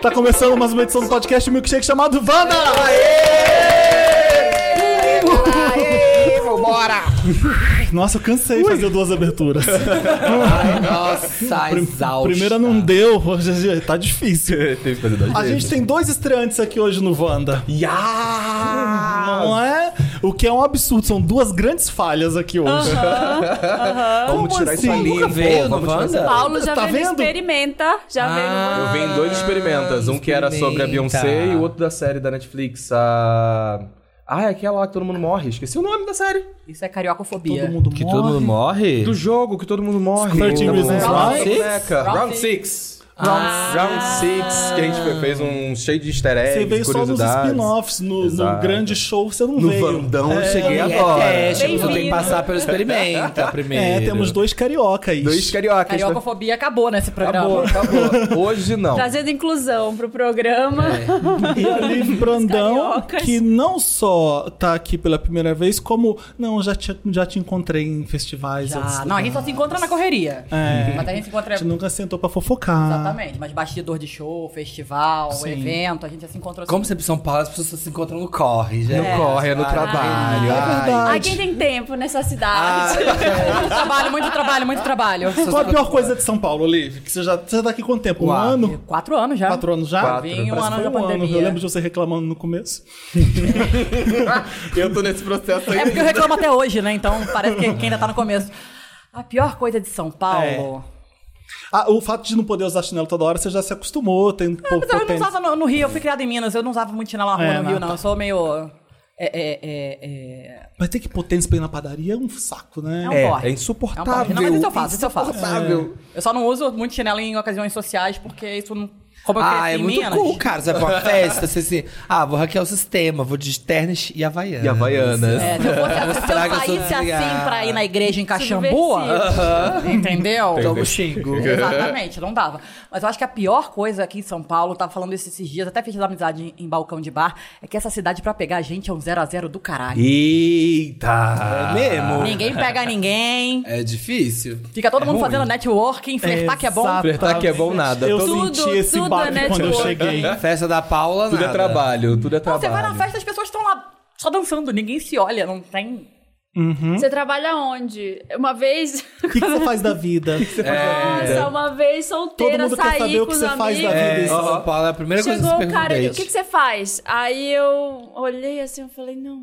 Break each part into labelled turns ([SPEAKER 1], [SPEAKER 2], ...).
[SPEAKER 1] Tá começando mais uma edição do podcast Milkshake chamado Vanda!
[SPEAKER 2] Aê, vambora!
[SPEAKER 1] Nossa, eu cansei de fazer duas aberturas.
[SPEAKER 2] Ai, nossa,
[SPEAKER 1] Prim-
[SPEAKER 2] exausta.
[SPEAKER 1] Primeira não deu, hoje tá difícil.
[SPEAKER 3] Teve que fazer dois
[SPEAKER 1] A gente tem dois estreantes aqui hoje no Vanda.
[SPEAKER 4] ah,
[SPEAKER 2] Ah.
[SPEAKER 1] Não é? O que é um absurdo, são duas grandes falhas aqui hoje.
[SPEAKER 3] Vamos tirar
[SPEAKER 1] assim?
[SPEAKER 3] isso ali,
[SPEAKER 2] Nunca
[SPEAKER 3] tá pô,
[SPEAKER 2] veio no
[SPEAKER 3] vamos tirar isso
[SPEAKER 2] Wanda?
[SPEAKER 3] ali.
[SPEAKER 5] Paulo já
[SPEAKER 1] Tá
[SPEAKER 5] veio no
[SPEAKER 1] vendo?
[SPEAKER 5] Experimenta, já veio no...
[SPEAKER 2] Ah.
[SPEAKER 3] Eu vi em dois experimentas. Um que
[SPEAKER 4] Ah,
[SPEAKER 3] era sobre a
[SPEAKER 2] Experimenta.
[SPEAKER 3] Beyoncé e o outro da série da Netflix. A... Ah, é aquela lá que todo mundo morre. Esqueci o nome da série.
[SPEAKER 5] Isso é cariocofobia.
[SPEAKER 1] Todo mundo
[SPEAKER 4] Que
[SPEAKER 1] morre.
[SPEAKER 4] todo mundo morre?
[SPEAKER 3] Do jogo que todo mundo morre.
[SPEAKER 1] 13
[SPEAKER 3] Da
[SPEAKER 1] Reasons
[SPEAKER 3] boneca.
[SPEAKER 1] Why?
[SPEAKER 3] Da boneca.
[SPEAKER 5] Round
[SPEAKER 3] Round 6.
[SPEAKER 4] Ah.
[SPEAKER 3] Round 6, que a gente fez um cheio de easter eggs,
[SPEAKER 1] Você veio só nos
[SPEAKER 3] curiosidades.
[SPEAKER 1] spin-offs, no, no
[SPEAKER 3] Exato.
[SPEAKER 1] grande show você não
[SPEAKER 3] No
[SPEAKER 1] veio.
[SPEAKER 3] Vandão, eu
[SPEAKER 4] Cheguei
[SPEAKER 2] E
[SPEAKER 4] agora.
[SPEAKER 2] É teste, você tem que
[SPEAKER 5] Bem-vindo.
[SPEAKER 2] passar pelo experimenta
[SPEAKER 1] É,
[SPEAKER 2] primeiro.
[SPEAKER 1] temos dois carioca aí.
[SPEAKER 3] Dois cariocas. né?
[SPEAKER 5] Cariocofobia acabou nesse programa.
[SPEAKER 3] Acabou, acabou. Hoje não.
[SPEAKER 5] Trazendo inclusão pro programa.
[SPEAKER 1] É, E a Liv Brandão,
[SPEAKER 5] cariocas.
[SPEAKER 1] que não só tá aqui pela primeira vez, como. Não, já te, já te encontrei em festivais. em outros
[SPEAKER 5] Já. Ah, Não, a gente só
[SPEAKER 1] lugares.
[SPEAKER 5] se encontra na correria.
[SPEAKER 1] É.
[SPEAKER 5] Mas a gente se encontra...
[SPEAKER 1] A gente nunca sentou pra fofocar.
[SPEAKER 5] Exatamente, mas bastidor de show, festival,
[SPEAKER 1] Sim.
[SPEAKER 5] evento, a gente já se encontrou... assim.
[SPEAKER 4] Como sempre em São Paulo, as pessoas só se encontram no corre, já.
[SPEAKER 3] No corre, é no trabalho.
[SPEAKER 1] É
[SPEAKER 3] Ai.
[SPEAKER 1] verdade.
[SPEAKER 5] Ai, Ah, quem tem tempo nessa cidade? muito trabalho, muito trabalho, muito trabalho.
[SPEAKER 1] Ah, é. Qual é a pior coisa de São Paulo, Liv? Que você já, você já tá aqui quanto tempo? Um
[SPEAKER 4] Uau.
[SPEAKER 1] ano?
[SPEAKER 5] Quatro anos já.
[SPEAKER 1] Quatro anos já?
[SPEAKER 3] Quatro.
[SPEAKER 5] Vim um
[SPEAKER 1] Parece
[SPEAKER 5] ano
[SPEAKER 1] que
[SPEAKER 5] da
[SPEAKER 1] foi um ano. Eu
[SPEAKER 5] pandemia.
[SPEAKER 1] lembro de você reclamando no começo.
[SPEAKER 3] Eu tô nesse processo aí.
[SPEAKER 5] É porque eu reclamo até hoje, né? Então parece que, que ainda tá no começo. A pior coisa de
[SPEAKER 1] É.
[SPEAKER 5] São Paulo.
[SPEAKER 1] Ah, o fato de não poder usar chinelo toda hora, você já se acostumou, tem um pouco
[SPEAKER 5] Mas eu não usava no, no Rio, eu fui criada em Minas, eu não usava muito chinelo na rua
[SPEAKER 1] É,
[SPEAKER 5] no Rio,
[SPEAKER 1] não.
[SPEAKER 5] não. Eu sou meio. É, é, é, é-
[SPEAKER 1] Vai ter que pôr tênis pra ir na padaria é um saco, né?
[SPEAKER 5] É um
[SPEAKER 3] É, é
[SPEAKER 5] porre. É um porre.
[SPEAKER 3] insuportável.
[SPEAKER 5] Não, mas isso eu faço, isso eu faço.
[SPEAKER 3] Insuportável.
[SPEAKER 5] Eu só não uso muito chinelo em ocasiões sociais, porque isso não. Como eu cresci
[SPEAKER 4] Ah, é
[SPEAKER 5] em
[SPEAKER 4] muito
[SPEAKER 5] Minas.
[SPEAKER 4] cool, cara. Você vai pra uma festa, você assim, ah, vou hackear o sistema, vou de ternas e Havaianas.
[SPEAKER 3] E Havaianas.
[SPEAKER 5] É, se eu, fosse, se eu
[SPEAKER 4] Estraga
[SPEAKER 5] saísse
[SPEAKER 4] suas
[SPEAKER 5] assim
[SPEAKER 4] ligadas.
[SPEAKER 5] pra ir na igreja em Caxambu, entendeu?
[SPEAKER 4] Então eu xingo.
[SPEAKER 5] Exatamente, não dava. Mas eu acho que a pior coisa aqui em São Paulo, eu tava falando isso esses dias, até fiz amizade em, em balcão de bar, é que essa cidade pra pegar gente é um 0 a 0 do caralho.
[SPEAKER 3] Eita!
[SPEAKER 4] É mesmo?
[SPEAKER 5] Ninguém pega ninguém.
[SPEAKER 4] É difícil.
[SPEAKER 5] Fica todo mundo fazendo networking, flertar que é bom.
[SPEAKER 3] Flertar que é bom nada.
[SPEAKER 1] Eu
[SPEAKER 3] Todo-
[SPEAKER 5] Tudo-
[SPEAKER 1] senti esse
[SPEAKER 5] tudo
[SPEAKER 1] baque
[SPEAKER 5] é
[SPEAKER 1] quando eu
[SPEAKER 5] network.
[SPEAKER 1] cheguei.
[SPEAKER 4] Festa da Paula,
[SPEAKER 3] Tudo é
[SPEAKER 4] nada.
[SPEAKER 3] trabalho, tudo é
[SPEAKER 5] Não,
[SPEAKER 3] trabalho.
[SPEAKER 5] você vai na festa, as pessoas estão lá só dançando, ninguém se olha, não tem.
[SPEAKER 6] Você trabalha onde? Uma vez.
[SPEAKER 1] O que, que você faz da vida?
[SPEAKER 3] É.
[SPEAKER 6] Nossa, uma vez solteira,
[SPEAKER 1] Todo mundo quer saber
[SPEAKER 6] saí
[SPEAKER 1] o
[SPEAKER 6] É. com
[SPEAKER 1] que
[SPEAKER 6] os
[SPEAKER 1] você faz da
[SPEAKER 6] amigos.
[SPEAKER 1] vida.
[SPEAKER 4] É,
[SPEAKER 1] Isso.
[SPEAKER 4] São Paulo é a primeira coisa que
[SPEAKER 6] Chegou
[SPEAKER 4] você
[SPEAKER 6] o cara, ele, o
[SPEAKER 4] pergunta.
[SPEAKER 6] que, que você faz? Aí eu olhei assim, eu falei, não,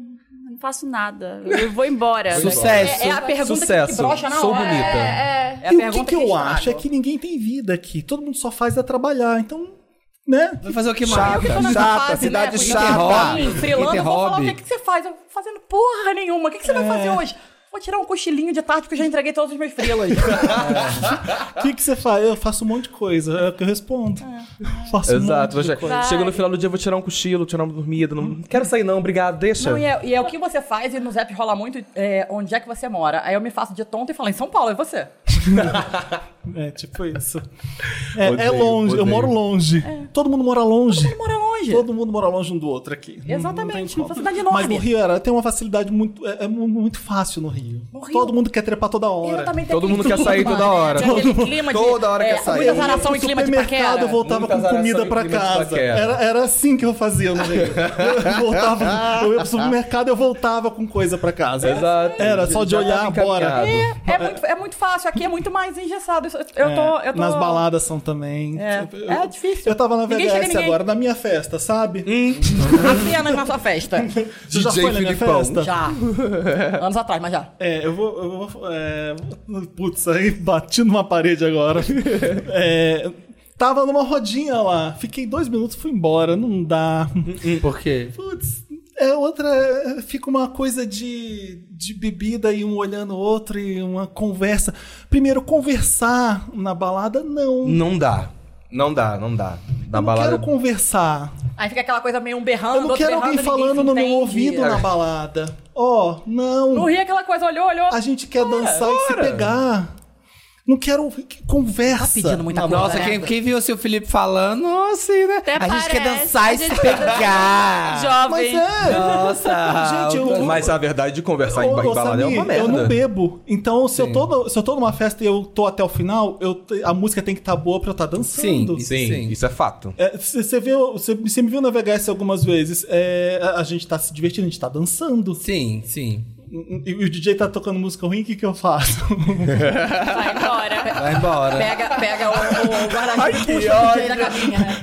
[SPEAKER 6] não faço nada. Eu vou embora.
[SPEAKER 4] Sucesso.
[SPEAKER 5] É, é a pergunta que-
[SPEAKER 3] Sucesso.
[SPEAKER 5] que brocha na
[SPEAKER 3] Sou
[SPEAKER 5] hora.
[SPEAKER 3] bonita.
[SPEAKER 6] É, é.
[SPEAKER 5] É a
[SPEAKER 1] e o
[SPEAKER 5] pergunta
[SPEAKER 1] que, que eu
[SPEAKER 5] estraga.
[SPEAKER 1] acho é que ninguém tem vida aqui. Todo mundo só faz é trabalhar. Então, né?
[SPEAKER 4] Vai fazer o que mais?
[SPEAKER 5] Eu tô nessa
[SPEAKER 3] Chata,
[SPEAKER 5] fase,
[SPEAKER 3] cidade
[SPEAKER 5] né? porque é
[SPEAKER 3] chata.
[SPEAKER 5] interrompe,
[SPEAKER 4] Interrompe.
[SPEAKER 5] Freelando, eu vou falar o que,
[SPEAKER 4] Interrompe.
[SPEAKER 5] que você faz. Eu fazendo porra nenhuma. O que, que você vai
[SPEAKER 1] É.
[SPEAKER 5] fazer hoje? Vou tirar um cochilinho de tarde porque eu já entreguei todos os meus freelas.
[SPEAKER 1] O que, que você faz? Eu faço um monte de coisa. É o que eu respondo. Faço
[SPEAKER 3] Exato,
[SPEAKER 1] um monte
[SPEAKER 3] você-
[SPEAKER 1] de coisa.
[SPEAKER 3] chega no final do dia, eu vou tirar um cochilo, tirar uma dormida. Não, não quero sair, não, obrigado, deixa.
[SPEAKER 5] Não, e, é, e é o que você faz, e nos apps rola muito é, onde é que você mora. Aí eu me faço de tonta e falo, em São Paulo, é você.
[SPEAKER 1] É tipo isso. É, é
[SPEAKER 3] Odeio,
[SPEAKER 1] longe. Eu
[SPEAKER 3] odeio.
[SPEAKER 1] moro longe. Todo mundo mora longe.
[SPEAKER 5] Mora longe.
[SPEAKER 1] Todo mundo mora longe um do outro aqui.
[SPEAKER 5] Exatamente,
[SPEAKER 1] Não tem como.
[SPEAKER 5] uma cidade enorme.
[SPEAKER 1] Mas no Rio era, tem uma facilidade muito, é, é mu- muito fácil no Rio.
[SPEAKER 5] No Rio.
[SPEAKER 1] Todo mundo quer trepar toda
[SPEAKER 5] E eu
[SPEAKER 1] hora.
[SPEAKER 5] também tenho
[SPEAKER 3] Todo
[SPEAKER 5] aquele
[SPEAKER 3] mundo quer
[SPEAKER 5] clima,
[SPEAKER 3] sair toda
[SPEAKER 5] né?
[SPEAKER 3] hora.
[SPEAKER 5] Tem aquele clima de,
[SPEAKER 3] Toda hora quer
[SPEAKER 5] é,
[SPEAKER 3] sair.
[SPEAKER 5] Muita zaração em
[SPEAKER 1] No
[SPEAKER 5] clima de
[SPEAKER 1] supermercado
[SPEAKER 5] paquera.
[SPEAKER 1] eu voltava
[SPEAKER 3] Muita
[SPEAKER 1] com
[SPEAKER 3] zaração
[SPEAKER 1] comida
[SPEAKER 3] e
[SPEAKER 1] pra
[SPEAKER 3] clima de
[SPEAKER 1] casa.
[SPEAKER 3] paquera.
[SPEAKER 1] Era, era assim que eu fazia no Rio. Eu voltava, eu ia pro supermercado eu voltava com coisa pra casa.
[SPEAKER 5] assim.
[SPEAKER 3] Exato.
[SPEAKER 1] Era só de
[SPEAKER 3] Já tava
[SPEAKER 1] olhar, bora.
[SPEAKER 3] encaminhado.
[SPEAKER 5] É muito, é muito fácil, aqui é muito mais engessado. Isso- Eu
[SPEAKER 1] É,
[SPEAKER 5] tô, eu tô...
[SPEAKER 1] Nas baladas são também.
[SPEAKER 5] É,
[SPEAKER 1] Eu-
[SPEAKER 5] é difícil.
[SPEAKER 1] Eu tava na
[SPEAKER 5] Ninguém chega
[SPEAKER 1] VHS
[SPEAKER 5] ninguém. Hum.
[SPEAKER 1] agora, na minha festa, sabe?
[SPEAKER 5] Apenas Tá na sua festa.
[SPEAKER 1] Você já
[SPEAKER 3] DJ
[SPEAKER 1] foi na minha
[SPEAKER 3] Filipão.
[SPEAKER 1] festa?
[SPEAKER 5] Já. Anos atrás, mas já.
[SPEAKER 1] É, eu vou. Eu vou é, putz, aí bati numa parede agora. É, tava numa rodinha lá. Fiquei dois minutos fui embora. Não dá.
[SPEAKER 4] Por quê?
[SPEAKER 1] Putz, é outra. é, Fica uma coisa de, de bebida e um olhando o outro e uma conversa. Primeiro, conversar na balada, não.
[SPEAKER 3] Não dá. Não dá, não dá. Na
[SPEAKER 1] eu não
[SPEAKER 3] balada.
[SPEAKER 1] quero conversar.
[SPEAKER 5] Aí fica aquela coisa meio um berrando,
[SPEAKER 1] Eu não
[SPEAKER 5] outro
[SPEAKER 1] quero
[SPEAKER 5] berrando,
[SPEAKER 1] alguém
[SPEAKER 5] ninguém
[SPEAKER 1] falando
[SPEAKER 5] se
[SPEAKER 1] no meu
[SPEAKER 5] entende.
[SPEAKER 1] ouvido na balada. Ó, não.
[SPEAKER 5] No Rio é aquela coisa, olhou, olhou.
[SPEAKER 1] A gente quer dançar e se pegar. Não quero ouvir que conversa.
[SPEAKER 5] Tá pedindo muita
[SPEAKER 1] na
[SPEAKER 5] coisa,
[SPEAKER 1] boca.
[SPEAKER 4] Nossa, quem, quem viu assim, o Felipe falando, nossa, né?
[SPEAKER 6] Até
[SPEAKER 4] a gente quer
[SPEAKER 6] parece,
[SPEAKER 4] dançar
[SPEAKER 6] a
[SPEAKER 4] e se
[SPEAKER 6] gente-
[SPEAKER 4] pegar.
[SPEAKER 1] Ah, Mas
[SPEAKER 6] Jovem.
[SPEAKER 1] é.
[SPEAKER 4] Nossa.
[SPEAKER 1] Gente, eu-
[SPEAKER 3] Mas a verdade de conversar em, ba-
[SPEAKER 1] Ô,
[SPEAKER 3] em balada é
[SPEAKER 1] Samir,
[SPEAKER 3] uma merda.
[SPEAKER 1] Eu não bebo. Então, se eu, tô, no- se eu tô numa festa e eu tô até o final, eu, te- a música tem que estar boa pra eu estar dançando.
[SPEAKER 4] Sim.
[SPEAKER 3] Sim, isso é fato.
[SPEAKER 1] Você viu, você me viu na VHS algumas vezes. é, a, a gente tá se divertindo, a gente tá dançando.
[SPEAKER 4] Sim, sim.
[SPEAKER 1] E, e o DJ tá tocando música ruim, o que, que eu faço?
[SPEAKER 6] Vai embora.
[SPEAKER 4] Vai embora.
[SPEAKER 5] Pega, pega o, o, o guarda-chuva e puxa o DJ da caixinha, né?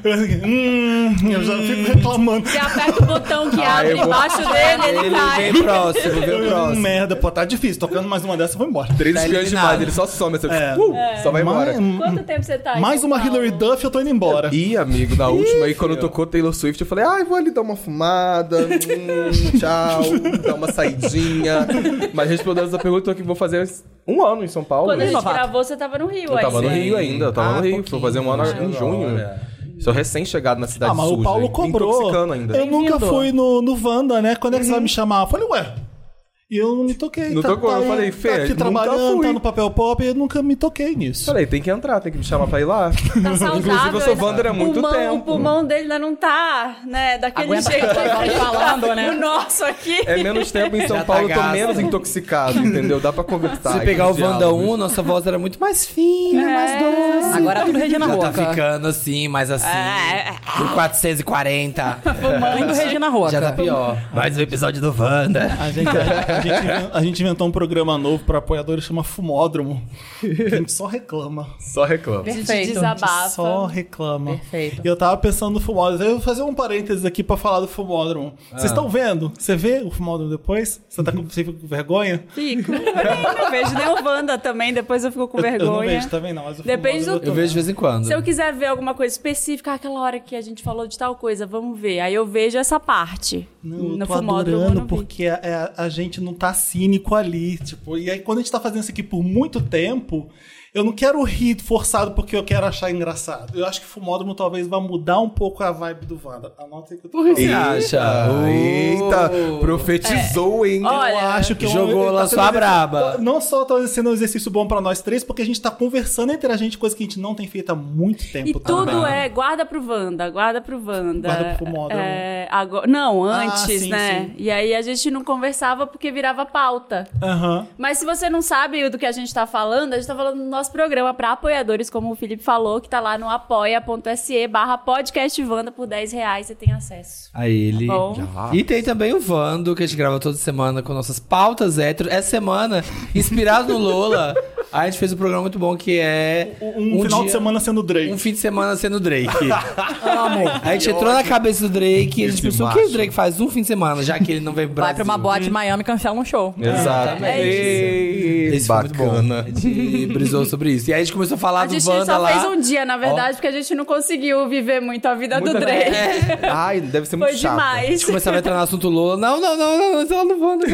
[SPEAKER 1] hum, eu já fico reclamando.
[SPEAKER 6] Você aperta o botão que
[SPEAKER 3] Ah,
[SPEAKER 6] abre
[SPEAKER 3] eu vou-
[SPEAKER 6] embaixo dele, ele,
[SPEAKER 4] Ele
[SPEAKER 6] cai.
[SPEAKER 4] vem próximo, vem
[SPEAKER 1] Eu,
[SPEAKER 4] próximo.
[SPEAKER 1] merda, pô, tá difícil. Tocando mais uma dessa, eu vou embora.
[SPEAKER 3] Três
[SPEAKER 4] Tá
[SPEAKER 3] espiões
[SPEAKER 4] eliminado.
[SPEAKER 3] demais, ele só some, você
[SPEAKER 1] É.
[SPEAKER 3] uh, só vai embora.
[SPEAKER 6] Quanto tempo você tá aí?
[SPEAKER 1] hum, mais uma Hillary
[SPEAKER 6] Hilary
[SPEAKER 1] Duff, eu tô indo embora.
[SPEAKER 3] Ih, amigo, na última aí, quando tocou Taylor Swift, eu falei, ai, vou ali dar uma fumada, hum, tchau, dar uma saidinha. Mas respondendo essa pergunta, eu que vou fazer um ano em São Paulo.
[SPEAKER 6] Quando a
[SPEAKER 3] Eu
[SPEAKER 6] gente
[SPEAKER 5] Novato.
[SPEAKER 6] gravou, você tava no Rio aí.
[SPEAKER 3] tava no
[SPEAKER 6] né?
[SPEAKER 3] Rio ainda, eu tava
[SPEAKER 4] Ah,
[SPEAKER 3] no Rio, fui
[SPEAKER 4] pouquinho.
[SPEAKER 3] fazer um ano em
[SPEAKER 4] Olha.
[SPEAKER 3] junho. Sou recém-chegado na cidade
[SPEAKER 1] Ah, mas
[SPEAKER 3] suja.
[SPEAKER 1] o Paulo
[SPEAKER 3] tá hein?
[SPEAKER 1] cobrou.
[SPEAKER 3] Intoxicando ainda.
[SPEAKER 1] Eu nunca
[SPEAKER 5] Bem-vindo.
[SPEAKER 1] fui no, no Wanda, né? Quando é que você vai me chamar? Eu falei, ué. E eu não me toquei.
[SPEAKER 3] Não tocou, eu
[SPEAKER 1] aí-
[SPEAKER 3] falei, Fê,
[SPEAKER 1] Tá aqui
[SPEAKER 3] nunca
[SPEAKER 1] trabalhando,
[SPEAKER 3] fui.
[SPEAKER 1] tá no papel pop, e eu nunca me toquei nisso.
[SPEAKER 3] Falei, tem que entrar, tem que me chamar pra ir lá.
[SPEAKER 6] Tá saudável.
[SPEAKER 3] Inclusive, eu sou
[SPEAKER 6] esse
[SPEAKER 3] Wander há muito
[SPEAKER 6] pulmão,
[SPEAKER 3] tempo.
[SPEAKER 6] O pulmão dele ainda não tá, né? Daquele
[SPEAKER 5] Aguenta
[SPEAKER 6] jeito.
[SPEAKER 5] ficar
[SPEAKER 6] que ele
[SPEAKER 5] falando,
[SPEAKER 6] tá.
[SPEAKER 5] né?
[SPEAKER 6] O nosso aqui.
[SPEAKER 3] É menos tempo em São
[SPEAKER 4] Já tá
[SPEAKER 3] Paulo, eu tô
[SPEAKER 4] gasto.
[SPEAKER 3] menos intoxicado, entendeu? Dá pra conversar.
[SPEAKER 4] Se
[SPEAKER 3] aqui,
[SPEAKER 4] pegar o
[SPEAKER 3] diálogos.
[SPEAKER 4] Wanda 1, nossa voz era muito mais
[SPEAKER 6] É.
[SPEAKER 4] fina, mais doce.
[SPEAKER 5] Agora é tudo Regina
[SPEAKER 4] Já
[SPEAKER 5] Roca.
[SPEAKER 4] tá ficando assim, mais assim.
[SPEAKER 6] É,
[SPEAKER 4] Por 440.
[SPEAKER 5] Fumando Regina Roca.
[SPEAKER 4] Já tá pior. Mais um episódio do Wanda.
[SPEAKER 1] A gente, a, gente, inven- a gente inventou um programa novo pra apoiadores, chama Fumódromo. Que a gente só reclama.
[SPEAKER 3] Só reclamo.
[SPEAKER 5] Perfeito.
[SPEAKER 6] Desabafa.
[SPEAKER 1] Só reclama.
[SPEAKER 5] Perfeito.
[SPEAKER 1] E eu tava pensando no Fumódromo. Eu vou fazer um parênteses aqui pra falar do Fumódromo. Vocês
[SPEAKER 4] Ah.
[SPEAKER 1] estão vendo? Você vê o Fumódromo depois? Você tá com, você fica com vergonha?
[SPEAKER 6] Fico. Eu nem- não vejo nem o Wanda também, depois eu fico com
[SPEAKER 1] Eu- Eu não
[SPEAKER 6] vergonha.
[SPEAKER 1] vejo também, não. Mas o
[SPEAKER 6] Depende
[SPEAKER 1] Fumódromo
[SPEAKER 6] do-
[SPEAKER 1] tô
[SPEAKER 4] Eu vejo de vez em quando.
[SPEAKER 6] Se eu quiser ver alguma coisa específica, ah, aquela hora que a gente falou de tal coisa, vamos ver. Aí eu vejo essa parte.
[SPEAKER 1] Não, eu
[SPEAKER 6] No
[SPEAKER 1] tô
[SPEAKER 6] Fumódromo, eu
[SPEAKER 1] adorando
[SPEAKER 6] não vi.
[SPEAKER 1] porque a, a- a gente não tá cínico ali, tipo, e aí quando a gente tá fazendo isso aqui por muito tempo, eu não quero rir forçado porque eu quero achar engraçado. Eu acho que Fumódromo talvez vá mudar um pouco a vibe do Wanda. Anota aí que eu tô falando.
[SPEAKER 4] Você acha?
[SPEAKER 3] Eita,
[SPEAKER 4] Uh.
[SPEAKER 3] profetizou, hein?
[SPEAKER 1] eu
[SPEAKER 6] Olha,
[SPEAKER 1] acho que é um-
[SPEAKER 4] jogou,
[SPEAKER 1] tá
[SPEAKER 4] lançou
[SPEAKER 1] sendo um
[SPEAKER 4] a
[SPEAKER 1] exercício-
[SPEAKER 4] braba.
[SPEAKER 1] Não só tá sendo um exercício bom pra nós três, porque a gente tá conversando entre a gente, coisa que a gente não tem feito há muito tempo tá
[SPEAKER 6] E
[SPEAKER 1] também.
[SPEAKER 6] tudo é guarda pro Wanda, guarda pro Wanda.
[SPEAKER 1] Guarda pro Fumódromo.
[SPEAKER 6] É, agora, não,
[SPEAKER 1] Ah,
[SPEAKER 6] antes,
[SPEAKER 1] sim,
[SPEAKER 6] né?
[SPEAKER 1] sim.
[SPEAKER 6] E aí a gente não conversava porque virava pauta.
[SPEAKER 1] Aham.
[SPEAKER 6] Mas se você não sabe do que a gente tá falando, a gente tá falando do nosso programa pra apoiadores, como o Felipe falou, que tá lá no apoia.se barra podcast Wanda por 10 reais, você tem acesso.
[SPEAKER 4] A ele.
[SPEAKER 6] Bom.
[SPEAKER 4] E tem também o Vando, que a gente grava toda semana com nossas pautas hétero. Essa semana, inspirado no Lola, a gente fez um programa muito bom que é.
[SPEAKER 1] Um, final de
[SPEAKER 4] dia-
[SPEAKER 1] semana sendo Drake.
[SPEAKER 4] Um fim de semana sendo Drake. Amo. A gente entrou na cabeça do Drake e a gente
[SPEAKER 3] Esse
[SPEAKER 4] pensou: o que o
[SPEAKER 3] macho.
[SPEAKER 4] Drake faz um fim de semana, já que ele não vem pro
[SPEAKER 5] Vai
[SPEAKER 4] Brasil?
[SPEAKER 5] pra uma boate em Miami e cancela um show.
[SPEAKER 3] Exato.
[SPEAKER 4] É
[SPEAKER 3] Ei,
[SPEAKER 4] Esse foi muito bom. A gente brisou sobre isso. E aí a gente começou a falar
[SPEAKER 6] A
[SPEAKER 4] do
[SPEAKER 6] gente
[SPEAKER 4] Wanda
[SPEAKER 6] só
[SPEAKER 4] lá.
[SPEAKER 6] fez um dia, na verdade, porque a gente não conseguiu viver muito a vida do Drake.
[SPEAKER 3] Ai, deve ser muito
[SPEAKER 6] Foi
[SPEAKER 3] chato.
[SPEAKER 4] A gente
[SPEAKER 6] demais.
[SPEAKER 4] começava a entrar no assunto Lola. Não, não, não, não, não, ela não Wanda.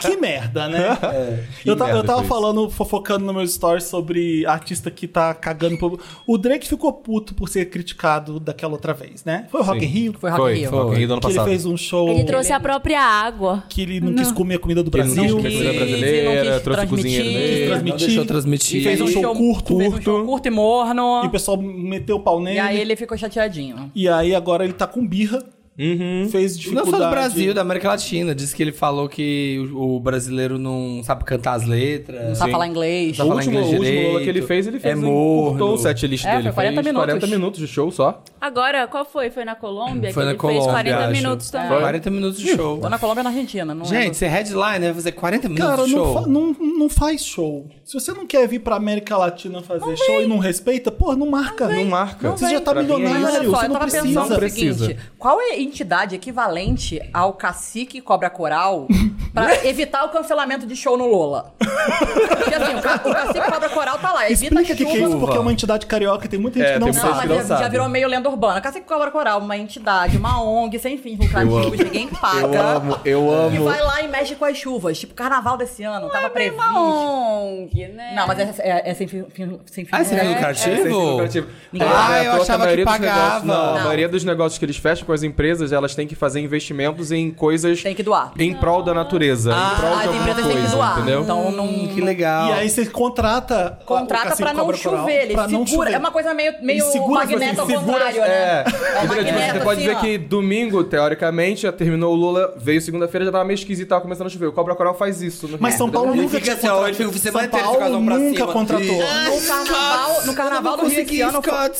[SPEAKER 1] Que merda, né?
[SPEAKER 3] É, que
[SPEAKER 1] eu, ta- eu
[SPEAKER 3] merda
[SPEAKER 1] tava
[SPEAKER 3] foi
[SPEAKER 1] falando, fofocando no meu story sobre artista que tá cagando pro. O Drake ficou puto por ser criticado daquela outra vez, né? Foi o Rock in Rio
[SPEAKER 5] Foi Rock in Rio.
[SPEAKER 3] Rock in Rio do ano
[SPEAKER 1] que ele
[SPEAKER 3] passado.
[SPEAKER 1] fez um show
[SPEAKER 6] Ele trouxe a própria água.
[SPEAKER 1] que ele não, quis comer a comida do
[SPEAKER 3] Ele não
[SPEAKER 1] Brasil.
[SPEAKER 3] quis comer a comida
[SPEAKER 5] quis,
[SPEAKER 3] brasileira,
[SPEAKER 5] não quis
[SPEAKER 3] trouxe o cozinheiro
[SPEAKER 5] transmitir.
[SPEAKER 3] dele.
[SPEAKER 4] Não deixou transmitir.
[SPEAKER 1] E fez um show curto.
[SPEAKER 5] fez um show curto e morno.
[SPEAKER 1] E o pessoal meteu o pau nele.
[SPEAKER 5] E aí ele ficou chateadinho.
[SPEAKER 1] E aí agora ele tá com birra.
[SPEAKER 3] Uhum.
[SPEAKER 1] Fez
[SPEAKER 4] Não
[SPEAKER 1] dificuldade.
[SPEAKER 4] só do Brasil, da América Latina. Diz que ele falou que o o brasileiro não sabe cantar as letras.
[SPEAKER 5] Sabe falar inglês.
[SPEAKER 4] Tá
[SPEAKER 3] O
[SPEAKER 4] falar
[SPEAKER 3] último, o
[SPEAKER 4] inglês
[SPEAKER 3] último
[SPEAKER 4] direito.
[SPEAKER 3] Lola que ele fez, ele fez.
[SPEAKER 4] É
[SPEAKER 3] ele
[SPEAKER 4] morno.
[SPEAKER 3] Cortou o set list
[SPEAKER 5] É,
[SPEAKER 3] dele.
[SPEAKER 5] foi 40
[SPEAKER 3] fez
[SPEAKER 5] minutos.
[SPEAKER 3] 40 minutos de show só.
[SPEAKER 6] Agora, qual foi? Foi na Colômbia?
[SPEAKER 4] Foi
[SPEAKER 6] que
[SPEAKER 4] na
[SPEAKER 6] ele
[SPEAKER 4] Colômbia,
[SPEAKER 6] fez 40
[SPEAKER 4] acho.
[SPEAKER 6] minutos também.
[SPEAKER 4] Foi 40 minutos de show.
[SPEAKER 5] Tô na né, Colômbia e na Argentina, não
[SPEAKER 4] Gente, ser headline vai fazer 40 minutos
[SPEAKER 1] Cara,
[SPEAKER 4] de
[SPEAKER 1] não,
[SPEAKER 4] show.
[SPEAKER 1] fa- não, não faz show. Se você não quer vir pra América Latina fazer show e não respeita, pô, não marca.
[SPEAKER 3] Não marca.
[SPEAKER 1] Você já tá
[SPEAKER 3] Pra mim é
[SPEAKER 1] milionário,
[SPEAKER 5] Mas olha só,
[SPEAKER 1] você
[SPEAKER 5] eu
[SPEAKER 1] não
[SPEAKER 5] tava
[SPEAKER 1] precisa.
[SPEAKER 5] pensando no
[SPEAKER 3] Precisa.
[SPEAKER 5] seguinte: qual é a entidade equivalente ao cacique cobra coral pra evitar o cancelamento de show no Lola? Porque assim, o, ca o cacique cobra coral tá lá, evita
[SPEAKER 1] Explica o que,
[SPEAKER 5] chuva.
[SPEAKER 1] que é isso, porque
[SPEAKER 4] chuva.
[SPEAKER 1] é uma entidade carioca e tem muita gente
[SPEAKER 3] É,
[SPEAKER 1] que não
[SPEAKER 3] tem muita
[SPEAKER 5] Não,
[SPEAKER 1] sabe.
[SPEAKER 5] mas
[SPEAKER 3] não
[SPEAKER 5] já- já
[SPEAKER 3] sabe.
[SPEAKER 5] virou meio lenda urbana. Cacique Cobra Coral, uma entidade, uma ONG sem fins lucrativos, ninguém paga.
[SPEAKER 3] eu
[SPEAKER 5] E vai lá e mexe com as chuvas. Tipo, carnaval desse ano, tava previsto.
[SPEAKER 6] ONG, né?
[SPEAKER 5] Não, mas é, é- é sem fim. fim- sem fim
[SPEAKER 4] Ah, esse é,
[SPEAKER 3] Sem ser
[SPEAKER 4] lucrativo?
[SPEAKER 3] lucrativo.
[SPEAKER 5] Ninguém-
[SPEAKER 4] Ah,
[SPEAKER 3] Não é à
[SPEAKER 4] eu
[SPEAKER 3] toa a
[SPEAKER 4] achava que
[SPEAKER 3] maioria dos
[SPEAKER 4] pagava.
[SPEAKER 3] negócios- não, a
[SPEAKER 5] Não.
[SPEAKER 3] maioria dos negócios que eles fecham com as empresas, elas têm que fazer investimentos em coisas
[SPEAKER 5] Tem que doar.
[SPEAKER 3] em prol da empresa.
[SPEAKER 4] Ah,
[SPEAKER 3] em prol de
[SPEAKER 5] as
[SPEAKER 3] alguma
[SPEAKER 5] empresas têm que
[SPEAKER 3] coisa,
[SPEAKER 5] doar.
[SPEAKER 3] entendeu?
[SPEAKER 5] Então não.
[SPEAKER 4] Hum, Que legal.
[SPEAKER 1] E aí você contrata. a- o
[SPEAKER 5] Contrata
[SPEAKER 1] Cacique
[SPEAKER 5] pra não
[SPEAKER 1] Cobra Coral
[SPEAKER 5] chover, ele
[SPEAKER 1] pra não
[SPEAKER 5] segura.
[SPEAKER 1] chover.
[SPEAKER 5] É uma coisa meio, meio
[SPEAKER 1] Ele segura, tipo
[SPEAKER 5] magneto
[SPEAKER 1] assim,
[SPEAKER 5] ao
[SPEAKER 1] segura-
[SPEAKER 5] contrário, né?
[SPEAKER 3] É,
[SPEAKER 5] É
[SPEAKER 3] Entendeu?
[SPEAKER 5] o
[SPEAKER 3] Tipo,
[SPEAKER 5] magneto,
[SPEAKER 3] você pode
[SPEAKER 5] assim,
[SPEAKER 3] dizer
[SPEAKER 5] ó.
[SPEAKER 3] que domingo, teoricamente, já terminou o Lula, veio segunda-feira, já tava meio esquisito, tava começando a chover. O Cobra Coral faz isso. no
[SPEAKER 1] Mas
[SPEAKER 3] Rio,
[SPEAKER 1] São
[SPEAKER 3] entendeu?
[SPEAKER 1] Paulo
[SPEAKER 4] Ele
[SPEAKER 1] nunca
[SPEAKER 4] fica
[SPEAKER 1] tinha
[SPEAKER 4] assim, ó, ele
[SPEAKER 1] contratado.
[SPEAKER 4] fica o semana
[SPEAKER 1] São
[SPEAKER 4] inteira com o
[SPEAKER 1] Paulo
[SPEAKER 4] casão pra
[SPEAKER 1] nunca
[SPEAKER 4] cima.
[SPEAKER 1] contratou.
[SPEAKER 4] E-
[SPEAKER 5] No carnaval, no carnaval do Rio
[SPEAKER 4] consegui,
[SPEAKER 5] esse ano foi-
[SPEAKER 4] Scott.
[SPEAKER 5] É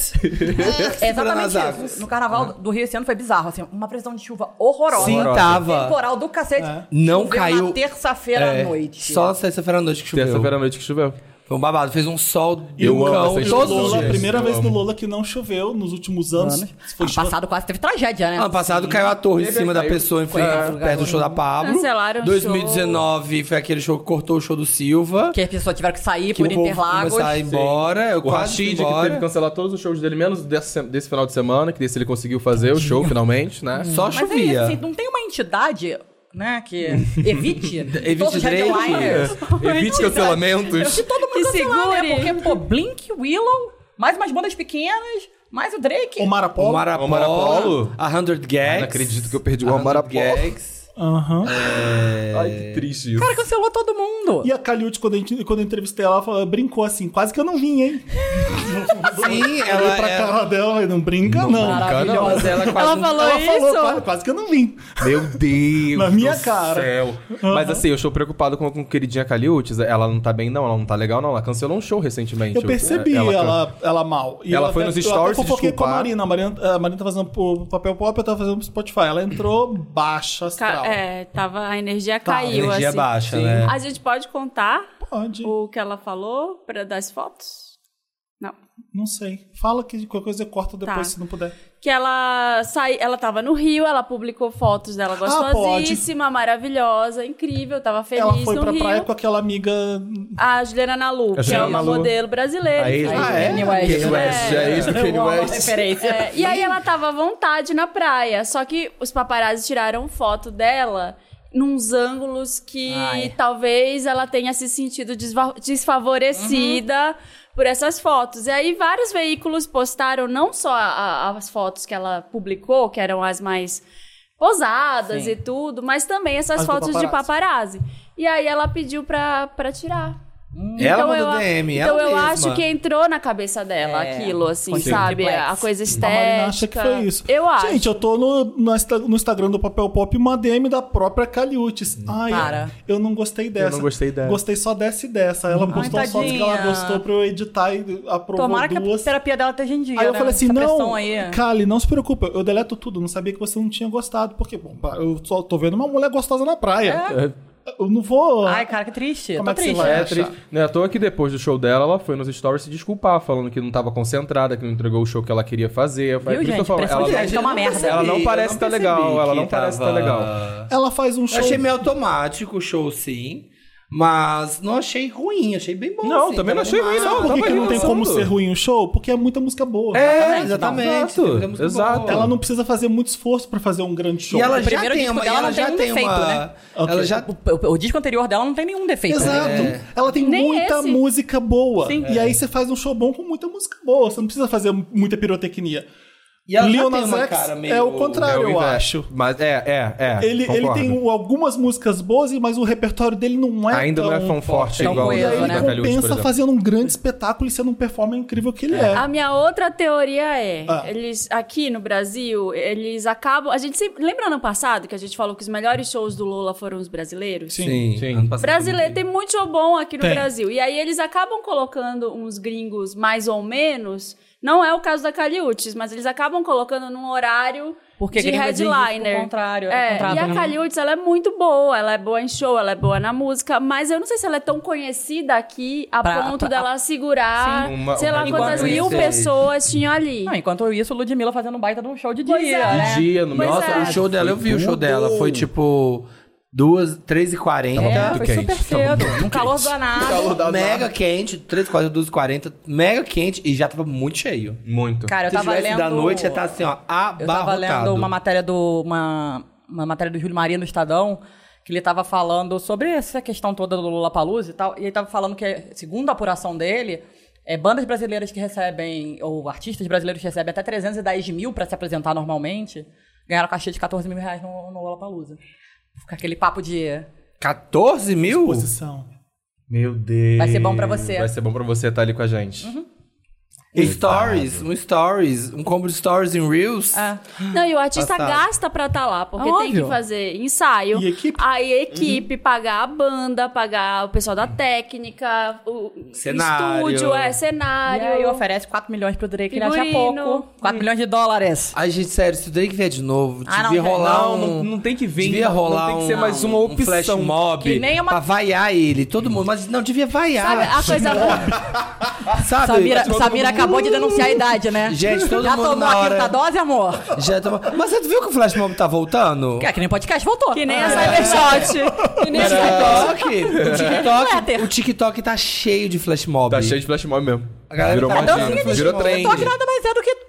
[SPEAKER 4] Segurando as
[SPEAKER 5] exatamente
[SPEAKER 4] árvores.
[SPEAKER 5] isso. No carnaval do Rio esse ano foi bizarro, assim, uma previsão de chuva horrorosa.
[SPEAKER 4] Sim,
[SPEAKER 3] Horrorosa.
[SPEAKER 4] tava.
[SPEAKER 5] Temporal do cacete.
[SPEAKER 4] Não
[SPEAKER 5] Choveu
[SPEAKER 4] caiu.
[SPEAKER 5] Na terça-feira
[SPEAKER 4] É,
[SPEAKER 5] à noite.
[SPEAKER 4] Só na sexta-feira à noite que choveu.
[SPEAKER 3] Terça-feira à noite que choveu.
[SPEAKER 4] Foi um babado. Fez um sol
[SPEAKER 3] Eu
[SPEAKER 4] do
[SPEAKER 3] amo
[SPEAKER 4] cão
[SPEAKER 3] essas
[SPEAKER 4] todos
[SPEAKER 1] Lola,
[SPEAKER 4] os
[SPEAKER 1] a
[SPEAKER 4] dias.
[SPEAKER 1] primeira
[SPEAKER 3] Eu
[SPEAKER 1] vez
[SPEAKER 3] amo.
[SPEAKER 1] no Lola que não choveu nos últimos anos. Se for
[SPEAKER 5] Ano
[SPEAKER 1] chuva-
[SPEAKER 5] passado quase teve tragédia, né?
[SPEAKER 4] Ano passado caiu a torre em
[SPEAKER 3] Teve-
[SPEAKER 4] cima da
[SPEAKER 3] caiu-
[SPEAKER 4] pessoa em frente,
[SPEAKER 3] É.
[SPEAKER 5] Foi.
[SPEAKER 4] perto do show da Pablo.
[SPEAKER 6] Cancelaram o
[SPEAKER 4] 2019 foi aquele show que cortou o show do Silva.
[SPEAKER 5] Que as pessoas tiveram que sair
[SPEAKER 4] que
[SPEAKER 5] por
[SPEAKER 4] o povo
[SPEAKER 5] Interlagos.
[SPEAKER 4] começar a ir embora. Eu
[SPEAKER 3] O
[SPEAKER 4] quase fui
[SPEAKER 3] Rashid, que
[SPEAKER 4] embora.
[SPEAKER 3] teve que cancelar todos os shows dele, menos desse, desse final de semana, que desse ele conseguiu fazer o show, finalmente, né?
[SPEAKER 4] Só
[SPEAKER 5] Mas é isso,
[SPEAKER 4] chovia.
[SPEAKER 5] assim, não tem uma entidade, né, que evite, todos
[SPEAKER 4] Evite
[SPEAKER 5] os
[SPEAKER 4] Drake.
[SPEAKER 5] headliners.
[SPEAKER 3] Evite cancelamentos.
[SPEAKER 5] Que todo mundo
[SPEAKER 6] Que
[SPEAKER 5] cancelar, né?
[SPEAKER 6] segure.
[SPEAKER 5] Porque, pô, Blink, Willow, mais umas bandas pequenas, mais o Drake.
[SPEAKER 1] O Marapolo.
[SPEAKER 4] O Marapolo,
[SPEAKER 3] O Marapolo.
[SPEAKER 4] a 100 Gags.
[SPEAKER 3] não acredito que eu perdi o
[SPEAKER 4] A
[SPEAKER 3] Amara
[SPEAKER 4] 100
[SPEAKER 3] Polo.
[SPEAKER 4] Gags.
[SPEAKER 1] Aham.
[SPEAKER 3] Ai, que triste isso.
[SPEAKER 5] Cara, cancelou todo mundo.
[SPEAKER 1] E a Caliute, quando, a gente- quando eu entrevistei ela, ela falou, brincou assim, quase que eu não vim, hein?
[SPEAKER 4] Sim,
[SPEAKER 1] Eu olhei
[SPEAKER 4] ela
[SPEAKER 1] pra
[SPEAKER 4] é-
[SPEAKER 1] cara dela, falei, não brinca, não.
[SPEAKER 4] Mas ela quase
[SPEAKER 6] Ela
[SPEAKER 4] não-
[SPEAKER 6] falou
[SPEAKER 1] Ela
[SPEAKER 6] isso?
[SPEAKER 1] falou, "Quase- um quase que eu não vim.
[SPEAKER 3] Meu Deus
[SPEAKER 1] Na minha
[SPEAKER 3] do
[SPEAKER 1] cara.
[SPEAKER 3] céu. Mas assim, eu estou preocupado com, com queridinha Caliutes. Ela não tá bem, não. Ela não tá legal, não. Ela cancelou um show recentemente.
[SPEAKER 1] Eu percebi ela, ela, mal. E
[SPEAKER 3] Ela foi
[SPEAKER 1] até-
[SPEAKER 3] nos
[SPEAKER 1] eu
[SPEAKER 3] stories
[SPEAKER 1] até fofoquei
[SPEAKER 3] se
[SPEAKER 1] com a
[SPEAKER 3] desculpar.
[SPEAKER 1] Marina. A Marina, a Marina tá fazendo pro papel pop, eu tava fazendo pro Spotify. Ela entrou baixa astral.
[SPEAKER 6] Ca- É, tava, a energia
[SPEAKER 1] Tá, a
[SPEAKER 4] A
[SPEAKER 6] caiu,
[SPEAKER 4] energia
[SPEAKER 6] assim.
[SPEAKER 4] baixa,
[SPEAKER 3] Sim.
[SPEAKER 4] né?
[SPEAKER 6] A gente pode contar
[SPEAKER 1] Pode,
[SPEAKER 6] o que ela falou pra, das fotos? Não.
[SPEAKER 1] não sei. Fala que qualquer coisa eu corto depois
[SPEAKER 6] Tá.
[SPEAKER 1] se não puder.
[SPEAKER 6] Que ela sai, ela tava no Rio, ela publicou fotos dela
[SPEAKER 1] pode.
[SPEAKER 6] gostosíssima, maravilhosa, incrível, tava feliz
[SPEAKER 1] ela foi
[SPEAKER 6] no
[SPEAKER 1] pra
[SPEAKER 6] Rio.
[SPEAKER 1] praia com aquela amiga.
[SPEAKER 6] A Juliana Nalu, que é
[SPEAKER 3] Juliana
[SPEAKER 6] uma
[SPEAKER 3] Nalu.
[SPEAKER 6] modelo brasileira.
[SPEAKER 3] Aí,
[SPEAKER 6] que faz
[SPEAKER 3] ah, é?
[SPEAKER 5] Kanye West.
[SPEAKER 3] Kanye West. É isso, Kanye West.
[SPEAKER 5] Referência.
[SPEAKER 6] É, e aí ela tava à vontade na praia, só que os paparazzi tiraram foto dela nos ângulos que
[SPEAKER 5] Ai.
[SPEAKER 6] talvez ela tenha se sentido desva- desfavorecida por essas fotos. E aí vários veículos postaram não só a- a- as fotos que ela publicou, que eram as mais posadas
[SPEAKER 5] Sim.
[SPEAKER 6] e tudo, mas também essas
[SPEAKER 1] As do
[SPEAKER 6] fotos de paparazzi. E aí ela pediu pra, pra tirar.
[SPEAKER 4] Ela
[SPEAKER 6] eu
[SPEAKER 4] mandou
[SPEAKER 6] a-
[SPEAKER 4] DM,
[SPEAKER 6] Então
[SPEAKER 4] ela
[SPEAKER 6] eu
[SPEAKER 4] mesma.
[SPEAKER 6] acho que entrou na cabeça dela
[SPEAKER 5] É.
[SPEAKER 6] aquilo, assim,
[SPEAKER 5] Sim.
[SPEAKER 6] sabe?
[SPEAKER 5] Complex.
[SPEAKER 6] A coisa
[SPEAKER 1] A
[SPEAKER 6] estética.
[SPEAKER 1] Marina acha que foi isso.
[SPEAKER 6] Eu acho.
[SPEAKER 1] Gente, eu tô no, no Insta- no Instagram do Papel Pop uma DM da própria Caliutes. Ai,
[SPEAKER 5] Para.
[SPEAKER 1] Eu, eu não gostei dessa.
[SPEAKER 3] não gostei dela.
[SPEAKER 1] Gostei só dessa e dessa. Ela postou as fotos que ela
[SPEAKER 5] tadinha.
[SPEAKER 1] gostou pra eu editar e aprovou
[SPEAKER 5] Tomara que a
[SPEAKER 1] duas.
[SPEAKER 5] terapia dela esteja em dia,
[SPEAKER 1] Aí eu
[SPEAKER 5] né?
[SPEAKER 1] falei assim,
[SPEAKER 5] Essa
[SPEAKER 1] não,
[SPEAKER 5] pressão aí.
[SPEAKER 1] Kali, não se preocupa, eu deleto tudo, não sabia que você não tinha gostado, porque, bom, pá, eu só tô vendo uma mulher gostosa na praia. Eu não vou...
[SPEAKER 5] É. Ai, cara, que triste.
[SPEAKER 1] Como
[SPEAKER 5] Tô
[SPEAKER 1] é que se
[SPEAKER 5] triste.
[SPEAKER 1] vai?
[SPEAKER 3] É triste. Não é à toa que depois do show dela, ela foi nos stories se desculpar, falando que não tava concentrada, que não entregou o show que ela queria fazer. Foi por
[SPEAKER 5] Viu,
[SPEAKER 3] isso que eu
[SPEAKER 5] gente?
[SPEAKER 3] falo,
[SPEAKER 5] Pressão de
[SPEAKER 3] ela,
[SPEAKER 5] gente é uma merda.
[SPEAKER 3] ela não
[SPEAKER 4] Eu
[SPEAKER 3] parece tá
[SPEAKER 4] percebi
[SPEAKER 3] legal, ela
[SPEAKER 4] que
[SPEAKER 3] não parece tá legal.
[SPEAKER 1] Ela faz um
[SPEAKER 4] Eu
[SPEAKER 1] show...
[SPEAKER 4] achei meio automático o show, sim. Mas não achei ruim, achei bem bom.
[SPEAKER 3] Não,
[SPEAKER 4] sim,
[SPEAKER 3] também não
[SPEAKER 4] tava
[SPEAKER 3] achei ruim,
[SPEAKER 4] animado.
[SPEAKER 1] Sabe por que,
[SPEAKER 3] tava
[SPEAKER 1] que não tem
[SPEAKER 3] dançando.
[SPEAKER 1] como ser ruim o show? Porque é muita música boa.
[SPEAKER 3] É,
[SPEAKER 4] exatamente. Tem muita música
[SPEAKER 3] Exato.
[SPEAKER 4] boa.
[SPEAKER 1] Ela não precisa fazer muito esforço pra fazer um grande show.
[SPEAKER 4] E ela
[SPEAKER 5] O
[SPEAKER 4] já
[SPEAKER 5] primeiro
[SPEAKER 4] tem
[SPEAKER 5] disco
[SPEAKER 4] uma. e
[SPEAKER 5] dela
[SPEAKER 4] Ela
[SPEAKER 5] não tem
[SPEAKER 4] já
[SPEAKER 5] um
[SPEAKER 4] tem
[SPEAKER 5] defeito,
[SPEAKER 4] uma.
[SPEAKER 5] né?
[SPEAKER 4] Ela
[SPEAKER 1] Ok.
[SPEAKER 4] já.
[SPEAKER 5] O, o disco anterior dela não tem nenhum defeito.
[SPEAKER 1] Exato.
[SPEAKER 5] né?
[SPEAKER 1] Ela tem
[SPEAKER 6] Nem
[SPEAKER 1] muita
[SPEAKER 6] esse.
[SPEAKER 1] música boa.
[SPEAKER 5] Sim.
[SPEAKER 1] E aí você faz um show bom com muita música boa. Você não precisa fazer muita pirotecnia.
[SPEAKER 4] E ela
[SPEAKER 1] Lil
[SPEAKER 4] já tem
[SPEAKER 1] Nas
[SPEAKER 4] uma
[SPEAKER 1] X
[SPEAKER 4] cara meio.
[SPEAKER 1] é o contrário. Eu
[SPEAKER 3] É o inverso.
[SPEAKER 1] acho.
[SPEAKER 3] Mas é, é, é.
[SPEAKER 1] Ele, ele
[SPEAKER 3] concordo.
[SPEAKER 1] tem um o- algumas músicas boas, mas o repertório dele não é
[SPEAKER 3] Ainda
[SPEAKER 1] tão...
[SPEAKER 3] não é tão forte
[SPEAKER 5] tão
[SPEAKER 3] igual o
[SPEAKER 1] E aí
[SPEAKER 5] coeso,
[SPEAKER 3] da
[SPEAKER 1] ele
[SPEAKER 5] né?
[SPEAKER 3] Caliute, por
[SPEAKER 1] compensa
[SPEAKER 3] exemplo.
[SPEAKER 1] fazendo um grande espetáculo e sendo um performer incrível que ele é.
[SPEAKER 5] Ah,
[SPEAKER 6] A minha outra teoria é,
[SPEAKER 1] Ah.
[SPEAKER 6] eles aqui no Brasil, eles acabam, a gente sempre, lembra ano passado que a gente falou que os melhores shows do Lula foram os brasileiros?
[SPEAKER 4] Sim,
[SPEAKER 3] Sim.
[SPEAKER 4] ano passado
[SPEAKER 6] Brasileiro, tem muito show bom aqui no
[SPEAKER 1] Tem.
[SPEAKER 6] Brasil. E aí eles acabam colocando uns gringos mais ou menos. Não é o caso da Caliutes, mas eles acabam colocando num horário
[SPEAKER 5] Porque
[SPEAKER 6] de
[SPEAKER 5] gringo exige
[SPEAKER 6] headliner.
[SPEAKER 5] o contrário, é o
[SPEAKER 6] é,
[SPEAKER 5] contrato,
[SPEAKER 6] e a
[SPEAKER 5] né?
[SPEAKER 6] Caliutes, ela é muito boa. Ela é boa em show, ela é boa na música. Mas eu não sei se ela é tão conhecida aqui a
[SPEAKER 5] Pra-
[SPEAKER 6] ponto
[SPEAKER 5] pra-
[SPEAKER 6] dela segurar,
[SPEAKER 3] Sim. Uma-
[SPEAKER 6] sei lá,
[SPEAKER 3] uma-
[SPEAKER 6] quantas
[SPEAKER 4] Igual-
[SPEAKER 6] mil
[SPEAKER 4] Sei.
[SPEAKER 6] pessoas tinham ali.
[SPEAKER 5] Não, enquanto isso, Ludmilla fazendo um baita de um show de dia,
[SPEAKER 6] Pois é.
[SPEAKER 5] né?
[SPEAKER 3] Um dia, no
[SPEAKER 6] Pois
[SPEAKER 3] meu
[SPEAKER 4] Nossa,
[SPEAKER 6] é.
[SPEAKER 4] o show dela, eu vi o show dela. Foi tipo. 2, 3 e 40
[SPEAKER 5] É,
[SPEAKER 3] muito
[SPEAKER 5] foi
[SPEAKER 3] quente.
[SPEAKER 5] super cedo. Um calor danado.
[SPEAKER 4] Mega quente, 3, 4, 12, 40. Mega quente e já tava muito cheio.
[SPEAKER 3] Muito.
[SPEAKER 5] Cara, eu
[SPEAKER 4] Se
[SPEAKER 5] tava
[SPEAKER 4] tivesse
[SPEAKER 5] lendo...
[SPEAKER 4] da noite, já tá assim, ó, abarrotado.
[SPEAKER 5] Eu tava lendo uma matéria do. Uma, uma matéria do Júlio Maria no Estadão, que ele tava falando sobre essa questão toda do Lula Palusa e tal. E ele tava falando que, segundo a apuração dele, é, bandas brasileiras que recebem, ou artistas brasileiros que recebem até 310 mil pra se apresentar normalmente, ganharam caixa de 14 mil reais no, no Lula Palusa. Fica aquele papo de.
[SPEAKER 4] 14 mil?
[SPEAKER 1] Exposição.
[SPEAKER 3] Meu Deus.
[SPEAKER 5] Vai ser bom pra você.
[SPEAKER 3] Vai ser bom pra você estar ali com a gente.
[SPEAKER 4] Um stories, um stories, um combo de stories em Reels.
[SPEAKER 5] Ah.
[SPEAKER 6] Não, e o artista
[SPEAKER 4] Passado.
[SPEAKER 6] gasta pra estar lá, porque tem
[SPEAKER 5] Óbvio.
[SPEAKER 6] que fazer ensaio.
[SPEAKER 1] E equipe?
[SPEAKER 6] Aí a equipe, pagar a banda, pagar o pessoal da técnica, o
[SPEAKER 4] Cenário.
[SPEAKER 6] estúdio, é,
[SPEAKER 5] E
[SPEAKER 6] cenário.
[SPEAKER 5] aí oferece 4 milhões pro Drake, ele acha
[SPEAKER 6] Figurino.
[SPEAKER 5] pouco. 4 milhões de dólares.
[SPEAKER 4] Ai, gente, sério, se o Drake vier de novo,
[SPEAKER 5] Ah, não,
[SPEAKER 4] devia
[SPEAKER 5] não,
[SPEAKER 4] rolar
[SPEAKER 3] Não,
[SPEAKER 4] um...
[SPEAKER 3] não, não tem que vir.
[SPEAKER 4] Devia
[SPEAKER 3] não- não
[SPEAKER 4] rolar
[SPEAKER 3] tem que ser
[SPEAKER 4] um-
[SPEAKER 3] mais uma opção.
[SPEAKER 4] Um flash mob
[SPEAKER 5] Que nem uma- ah,
[SPEAKER 4] pra vaiar ele, todo mundo. Mas não, devia
[SPEAKER 6] Sabe,
[SPEAKER 4] vaiar.
[SPEAKER 6] a coisa boa.
[SPEAKER 4] Sabe?
[SPEAKER 5] Samira,
[SPEAKER 4] Todo
[SPEAKER 5] Samira
[SPEAKER 4] mundo-
[SPEAKER 5] acabou de denunciar a idade, né?
[SPEAKER 4] Gente, todo
[SPEAKER 5] Já
[SPEAKER 4] mundo
[SPEAKER 5] tomou
[SPEAKER 4] na
[SPEAKER 5] a
[SPEAKER 4] hora-
[SPEAKER 5] quinta dose, amor?
[SPEAKER 4] Já tomou- Mas você viu que o flash mob tá voltando?
[SPEAKER 5] É que nem podcast voltou. Ah, é.
[SPEAKER 6] Que nem a Cybershot. que nem a Cybershot.
[SPEAKER 4] TikTok, o TikTok, o TikTok tá cheio de flash mob.
[SPEAKER 3] Tá cheio de flash mob mesmo.
[SPEAKER 4] A galera
[SPEAKER 3] virou
[SPEAKER 4] tá
[SPEAKER 3] modinha,
[SPEAKER 4] dançando flash
[SPEAKER 3] virou
[SPEAKER 4] mob.
[SPEAKER 3] trend.
[SPEAKER 5] TikTok nada mais é do que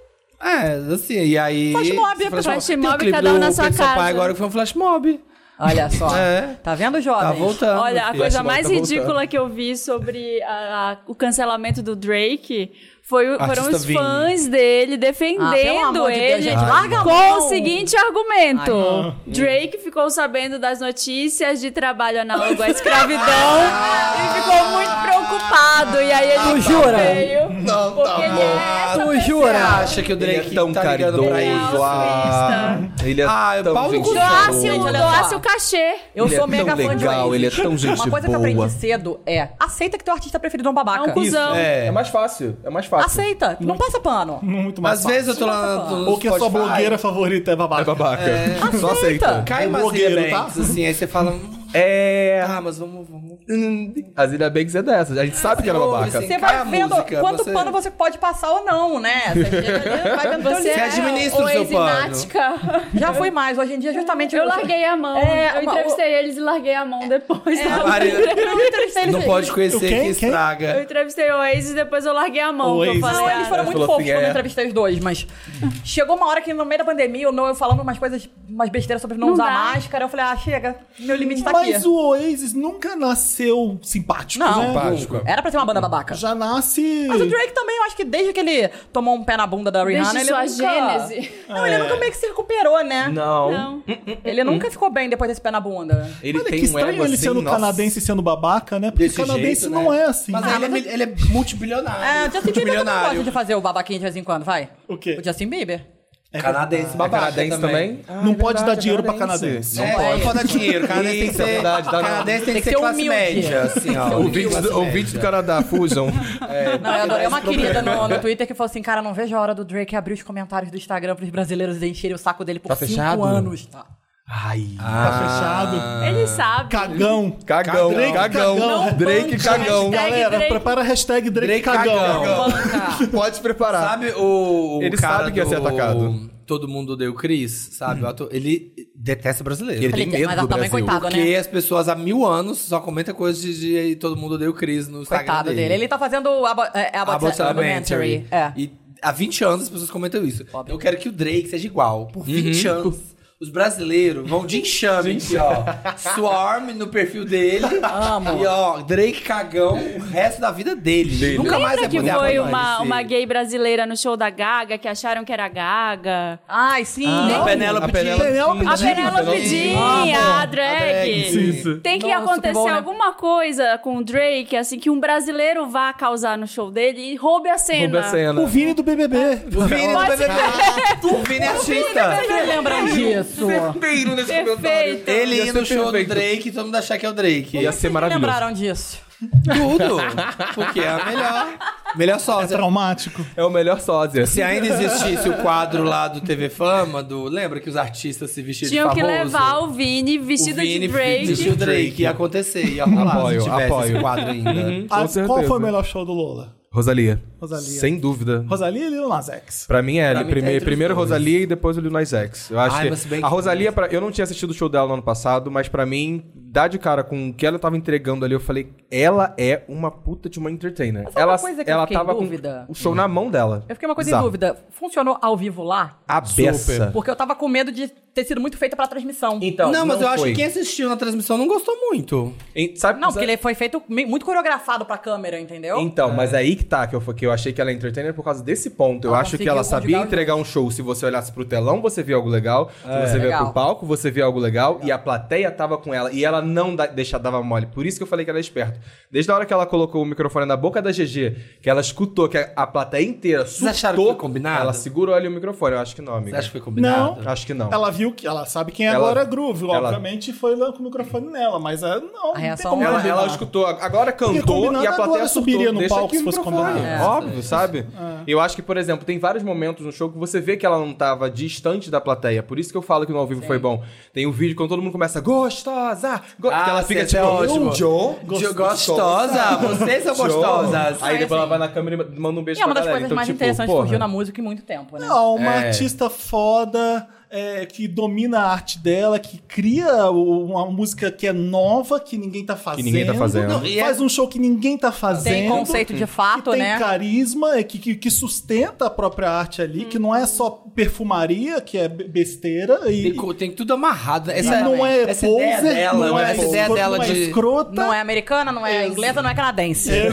[SPEAKER 4] É, assim, e aí.
[SPEAKER 5] Flash mob, é
[SPEAKER 6] flash
[SPEAKER 4] Tem
[SPEAKER 6] mob,
[SPEAKER 4] o clipe
[SPEAKER 6] cada um
[SPEAKER 4] do
[SPEAKER 6] na sua
[SPEAKER 4] Pedro Sampaio
[SPEAKER 6] casa.
[SPEAKER 4] agora que foi um flash mob.
[SPEAKER 5] Olha só.
[SPEAKER 4] É.
[SPEAKER 5] Tá vendo, jovens?
[SPEAKER 4] Tá voltando.
[SPEAKER 6] Olha, a
[SPEAKER 4] filho.
[SPEAKER 6] coisa
[SPEAKER 3] Flash
[SPEAKER 6] mais
[SPEAKER 3] mob tá
[SPEAKER 6] ridícula que eu vi sobre a- a- o cancelamento do Drake foi, o- foram
[SPEAKER 4] Artista
[SPEAKER 6] os
[SPEAKER 4] Vini.
[SPEAKER 6] fãs dele defendendo
[SPEAKER 5] Ah, pelo amor de Deus,
[SPEAKER 6] ele
[SPEAKER 5] gente, larga a
[SPEAKER 6] com
[SPEAKER 5] mão.
[SPEAKER 6] o seguinte argumento.
[SPEAKER 5] Ai,
[SPEAKER 6] Drake ficou sabendo das notícias de trabalho análogo à escravidão e ficou muito preocupado. E aí ele
[SPEAKER 5] jura?
[SPEAKER 6] veio,
[SPEAKER 4] tá
[SPEAKER 6] porque ele é essa pessoa.
[SPEAKER 4] Acha que o
[SPEAKER 3] Ele
[SPEAKER 4] Drake
[SPEAKER 3] é tão
[SPEAKER 4] tá ligando
[SPEAKER 3] caridoso.
[SPEAKER 4] pra
[SPEAKER 5] é um
[SPEAKER 4] ele?
[SPEAKER 3] ah. Ele é
[SPEAKER 4] Ah,
[SPEAKER 3] tão
[SPEAKER 4] Paulo
[SPEAKER 3] gente
[SPEAKER 4] Gustavo.
[SPEAKER 3] boa.
[SPEAKER 6] Doasse o,
[SPEAKER 5] Gente, olha
[SPEAKER 6] doasse
[SPEAKER 5] só.
[SPEAKER 6] o cachê.
[SPEAKER 5] Eu
[SPEAKER 3] Ele é tão
[SPEAKER 5] sou mega fã de
[SPEAKER 3] legal,
[SPEAKER 5] Oasis.
[SPEAKER 3] ele é tão gente
[SPEAKER 5] Uma coisa que eu
[SPEAKER 3] boa.
[SPEAKER 5] aprendi cedo é aceita que teu artista preferido é um babaca.
[SPEAKER 6] É um cuzão.
[SPEAKER 4] É.
[SPEAKER 3] É mais fácil. É mais fácil.
[SPEAKER 5] Aceita, não passa pano.
[SPEAKER 1] Muito mais
[SPEAKER 4] Às
[SPEAKER 1] fácil.
[SPEAKER 4] vezes eu tô lá no. no
[SPEAKER 1] Ou que a sua
[SPEAKER 4] Spotify,
[SPEAKER 1] blogueira favorita é babaca.
[SPEAKER 3] É babaca. Só aceita.
[SPEAKER 4] Cai
[SPEAKER 1] É
[SPEAKER 4] mais
[SPEAKER 1] blogueiro, tá?
[SPEAKER 4] Banks, assim, aí você fala. hum,
[SPEAKER 3] É.
[SPEAKER 4] Ah, mas vamos. vamos.
[SPEAKER 3] A Zilia Banks é dessa. A gente sabe que ela é
[SPEAKER 4] ouve,
[SPEAKER 3] babaca.
[SPEAKER 4] sim.
[SPEAKER 5] Você
[SPEAKER 4] Cai a
[SPEAKER 5] vai vendo
[SPEAKER 4] música,
[SPEAKER 5] quanto
[SPEAKER 4] você-
[SPEAKER 5] pano você pode passar ou não, né? Você, chega ali, vai vendo teu
[SPEAKER 4] Você
[SPEAKER 6] é
[SPEAKER 5] nível.
[SPEAKER 4] Então administra o seu
[SPEAKER 6] Oasis
[SPEAKER 4] pano.
[SPEAKER 6] Nática.
[SPEAKER 5] Já fui mais. Hoje em dia, justamente...
[SPEAKER 6] Eu larguei a mão.
[SPEAKER 5] É,
[SPEAKER 6] eu
[SPEAKER 5] uma-
[SPEAKER 6] entrevistei eles e larguei a mão depois.
[SPEAKER 4] A Marina
[SPEAKER 5] Eu não entrevistei eles.
[SPEAKER 4] não pode
[SPEAKER 1] O
[SPEAKER 4] conhecer
[SPEAKER 1] quem?
[SPEAKER 4] que
[SPEAKER 1] Quem?
[SPEAKER 6] É, Eu
[SPEAKER 4] estraga.
[SPEAKER 6] entrevistei o Oasis e depois eu larguei a mão. que eu
[SPEAKER 1] Oasis.
[SPEAKER 6] falei,
[SPEAKER 5] Não,
[SPEAKER 6] ah,
[SPEAKER 5] eles foram
[SPEAKER 3] Ela
[SPEAKER 5] muito
[SPEAKER 3] falou
[SPEAKER 5] fofos
[SPEAKER 3] assim,
[SPEAKER 5] quando
[SPEAKER 3] é.
[SPEAKER 5] eu entrevistei os dois, mas chegou uma hora que no meio da pandemia, eu, não, eu falando umas coisas, umas besteiras sobre não,
[SPEAKER 6] Não
[SPEAKER 5] usar
[SPEAKER 6] dá.
[SPEAKER 5] máscara, eu falei, ah, chega, meu limite tá
[SPEAKER 1] Mas
[SPEAKER 5] aqui.
[SPEAKER 1] o Oasis nunca nasceu simpático,
[SPEAKER 5] Não.
[SPEAKER 1] né?
[SPEAKER 3] Simpático.
[SPEAKER 5] Era pra ser uma banda babaca.
[SPEAKER 1] Já nasce.
[SPEAKER 5] Mas o Drake também, eu acho que desde que ele tomou um pé na bunda da Rihanna,
[SPEAKER 6] Desde
[SPEAKER 5] ele
[SPEAKER 6] sua
[SPEAKER 5] nunca...
[SPEAKER 6] gênese.
[SPEAKER 5] Não,
[SPEAKER 1] É.
[SPEAKER 5] ele nunca meio que se recuperou, né?
[SPEAKER 3] Não.
[SPEAKER 6] Não.
[SPEAKER 5] Ele nunca ficou bem depois desse pé na bunda.
[SPEAKER 3] Ele
[SPEAKER 1] Olha,
[SPEAKER 3] tem
[SPEAKER 1] que
[SPEAKER 3] um
[SPEAKER 1] estranho
[SPEAKER 3] ego
[SPEAKER 1] ele
[SPEAKER 3] assim,
[SPEAKER 1] sendo
[SPEAKER 3] nossa.
[SPEAKER 1] canadense e sendo babaca, né? Porque
[SPEAKER 4] Desse
[SPEAKER 1] canadense
[SPEAKER 4] jeito,
[SPEAKER 1] não
[SPEAKER 4] né?
[SPEAKER 1] é assim.
[SPEAKER 4] Mas
[SPEAKER 1] Ah,
[SPEAKER 4] aí ele, é, ele é multibilionário.
[SPEAKER 5] É, o Justin Bieber também
[SPEAKER 4] Multimilionário.
[SPEAKER 5] gosta de fazer o babaquinho de vez em quando, vai.
[SPEAKER 1] Tipo O quê?
[SPEAKER 5] O Justin Bieber.
[SPEAKER 4] É Canadense,
[SPEAKER 3] A
[SPEAKER 4] babaca
[SPEAKER 3] É canadense também.
[SPEAKER 1] Não pode dar dinheiro pra canadense.
[SPEAKER 4] Não pode. Não pode dar dinheiro. Canadense tem que
[SPEAKER 3] Isso, é
[SPEAKER 4] ser,
[SPEAKER 3] verdade, dá não.
[SPEAKER 4] canadense tem
[SPEAKER 5] Tem
[SPEAKER 4] que
[SPEAKER 5] que
[SPEAKER 4] ser
[SPEAKER 5] ser
[SPEAKER 4] classe
[SPEAKER 5] humilde.
[SPEAKER 4] média, assim, ó.
[SPEAKER 3] Ouvintes do, ouvintes do Canadá, fujam.
[SPEAKER 5] Não, eu adorei É uma querida no, no Twitter que falou assim, cara, não vejo a hora do Drake abrir os comentários do Instagram pros brasileiros encherem o saco dele por
[SPEAKER 3] Tá
[SPEAKER 5] cinco
[SPEAKER 3] fechado?
[SPEAKER 5] anos. Tá.
[SPEAKER 3] Ai.
[SPEAKER 1] Tá fechado.
[SPEAKER 6] Ele sabe.
[SPEAKER 1] Cagão.
[SPEAKER 3] Cagão,
[SPEAKER 1] Drake,
[SPEAKER 5] tá
[SPEAKER 3] cagão.
[SPEAKER 1] cagão.
[SPEAKER 3] Drake cagão.
[SPEAKER 5] é
[SPEAKER 6] Hashtag
[SPEAKER 1] Galera,
[SPEAKER 6] Drake-
[SPEAKER 1] prepara a hashtag Drake,
[SPEAKER 4] Drake
[SPEAKER 1] cagão.
[SPEAKER 4] cagão.
[SPEAKER 5] Banca.
[SPEAKER 3] Pode preparar.
[SPEAKER 4] Sabe o, o
[SPEAKER 3] Ele
[SPEAKER 4] cara
[SPEAKER 3] sabe que ia ser
[SPEAKER 4] do-
[SPEAKER 3] atacado. Hum.
[SPEAKER 4] Todo mundo odeia o Chris, sabe? O ator,
[SPEAKER 5] Né?
[SPEAKER 4] ele detesta brasileiro.
[SPEAKER 3] Ele tem medo
[SPEAKER 5] mas
[SPEAKER 3] do
[SPEAKER 5] ela também,
[SPEAKER 3] Brasil,
[SPEAKER 5] coitado,
[SPEAKER 4] porque
[SPEAKER 5] né?
[SPEAKER 4] as pessoas há mil anos só comentam coisas de, de e todo mundo odeia o Chris no Instagram
[SPEAKER 5] Coitado dele. Ele tá fazendo o Abo- é, Abbott
[SPEAKER 4] Abbott
[SPEAKER 5] Elementary. É.
[SPEAKER 4] E há 20 anos as pessoas comentam isso. Eu quero que o Drake seja igual. Por 20 anos. Os brasileiros vão Uhum. de enxame, aqui, ó. Swarm no perfil dele.
[SPEAKER 5] Amo.
[SPEAKER 4] E ó, Drake cagão o resto da vida dele. Nunca mais
[SPEAKER 6] Lembra
[SPEAKER 4] é
[SPEAKER 6] que
[SPEAKER 4] poder
[SPEAKER 6] foi
[SPEAKER 4] apagar
[SPEAKER 6] uma,
[SPEAKER 4] esse-
[SPEAKER 6] uma gay brasileira no show da Gaga que acharam que era Gaga?
[SPEAKER 5] Ai, sim.
[SPEAKER 3] Ah.
[SPEAKER 5] nem-
[SPEAKER 4] A Penélope
[SPEAKER 3] A Penélope
[SPEAKER 4] Dias.
[SPEAKER 1] Penélope
[SPEAKER 6] A
[SPEAKER 1] Sim,
[SPEAKER 6] Penélope
[SPEAKER 4] Penélope
[SPEAKER 6] Jean,
[SPEAKER 5] Jean.
[SPEAKER 6] a
[SPEAKER 4] drag.
[SPEAKER 6] drag.
[SPEAKER 1] Isso.
[SPEAKER 6] Tem que
[SPEAKER 5] Nossa, que
[SPEAKER 6] acontecer
[SPEAKER 5] bom, né?
[SPEAKER 6] alguma coisa com o Drake, assim, que um brasileiro vá causar no show dele e roube a cena.
[SPEAKER 3] Roube a cena.
[SPEAKER 1] O Vini do BBB.
[SPEAKER 4] O Vini do BBB. O Vini é artista.
[SPEAKER 5] Vocês não lembram disso?
[SPEAKER 3] Perfeito nesse
[SPEAKER 6] Perfeito.
[SPEAKER 4] Ele
[SPEAKER 3] Ia
[SPEAKER 4] ia no
[SPEAKER 3] ser
[SPEAKER 4] show do
[SPEAKER 3] perfeito.
[SPEAKER 4] Drake e todo mundo achar que é o Drake.
[SPEAKER 3] Ia ser
[SPEAKER 5] Vocês não
[SPEAKER 3] maravilhoso.
[SPEAKER 5] lembraram disso?
[SPEAKER 4] Tudo. Porque é a melhor. Melhor
[SPEAKER 1] É
[SPEAKER 4] sósia.
[SPEAKER 1] traumático.
[SPEAKER 3] É o melhor sósia.
[SPEAKER 4] Se ainda existisse o quadro lá do TV Fama, do lembra que os artistas se vestiam
[SPEAKER 6] Tinham
[SPEAKER 4] de
[SPEAKER 6] que
[SPEAKER 4] famoso?
[SPEAKER 6] levar o Vini vestido de Drake.
[SPEAKER 4] Vestido de Drake. Ia acontecer, ia rolar
[SPEAKER 3] Apoio,
[SPEAKER 4] se tivesse
[SPEAKER 3] apoio.
[SPEAKER 4] esse quadro ainda.
[SPEAKER 1] Ah,
[SPEAKER 3] certeza.
[SPEAKER 1] qual foi o melhor show do Lola?
[SPEAKER 3] Rosalia.
[SPEAKER 1] Rosalia.
[SPEAKER 3] Sem dúvida.
[SPEAKER 1] Rosalia e Lil Nas X.
[SPEAKER 3] Pra mim é,
[SPEAKER 4] Pra
[SPEAKER 3] ele
[SPEAKER 4] mim tá
[SPEAKER 3] primeiro,
[SPEAKER 4] entre os
[SPEAKER 3] primeiro
[SPEAKER 4] dois.
[SPEAKER 3] Rosalia e depois o Lil Nas X. Eu acho
[SPEAKER 4] Ai,
[SPEAKER 3] que-
[SPEAKER 4] mas bem
[SPEAKER 3] a
[SPEAKER 4] que-
[SPEAKER 3] Rosalia, pra- eu não tinha assistido o show dela no ano passado, mas pra mim, dar de cara com o que ela tava entregando ali, eu falei, ela é uma puta de uma entertainer.
[SPEAKER 5] Sabe uma
[SPEAKER 3] ela
[SPEAKER 5] coisa que eu
[SPEAKER 3] ela
[SPEAKER 5] fiquei em
[SPEAKER 3] tava
[SPEAKER 5] dúvida?
[SPEAKER 3] com o show na mão dela.
[SPEAKER 5] Eu fiquei uma coisa
[SPEAKER 3] Bizarro.
[SPEAKER 5] em dúvida. Funcionou ao vivo lá?
[SPEAKER 3] A beça.
[SPEAKER 5] Porque eu tava com medo de ter sido muito feita pra transmissão.
[SPEAKER 3] Então,
[SPEAKER 4] não, mas eu acho
[SPEAKER 3] foi.
[SPEAKER 4] que é quem assistiu na transmissão não gostou muito.
[SPEAKER 3] Em- sabe,
[SPEAKER 5] Não, porque
[SPEAKER 3] sabe-
[SPEAKER 5] ele é foi feito me- muito coreografado pra câmera, entendeu?
[SPEAKER 3] é- Então,
[SPEAKER 4] É.
[SPEAKER 3] mas aí que tá, que eu, fa- que eu achei que ela é entertainer por causa desse ponto. Eu
[SPEAKER 5] Ela
[SPEAKER 3] acho que
[SPEAKER 5] Ah, conseguiu
[SPEAKER 3] ela sabia
[SPEAKER 5] conjugar os
[SPEAKER 3] entregar um show. Se você olhasse
[SPEAKER 4] É.
[SPEAKER 3] pro telão, você via algo legal. Se você via
[SPEAKER 5] Legal.
[SPEAKER 3] pro palco, você via algo legal. E a plateia tava com ela. E ela não da- deixa, dava mole. Por isso que eu falei que ela é esperta. Desde a hora que ela colocou o microfone na boca da GG, que ela escutou, que a, a plateia inteira surtou.
[SPEAKER 4] acharam que foi combinado?
[SPEAKER 3] Ela segurou ali o microfone. Eu acho que não,
[SPEAKER 4] Você
[SPEAKER 3] amiga.
[SPEAKER 4] acha que foi combinado?
[SPEAKER 1] Não.
[SPEAKER 3] Acho que não.
[SPEAKER 1] Ela viu que. Ela sabe quem é
[SPEAKER 3] Ela-
[SPEAKER 1] agora a Groove.
[SPEAKER 3] ela-
[SPEAKER 1] Obviamente foi lá com o microfone nela, mas ela não.
[SPEAKER 5] A reação
[SPEAKER 1] não tem como
[SPEAKER 3] Ela, ela
[SPEAKER 1] combinar.
[SPEAKER 3] escutou, agora cantou
[SPEAKER 1] combinado
[SPEAKER 3] e a plateia
[SPEAKER 1] agora
[SPEAKER 3] surtou.
[SPEAKER 1] subiria no
[SPEAKER 3] Deixa
[SPEAKER 1] palco
[SPEAKER 3] aqui o
[SPEAKER 1] se fosse
[SPEAKER 3] microfone.
[SPEAKER 1] combinado. É.
[SPEAKER 5] É.
[SPEAKER 3] Óbvio, sabe? Eu acho que, por exemplo, tem vários momentos no show que você vê que ela não tava distante da plateia. Por isso que eu falo que no ao vivo foi bom. Tem um vídeo quando todo mundo começa gostosa, go
[SPEAKER 4] Ah,
[SPEAKER 3] que ela
[SPEAKER 4] sim,
[SPEAKER 3] fica
[SPEAKER 4] esse é
[SPEAKER 3] tipo,
[SPEAKER 4] ótimo.
[SPEAKER 3] "Hum, John,
[SPEAKER 4] Gostosa. Vocês são
[SPEAKER 3] John."
[SPEAKER 4] gostosas.
[SPEAKER 3] Aí depois ela vai na câmera e manda um
[SPEAKER 5] E
[SPEAKER 3] beijo
[SPEAKER 5] é uma
[SPEAKER 3] pra
[SPEAKER 5] das
[SPEAKER 3] galera.
[SPEAKER 5] coisas
[SPEAKER 3] então,
[SPEAKER 5] mais
[SPEAKER 3] tipo,
[SPEAKER 5] interessantes que
[SPEAKER 3] porra,
[SPEAKER 5] surgiu na música em muito tempo, né?
[SPEAKER 1] Não, uma
[SPEAKER 4] É.
[SPEAKER 1] artista foda é, que domina a arte dela, que cria o- uma música que é nova, que ninguém tá fazendo.
[SPEAKER 3] ninguém tá fazendo.
[SPEAKER 1] Não,
[SPEAKER 4] E é-
[SPEAKER 1] Faz um show que ninguém tá fazendo.
[SPEAKER 5] Tem conceito de
[SPEAKER 1] que
[SPEAKER 5] fato,
[SPEAKER 1] tem
[SPEAKER 5] né?
[SPEAKER 1] carisma, é, que, que, que sustenta a própria arte ali, que não é só perfumaria, que é be- besteira. E,
[SPEAKER 4] Tem, co- tem tudo amarrado. né?
[SPEAKER 1] e
[SPEAKER 4] Essa,
[SPEAKER 1] não é
[SPEAKER 4] essa
[SPEAKER 1] poser,
[SPEAKER 4] ideia dela, né?
[SPEAKER 1] não é,
[SPEAKER 4] essa ideia
[SPEAKER 1] escro-
[SPEAKER 4] dela
[SPEAKER 1] não é
[SPEAKER 4] de.
[SPEAKER 1] escrota.
[SPEAKER 5] Não é americana, não é inglesa, não é canadense.
[SPEAKER 4] É,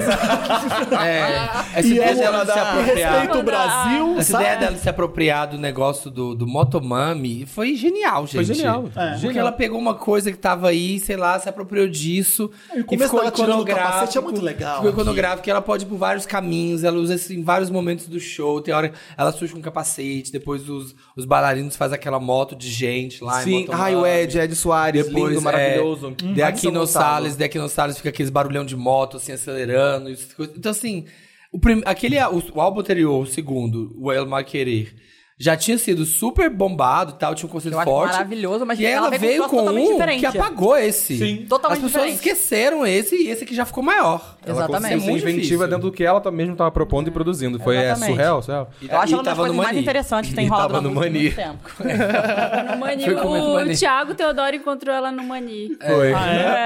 [SPEAKER 4] essa
[SPEAKER 1] E
[SPEAKER 4] ideia
[SPEAKER 1] ela
[SPEAKER 4] dela de se
[SPEAKER 1] dá-
[SPEAKER 4] apropriar.
[SPEAKER 1] respeita o Brasil,
[SPEAKER 4] Essa
[SPEAKER 1] Então, sabe?
[SPEAKER 4] ideia dela de se apropriar do negócio do, do Motomami foi genial, gente.
[SPEAKER 3] Foi genial.
[SPEAKER 1] É.
[SPEAKER 4] Porque ela pegou uma coisa que tava aí, sei lá, se apropriou disso.
[SPEAKER 1] É, E o começo dela tirando o capacete é muito legal
[SPEAKER 4] Ficou
[SPEAKER 1] aqui.
[SPEAKER 4] iconográfico, que ela pode ir por vários caminhos, ela usa isso em vários momentos do show. Tem hora que ela surge com capacete, depois os, os bailarinos fazem aquela moto de gente lá em
[SPEAKER 3] Sim,
[SPEAKER 4] Motomami.
[SPEAKER 3] ai, o Hum. Ed, Ed Soares,
[SPEAKER 4] Depois,
[SPEAKER 3] lindo,
[SPEAKER 5] Uhum.
[SPEAKER 3] maravilhoso.
[SPEAKER 4] É,
[SPEAKER 3] Adi
[SPEAKER 4] daqui
[SPEAKER 3] São
[SPEAKER 4] no
[SPEAKER 3] Gonçalo.
[SPEAKER 4] Salles, daqui no Salles fica aqueles barulhão de moto, assim, acelerando. isso, coisa. Então, assim, o prim- aquele, a- o, o álbum anterior, o segundo, o El Mar Querer, já tinha sido super bombado e tal, tinha um conceito
[SPEAKER 5] Eu acho
[SPEAKER 4] forte.
[SPEAKER 5] maravilhoso, mas
[SPEAKER 4] e aí
[SPEAKER 5] ela
[SPEAKER 4] ela
[SPEAKER 5] veio
[SPEAKER 4] veio
[SPEAKER 5] com um
[SPEAKER 4] com
[SPEAKER 5] totalmente
[SPEAKER 4] um
[SPEAKER 5] diferente.
[SPEAKER 4] que apagou esse.
[SPEAKER 1] Sim.
[SPEAKER 5] Totalmente
[SPEAKER 4] As pessoas
[SPEAKER 5] diferente.
[SPEAKER 4] esqueceram esse e esse aqui já ficou maior.
[SPEAKER 3] Ela
[SPEAKER 5] Exatamente.
[SPEAKER 3] conseguiu ser
[SPEAKER 4] Muito
[SPEAKER 3] É inventiva
[SPEAKER 4] difícil.
[SPEAKER 3] dentro do que ela ta- mesmo tava propondo e produzindo. Foi é,
[SPEAKER 5] Exatamente.
[SPEAKER 3] surreal, surreal.
[SPEAKER 4] E- e
[SPEAKER 5] Eu acho ela uma das
[SPEAKER 4] tava
[SPEAKER 5] coisas
[SPEAKER 4] no
[SPEAKER 5] mais
[SPEAKER 4] Mani.
[SPEAKER 5] interessantes que tem
[SPEAKER 4] E
[SPEAKER 5] rolado
[SPEAKER 4] tava
[SPEAKER 5] na
[SPEAKER 4] no
[SPEAKER 5] música há muito
[SPEAKER 4] Mani.
[SPEAKER 5] tempo.
[SPEAKER 6] No Mani,
[SPEAKER 4] Foi comendo Mani.
[SPEAKER 6] o Thiago Teodoro encontrou ela no Mani. É.
[SPEAKER 3] Foi.
[SPEAKER 5] É.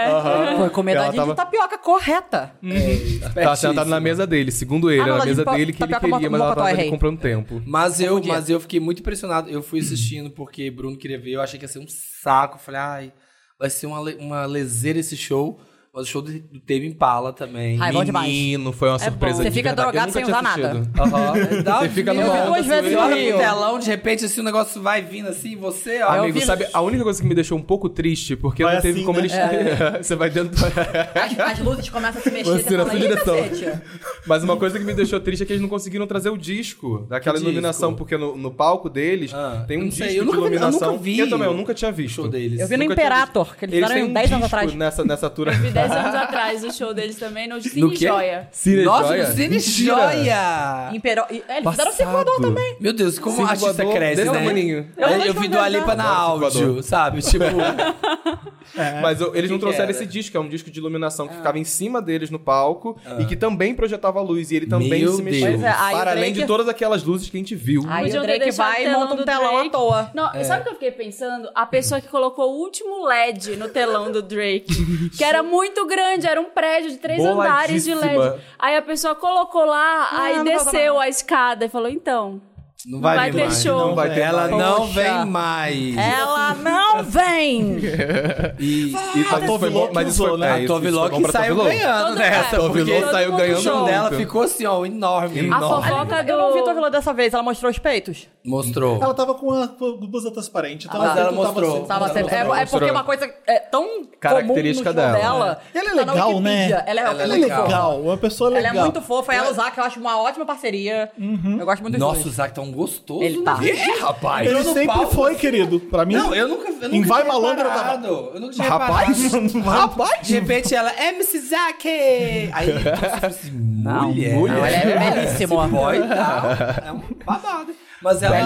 [SPEAKER 5] Foi comedadinha
[SPEAKER 3] Ela tava-
[SPEAKER 5] de tapioca correta.
[SPEAKER 4] É,
[SPEAKER 3] Tava Tá sentado na mesa dele, segundo ele,
[SPEAKER 5] Ah, não,
[SPEAKER 3] era na
[SPEAKER 5] nós
[SPEAKER 3] mesa
[SPEAKER 5] vimos
[SPEAKER 3] dele tá que ele
[SPEAKER 5] tapioca
[SPEAKER 3] queria,
[SPEAKER 5] mocotó,
[SPEAKER 3] mas ela tava ali
[SPEAKER 5] errei.
[SPEAKER 3] comprando tempo.
[SPEAKER 4] Mas eu,
[SPEAKER 5] Confundi.
[SPEAKER 4] mas eu fiquei muito impressionado. Eu fui assistindo porque Bruno queria ver. Eu achei que ia ser um saco. Falei, ai, vai ser uma, le- uma leseira esse show. Mas o show do, do Tame Impala também.
[SPEAKER 3] Ah, é
[SPEAKER 5] Ai, bom demais.
[SPEAKER 3] Menino, foi uma surpresa.
[SPEAKER 5] bom. Você
[SPEAKER 3] de
[SPEAKER 5] fica
[SPEAKER 3] verdade, eu
[SPEAKER 5] drogado
[SPEAKER 3] nunca
[SPEAKER 5] sem
[SPEAKER 3] tinha
[SPEAKER 5] usar nada.
[SPEAKER 3] assistido.
[SPEAKER 4] Aham. Dá
[SPEAKER 3] Você
[SPEAKER 4] um
[SPEAKER 3] fica
[SPEAKER 4] desvio,
[SPEAKER 3] numa
[SPEAKER 4] eu vi
[SPEAKER 3] onda,
[SPEAKER 5] duas vezes
[SPEAKER 4] Você
[SPEAKER 5] no
[SPEAKER 4] olha
[SPEAKER 5] Rio.
[SPEAKER 4] pro telão, de repente, assim, o negócio vai vindo assim, você, ó.
[SPEAKER 3] Ah, Amigo,
[SPEAKER 5] vi-
[SPEAKER 3] sabe, a única coisa que me deixou um pouco triste, porque
[SPEAKER 1] Vai
[SPEAKER 3] não teve
[SPEAKER 1] assim,
[SPEAKER 3] como
[SPEAKER 1] né?
[SPEAKER 3] eles. Você vai dentro.
[SPEAKER 5] As, as luzes começam a se mexer.
[SPEAKER 3] Você
[SPEAKER 5] Você
[SPEAKER 3] na sua
[SPEAKER 5] fala, "Ih,
[SPEAKER 3] direção."
[SPEAKER 5] cacete."
[SPEAKER 3] Mas uma coisa que me deixou triste é que eles não conseguiram trazer o disco daquela
[SPEAKER 4] Que disco?
[SPEAKER 3] iluminação, porque no, no palco deles
[SPEAKER 4] Ah,
[SPEAKER 3] tem
[SPEAKER 4] eu
[SPEAKER 3] um
[SPEAKER 4] não
[SPEAKER 3] disco
[SPEAKER 4] sei,
[SPEAKER 3] de
[SPEAKER 4] eu nunca vi- eu nunca
[SPEAKER 3] iluminação.
[SPEAKER 4] vi
[SPEAKER 3] que eu também eu nunca tinha visto.
[SPEAKER 4] show deles.
[SPEAKER 5] Eu vi no
[SPEAKER 3] Nunca tinha
[SPEAKER 5] Imperator,
[SPEAKER 3] visto.
[SPEAKER 5] que eles fizeram
[SPEAKER 3] têm
[SPEAKER 5] 10 anos
[SPEAKER 3] disco
[SPEAKER 5] atrás.
[SPEAKER 3] Nessa, nessa altura.
[SPEAKER 6] Vi 10 anos atrás o show deles também, no Cine
[SPEAKER 4] quê?
[SPEAKER 6] Joia.
[SPEAKER 3] É Cine
[SPEAKER 4] Nossa,
[SPEAKER 3] Joia?
[SPEAKER 4] no Cine
[SPEAKER 3] Mentira.
[SPEAKER 4] Joia!
[SPEAKER 5] Impero... e- É, eles fizeram o Circulador
[SPEAKER 3] Passado.
[SPEAKER 5] também.
[SPEAKER 4] Meu Deus, como
[SPEAKER 3] Cinco
[SPEAKER 4] a artista
[SPEAKER 3] voador
[SPEAKER 4] cresce,
[SPEAKER 3] desse
[SPEAKER 4] né?
[SPEAKER 3] tamanhinho.
[SPEAKER 4] Eu,
[SPEAKER 5] Eu não
[SPEAKER 4] eu
[SPEAKER 5] tô
[SPEAKER 4] vi do Alipa
[SPEAKER 5] entendendo.
[SPEAKER 4] na
[SPEAKER 3] Nossa, cinco
[SPEAKER 4] áudio,
[SPEAKER 3] voador.
[SPEAKER 4] sabe? Tipo,
[SPEAKER 5] É.
[SPEAKER 3] Mas eu- eles não
[SPEAKER 4] Que
[SPEAKER 3] trouxeram
[SPEAKER 4] era? Ah.
[SPEAKER 3] esse disco, que é um disco de iluminação que ficava em cima deles no palco e que também projetava luz. E ele também
[SPEAKER 4] Meu
[SPEAKER 3] se mexia.
[SPEAKER 4] Deus. Pois
[SPEAKER 5] é, aí o
[SPEAKER 3] para além
[SPEAKER 5] Drake-
[SPEAKER 3] de todas aquelas luzes que a gente viu.
[SPEAKER 5] Aí
[SPEAKER 6] Podiam
[SPEAKER 5] o Drake
[SPEAKER 6] ter deixado
[SPEAKER 5] vai
[SPEAKER 6] o
[SPEAKER 5] e
[SPEAKER 6] telão
[SPEAKER 5] monta um
[SPEAKER 6] do
[SPEAKER 5] telão à
[SPEAKER 6] Drake.
[SPEAKER 5] toa.
[SPEAKER 6] Não,
[SPEAKER 4] É.
[SPEAKER 6] Sabe o que eu fiquei pensando? A pessoa que colocou o último LED no telão do Drake, que era muito grande, era um prédio de três andares de LED.
[SPEAKER 3] Boladíssima.
[SPEAKER 6] Aí a pessoa colocou lá,
[SPEAKER 5] Ah,
[SPEAKER 6] aí
[SPEAKER 5] não
[SPEAKER 6] desceu a escada e falou: então,
[SPEAKER 4] não
[SPEAKER 6] vai
[SPEAKER 4] vai,
[SPEAKER 6] ter
[SPEAKER 4] vir mais.
[SPEAKER 6] show.
[SPEAKER 4] Não vai ter Ela
[SPEAKER 3] mais.
[SPEAKER 4] não
[SPEAKER 5] Poxa.
[SPEAKER 4] vem mais.
[SPEAKER 5] Ela não vem!
[SPEAKER 4] E,
[SPEAKER 3] E mas isso foi bom-
[SPEAKER 1] Tovilok
[SPEAKER 3] mas isso foi-
[SPEAKER 1] usou, né?
[SPEAKER 3] é,
[SPEAKER 1] A
[SPEAKER 3] isso-
[SPEAKER 4] a
[SPEAKER 3] isso foi bom
[SPEAKER 4] Tovilok
[SPEAKER 3] pra
[SPEAKER 4] saiu
[SPEAKER 3] Tovilok.
[SPEAKER 4] ganhando
[SPEAKER 6] Todo-
[SPEAKER 4] nessa.
[SPEAKER 6] é,
[SPEAKER 4] porque
[SPEAKER 3] Tovilok
[SPEAKER 6] todo
[SPEAKER 3] saiu
[SPEAKER 6] mundo
[SPEAKER 4] O
[SPEAKER 3] ganhando
[SPEAKER 4] show
[SPEAKER 3] muito.
[SPEAKER 4] dela ficou assim, ó, enorme.
[SPEAKER 6] a
[SPEAKER 4] enorme.
[SPEAKER 6] fofoca do.
[SPEAKER 5] Eu não vi Tovilo dessa vez, ela mostrou os peitos.
[SPEAKER 4] Mostrou.
[SPEAKER 1] Ela tava com a com a blusa transparente. Então
[SPEAKER 4] Ah, Mas ela
[SPEAKER 1] tudo tava
[SPEAKER 4] mostrou.
[SPEAKER 1] assim,
[SPEAKER 5] Tava
[SPEAKER 1] tava
[SPEAKER 5] sempre-
[SPEAKER 1] mostrando.
[SPEAKER 5] é, é porque é uma coisa é tão
[SPEAKER 3] Característica
[SPEAKER 5] comum no show
[SPEAKER 3] dela,
[SPEAKER 5] dela.
[SPEAKER 1] E ela é
[SPEAKER 5] Tá na
[SPEAKER 1] legal, né?
[SPEAKER 5] Wikipedia. Ela é,
[SPEAKER 4] Ela
[SPEAKER 1] Ela é
[SPEAKER 4] muito legal.
[SPEAKER 1] legal. uma pessoa
[SPEAKER 5] Ela
[SPEAKER 1] legal.
[SPEAKER 5] é muito fofa, ela e Zac, eu acho uma ótima parceria. Eu gosto muito dos
[SPEAKER 4] Nossa, o
[SPEAKER 5] dois.
[SPEAKER 4] Zac tá um gostoso.
[SPEAKER 5] Ele
[SPEAKER 4] né?
[SPEAKER 5] tá.
[SPEAKER 4] Ih, rapaz.
[SPEAKER 1] Ele
[SPEAKER 4] Entrou no
[SPEAKER 1] sempre
[SPEAKER 4] palco.
[SPEAKER 1] foi, querido. Pra mim,
[SPEAKER 4] é Não, eu nunca, eu nunca
[SPEAKER 1] Em Vai
[SPEAKER 4] tinha
[SPEAKER 1] Malandro eu tava-
[SPEAKER 4] reparado. Eu nunca tinha
[SPEAKER 3] Rapaz,
[SPEAKER 4] reparado.
[SPEAKER 1] não vai-
[SPEAKER 4] Rapaz, de repente ela, é Missy Zac! Aí, assim, mulher.
[SPEAKER 3] mulher.
[SPEAKER 5] Não, ela é belíssima.
[SPEAKER 4] Esse boy tá, é um babado. hein? Mas ela,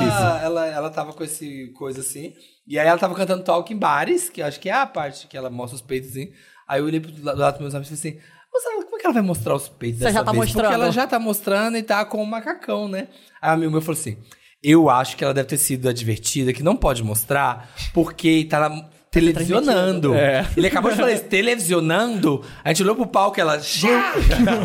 [SPEAKER 4] ela, ela tava com esse coisa assim, e aí ela tava cantando Talk em Bares, que eu acho que é a parte que ela mostra os peitos, assim. Aí eu olhei pro lado dos meus amigos e falei assim, mas ela, como é que ela vai mostrar os peitos
[SPEAKER 5] Você
[SPEAKER 4] dessa
[SPEAKER 5] já tá
[SPEAKER 4] vez?
[SPEAKER 5] mostrando.
[SPEAKER 4] Porque ela já tá mostrando e tá com o macacão, né? Aí o amigo meu falou assim, eu acho que ela deve ter sido advertida, que não pode mostrar, porque tá na- Televisionando.
[SPEAKER 5] Tá
[SPEAKER 4] Ele acabou de falar isso, televisionando. A gente olhou pro palco e ela.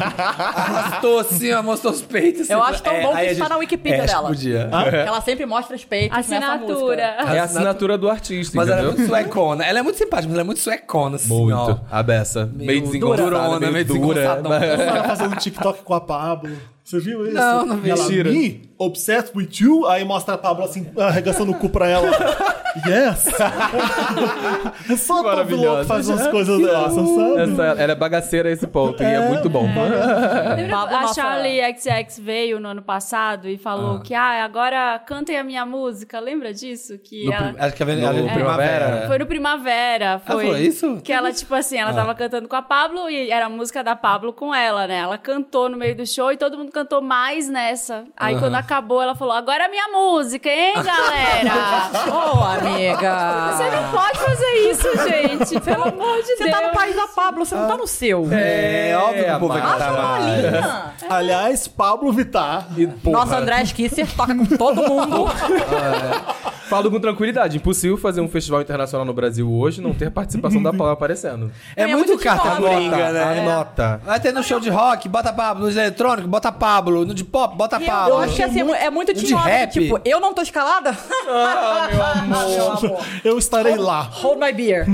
[SPEAKER 4] Arrastou assim, ó, mostrou os peitos.
[SPEAKER 5] Eu acho tão
[SPEAKER 4] É,
[SPEAKER 5] bom que
[SPEAKER 4] aí a
[SPEAKER 5] está
[SPEAKER 4] gente-
[SPEAKER 5] na Wikipedia
[SPEAKER 4] é, acho que
[SPEAKER 5] dela.
[SPEAKER 4] Podia.
[SPEAKER 5] Ela sempre mostra os peitos nessa música.
[SPEAKER 6] Assinatura.
[SPEAKER 3] É a assinatura do artista,
[SPEAKER 4] tá. Mas ela é
[SPEAKER 3] entendeu?
[SPEAKER 4] muito suecona. Ela é muito simpática, mas ela é muito suecona, assim, ó.
[SPEAKER 3] A beça. Meio
[SPEAKER 4] durona,
[SPEAKER 3] desengonçada,
[SPEAKER 4] meio
[SPEAKER 3] meio dura.
[SPEAKER 4] desengonçadona.
[SPEAKER 1] Ela fazendo TikTok com a Pablo. Você viu isso?
[SPEAKER 4] Não, não vi.
[SPEAKER 1] Ela,
[SPEAKER 3] Mentira.
[SPEAKER 1] me, obsessed with you, aí mostra a Pablo assim, arregaçando o cu pra ela. yes! É Só todo louco
[SPEAKER 3] Maravilhosa.
[SPEAKER 1] faz umas coisas dessas, sabe?
[SPEAKER 3] Essa- ela é bagaceira a esse ponto e é muito bom.
[SPEAKER 6] Lembra
[SPEAKER 5] Pablo,
[SPEAKER 6] a
[SPEAKER 5] nossa-
[SPEAKER 6] Charlie XX veio no ano passado e falou que, ah, agora cantem a minha música. Lembra disso? Que
[SPEAKER 4] No
[SPEAKER 6] ela...
[SPEAKER 5] é
[SPEAKER 4] prim- Acho que a Vene-
[SPEAKER 3] No
[SPEAKER 4] a Vene-
[SPEAKER 3] Tá Primavera.
[SPEAKER 6] É. Foi no Primavera. Foi
[SPEAKER 4] falou Ah, isso? Ah.
[SPEAKER 6] Que ela, tipo assim, ela tava cantando com a Pablo e era a música da Pablo com ela, né? Ela cantou no meio do show e todo mundo cantou mais nessa. Aí quando acabou, ela falou: agora é minha música, hein, galera?
[SPEAKER 5] Ô, amiga!
[SPEAKER 6] Você não pode fazer isso,
[SPEAKER 4] Ah.
[SPEAKER 6] gente. Pelo amor de
[SPEAKER 5] Você
[SPEAKER 6] Deus.
[SPEAKER 5] tá no país da Pablo, você não tá no seu.
[SPEAKER 4] É óbvio que o povo vai
[SPEAKER 3] amada.
[SPEAKER 4] cantar mais.
[SPEAKER 5] é Olha.
[SPEAKER 1] Aliás, Pablo Vittar.
[SPEAKER 3] E, porra,
[SPEAKER 5] Nossa, André Kisser toca com todo mundo.
[SPEAKER 3] Falo com tranquilidade. Impossível fazer um festival internacional no Brasil hoje e não ter participação da Paula aparecendo.
[SPEAKER 4] É,
[SPEAKER 5] É
[SPEAKER 4] muito,
[SPEAKER 5] muito de
[SPEAKER 4] carta
[SPEAKER 5] pobre.
[SPEAKER 4] gringa, né?
[SPEAKER 3] Anota.
[SPEAKER 4] Vai ter no show de rock, bota Pablo. No de eletrônico, bota Pablo. No de pop, bota Pablo.
[SPEAKER 5] Eu acho que assim, é mu- é muito
[SPEAKER 4] De
[SPEAKER 5] tinhosa,
[SPEAKER 4] rap?
[SPEAKER 5] tipo, eu não tô escalada? Ah, meu amor.
[SPEAKER 1] Eu estarei lá.
[SPEAKER 5] Hold my beer.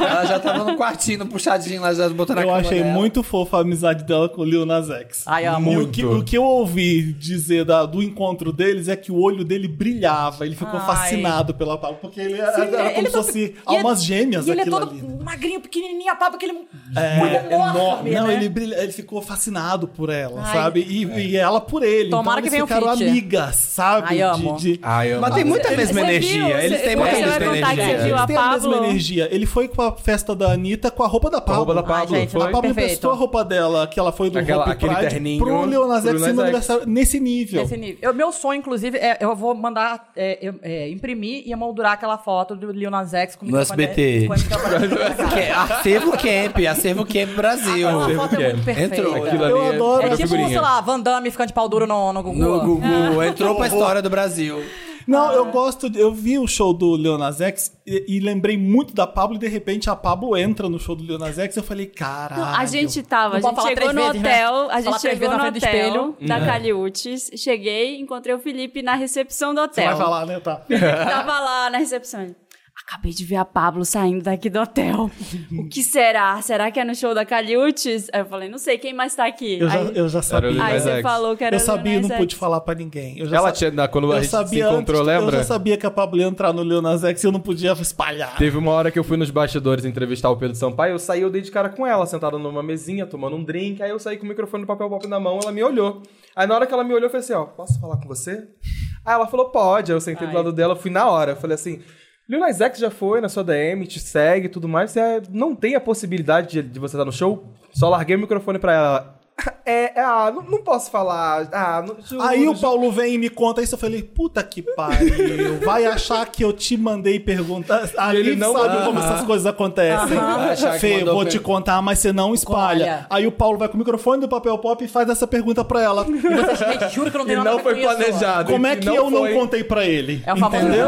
[SPEAKER 4] Ela já tava no quartinho, no puxadinho lá, já botando a
[SPEAKER 1] Eu
[SPEAKER 4] cama
[SPEAKER 1] achei
[SPEAKER 4] dela.
[SPEAKER 1] muito fofa a amizade dela com o Lil Nas X.
[SPEAKER 5] é Ai, amo.
[SPEAKER 1] E o que, o que eu ouvi dizer da- do encontro deles é que o olho dele brilhava. Ele ficou
[SPEAKER 5] Ai.
[SPEAKER 1] fascinado pela Pablo, porque ele era,
[SPEAKER 5] Sim,
[SPEAKER 1] era como
[SPEAKER 5] ele
[SPEAKER 1] se
[SPEAKER 5] tá-
[SPEAKER 1] fosse
[SPEAKER 5] e ele-
[SPEAKER 1] almas gêmeas
[SPEAKER 5] E ele é
[SPEAKER 1] aquilo
[SPEAKER 5] todo
[SPEAKER 1] ali.
[SPEAKER 5] magrinho, pequenininho, a Pablo, aquele...
[SPEAKER 1] É,
[SPEAKER 5] enorme,
[SPEAKER 1] Não,
[SPEAKER 5] né?
[SPEAKER 1] ele, brilha- ele ficou fascinado por ela,
[SPEAKER 5] Ai.
[SPEAKER 1] sabe? E, e ela por ele.
[SPEAKER 5] Tomara
[SPEAKER 1] então
[SPEAKER 5] que venha
[SPEAKER 1] eles
[SPEAKER 5] o
[SPEAKER 1] ficaram
[SPEAKER 5] feat.
[SPEAKER 1] amigas, sabe?
[SPEAKER 5] Ai, amo.
[SPEAKER 1] De, de-
[SPEAKER 3] Ai, Ah, eu
[SPEAKER 4] Mas tem muita mesma
[SPEAKER 6] você
[SPEAKER 4] energia.
[SPEAKER 6] viu?
[SPEAKER 4] Eles
[SPEAKER 6] Você-
[SPEAKER 4] têm muita
[SPEAKER 6] você vai
[SPEAKER 4] mesma
[SPEAKER 6] contar que você
[SPEAKER 3] É.
[SPEAKER 4] energia.
[SPEAKER 6] viu a
[SPEAKER 1] eles têm a mesma
[SPEAKER 6] Pablo?
[SPEAKER 1] energia. Ele foi com a festa da Anitta com a roupa da
[SPEAKER 3] a
[SPEAKER 1] Pablo.
[SPEAKER 3] roupa da Pablo
[SPEAKER 6] Ah,
[SPEAKER 5] gente,
[SPEAKER 3] foi.
[SPEAKER 1] A Pablo
[SPEAKER 5] Perfeito.
[SPEAKER 1] emprestou a roupa dela, que ela foi do
[SPEAKER 3] Aquela-
[SPEAKER 1] Hope
[SPEAKER 3] aquele
[SPEAKER 1] Pride,
[SPEAKER 3] terninho
[SPEAKER 1] pro Leonas
[SPEAKER 3] pro
[SPEAKER 1] X
[SPEAKER 3] Lil Nas
[SPEAKER 1] no
[SPEAKER 3] X.
[SPEAKER 1] aniversário, nesse nível.
[SPEAKER 5] Nesse nível. Eu- meu sonho, inclusive, é eu vou mandar é, eu- é, imprimir e emoldurar aquela foto do Lil Nas X com
[SPEAKER 4] No SBT.
[SPEAKER 5] Com microfone-
[SPEAKER 4] Que é acervo Camp, acervo Camp Brasil.
[SPEAKER 5] Aquela
[SPEAKER 3] Acervo
[SPEAKER 5] foto é
[SPEAKER 3] Camp.
[SPEAKER 5] muito perfeita.
[SPEAKER 4] Entrou
[SPEAKER 1] aquilo ali. Eu
[SPEAKER 3] é-
[SPEAKER 1] adoro.
[SPEAKER 5] É
[SPEAKER 3] era
[SPEAKER 5] tipo,
[SPEAKER 3] figurinha.
[SPEAKER 5] sei lá, Van Damme ficando de pau duro no, no Google.
[SPEAKER 4] No Google, entrou pra história do Brasil.
[SPEAKER 6] Ah.
[SPEAKER 1] Não, eu gosto. de- Eu vi o show do Leonas X e, e lembrei muito da Pablo e de repente a Pablo entra no show do Leonas X e eu falei, caralho.
[SPEAKER 6] A gente tava,
[SPEAKER 5] Não
[SPEAKER 6] a
[SPEAKER 5] pode
[SPEAKER 6] gente
[SPEAKER 5] falar
[SPEAKER 6] chegou
[SPEAKER 5] três
[SPEAKER 6] no
[SPEAKER 5] vezes, né?
[SPEAKER 6] hotel, a
[SPEAKER 5] Falar três
[SPEAKER 6] gente chegou
[SPEAKER 5] vezes
[SPEAKER 6] no
[SPEAKER 5] na frente do
[SPEAKER 6] hotel da
[SPEAKER 4] Uhum.
[SPEAKER 6] Caliutes, cheguei, encontrei o Felipe na recepção do
[SPEAKER 1] Você
[SPEAKER 6] hotel.
[SPEAKER 1] vai falar, né? Tá.
[SPEAKER 6] Tava lá na recepção. ele, Acabei de ver a Pablo saindo daqui do hotel. O que será? Será que é no show da Caliutes? Aí eu falei, não sei, quem mais tá aqui?
[SPEAKER 1] Eu já,
[SPEAKER 6] aí
[SPEAKER 1] eu já
[SPEAKER 3] Era o
[SPEAKER 1] sabia.
[SPEAKER 3] Lil
[SPEAKER 6] aí
[SPEAKER 3] Nas
[SPEAKER 6] você
[SPEAKER 3] X.
[SPEAKER 6] falou que era
[SPEAKER 1] Eu
[SPEAKER 6] o
[SPEAKER 1] sabia e não
[SPEAKER 6] Leonardo
[SPEAKER 1] pude
[SPEAKER 6] Zax.
[SPEAKER 1] falar pra ninguém. Eu já
[SPEAKER 3] Ela
[SPEAKER 1] sa-
[SPEAKER 3] tinha, na- quando a
[SPEAKER 1] eu
[SPEAKER 3] gente se
[SPEAKER 1] sabia
[SPEAKER 3] encontrou,
[SPEAKER 1] antes,
[SPEAKER 3] lembra?
[SPEAKER 1] Eu já sabia que a Pablo ia entrar no Leonas X e eu não podia espalhar.
[SPEAKER 3] Teve uma hora que eu fui nos bastidores entrevistar o Pedro Sampaio, eu saí, eu dei de cara com ela, sentada numa mesinha, tomando um drink, aí eu saí com o microfone do papel pop na mão, ela me olhou. Aí na hora que ela me olhou, eu falei assim, ó, posso falar com você? Aí ela falou, pode. Aí eu sentei do lado dela, fui na hora. Eu falei assim, Lil Nas X já foi na sua DM, te segue e tudo mais, você é, não tem a possibilidade de, de você estar no show? Só larguei o microfone pra ela. É, é, ah, não, não posso falar. Ah, não, juro,
[SPEAKER 1] Aí o
[SPEAKER 3] juro."
[SPEAKER 1] Paulo vem e me conta isso. Eu falei, puta que pariu. Vai achar que eu te mandei perguntas. Ali
[SPEAKER 3] ele não
[SPEAKER 1] sabe
[SPEAKER 3] mandou.
[SPEAKER 1] como essas coisas acontecem.
[SPEAKER 4] Vai achar que
[SPEAKER 1] Fê,
[SPEAKER 4] mandou
[SPEAKER 1] vou te
[SPEAKER 4] pergunta.
[SPEAKER 1] contar, mas você não espalha.
[SPEAKER 5] Olha.
[SPEAKER 1] Aí o Paulo vai com o microfone do papel pop e faz essa pergunta pra ela. Então,
[SPEAKER 5] Vocês, gente, juro que não
[SPEAKER 3] E
[SPEAKER 5] tem nada a
[SPEAKER 3] não
[SPEAKER 5] ver
[SPEAKER 3] foi
[SPEAKER 5] com isso.
[SPEAKER 3] planejado.
[SPEAKER 1] Como é
[SPEAKER 3] e
[SPEAKER 1] que eu não
[SPEAKER 3] foi.
[SPEAKER 1] contei pra ele?
[SPEAKER 5] É o famoso-
[SPEAKER 1] entendeu?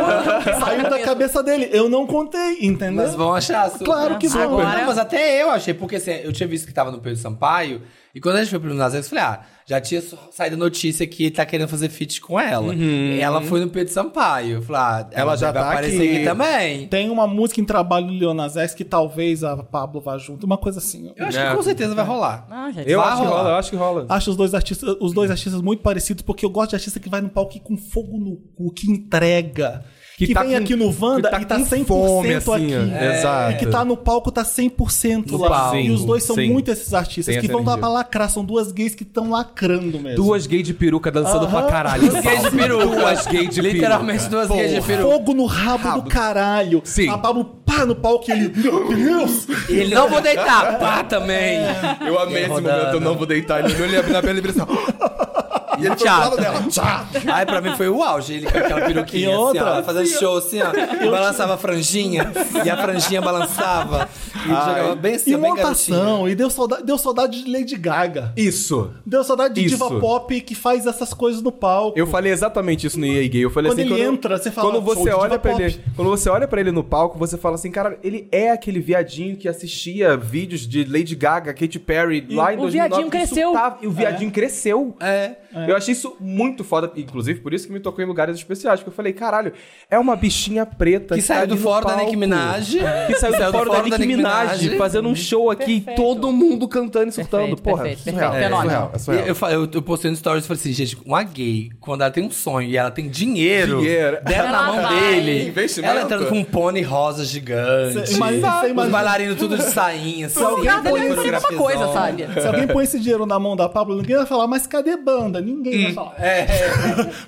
[SPEAKER 1] Saiu da cabeça dele. Eu não contei, entendeu?
[SPEAKER 4] Mas vão achar. super.
[SPEAKER 1] Claro que vão.
[SPEAKER 5] Agora-
[SPEAKER 4] Não, mas até eu achei, porque assim, eu tinha visto que tava no Pedro Sampaio, e quando a gente foi pro Nas X, eu falei, ah, já tinha so- saído a notícia que ele tá querendo fazer feat com ela. Ela foi no Pedro Sampaio. Eu falei, ah, ela,
[SPEAKER 3] Uhum. Ela já
[SPEAKER 4] vai
[SPEAKER 3] tá
[SPEAKER 4] aparecer
[SPEAKER 3] aqui.
[SPEAKER 4] aqui também.
[SPEAKER 1] Tem uma música em trabalho do Leonas X que talvez a Pablo vá junto. Uma coisa assim.
[SPEAKER 4] Eu acho
[SPEAKER 3] É.
[SPEAKER 4] que com certeza vai rolar.
[SPEAKER 5] Ah, gente.
[SPEAKER 3] Eu
[SPEAKER 4] Vai
[SPEAKER 3] acho que
[SPEAKER 4] rolar.
[SPEAKER 3] rola, eu acho que rola.
[SPEAKER 1] Acho os dois artistas, os dois artistas muito parecidos, porque eu gosto de artista que vai no palco e com fogo no cu, que entrega. Que,
[SPEAKER 3] Que tá
[SPEAKER 1] vem
[SPEAKER 3] com-
[SPEAKER 1] aqui no Wanda
[SPEAKER 3] que tá
[SPEAKER 1] e tá
[SPEAKER 3] com
[SPEAKER 1] 100%
[SPEAKER 3] fome,
[SPEAKER 1] aqui.
[SPEAKER 3] assim, ó. É. Exato.
[SPEAKER 1] E que tá no palco, tá 100%
[SPEAKER 4] No
[SPEAKER 1] lá.
[SPEAKER 4] palco.
[SPEAKER 1] E os dois são
[SPEAKER 3] Sim.
[SPEAKER 1] muito esses artistas
[SPEAKER 3] Tem
[SPEAKER 1] que
[SPEAKER 3] essa
[SPEAKER 1] vão dar
[SPEAKER 3] energia.
[SPEAKER 1] pra lacrar. São duas gays que estão lacrando mesmo.
[SPEAKER 3] Duas gays de peruca dançando pra caralho.
[SPEAKER 4] Duas gays de peruca.
[SPEAKER 3] Duas gays de
[SPEAKER 4] Literalmente duas gays de peru.
[SPEAKER 1] Fogo no rabo, do caralho.
[SPEAKER 3] Sim.
[SPEAKER 1] A Pablo pá no palco e ele. Meu Deus!
[SPEAKER 4] E ele não vou deitar, pá também.
[SPEAKER 3] peruca. Eu amei esse
[SPEAKER 4] rodando.
[SPEAKER 3] momento, eu não vou deitar. Ele olhou ele abriu na perna e abriu assim.
[SPEAKER 4] E ele
[SPEAKER 1] Fala dela. Tchá.
[SPEAKER 4] Aí pra mim foi o auge, ele com aquela peruquinha
[SPEAKER 1] E outra?
[SPEAKER 4] assim, ó, fazendo show assim, ó. Balançava a franjinha, e a franjinha balançava. E ele jogava bem
[SPEAKER 3] é
[SPEAKER 4] assim,
[SPEAKER 1] E
[SPEAKER 4] ó, bem garotinho.
[SPEAKER 1] montação,
[SPEAKER 3] né?
[SPEAKER 1] e deu saudade, deu saudade de Lady Gaga.
[SPEAKER 3] Isso.
[SPEAKER 1] Deu saudade de
[SPEAKER 3] Isso.
[SPEAKER 1] diva pop que faz essas coisas no palco.
[SPEAKER 3] Eu falei exatamente isso no EA Gay. Eu falei
[SPEAKER 1] Quando
[SPEAKER 3] assim,
[SPEAKER 1] ele entra, você fala,
[SPEAKER 3] quando
[SPEAKER 1] "Sou de
[SPEAKER 3] você
[SPEAKER 1] diva
[SPEAKER 3] olha pra
[SPEAKER 1] pop."
[SPEAKER 3] ele, quando você olha para ele no palco, você fala assim, cara, ele é aquele viadinho que assistia vídeos de Lady Gaga, Katy Perry lá em
[SPEAKER 5] o
[SPEAKER 3] 2009.
[SPEAKER 5] viadinho
[SPEAKER 3] isso
[SPEAKER 5] cresceu.
[SPEAKER 3] tava- e o viadinho cresceu.
[SPEAKER 4] É.
[SPEAKER 3] Eu achei isso muito foda, inclusive por isso que me tocou em lugares especiais, porque eu falei, caralho, é uma bichinha preta
[SPEAKER 4] Que
[SPEAKER 3] tá
[SPEAKER 4] saiu do
[SPEAKER 3] ali no
[SPEAKER 4] fórum da
[SPEAKER 3] palco.
[SPEAKER 4] Nicki Minaj.
[SPEAKER 3] É. Que saiu do fórum da Nicki Minaj. homenagem, fazendo um show aqui,
[SPEAKER 5] Perfeito.
[SPEAKER 3] todo mundo cantando e surtando.
[SPEAKER 5] Perfeito,
[SPEAKER 3] Porra,
[SPEAKER 5] perfeito,
[SPEAKER 3] surreal,
[SPEAKER 5] perfeito,
[SPEAKER 3] é
[SPEAKER 5] fenômeno.
[SPEAKER 3] surreal, é surreal.
[SPEAKER 4] Eu, falei- eu, eu postei no stories e falei assim, gente, uma gay, quando ela tem um sonho e ela tem dinheiro,
[SPEAKER 3] Dinheiro.
[SPEAKER 4] dela na
[SPEAKER 6] Ela
[SPEAKER 4] mão
[SPEAKER 6] vai.
[SPEAKER 4] dele,
[SPEAKER 7] Investimento.
[SPEAKER 4] ela entrando com um pônei rosa gigante,
[SPEAKER 1] Cê imagina- cê
[SPEAKER 4] os
[SPEAKER 1] imagina-
[SPEAKER 4] bailarinos tudo de sainha, assim.
[SPEAKER 5] O cara deve
[SPEAKER 4] põe
[SPEAKER 5] um fazer alguma coisa,
[SPEAKER 4] grafisão.
[SPEAKER 5] sabe?
[SPEAKER 1] Se alguém põe esse dinheiro na mão da Pablo, ninguém vai falar, mas cadê banda? Ninguém vai falar.
[SPEAKER 4] É,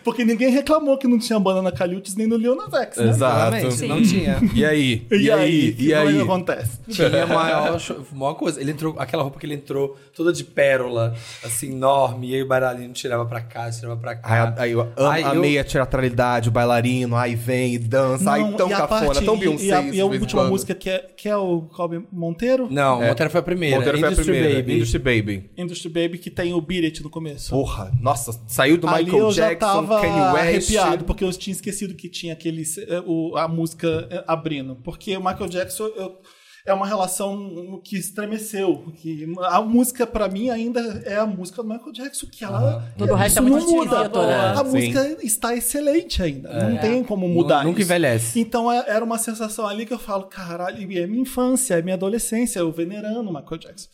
[SPEAKER 1] Porque ninguém reclamou que não tinha banda na Caliutes nem no Leona Vex, né?
[SPEAKER 7] Exato.
[SPEAKER 4] Exatamente, não tinha.
[SPEAKER 7] E aí?
[SPEAKER 3] É.
[SPEAKER 1] E, aí, o que
[SPEAKER 7] E
[SPEAKER 1] mais
[SPEAKER 7] aí?
[SPEAKER 1] acontece?
[SPEAKER 4] Tinha a maior, cho- maior coisa. Ele entrou, aquela roupa que ele entrou, toda de pérola, assim, enorme, e aí o baralhinho tirava pra cá, tirava pra cá.
[SPEAKER 7] Ai, aí eu am-
[SPEAKER 4] Ai, eu-
[SPEAKER 7] amei a teatralidade, o bailarino, aí vem e dança, aí
[SPEAKER 1] Não,
[SPEAKER 7] tão
[SPEAKER 1] e a
[SPEAKER 7] cafona,
[SPEAKER 1] parte-
[SPEAKER 7] tão
[SPEAKER 1] e-
[SPEAKER 7] Beyoncé.
[SPEAKER 1] E a,
[SPEAKER 7] de
[SPEAKER 1] e a
[SPEAKER 7] vez em
[SPEAKER 1] última
[SPEAKER 7] quando. É.
[SPEAKER 1] música que é, que é o Calvin Monteiro?
[SPEAKER 4] Não, Monteiro foi a primeira.
[SPEAKER 7] Monteiro foi a
[SPEAKER 4] Industry
[SPEAKER 7] primeira.
[SPEAKER 4] Baby.
[SPEAKER 7] Industry Baby.
[SPEAKER 1] Industry Baby, que tem o Beat It no começo.
[SPEAKER 7] Porra, nossa, saiu do
[SPEAKER 1] Ali
[SPEAKER 7] Michael
[SPEAKER 1] eu já
[SPEAKER 7] Jackson,
[SPEAKER 1] tava
[SPEAKER 7] Kanye West.
[SPEAKER 1] arrepiado, porque eu tinha esquecido que tinha aquele, eh, o, a música eh, abrindo. Porque o Michael Jackson eu- é uma relação que estremeceu. Que a música, pra mim, ainda é a música do Michael Jackson, que ela.
[SPEAKER 5] Todo o resto é
[SPEAKER 1] isso
[SPEAKER 5] muito
[SPEAKER 1] não muda.
[SPEAKER 5] esquisito, né?
[SPEAKER 1] A
[SPEAKER 7] Sim. É.
[SPEAKER 1] música está excelente ainda. não tem como mudar.
[SPEAKER 4] Nunca
[SPEAKER 1] isso.
[SPEAKER 4] envelhece.
[SPEAKER 1] Então é- era uma sensação ali que eu falo, caralho, e é minha infância, é minha adolescência, eu venerando o Michael Jackson.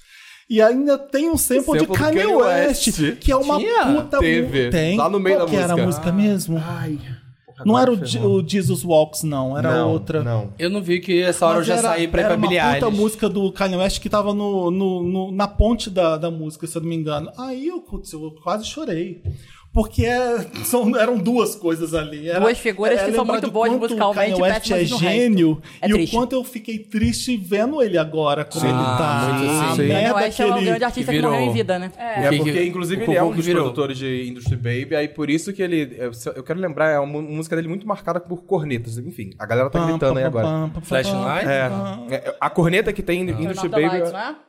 [SPEAKER 1] E ainda tem um sample,
[SPEAKER 3] Sample
[SPEAKER 1] de
[SPEAKER 3] do
[SPEAKER 1] Kanye,
[SPEAKER 3] Kanye
[SPEAKER 1] West,
[SPEAKER 3] West.
[SPEAKER 1] que é uma
[SPEAKER 4] Tinha?
[SPEAKER 1] puta
[SPEAKER 3] Teve.
[SPEAKER 1] mu- Tem.
[SPEAKER 3] Lá no meio
[SPEAKER 1] Qual
[SPEAKER 3] da
[SPEAKER 1] que era a música
[SPEAKER 3] música.
[SPEAKER 1] mesmo? não era o, Je- o Jesus Walks, não, era
[SPEAKER 7] não,
[SPEAKER 1] outra.
[SPEAKER 7] Não.
[SPEAKER 4] Eu não vi que essa hora
[SPEAKER 1] Mas
[SPEAKER 4] eu já
[SPEAKER 1] era-
[SPEAKER 4] saí pra ir pra
[SPEAKER 1] era
[SPEAKER 4] Billie
[SPEAKER 1] uma puta
[SPEAKER 4] Eilish.
[SPEAKER 1] música do Kanye West que tava no, no- no- na ponte da, da música, se eu não me engano. Aí eu, putz, eu quase chorei. Porque é- são- eram duas coisas ali. Era-
[SPEAKER 5] Duas figuras que
[SPEAKER 1] é
[SPEAKER 5] são
[SPEAKER 1] lembrar
[SPEAKER 5] muito
[SPEAKER 1] do
[SPEAKER 5] boas
[SPEAKER 1] quanto o
[SPEAKER 5] musicalmente
[SPEAKER 1] Kanye West é
[SPEAKER 5] péssimas no resto.
[SPEAKER 1] gênio
[SPEAKER 5] É
[SPEAKER 1] e
[SPEAKER 5] triste.
[SPEAKER 1] o quanto eu fiquei triste vendo ele agora, como ele tá.
[SPEAKER 4] muito
[SPEAKER 3] assim.
[SPEAKER 1] a
[SPEAKER 4] sim.
[SPEAKER 5] O
[SPEAKER 1] merda
[SPEAKER 5] Kanye West
[SPEAKER 1] que
[SPEAKER 5] é um
[SPEAKER 1] ele-
[SPEAKER 5] grande artista que
[SPEAKER 4] virou.
[SPEAKER 5] morreu em vida, né?
[SPEAKER 3] É,
[SPEAKER 4] O que
[SPEAKER 3] porque,
[SPEAKER 4] que-
[SPEAKER 3] inclusive,
[SPEAKER 4] o
[SPEAKER 3] ele é um
[SPEAKER 4] Kukuku
[SPEAKER 3] dos
[SPEAKER 4] virou.
[SPEAKER 3] produtores de Industry Baby, aí por isso que ele. Eu, se- eu quero lembrar, é uma música dele muito marcada por cornetas. Enfim, a galera tá gritando aí agora.
[SPEAKER 4] Flashlight?
[SPEAKER 3] É, é, a corneta que tem em Industry
[SPEAKER 5] né?
[SPEAKER 3] Baby.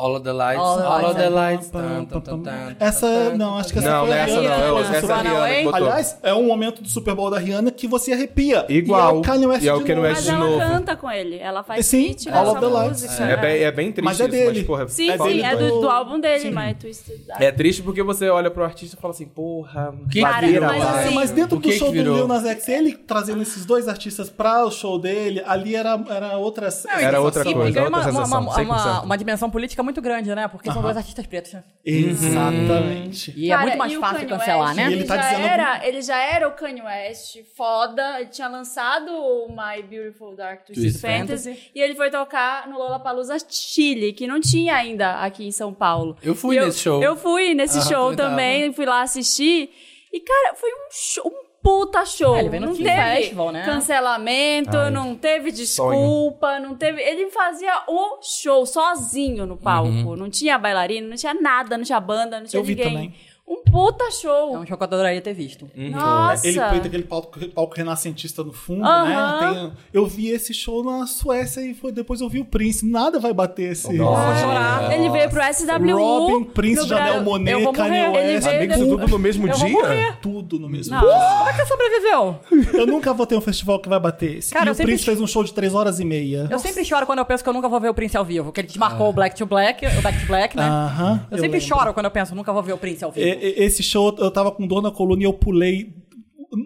[SPEAKER 4] All of the Lights.
[SPEAKER 5] All of the
[SPEAKER 4] All of the Lights.
[SPEAKER 1] Lights.
[SPEAKER 4] Tan, tan, tan, tan.
[SPEAKER 1] Essa, é, não, acho que essa
[SPEAKER 3] Não,
[SPEAKER 1] foi a
[SPEAKER 3] nessa não,
[SPEAKER 1] Rihanna que
[SPEAKER 3] é
[SPEAKER 1] lançou.
[SPEAKER 3] outra. Essa é a Rihanna que
[SPEAKER 5] Aliás,
[SPEAKER 3] botou.
[SPEAKER 1] Aliás, é um momento do Super Bowl da Rihanna que você arrepia.
[SPEAKER 3] Igual.
[SPEAKER 1] E é o Kanye West
[SPEAKER 3] E é o
[SPEAKER 1] de
[SPEAKER 3] Kanye
[SPEAKER 1] novo.
[SPEAKER 3] West
[SPEAKER 6] Mas
[SPEAKER 3] de
[SPEAKER 6] ela
[SPEAKER 3] novo.
[SPEAKER 6] canta com ele. Ela faz
[SPEAKER 1] Sim,
[SPEAKER 6] feat
[SPEAKER 1] All
[SPEAKER 6] nessa
[SPEAKER 1] of the Lights.
[SPEAKER 6] música.
[SPEAKER 3] É, bem, é bem triste
[SPEAKER 1] Mas é
[SPEAKER 3] isso,
[SPEAKER 1] dele.
[SPEAKER 3] mas porra.
[SPEAKER 6] Sim,
[SPEAKER 3] é
[SPEAKER 6] sim,
[SPEAKER 3] dele,
[SPEAKER 6] é
[SPEAKER 3] dói.
[SPEAKER 6] do, do álbum dele,
[SPEAKER 1] Sim.
[SPEAKER 6] My Twisted Dark.
[SPEAKER 3] É triste porque você olha pro artista e fala assim, porra,
[SPEAKER 4] Que
[SPEAKER 3] ladeira
[SPEAKER 6] cara, mas
[SPEAKER 3] abaixo.
[SPEAKER 1] É,
[SPEAKER 6] assim,
[SPEAKER 1] mas dentro
[SPEAKER 4] O que
[SPEAKER 1] do
[SPEAKER 4] que
[SPEAKER 1] show do
[SPEAKER 4] virou?
[SPEAKER 1] Lil Nas X, ele trazendo esses dois artistas pra o show dele, ali era, era outra...
[SPEAKER 3] Era outra
[SPEAKER 5] E
[SPEAKER 3] coisa,
[SPEAKER 5] ganha
[SPEAKER 3] outra
[SPEAKER 5] uma, uma-
[SPEAKER 3] sensação,
[SPEAKER 5] uma-
[SPEAKER 3] 100%.
[SPEAKER 5] uma- uma dimensão política muito grande, né? Porque são dois artistas pretos. né?
[SPEAKER 1] Uhum. Exatamente.
[SPEAKER 5] E é
[SPEAKER 6] Cara,
[SPEAKER 5] muito mais
[SPEAKER 6] e o
[SPEAKER 5] fácil
[SPEAKER 6] Kanye
[SPEAKER 5] cancelar,
[SPEAKER 6] West,
[SPEAKER 5] né?
[SPEAKER 1] E
[SPEAKER 6] Ele,
[SPEAKER 1] ele tá
[SPEAKER 6] já
[SPEAKER 1] dizendo-
[SPEAKER 6] era, ele já era o Kanye West, foda. Ele tinha lançado o My Beautiful Dark Twisted
[SPEAKER 5] Twisted
[SPEAKER 6] Fantasy,
[SPEAKER 5] Fantasy.
[SPEAKER 6] E ele foi tocar no Lollapalooza Chile, que não tinha ainda aqui em São Paulo.
[SPEAKER 4] Eu fui
[SPEAKER 6] E
[SPEAKER 4] nesse show.
[SPEAKER 6] Eu fui nesse
[SPEAKER 4] Ah,
[SPEAKER 6] show
[SPEAKER 4] tu tava.
[SPEAKER 6] também, fui lá assistir. E, cara, foi um show, um puta show.
[SPEAKER 5] É, ele veio no
[SPEAKER 6] não
[SPEAKER 5] Teen
[SPEAKER 6] teve
[SPEAKER 5] Festival, né?
[SPEAKER 6] cancelamento, não teve desculpa, não teve... Ele fazia o show sozinho no palco. Não tinha bailarino, não tinha nada, não tinha banda, não tinha
[SPEAKER 1] Eu vi
[SPEAKER 6] ninguém.
[SPEAKER 1] também.
[SPEAKER 6] Um puta show.
[SPEAKER 5] É um show que eu adoraria ter visto.
[SPEAKER 6] Hum. Nossa!
[SPEAKER 1] Ele põe aquele palco, palco renascentista no fundo,
[SPEAKER 6] Aham.
[SPEAKER 1] né? Tem- eu vi esse show na Suécia e foi, depois eu vi o Prince. Nada vai bater esse...
[SPEAKER 5] Vou chorar.
[SPEAKER 6] Ele veio pro SWU.
[SPEAKER 1] Robin, Prince,
[SPEAKER 6] no
[SPEAKER 1] Janel
[SPEAKER 6] Bra-
[SPEAKER 5] eu vou
[SPEAKER 1] Monet, Kanye
[SPEAKER 5] morrer. Ele
[SPEAKER 1] West...
[SPEAKER 6] veio
[SPEAKER 1] Amigo,
[SPEAKER 3] Isso tudo no mesmo
[SPEAKER 5] Eu vou
[SPEAKER 3] dia?
[SPEAKER 5] morrer.
[SPEAKER 1] Tudo no mesmo.
[SPEAKER 6] Não.
[SPEAKER 5] Como é que sobreviveu?
[SPEAKER 1] Eu nunca vou ter um festival que vai bater esse.
[SPEAKER 5] Cara,
[SPEAKER 1] e
[SPEAKER 5] eu
[SPEAKER 1] o
[SPEAKER 5] sempre-
[SPEAKER 1] Prince fez um show de 3 horas e meia.
[SPEAKER 5] Eu sempre choro quando eu penso que eu nunca vou ver o Prince ao vivo. Que ele desmarcou o Black to Black, o Back to Black, né?
[SPEAKER 1] Aham,
[SPEAKER 5] eu,
[SPEAKER 1] Ah. eu
[SPEAKER 5] sempre
[SPEAKER 1] lembro.
[SPEAKER 5] choro quando eu penso, nunca vou ver o Prince ao vivo.
[SPEAKER 1] E- e- Esse show eu tava com dor na coluna e eu pulei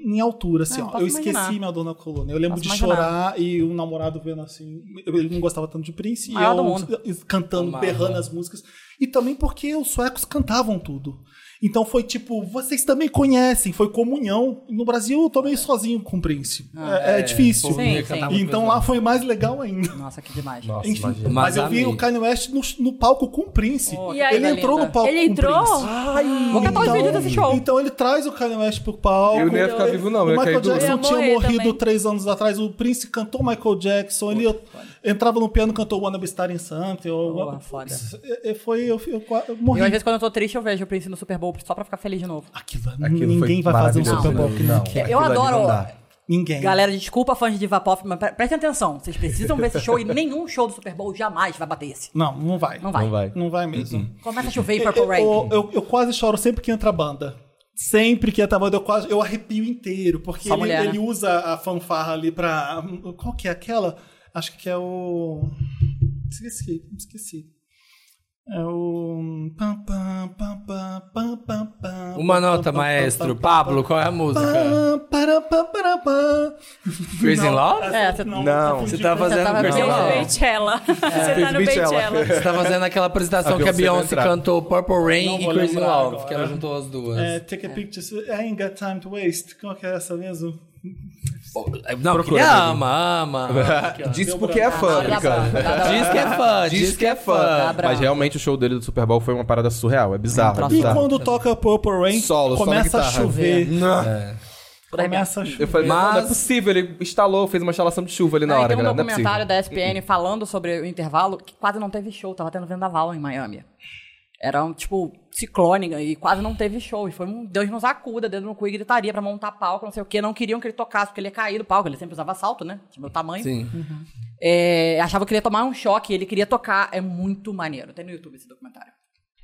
[SPEAKER 1] em altura, assim,
[SPEAKER 5] Ah, Não,
[SPEAKER 1] ó.
[SPEAKER 5] posso
[SPEAKER 1] Eu esqueci
[SPEAKER 5] imaginar.
[SPEAKER 1] minha dor na coluna. Eu lembro
[SPEAKER 5] Posso
[SPEAKER 1] de
[SPEAKER 5] imaginar.
[SPEAKER 1] chorar e um namorado vendo assim. Ele não gostava tanto de Prince e
[SPEAKER 5] Maior do
[SPEAKER 1] eu
[SPEAKER 5] mundo.
[SPEAKER 1] es- cantando,
[SPEAKER 4] Amava.
[SPEAKER 1] berrando as músicas. E também porque os suecos cantavam tudo. Então foi tipo, vocês também conhecem, foi comunhão. No Brasil eu tô meio sozinho com o Prince. é, é difícil.
[SPEAKER 5] povo É. Ah, Sim, sim.
[SPEAKER 1] E então lá foi mais legal ainda.
[SPEAKER 5] Nossa, que demais.
[SPEAKER 1] Enfim,
[SPEAKER 4] imagina.
[SPEAKER 1] mas
[SPEAKER 4] Mas
[SPEAKER 1] eu vi
[SPEAKER 4] amei.
[SPEAKER 1] o Kanye West no, no palco com o Prince.
[SPEAKER 5] Oh,
[SPEAKER 6] que
[SPEAKER 1] ele
[SPEAKER 5] coisa
[SPEAKER 1] entrou
[SPEAKER 5] linda.
[SPEAKER 1] no palco
[SPEAKER 6] Ele
[SPEAKER 1] com o Prince.
[SPEAKER 6] entrou?
[SPEAKER 5] Vou catar os vídeos desse show.
[SPEAKER 1] Então ele traz o Kanye West pro palco.
[SPEAKER 3] Eu não ia ficar vivo, não.
[SPEAKER 1] O
[SPEAKER 3] Eu ia
[SPEAKER 1] Michael
[SPEAKER 3] cair duro.
[SPEAKER 1] Jackson
[SPEAKER 6] Eu ia
[SPEAKER 1] tinha
[SPEAKER 6] morrer
[SPEAKER 1] morrido
[SPEAKER 6] também.
[SPEAKER 1] três anos atrás. O Prince cantou Michael Jackson. Ele entrava no piano e cantou Wanna Be Star in Something. Ou...
[SPEAKER 5] Boa, foda.
[SPEAKER 1] É- é- Foi, eu, eu, qua- eu
[SPEAKER 5] E às
[SPEAKER 1] morri.
[SPEAKER 5] vezes quando eu tô triste, eu vejo o Prince no Super Bowl só pra ficar feliz de novo.
[SPEAKER 1] Aquilo,
[SPEAKER 7] Aquilo
[SPEAKER 1] ninguém
[SPEAKER 7] foi
[SPEAKER 1] vai fazer um
[SPEAKER 7] maravilhoso,
[SPEAKER 1] Super
[SPEAKER 3] né?
[SPEAKER 1] Bowl que
[SPEAKER 7] não.
[SPEAKER 1] não quer.
[SPEAKER 5] Eu
[SPEAKER 7] Aquilo ali não
[SPEAKER 5] adoro.
[SPEAKER 7] dá.
[SPEAKER 1] Ninguém.
[SPEAKER 5] Galera, desculpa fãs de Diva Pop, mas pre- prestem atenção. Vocês precisam ver esse show e nenhum show do Super Bowl jamais vai bater esse.
[SPEAKER 1] Não, não vai.
[SPEAKER 5] Não vai.
[SPEAKER 7] Não vai.
[SPEAKER 1] Não vai mesmo.
[SPEAKER 3] Uhum.
[SPEAKER 5] Começa a chover
[SPEAKER 1] Eu,
[SPEAKER 5] Purple Rain.
[SPEAKER 1] eu- eu- eu quase choro sempre que entra a banda. Sempre que entra a banda, eu quase. Eu arrepio inteiro, porque
[SPEAKER 5] Só
[SPEAKER 1] ele,
[SPEAKER 5] mulher, né?
[SPEAKER 1] ele usa a fanfarra ali pra. Qual que é aquela? Acho que é o. Esqueci, esqueci. É o. pam, pam, pam, pam, pam, pam, pam,
[SPEAKER 4] Uma
[SPEAKER 1] pam,
[SPEAKER 4] nota,
[SPEAKER 1] pam,
[SPEAKER 4] maestro.
[SPEAKER 1] pam, pam, pam,
[SPEAKER 4] Pablo, qual é a música?
[SPEAKER 1] pam, pam, pam, pam, pam.
[SPEAKER 4] Crazy
[SPEAKER 1] Não,
[SPEAKER 4] Love?
[SPEAKER 5] É, você-
[SPEAKER 7] Não,
[SPEAKER 1] tá
[SPEAKER 4] Você tá fazendo
[SPEAKER 5] tava
[SPEAKER 4] Crazy
[SPEAKER 5] bem-
[SPEAKER 6] Fez
[SPEAKER 4] Love?
[SPEAKER 6] Beychella.
[SPEAKER 1] É,
[SPEAKER 6] Você tá no
[SPEAKER 7] Fez Beychella.
[SPEAKER 6] Beychella.
[SPEAKER 4] Você tá fazendo aquela apresentação
[SPEAKER 7] A
[SPEAKER 4] que a
[SPEAKER 7] Beyoncé vai
[SPEAKER 4] Beyoncé
[SPEAKER 7] entrar.
[SPEAKER 4] cantou Purple
[SPEAKER 1] Não
[SPEAKER 4] Rain
[SPEAKER 1] vou
[SPEAKER 4] e Crazy
[SPEAKER 1] lembrar
[SPEAKER 4] Love,
[SPEAKER 1] agora.
[SPEAKER 4] que ela juntou as duas.
[SPEAKER 1] É, take a picture. I ain't got time to waste. Qual que é essa mesmo?
[SPEAKER 4] Não, é, porque
[SPEAKER 7] Procura,
[SPEAKER 4] ele
[SPEAKER 7] Gabi.
[SPEAKER 4] ama, ama.
[SPEAKER 7] Disse porque
[SPEAKER 3] Ah,
[SPEAKER 7] é fã,
[SPEAKER 3] tá
[SPEAKER 5] Dá
[SPEAKER 7] brincando.
[SPEAKER 5] pra- dá pra-
[SPEAKER 4] Diz que é fã, diz, que é fã.
[SPEAKER 5] Tá bravo.
[SPEAKER 7] Mas realmente o show dele do Super Bowl foi uma parada surreal. É bizarro, é
[SPEAKER 1] E
[SPEAKER 7] bizarro.
[SPEAKER 1] quando toca Purple Rain,
[SPEAKER 7] Solo, só na
[SPEAKER 1] começa a
[SPEAKER 7] guitarra.
[SPEAKER 1] chover.
[SPEAKER 7] É.
[SPEAKER 1] Começa a chover.
[SPEAKER 3] Eu falei, não, não é
[SPEAKER 4] Mas-
[SPEAKER 3] possível, ele instalou, fez uma instalação de chuva ali na
[SPEAKER 5] Aí
[SPEAKER 3] hora,
[SPEAKER 5] tem um
[SPEAKER 3] galera. Não é
[SPEAKER 5] documentário
[SPEAKER 3] possível.
[SPEAKER 5] da ESPN falando sobre o intervalo que quase não teve show, tava tendo vendaval em Miami. Era um tipo ciclone e quase não teve show. E foi um Deus nos acuda, dedo no cu e gritaria pra montar palco, não sei o quê. Não queriam que ele tocasse, porque ele ia cair do palco, ele sempre usava salto, né? Tipo, meu tamanho.
[SPEAKER 4] Sim.
[SPEAKER 5] É, achava que ele ia tomar um choque, ele queria tocar. É muito maneiro. Tem no YouTube esse documentário.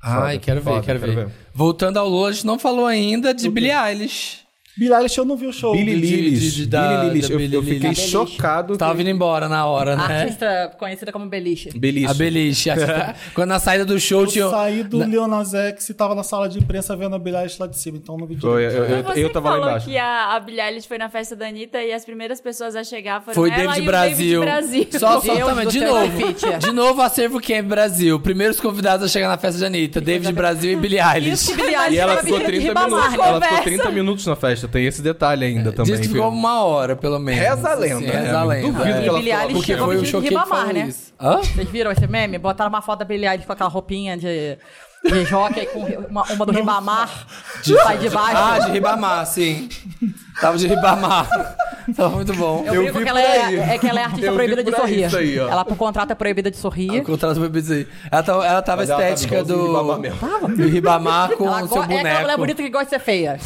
[SPEAKER 4] Ai, quero ver,
[SPEAKER 7] foda,
[SPEAKER 4] quero
[SPEAKER 7] quero
[SPEAKER 4] ver.
[SPEAKER 7] ver.
[SPEAKER 4] Voltando ao Lula, a gente não falou ainda de Billie Eilish.
[SPEAKER 1] Billie Eilish, eu não vi o show.
[SPEAKER 7] Billy
[SPEAKER 4] de- de-
[SPEAKER 7] Lillis.
[SPEAKER 4] de- da-
[SPEAKER 7] Billy Lillis.
[SPEAKER 4] da
[SPEAKER 7] Eu,
[SPEAKER 4] Billie
[SPEAKER 7] eu fiquei
[SPEAKER 4] Lillis.
[SPEAKER 7] chocado.
[SPEAKER 4] Tava
[SPEAKER 7] que...
[SPEAKER 4] vindo embora na hora, né?
[SPEAKER 5] Artista conhecida como Beliche.
[SPEAKER 7] É? Beliche.
[SPEAKER 4] A Beliche. Quando na saída do show
[SPEAKER 1] Eu
[SPEAKER 4] tinha.
[SPEAKER 1] saí do Leonel Zex e tava na sala de imprensa vendo a Billie Eilish lá de cima, então não vi
[SPEAKER 7] Foi, eu,
[SPEAKER 1] direito.
[SPEAKER 7] eu, eu,
[SPEAKER 6] Você que
[SPEAKER 7] tava lá
[SPEAKER 6] falou
[SPEAKER 7] embaixo.
[SPEAKER 6] que a, a Billie Eilish foi na festa da Anitta e as primeiras pessoas a chegar foram
[SPEAKER 4] Foi
[SPEAKER 6] ela
[SPEAKER 4] David
[SPEAKER 6] e
[SPEAKER 4] Brasil.
[SPEAKER 6] o David Brasil.
[SPEAKER 4] Só, só
[SPEAKER 5] Deus
[SPEAKER 4] também,
[SPEAKER 5] do
[SPEAKER 4] de
[SPEAKER 5] céu,
[SPEAKER 4] novo.
[SPEAKER 5] Fitia.
[SPEAKER 4] De novo, acervo Camp Brasil. Primeiros convidados a chegar na festa de Anitta. David Brasil e Billie Eilish.
[SPEAKER 5] Isso, Billie Eilish
[SPEAKER 7] E ela
[SPEAKER 5] tava
[SPEAKER 7] ficou
[SPEAKER 5] vestido de
[SPEAKER 7] 30
[SPEAKER 5] Ribamar,
[SPEAKER 7] minutos.
[SPEAKER 5] né?
[SPEAKER 7] Ela ficou
[SPEAKER 6] conversa.
[SPEAKER 7] 30 minutos na festa. Tem esse detalhe ainda também.
[SPEAKER 4] Diz que ficou uma hora, pelo menos.
[SPEAKER 7] Reza a lenda,
[SPEAKER 4] Assim,
[SPEAKER 7] né,
[SPEAKER 4] Reza a
[SPEAKER 7] amigo?
[SPEAKER 4] lenda.
[SPEAKER 7] Duvido
[SPEAKER 4] um é.
[SPEAKER 7] que ela
[SPEAKER 5] Billie
[SPEAKER 7] falou,
[SPEAKER 5] Eilish
[SPEAKER 7] porque
[SPEAKER 5] chegou
[SPEAKER 4] Foi o
[SPEAKER 5] vestido de
[SPEAKER 4] choquei que
[SPEAKER 5] Ribamar,
[SPEAKER 4] falou
[SPEAKER 5] né?
[SPEAKER 4] isso. Hã?
[SPEAKER 5] Vocês viram esse meme? Botaram uma foto da Billie Eilish com aquela roupinha de, de jockey com uma, uma do Ribamar de, sai de baixo.
[SPEAKER 4] Ah, de Ribamar, sim. Tava de Ribamar. Tava muito bom.
[SPEAKER 5] eu
[SPEAKER 7] vi
[SPEAKER 5] brinco que ela
[SPEAKER 7] por
[SPEAKER 5] é,
[SPEAKER 7] aí.
[SPEAKER 5] é que ela é artista
[SPEAKER 7] Eu vi
[SPEAKER 5] proibida de
[SPEAKER 7] por aí
[SPEAKER 5] sorrir.
[SPEAKER 7] isso aí, ó.
[SPEAKER 5] ela, por contrato, é proibida de sorrir.
[SPEAKER 4] O contrato foi bizarro. Ela tava, ela tava
[SPEAKER 7] Mas ela tava
[SPEAKER 4] estética
[SPEAKER 7] igualzinho de Ribamar
[SPEAKER 4] do.
[SPEAKER 7] mesmo.
[SPEAKER 4] Do Ribamar com
[SPEAKER 5] Ela
[SPEAKER 4] o
[SPEAKER 5] go-
[SPEAKER 4] seu
[SPEAKER 5] é aquela mulher
[SPEAKER 4] boneco.
[SPEAKER 5] bonita que gosta de ser feia.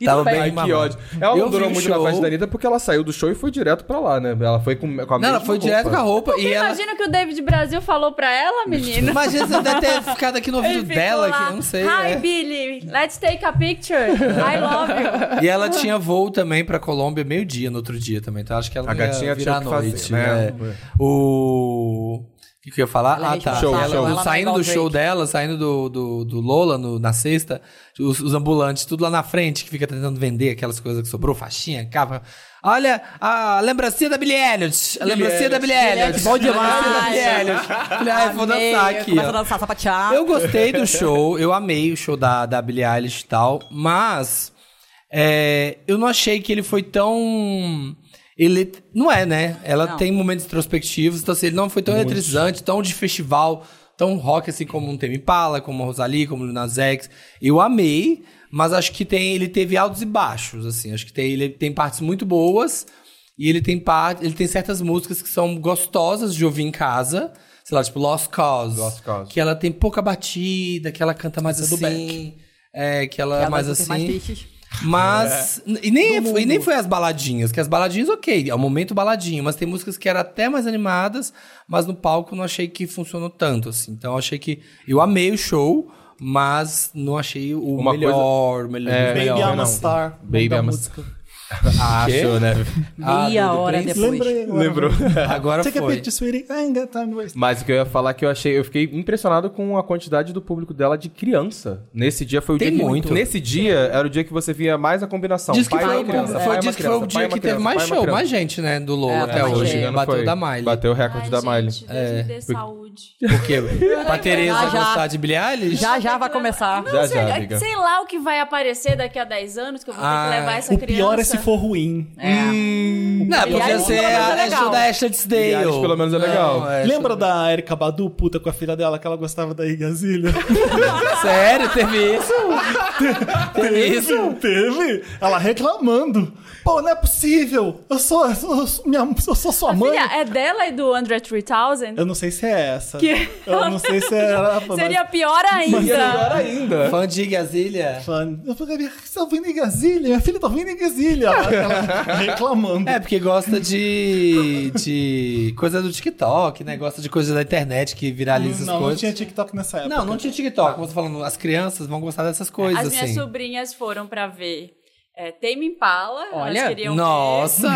[SPEAKER 5] E
[SPEAKER 4] Tava
[SPEAKER 5] tudo
[SPEAKER 4] bem
[SPEAKER 5] bem.
[SPEAKER 4] Ai,
[SPEAKER 7] Que
[SPEAKER 4] Mamãe.
[SPEAKER 7] ódio. Ela
[SPEAKER 4] Eu
[SPEAKER 7] não durou
[SPEAKER 4] vi o
[SPEAKER 7] muito na
[SPEAKER 4] show.
[SPEAKER 7] festa da Anitta porque ela saiu do show e foi direto pra lá, né? Ela foi com, com a
[SPEAKER 4] Não, ela foi direto com a roupa. E ela.
[SPEAKER 6] Imagina o que o David Brasil falou pra ela, menino.
[SPEAKER 4] Imagina você deve ter ficado aqui no ouvido
[SPEAKER 6] Ele ficou
[SPEAKER 4] dela,
[SPEAKER 6] lá,
[SPEAKER 4] que não sei.
[SPEAKER 6] Hi,
[SPEAKER 4] é.
[SPEAKER 6] Billy, let's take a picture. I love you.
[SPEAKER 4] E ela tinha voo também pra Colômbia meio-dia no outro dia também. Então acho que ela
[SPEAKER 7] A
[SPEAKER 4] não ia
[SPEAKER 7] gatinha tinha
[SPEAKER 4] virar à
[SPEAKER 7] que fazer,
[SPEAKER 4] noite.
[SPEAKER 7] né?
[SPEAKER 4] né? O. O que, que eu ia falar?
[SPEAKER 5] Ela é
[SPEAKER 4] ah, tá.
[SPEAKER 5] responsável.
[SPEAKER 4] Ela-
[SPEAKER 7] Show, show.
[SPEAKER 4] Saindo do show dela, saindo do, do, do Lola no- na sexta, os, os ambulantes, tudo lá na frente, que fica tentando vender aquelas coisas que sobrou, faixinha, capa. Olha, a lembrancinha da Billie Eilish. A lembrancinha da Billie Eilish.
[SPEAKER 5] Bom demais.
[SPEAKER 4] A lembrancinha da Billie Eilish. Falei, ai, Ah, vou
[SPEAKER 5] Amei,
[SPEAKER 4] dançar aqui.
[SPEAKER 5] Começa
[SPEAKER 4] ó.
[SPEAKER 5] a dançar, sapatear.
[SPEAKER 4] Eu gostei do show, eu amei o show da, da Billie Eilish e tal, mas é, eu não achei que ele foi tão. Ele não é, né? Ela
[SPEAKER 5] Não.
[SPEAKER 4] tem momentos introspectivos, então assim, ele não foi tão eletrizante, tão de festival, tão rock assim como um Temi Pala, como a Rosalie, como o Lil Nas X. Eu amei, mas acho que tem, ele teve altos e baixos, assim. Acho que tem, ele tem partes muito boas e ele tem parte, ele tem certas músicas que são gostosas de ouvir em casa. Sei lá, tipo Lost Cause.
[SPEAKER 7] Lost Cause.
[SPEAKER 4] Que ela tem pouca batida, que ela canta mais
[SPEAKER 5] do
[SPEAKER 4] assim. É, que ela,
[SPEAKER 5] Ela
[SPEAKER 4] é mais
[SPEAKER 5] vai ter
[SPEAKER 4] assim.
[SPEAKER 5] mais peixes.
[SPEAKER 4] Mas.
[SPEAKER 7] É.
[SPEAKER 4] E, nem, é e nem foi as baladinhas, que as baladinhas, ok, é um momento baladinho, mas tem músicas que eram até mais animadas, mas no palco não achei que funcionou tanto, assim. Então eu achei que. Eu amei o show, mas não achei o
[SPEAKER 7] Uma
[SPEAKER 4] melhor, o melhor,
[SPEAKER 7] É,
[SPEAKER 4] o
[SPEAKER 1] Baby
[SPEAKER 4] melhor.
[SPEAKER 1] I'm
[SPEAKER 7] não.
[SPEAKER 1] a Star.
[SPEAKER 7] Baby
[SPEAKER 1] nome da
[SPEAKER 7] I'm a-
[SPEAKER 1] música.
[SPEAKER 7] Achou, né?
[SPEAKER 5] Meia
[SPEAKER 4] do- do
[SPEAKER 5] hora
[SPEAKER 4] Prince?
[SPEAKER 5] depois.
[SPEAKER 1] Lembrei. agora.
[SPEAKER 7] Lembrou.
[SPEAKER 4] Agora
[SPEAKER 1] Take a
[SPEAKER 4] foi.
[SPEAKER 1] picture, sweetie. I ain't got time to waste.
[SPEAKER 7] Mas o que eu ia falar é que eu achei, eu fiquei impressionado com a quantidade do público dela de criança. Nesse dia foi o
[SPEAKER 4] Tem
[SPEAKER 7] dia que-
[SPEAKER 4] muito.
[SPEAKER 7] nesse dia era o dia que você via mais a combinação.
[SPEAKER 4] Diz que
[SPEAKER 7] pai e
[SPEAKER 4] foi,
[SPEAKER 7] uma criança,
[SPEAKER 4] foi-
[SPEAKER 7] pai e uma
[SPEAKER 4] diz que foi
[SPEAKER 7] criança,
[SPEAKER 4] o
[SPEAKER 7] pai
[SPEAKER 4] dia
[SPEAKER 7] e uma
[SPEAKER 4] que
[SPEAKER 7] criança,
[SPEAKER 4] teve mais
[SPEAKER 7] pai e uma
[SPEAKER 4] show,
[SPEAKER 7] criança.
[SPEAKER 4] mais gente, né? Do Lolo
[SPEAKER 5] É,
[SPEAKER 4] até
[SPEAKER 5] tá mais
[SPEAKER 4] hoje.
[SPEAKER 5] gente.
[SPEAKER 4] Bateu
[SPEAKER 7] foi-
[SPEAKER 4] da Miley.
[SPEAKER 7] Bateu o recorde
[SPEAKER 6] Ai,
[SPEAKER 7] da Miley.
[SPEAKER 6] gente, Deus
[SPEAKER 1] É,
[SPEAKER 6] me dê saúde.
[SPEAKER 4] Por quê? pra Tereza
[SPEAKER 5] Já, já.
[SPEAKER 4] gostar de Billie Eilish?
[SPEAKER 5] Já, já vai começar.
[SPEAKER 6] Não
[SPEAKER 7] Já,
[SPEAKER 4] é
[SPEAKER 6] sei,
[SPEAKER 7] já, amiga.
[SPEAKER 6] sei lá o é que vai aparecer daqui a 10 anos, que eu vou ter
[SPEAKER 4] Ah,
[SPEAKER 6] que levar essa
[SPEAKER 1] O
[SPEAKER 6] criança.
[SPEAKER 1] pior é se for ruim.
[SPEAKER 4] Não, podia ser
[SPEAKER 5] Eilish, pelo menos, é
[SPEAKER 4] a, a
[SPEAKER 5] legal.
[SPEAKER 4] show da Ashley Tisdale.
[SPEAKER 7] Billie Eilish, pelo menos, é legal.
[SPEAKER 4] Não, é-
[SPEAKER 1] Lembra da Erika Badu, puta com a filha dela, que ela gostava da Igazilha?
[SPEAKER 4] tá Sério, teve isso? teve isso?
[SPEAKER 1] Teve? Ela reclamando. Pô, não é possível. Eu sou, eu sou, eu sou minha, eu sou sua
[SPEAKER 6] A
[SPEAKER 1] mãe.
[SPEAKER 6] filha é dela e do André 3000?
[SPEAKER 1] Eu não sei se é essa.
[SPEAKER 6] Que-
[SPEAKER 1] Eu não sei se é era.
[SPEAKER 6] Seria pior ainda.
[SPEAKER 7] Pior ainda.
[SPEAKER 4] Fã de Gazilha?
[SPEAKER 1] Fã. Eu falei, minha filha tá ouvindo Igazilha? Minha filha tá ouvindo Igazilha. Ela, ela reclamando.
[SPEAKER 4] É, porque gosta de, de coisa do TikTok, né? Gosta de coisa da internet que viraliza
[SPEAKER 1] não, não
[SPEAKER 4] as coisas.
[SPEAKER 1] tinha TikTok nessa época.
[SPEAKER 4] tá Não, não tinha TikTok. Como eu tô falando, as crianças vão gostar dessas coisas,
[SPEAKER 6] As minhas
[SPEAKER 4] assim.
[SPEAKER 6] sobrinhas foram pra ver É, Tame Impala.
[SPEAKER 5] Olha,
[SPEAKER 6] elas queriam
[SPEAKER 4] Nossa!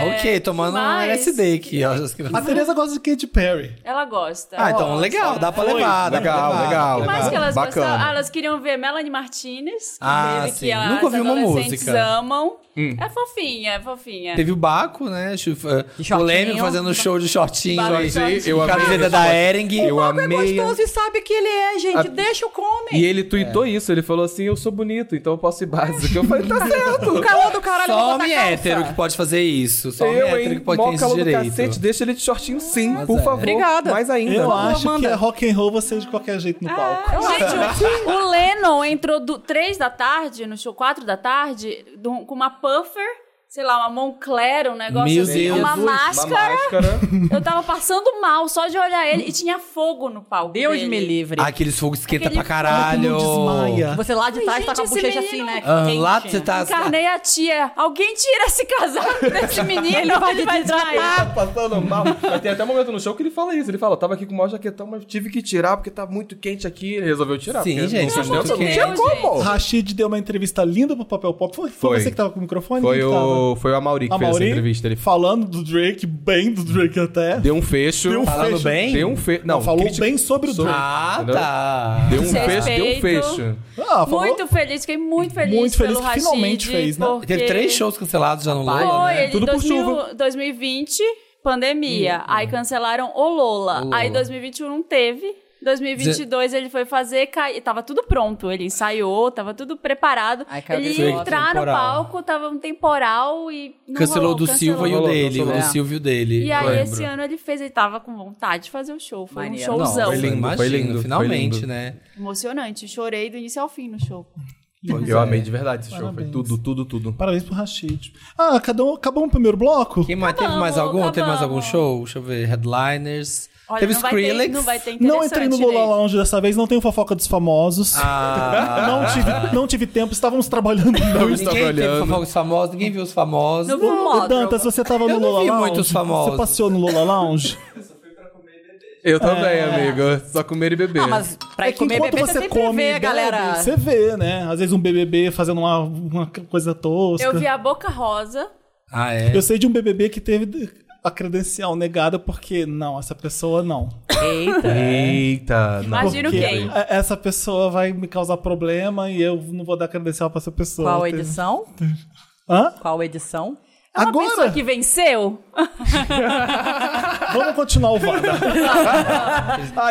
[SPEAKER 6] É,
[SPEAKER 4] ok, tomando um
[SPEAKER 6] mas-
[SPEAKER 4] LSD aqui, ó. as
[SPEAKER 1] A
[SPEAKER 4] crianças.
[SPEAKER 1] Tereza gosta de Katy Perry.
[SPEAKER 6] ver. Ela gosta.
[SPEAKER 4] Ah, então
[SPEAKER 6] gosta.
[SPEAKER 4] legal, dá pra levar, dá pra
[SPEAKER 7] Legal,
[SPEAKER 4] levar.
[SPEAKER 7] legal.
[SPEAKER 6] O que mais que elas
[SPEAKER 7] Bacana.
[SPEAKER 6] gostavam? Ah, elas queriam ver Melanie Martinez. Que
[SPEAKER 4] Ah,
[SPEAKER 6] teve,
[SPEAKER 4] sim.
[SPEAKER 6] Que as
[SPEAKER 4] Nunca ouvi uma
[SPEAKER 6] adolescentes
[SPEAKER 4] música. Hum.
[SPEAKER 6] amam. É fofinha, é fofinha.
[SPEAKER 4] Teve o Baco, né? chu- eh,
[SPEAKER 5] shortinho.
[SPEAKER 4] Polêmico fazendo show de shortinho.
[SPEAKER 6] Baco
[SPEAKER 4] aí,
[SPEAKER 6] de shortinho.
[SPEAKER 7] Eu amei
[SPEAKER 4] Camiseta
[SPEAKER 7] esse
[SPEAKER 4] da
[SPEAKER 7] short.
[SPEAKER 6] ah,
[SPEAKER 4] Ering.
[SPEAKER 7] Eu
[SPEAKER 6] é
[SPEAKER 7] amei. a-
[SPEAKER 5] Gostoso e sabe que ele é, gente.
[SPEAKER 7] A-
[SPEAKER 5] Deixa o come.
[SPEAKER 7] E ele tweetou isso, ele falou assim: Eu sou bonito, então eu posso ir básico. Eu falei: Tá certo.
[SPEAKER 5] O calor do caralho eu
[SPEAKER 4] Só
[SPEAKER 5] vou botar
[SPEAKER 4] homem
[SPEAKER 5] calça.
[SPEAKER 4] hétero que pode fazer isso. Só homem
[SPEAKER 7] Eu,
[SPEAKER 4] hétero
[SPEAKER 7] hein?
[SPEAKER 4] que pode ter
[SPEAKER 7] Mó
[SPEAKER 4] esse
[SPEAKER 7] calor do
[SPEAKER 4] direito.
[SPEAKER 7] cacete, deixa ele de shortinho sim,
[SPEAKER 4] Mas
[SPEAKER 7] por
[SPEAKER 4] é.
[SPEAKER 7] favor.
[SPEAKER 5] Obrigada.
[SPEAKER 7] Mais ainda.
[SPEAKER 1] Eu acho
[SPEAKER 5] Amanda.
[SPEAKER 1] que a rock and roll vai ser de qualquer jeito no
[SPEAKER 4] Ah.
[SPEAKER 1] palco.
[SPEAKER 6] Gente, o- o Lennon entrou do 3 da tarde, no show 4 da tarde, do- com uma puffer, sei lá, uma Moncler, um negócio
[SPEAKER 4] Meu
[SPEAKER 6] assim,
[SPEAKER 4] Deus.
[SPEAKER 6] uma
[SPEAKER 4] Jesus,
[SPEAKER 6] máscara.
[SPEAKER 7] máscara.
[SPEAKER 6] Eu tava passando mal só de olhar ele e tinha fogo no palco.
[SPEAKER 5] Deus
[SPEAKER 6] dele.
[SPEAKER 5] me livre.
[SPEAKER 4] Ah, aqueles fogos esquenta
[SPEAKER 6] Aquele
[SPEAKER 4] pra caralho.
[SPEAKER 1] Não desmaia.
[SPEAKER 5] Você lá de
[SPEAKER 6] Ai,
[SPEAKER 5] trás tá
[SPEAKER 6] gente,
[SPEAKER 5] com a
[SPEAKER 6] esse
[SPEAKER 5] bochecha assim,
[SPEAKER 6] menino-
[SPEAKER 5] né?
[SPEAKER 4] Ah, lá
[SPEAKER 5] quente.
[SPEAKER 4] você tá.
[SPEAKER 6] Encarnei a tia. Alguém tira esse casaco desse menino, ele vai, ele vai desmaiar.
[SPEAKER 7] Passando mal. Mas tem até um momento no show que ele fala isso. Ele fala, tava aqui com o maior jaquetão, mas tive que tirar porque tá muito quente aqui. Ele resolveu tirar.
[SPEAKER 4] Sim,
[SPEAKER 7] porque
[SPEAKER 4] gente,
[SPEAKER 7] Não,
[SPEAKER 4] tá
[SPEAKER 7] não,
[SPEAKER 4] muito
[SPEAKER 7] não
[SPEAKER 6] quente.
[SPEAKER 7] tinha como.
[SPEAKER 1] Rashid deu uma entrevista linda pro Papel Pop. Foi, foi
[SPEAKER 7] Foi.
[SPEAKER 1] você que tava com o microfone?
[SPEAKER 7] Foi
[SPEAKER 1] Quem que tava?
[SPEAKER 7] o, foi o Amaury que
[SPEAKER 1] A
[SPEAKER 7] fez essa
[SPEAKER 1] Mauri,
[SPEAKER 7] entrevista. Ele
[SPEAKER 1] falando do Drake, bem do Drake até.
[SPEAKER 7] deu um fecho.
[SPEAKER 1] Deu um
[SPEAKER 4] Falando
[SPEAKER 1] fecho.
[SPEAKER 4] bem?
[SPEAKER 7] Deu um fecho. Não,
[SPEAKER 1] falou
[SPEAKER 7] crítica-
[SPEAKER 1] bem sobre o Drake.
[SPEAKER 4] Ah,
[SPEAKER 7] Entendeu?
[SPEAKER 4] tá.
[SPEAKER 7] Deu um fecho, deu um
[SPEAKER 6] Desrespeito.
[SPEAKER 7] fecho.
[SPEAKER 1] Ah, falou.
[SPEAKER 6] Muito feliz, fiquei muito feliz
[SPEAKER 1] Muito feliz
[SPEAKER 6] pelo
[SPEAKER 1] que finalmente
[SPEAKER 6] Rashid,
[SPEAKER 1] fez, né?
[SPEAKER 6] porque-
[SPEAKER 4] Teve três shows cancelados já no
[SPEAKER 6] Foi,
[SPEAKER 4] Lola, né?
[SPEAKER 6] ele
[SPEAKER 7] Tudo por
[SPEAKER 6] 2000
[SPEAKER 7] chuva.
[SPEAKER 6] 2020, pandemia. Aí cancelaram o Lola.
[SPEAKER 4] O Lola.
[SPEAKER 6] Aí 2021 não teve. 2022 ele foi fazer, cai... tava tudo pronto, ele ensaiou, tava tudo preparado.
[SPEAKER 5] Aí caiu
[SPEAKER 6] ele
[SPEAKER 5] aquele
[SPEAKER 6] ia entrar
[SPEAKER 4] temporal.
[SPEAKER 6] no palco, tava um temporal e não
[SPEAKER 4] Cancelou
[SPEAKER 6] rolou,
[SPEAKER 4] o do Silva e o
[SPEAKER 7] Rolou,
[SPEAKER 4] dele. O
[SPEAKER 7] cancelou.
[SPEAKER 4] do Silva e o dele.
[SPEAKER 6] E aí
[SPEAKER 4] eu
[SPEAKER 6] esse
[SPEAKER 4] lembro.
[SPEAKER 6] ano ele fez, ele tava com vontade de fazer o show, foi
[SPEAKER 5] Maneiro.
[SPEAKER 6] um
[SPEAKER 4] Não,
[SPEAKER 6] showzão.
[SPEAKER 4] foi lindo,
[SPEAKER 7] Imagino,
[SPEAKER 4] foi lindo.
[SPEAKER 7] foi
[SPEAKER 4] Finalmente,
[SPEAKER 7] lindo.
[SPEAKER 4] né?
[SPEAKER 6] Emocionante, chorei do início ao fim no show.
[SPEAKER 4] Pois
[SPEAKER 7] Eu
[SPEAKER 4] é.
[SPEAKER 7] amei de verdade esse show. Foi
[SPEAKER 1] Parabéns.
[SPEAKER 7] tudo, tudo, tudo.
[SPEAKER 1] Parabéns pro Rashid. Ah, acabou, acabou o primeiro bloco?
[SPEAKER 6] Tá
[SPEAKER 4] Quem mais? Teve mais
[SPEAKER 6] Acabamos,
[SPEAKER 4] algum? Teve mais algum
[SPEAKER 6] acabamos.
[SPEAKER 4] show? Deixa eu ver. Headliners.
[SPEAKER 6] Olha,
[SPEAKER 4] Teve
[SPEAKER 6] não, vai ter,
[SPEAKER 4] Skrillex.
[SPEAKER 6] não vai ter interessante.
[SPEAKER 1] Não entrei no Lola
[SPEAKER 6] né?
[SPEAKER 1] Lounge dessa vez, não tenho fofoca dos famosos.
[SPEAKER 4] Ah,
[SPEAKER 1] Não, tive, não tive tempo, estávamos trabalhando muito.
[SPEAKER 4] ninguém teve
[SPEAKER 7] trabalhando.
[SPEAKER 4] fofoca dos famosos, ninguém viu os famosos.
[SPEAKER 6] No Vumódromo.
[SPEAKER 1] Ô, Dantas, você tava no
[SPEAKER 4] Eu não
[SPEAKER 1] Lola
[SPEAKER 4] vi
[SPEAKER 1] Lounge?
[SPEAKER 4] muitos famosos.
[SPEAKER 1] Você passeou no Lola Lounge? É.
[SPEAKER 7] Eu também, amigo. Só comer e beber.
[SPEAKER 5] Ah, mas pra
[SPEAKER 6] É
[SPEAKER 5] ir
[SPEAKER 1] que
[SPEAKER 5] comer
[SPEAKER 1] enquanto
[SPEAKER 5] bebê,
[SPEAKER 1] você
[SPEAKER 5] sempre
[SPEAKER 1] come
[SPEAKER 5] vê
[SPEAKER 1] e
[SPEAKER 5] a
[SPEAKER 1] bebe,
[SPEAKER 5] galera.
[SPEAKER 1] Você vê, né? Às vezes um BBB fazendo uma, uma coisa tosca.
[SPEAKER 6] Eu vi a Boca Rosa,
[SPEAKER 4] Ah, é?
[SPEAKER 1] Eu sei de um BBB que teve a credencial negada porque, não, essa pessoa não.
[SPEAKER 5] Eita.
[SPEAKER 1] é.
[SPEAKER 7] Eita. não.
[SPEAKER 6] Imagino
[SPEAKER 1] Porque
[SPEAKER 6] quem.
[SPEAKER 1] a- Essa pessoa vai me causar problema e eu não vou dar credencial pra essa pessoa.
[SPEAKER 5] Qual
[SPEAKER 1] Tem-
[SPEAKER 5] edição?
[SPEAKER 1] Hã?
[SPEAKER 5] Qual edição?
[SPEAKER 6] É uma
[SPEAKER 1] Agora,
[SPEAKER 6] pessoa que venceu.
[SPEAKER 1] vamos continuar o Wanda.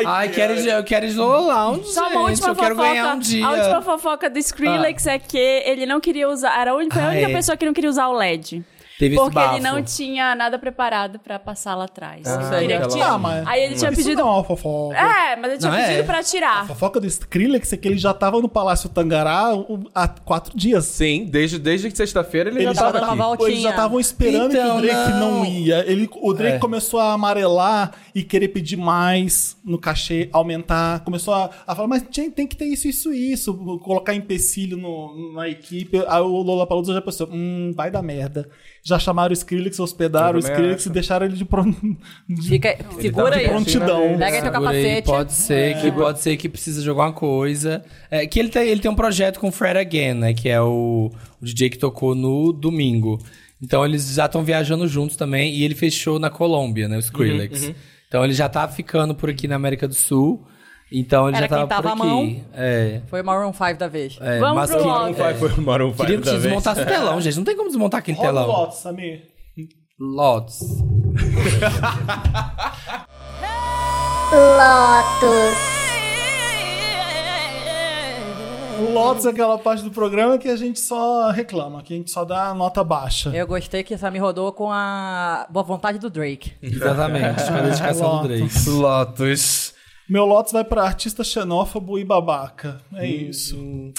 [SPEAKER 4] Ai, quero,
[SPEAKER 1] é.
[SPEAKER 4] ir- eu quero ir no Lounge,
[SPEAKER 6] Só uma
[SPEAKER 4] gente.
[SPEAKER 6] última
[SPEAKER 4] Eu quero
[SPEAKER 6] fofoca.
[SPEAKER 4] ganhar um dia.
[SPEAKER 6] A última fofoca do Skrillex é que ele não queria usar. Era a única, foi a
[SPEAKER 4] Ah,
[SPEAKER 6] única
[SPEAKER 4] é.
[SPEAKER 6] pessoa que não queria usar o LED.
[SPEAKER 4] Teve esse
[SPEAKER 6] porque ele
[SPEAKER 4] bafo.
[SPEAKER 6] não tinha nada preparado pra passar lá atrás.
[SPEAKER 7] Ah,
[SPEAKER 6] Ele queria que
[SPEAKER 7] aquela-
[SPEAKER 6] tirasse.
[SPEAKER 1] Ah, mas-
[SPEAKER 6] Aí ele tinha
[SPEAKER 1] Isso
[SPEAKER 6] pedido.
[SPEAKER 1] não é uma fofoca.
[SPEAKER 6] É, mas ele tinha
[SPEAKER 4] Não, é.
[SPEAKER 6] pedido pra tirar.
[SPEAKER 1] A fofoca do Skrillex é que ele já tava no Palácio Tangará um, há quatro dias.
[SPEAKER 7] Sim, desde, desde sexta-feira ele,
[SPEAKER 1] Ele
[SPEAKER 7] já tava
[SPEAKER 1] já
[SPEAKER 7] aqui.
[SPEAKER 5] tava voltinha.
[SPEAKER 1] Eles já estavam esperando
[SPEAKER 4] Então,
[SPEAKER 1] que o Drake
[SPEAKER 4] não.
[SPEAKER 1] não, ia. Ele, o Drake começou a amarelar e querer pedir mais no cachê, aumentar. Começou a, a falar, mas tem, tem que ter isso, isso, isso. Colocar empecilho no, na equipe. Aí o Lollapalooza já pensou, hum, vai dar merda. Já chamaram o Skrillex, hospedaram o
[SPEAKER 7] Eu também
[SPEAKER 1] Skrillex
[SPEAKER 7] acho.
[SPEAKER 1] e deixaram ele de, pron... de
[SPEAKER 5] Fica, segura
[SPEAKER 7] tava
[SPEAKER 5] aí.
[SPEAKER 7] de
[SPEAKER 1] prontidão.
[SPEAKER 5] Pega aí teu
[SPEAKER 4] Segura aí,
[SPEAKER 5] capacete.
[SPEAKER 4] Pode ser, que, pode ser que precisa de alguma coisa. É, que ele tem, ele tem um projeto com o Fred Again, né? Que é o, o DJ que tocou no domingo. Então eles já estão viajando juntos também. E ele fechou na Colômbia, né? O
[SPEAKER 5] Uhum,
[SPEAKER 4] Skrillex. Então ele já tá ficando por aqui na América do Sul. Então ele já
[SPEAKER 5] Era
[SPEAKER 4] tava,
[SPEAKER 5] quem tava
[SPEAKER 4] por
[SPEAKER 5] à mão.
[SPEAKER 4] aqui. É,
[SPEAKER 5] Foi o Maroon 5 da vez.
[SPEAKER 4] é,
[SPEAKER 6] Vamos
[SPEAKER 4] mas
[SPEAKER 6] pro
[SPEAKER 4] que-
[SPEAKER 6] Lotus.
[SPEAKER 7] Maroon Um five foi o Maroon five
[SPEAKER 4] Queria que
[SPEAKER 7] da vez.
[SPEAKER 4] desmontar esse telão, gente. Não tem como desmontar aquele
[SPEAKER 1] Rola o
[SPEAKER 4] telão.
[SPEAKER 1] Lotus, Samir.
[SPEAKER 4] Lotus.
[SPEAKER 1] O Lotus é aquela parte do programa que a gente só reclama, que a gente só dá nota baixa.
[SPEAKER 5] Eu gostei que essa me rodou com a boa vontade do Drake.
[SPEAKER 4] Exatamente. Com a dedicação do Drake.
[SPEAKER 7] Lotus.
[SPEAKER 1] Meu Lotus vai pra artista xenófobo e babaca. É isso.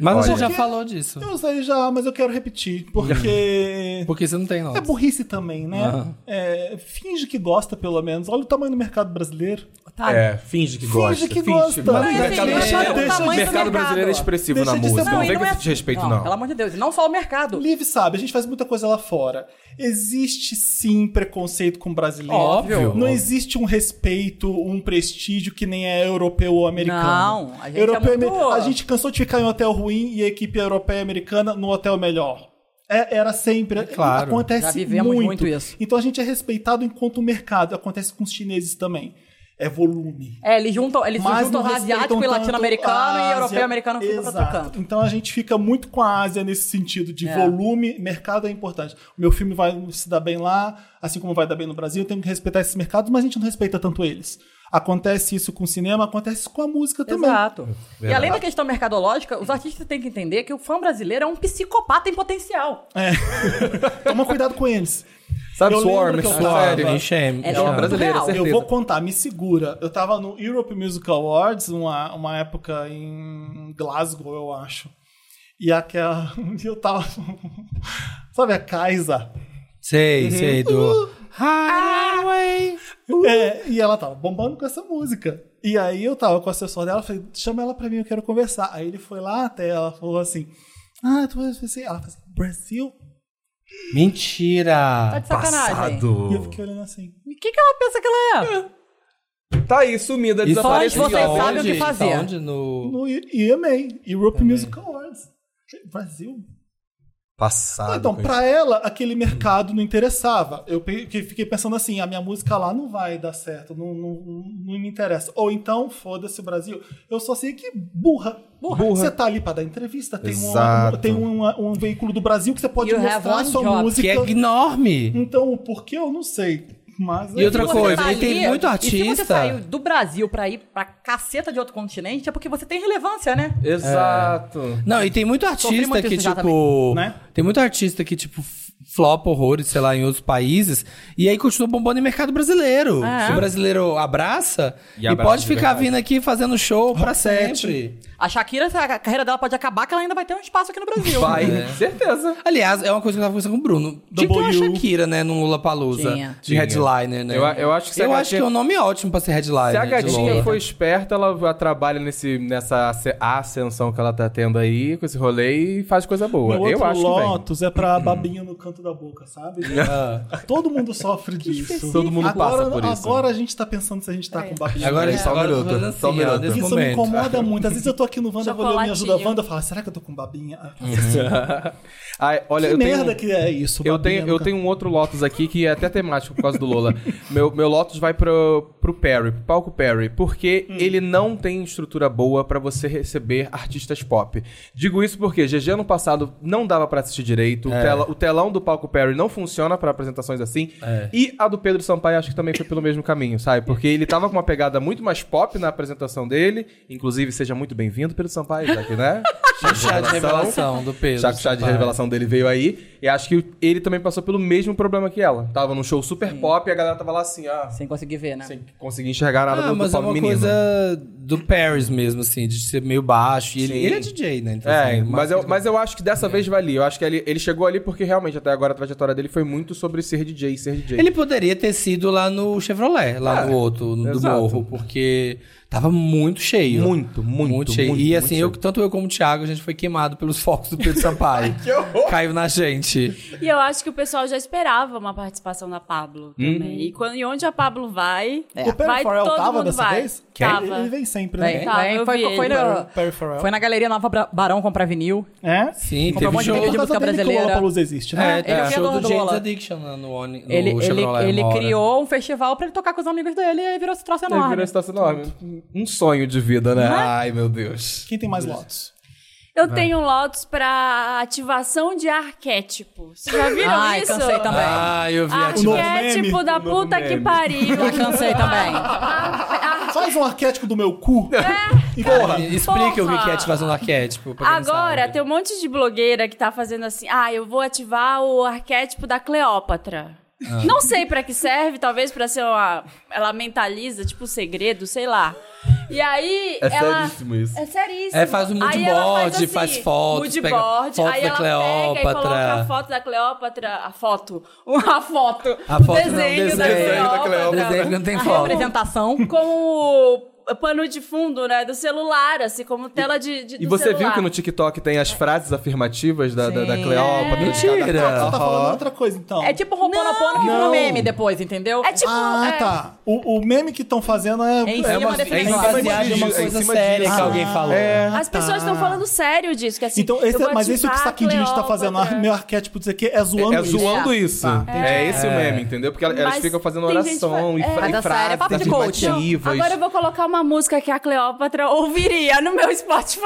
[SPEAKER 4] Mas a gente
[SPEAKER 7] Olha.
[SPEAKER 4] já falou disso.
[SPEAKER 1] Eu sei já, mas eu quero repetir, porque.
[SPEAKER 4] Porque você não tem
[SPEAKER 1] É
[SPEAKER 4] Lotus.
[SPEAKER 1] burrice também, né?
[SPEAKER 4] Aham.
[SPEAKER 1] É, finge que gosta, pelo menos. Olha o tamanho do mercado brasileiro.
[SPEAKER 5] Tá?
[SPEAKER 7] É, finge que gosta.
[SPEAKER 1] que gosta.
[SPEAKER 7] Mas
[SPEAKER 1] Mas, é
[SPEAKER 7] o mercado
[SPEAKER 5] assim,
[SPEAKER 7] brasileiro,
[SPEAKER 5] eu acho
[SPEAKER 7] o
[SPEAKER 5] o tamanho do
[SPEAKER 7] mercado
[SPEAKER 5] mercado.
[SPEAKER 7] brasileiro é expressivo
[SPEAKER 1] Deixa
[SPEAKER 7] na
[SPEAKER 1] de ser
[SPEAKER 7] música. Não
[SPEAKER 1] bom,
[SPEAKER 5] e
[SPEAKER 7] vem com
[SPEAKER 5] é-
[SPEAKER 7] esse desrespeito,
[SPEAKER 5] não.
[SPEAKER 7] não.
[SPEAKER 5] Pelo amor de Deus. E não só o mercado.
[SPEAKER 1] Liv sabe, a gente faz muita coisa lá fora. Existe sim preconceito com brasileiro.
[SPEAKER 4] Óbvio.
[SPEAKER 1] Não existe um respeito, um prestígio que nem é europeu ou americano.
[SPEAKER 5] Não, a gente é
[SPEAKER 1] europeu e
[SPEAKER 5] muito-
[SPEAKER 1] amer- A gente cansou de ficar em hotel ruim e a equipe europeia e americana no hotel melhor. É- era sempre.
[SPEAKER 4] claro.
[SPEAKER 1] Acontece
[SPEAKER 5] Já vivemos muito isso.
[SPEAKER 1] Então a gente é respeitado enquanto mercado. Acontece com os chineses também. É volume.
[SPEAKER 5] É, eles juntam, eles se
[SPEAKER 1] Mas
[SPEAKER 5] juntam
[SPEAKER 1] não
[SPEAKER 5] asiático
[SPEAKER 1] respeitam
[SPEAKER 5] e
[SPEAKER 1] tanto
[SPEAKER 5] latino-americano
[SPEAKER 1] a
[SPEAKER 5] e
[SPEAKER 1] Ásia.
[SPEAKER 5] europeu-americano fica pra outro
[SPEAKER 1] Exato.
[SPEAKER 5] canto.
[SPEAKER 1] Então a gente fica muito com a Ásia nesse sentido de
[SPEAKER 5] É.
[SPEAKER 1] volume, mercado é importante. O meu filme vai se dar bem lá, assim como vai dar bem no Brasil, eu tenho que respeitar esses mercados, mas a gente não respeita tanto eles. Acontece isso com o cinema, acontece isso com a música também.
[SPEAKER 5] Exato. E além da questão mercadológica, os artistas têm que entender que o fã brasileiro é um psicopata em potencial.
[SPEAKER 1] Toma cuidado com eles.
[SPEAKER 3] Sabe
[SPEAKER 1] Eu
[SPEAKER 3] Swarm,
[SPEAKER 1] lembro que eu
[SPEAKER 3] essa
[SPEAKER 1] tava-
[SPEAKER 3] série?
[SPEAKER 4] Enxame.
[SPEAKER 5] É,
[SPEAKER 3] É uma
[SPEAKER 5] surreal.
[SPEAKER 3] brasileira, certeza.
[SPEAKER 1] Eu vou contar, me segura. Eu tava no Europe Music Awards, uma, uma época em Glasgow, eu acho. E aquela. e eu tava. Sabe a Kaisa?
[SPEAKER 5] Uhum.
[SPEAKER 4] Sei, sei, do.
[SPEAKER 1] É, e ela tava bombando com essa música. E aí eu tava com o assessor dela, falei, chama ela pra mim, eu quero conversar. Aí ele foi lá até ela, falou assim, ah, tu vai assim. Ela falou assim, Brasil?
[SPEAKER 5] Tá
[SPEAKER 4] Mentira!
[SPEAKER 5] de sacanagem.
[SPEAKER 1] E eu fiquei olhando assim.
[SPEAKER 5] E o que, que ela pensa que ela é?
[SPEAKER 3] Tá aí, sumida,
[SPEAKER 4] Isso
[SPEAKER 5] desaparecida.
[SPEAKER 4] tá
[SPEAKER 5] vocês
[SPEAKER 4] onde?
[SPEAKER 5] sabem o que
[SPEAKER 4] Tá
[SPEAKER 5] fazer.
[SPEAKER 4] onde? No...
[SPEAKER 1] No I- EMA, Europe Music Awards. Brasil?
[SPEAKER 3] Ah,
[SPEAKER 4] Passado.
[SPEAKER 1] então, pra ela, aquele mercado não interessava. Eu pe- que- fiquei pensando assim, a minha música lá não vai dar certo, não, não, não me interessa. Ou então, foda-se o Brasil. Eu só sei que burra. Você tá ali pra dar entrevista, tem, uma,
[SPEAKER 4] Exato.
[SPEAKER 1] tem uma- um veículo do Brasil que você pode
[SPEAKER 5] You have
[SPEAKER 1] mostrar a
[SPEAKER 5] one
[SPEAKER 1] sua
[SPEAKER 5] job.
[SPEAKER 1] música.
[SPEAKER 4] Que é enorme!
[SPEAKER 1] Então, o porquê eu não sei. Mas é
[SPEAKER 4] E outra
[SPEAKER 5] Você
[SPEAKER 4] coisa,
[SPEAKER 5] tá
[SPEAKER 4] ele tem muito
[SPEAKER 5] E se você
[SPEAKER 4] artista.
[SPEAKER 5] saiu do Brasil pra ir pra caceta de outro continente, é porque você tem relevância, né?
[SPEAKER 3] Exato.
[SPEAKER 4] Não, e tem muito
[SPEAKER 5] Sofri
[SPEAKER 4] artista
[SPEAKER 5] muito
[SPEAKER 4] que,
[SPEAKER 5] isso já
[SPEAKER 4] tipo.
[SPEAKER 1] também. Né?
[SPEAKER 4] Tem muito artista que, tipo, f- flopa horrores, sei lá, em outros países. E aí continua bombando em mercado brasileiro.
[SPEAKER 5] Ah,
[SPEAKER 4] Se
[SPEAKER 5] é?
[SPEAKER 4] o brasileiro abraça,
[SPEAKER 7] E
[SPEAKER 4] e,
[SPEAKER 7] abraça
[SPEAKER 4] pode
[SPEAKER 7] de
[SPEAKER 4] ficar
[SPEAKER 7] verdade.
[SPEAKER 4] vindo aqui fazendo show pra sempre.
[SPEAKER 5] A Shakira, a carreira dela pode acabar, que ela ainda vai ter um espaço aqui no Brasil.
[SPEAKER 3] Vai, certeza.
[SPEAKER 4] Aliás, é uma coisa que eu tava conversando com o Bruno. Tinha que ter uma
[SPEAKER 1] W.
[SPEAKER 4] Shakira, né, num Lollapalooza.
[SPEAKER 5] Tinha.
[SPEAKER 4] De headliner, né?
[SPEAKER 3] Eu- eu acho que se a
[SPEAKER 4] Eu acho
[SPEAKER 3] gatinha-
[SPEAKER 4] que é um nome ótimo pra ser headliner. né,
[SPEAKER 3] Se a
[SPEAKER 4] de
[SPEAKER 3] gatinha
[SPEAKER 4] Lola.
[SPEAKER 3] foi esperta, ela trabalha nesse, nessa ace- ascensão que ela tá tendo aí, com esse rolê, e faz coisa boa.
[SPEAKER 1] Meu outro
[SPEAKER 3] Eu acho que vem.
[SPEAKER 1] Lotus é pra babinha no canto da boca, sabe? Todo mundo sofre disso.
[SPEAKER 3] Todo mundo
[SPEAKER 1] agora,
[SPEAKER 3] passa por isso.
[SPEAKER 1] Agora a gente tá pensando se a gente tá com babinha.
[SPEAKER 4] Agora,
[SPEAKER 1] no
[SPEAKER 4] é, agora eu tô fazendo
[SPEAKER 7] Só um
[SPEAKER 4] assim, ó,
[SPEAKER 7] minuto.
[SPEAKER 4] nesse
[SPEAKER 1] Isso me
[SPEAKER 4] momento.
[SPEAKER 1] incomoda muito. Às vezes eu tô aqui no Wanda, vou ler Me Ajuda
[SPEAKER 6] Chocolatinho.
[SPEAKER 1] Wanda e falar, será que eu tô com babinha? Ah,
[SPEAKER 3] Ai, olha,
[SPEAKER 1] que
[SPEAKER 3] eu tenho-
[SPEAKER 1] merda que é isso,
[SPEAKER 3] Eu
[SPEAKER 1] babinha
[SPEAKER 3] tenho,
[SPEAKER 1] no
[SPEAKER 3] eu
[SPEAKER 1] ca-
[SPEAKER 3] tenho um outro Lotus aqui que é até temático por causa do Lola. meu, meu Lotus vai pro, pro Perry, pro palco Perry, porque ele não tem estrutura boa pra você receber artistas pop. Digo isso porque GG ano passado não dava pra assistir direito, o, tela- o telão do palco Perry não funciona pra apresentações assim, e a do Pedro Sampaio acho que também foi pelo mesmo caminho, sabe? Porque ele tava com uma pegada muito mais pop na apresentação dele, inclusive seja muito bem-vindo, Pedro Sampaio, já que, né?
[SPEAKER 4] Chá de é revelação do Pedro.
[SPEAKER 3] Chaco Chá de revelação dele veio aí. E acho que ele também passou pelo mesmo problema que ela. Tava num show super pop e a galera tava lá assim, ah,
[SPEAKER 5] Sem conseguir ver, né?
[SPEAKER 3] sem conseguir enxergar nada
[SPEAKER 4] Ah,
[SPEAKER 3] do, do
[SPEAKER 4] mas é
[SPEAKER 3] pobre
[SPEAKER 4] uma
[SPEAKER 3] menino.
[SPEAKER 4] coisa do Paris mesmo, assim, de ser meio baixo. E ele, ele é DJ, né? Então,
[SPEAKER 3] É,
[SPEAKER 4] assim, É.
[SPEAKER 3] mas eu,
[SPEAKER 4] que-
[SPEAKER 3] mas eu acho que dessa vez valia. Eu acho que ele, ele chegou ali porque realmente até agora a trajetória dele foi muito sobre ser DJ, ser DJ.
[SPEAKER 4] Ele poderia ter sido lá no Chevrolet, lá no outro, no, do
[SPEAKER 3] É, exato.
[SPEAKER 4] morro, porque tava muito cheio.
[SPEAKER 3] Muito, muito,
[SPEAKER 4] cheio.
[SPEAKER 3] muito,
[SPEAKER 4] e
[SPEAKER 3] muito
[SPEAKER 4] assim, eu,
[SPEAKER 3] cheio.
[SPEAKER 4] tanto eu como o Thiago, a gente foi queimado pelos focos do Pedro Sampaio. que horror! Caiu na gente.
[SPEAKER 6] E eu acho que o pessoal já esperava uma participação da Pablo
[SPEAKER 4] Hum.
[SPEAKER 6] também. E, quando, e onde a Pablo É, vai,
[SPEAKER 1] é O Perry
[SPEAKER 6] vai
[SPEAKER 1] Farrell
[SPEAKER 6] todo
[SPEAKER 1] tava
[SPEAKER 6] mundo
[SPEAKER 1] dessa
[SPEAKER 6] vai.
[SPEAKER 1] vez?
[SPEAKER 6] Tava.
[SPEAKER 1] Ele, ele vem sempre,
[SPEAKER 5] Bem,
[SPEAKER 1] né?
[SPEAKER 6] Tá,
[SPEAKER 5] bem,
[SPEAKER 6] eu vi
[SPEAKER 5] foi,
[SPEAKER 6] ele.
[SPEAKER 5] foi, na,
[SPEAKER 1] Perry Farrell.
[SPEAKER 5] foi na Galeria Nova Bra- Barão comprar vinil.
[SPEAKER 1] É?
[SPEAKER 4] Sim,
[SPEAKER 5] Comprou um
[SPEAKER 4] teve
[SPEAKER 5] monte de
[SPEAKER 4] show.
[SPEAKER 5] vídeo.
[SPEAKER 1] Por causa
[SPEAKER 5] música
[SPEAKER 1] dele que o
[SPEAKER 5] brasileira.
[SPEAKER 1] Lollapalooza existe,
[SPEAKER 4] É,
[SPEAKER 1] né?
[SPEAKER 4] teve
[SPEAKER 5] é o
[SPEAKER 4] show
[SPEAKER 5] criador
[SPEAKER 4] do,
[SPEAKER 5] do
[SPEAKER 4] James
[SPEAKER 5] Lola.
[SPEAKER 4] Addiction no, no, Oni- no
[SPEAKER 5] Ele, ele,
[SPEAKER 4] Chevrolet.
[SPEAKER 5] ele
[SPEAKER 4] uma hora.
[SPEAKER 5] criou um festival pra ele tocar com os amigos dele e aí virou situação
[SPEAKER 3] Ele virou
[SPEAKER 5] enorme.
[SPEAKER 3] uma situação enorme. Um sonho de vida, né?
[SPEAKER 4] Ai, meu Deus.
[SPEAKER 1] Quem tem mais Lotus?
[SPEAKER 6] Eu tenho Lotus pra ativação de arquétipos. Vocês já viram
[SPEAKER 5] Ai,
[SPEAKER 6] isso?
[SPEAKER 5] cansei também.
[SPEAKER 4] Ah, eu vi a
[SPEAKER 1] novo
[SPEAKER 4] atividade.
[SPEAKER 1] meme.
[SPEAKER 6] Arquétipo da
[SPEAKER 3] O novo
[SPEAKER 6] puta que
[SPEAKER 3] meme.
[SPEAKER 6] pariu. Ah,
[SPEAKER 5] Eu cansei também.
[SPEAKER 1] Faz um arquétipo do meu cu.
[SPEAKER 6] É.
[SPEAKER 1] E porra.
[SPEAKER 4] Explica o que
[SPEAKER 6] Porra.
[SPEAKER 4] que é ativação do arquétipo. pra quem não
[SPEAKER 6] Agora,
[SPEAKER 4] sabe.
[SPEAKER 6] tem um monte de blogueira que tá fazendo assim, ah, eu vou ativar o arquétipo da Cleópatra.
[SPEAKER 4] Ah.
[SPEAKER 6] Não sei pra que serve, talvez pra ser uma... Ela mentaliza, tipo, segredo, sei lá. E aí,
[SPEAKER 3] É
[SPEAKER 6] ela...
[SPEAKER 3] seríssimo isso.
[SPEAKER 6] É seríssimo.
[SPEAKER 4] É, faz um
[SPEAKER 6] Aí ela
[SPEAKER 4] moodboard, faz fotos, pega
[SPEAKER 6] moodboard,
[SPEAKER 4] foto
[SPEAKER 6] aí
[SPEAKER 4] da
[SPEAKER 6] ela Pega e
[SPEAKER 4] Cleópatra.
[SPEAKER 6] coloca a foto da Cleópatra, a foto, a foto,
[SPEAKER 4] A
[SPEAKER 6] o
[SPEAKER 4] foto não,
[SPEAKER 6] desenho,
[SPEAKER 4] desenho da
[SPEAKER 6] da
[SPEAKER 4] Cleópatra.
[SPEAKER 6] Cleópatra.
[SPEAKER 4] Desenho que não tem
[SPEAKER 6] A
[SPEAKER 4] foto.
[SPEAKER 6] representação
[SPEAKER 5] Apresentação.
[SPEAKER 6] com o- pano de fundo, né? Do celular, assim, como tela de, de
[SPEAKER 3] E
[SPEAKER 6] do
[SPEAKER 3] você viu
[SPEAKER 6] celular.
[SPEAKER 3] que no TikTok tem as frases afirmativas da, da, da
[SPEAKER 5] Sim.
[SPEAKER 3] Cleópatra? de cada-
[SPEAKER 1] Ah, você tá falando
[SPEAKER 3] Aham.
[SPEAKER 1] outra coisa, então.
[SPEAKER 5] É tipo roubando a pano que virou meme depois, entendeu?
[SPEAKER 6] É tipo...
[SPEAKER 1] ah,
[SPEAKER 6] é,
[SPEAKER 1] tá. O, o meme que estão fazendo é...
[SPEAKER 5] É em
[SPEAKER 1] é
[SPEAKER 5] cima
[SPEAKER 1] uma-
[SPEAKER 5] desse
[SPEAKER 1] é em
[SPEAKER 5] negócio.
[SPEAKER 1] cima
[SPEAKER 6] né?
[SPEAKER 2] baseado em
[SPEAKER 1] disso,
[SPEAKER 2] uma
[SPEAKER 1] é em
[SPEAKER 2] coisa
[SPEAKER 1] cima
[SPEAKER 2] séria
[SPEAKER 1] disso.
[SPEAKER 2] que alguém
[SPEAKER 1] Ah,
[SPEAKER 2] falou.
[SPEAKER 1] é,
[SPEAKER 6] As
[SPEAKER 1] tá.
[SPEAKER 6] pessoas estão falando sério disso, que assim...
[SPEAKER 1] Então, esse,
[SPEAKER 6] eu vou
[SPEAKER 1] mas esse é o que o
[SPEAKER 6] ativar
[SPEAKER 1] Saquinho de Lixo tá fazendo,
[SPEAKER 6] Cleópatra.
[SPEAKER 1] meu arquétipo dizer que é zoando
[SPEAKER 3] É
[SPEAKER 1] isso.
[SPEAKER 3] zoando isso. É, esse o meme, entendeu? Porque elas
[SPEAKER 6] Tá. Mas
[SPEAKER 3] ficam fazendo
[SPEAKER 6] tem gente
[SPEAKER 3] oração
[SPEAKER 6] fa-
[SPEAKER 3] e,
[SPEAKER 6] é.
[SPEAKER 3] fra- e
[SPEAKER 5] Mas essa era papo
[SPEAKER 3] frases
[SPEAKER 5] de coach.
[SPEAKER 3] afirmativas.
[SPEAKER 6] Agora eu vou colocar uma música que a Cleópatra ouviria no meu Spotify.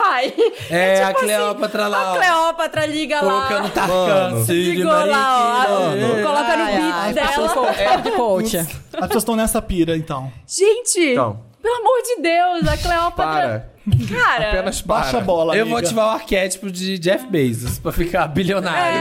[SPEAKER 4] É, a
[SPEAKER 6] tipo assim,
[SPEAKER 4] Cleópatra lá,
[SPEAKER 6] A
[SPEAKER 4] ó.
[SPEAKER 6] Cleópatra liga
[SPEAKER 4] Colocando
[SPEAKER 6] lá.
[SPEAKER 4] Tarkan, Cid,
[SPEAKER 6] Ligou lá, ó.
[SPEAKER 4] Mariquinho.
[SPEAKER 6] Coloca no
[SPEAKER 5] Ai, ai,
[SPEAKER 6] beat
[SPEAKER 5] papo de
[SPEAKER 6] dela.
[SPEAKER 4] É.
[SPEAKER 5] coach, papo de coach.
[SPEAKER 1] As pessoas estão nessa pira, então.
[SPEAKER 6] Gente,
[SPEAKER 3] Então.
[SPEAKER 6] pelo amor de Deus, a Cleópatra... Cara...
[SPEAKER 3] Apenas
[SPEAKER 1] É. Baixa
[SPEAKER 3] para.
[SPEAKER 1] a bola,
[SPEAKER 4] Eu vou
[SPEAKER 1] amiga.
[SPEAKER 4] ativar o arquétipo de Jeff Bezos pra ficar bilionário.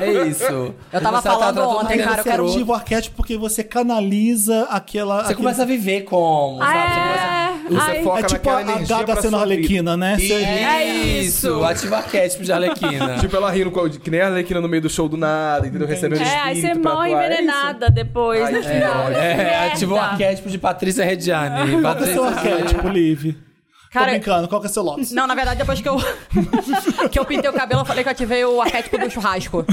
[SPEAKER 4] É, isso.
[SPEAKER 5] Eu tava
[SPEAKER 4] Você tá
[SPEAKER 5] falando
[SPEAKER 4] tratando todo
[SPEAKER 5] ontem, cara, eu
[SPEAKER 4] mundo
[SPEAKER 1] Você
[SPEAKER 5] quero-
[SPEAKER 4] escroto.
[SPEAKER 1] ativa o arquétipo porque você canaliza aquela...
[SPEAKER 4] Você
[SPEAKER 1] aquele-
[SPEAKER 4] começa a viver como, sabe? Você começa-
[SPEAKER 6] É,
[SPEAKER 3] Você
[SPEAKER 6] ai,
[SPEAKER 3] foca
[SPEAKER 1] É tipo
[SPEAKER 3] naquela
[SPEAKER 1] a
[SPEAKER 3] energia
[SPEAKER 1] H da
[SPEAKER 3] pra
[SPEAKER 1] cena
[SPEAKER 3] sua vida.
[SPEAKER 1] arlequina, né? Você-
[SPEAKER 4] É isso. Ativa o arquétipo de Arlequina.
[SPEAKER 3] Tipo, ela rindo, com- que nem a Arlequina no meio do show do nada, entendeu? Recebendo
[SPEAKER 6] é, aí você
[SPEAKER 3] espírito pra
[SPEAKER 6] morre
[SPEAKER 3] atuar. É isso.
[SPEAKER 6] envenenada depois. né?
[SPEAKER 3] Ai,
[SPEAKER 6] no
[SPEAKER 3] que
[SPEAKER 6] final.
[SPEAKER 3] ódio.
[SPEAKER 4] É,
[SPEAKER 6] Merda.
[SPEAKER 4] ativou o arquétipo de Patrícia Reggiani.
[SPEAKER 1] Qual que é o seu arquétipo, Liv? Tô
[SPEAKER 5] Cara,
[SPEAKER 1] brincando, qual que é o seu Lopes?
[SPEAKER 5] Não, na verdade, depois que eu, que eu pintei o cabelo, eu falei que eu ativei o arquétipo do churrasco.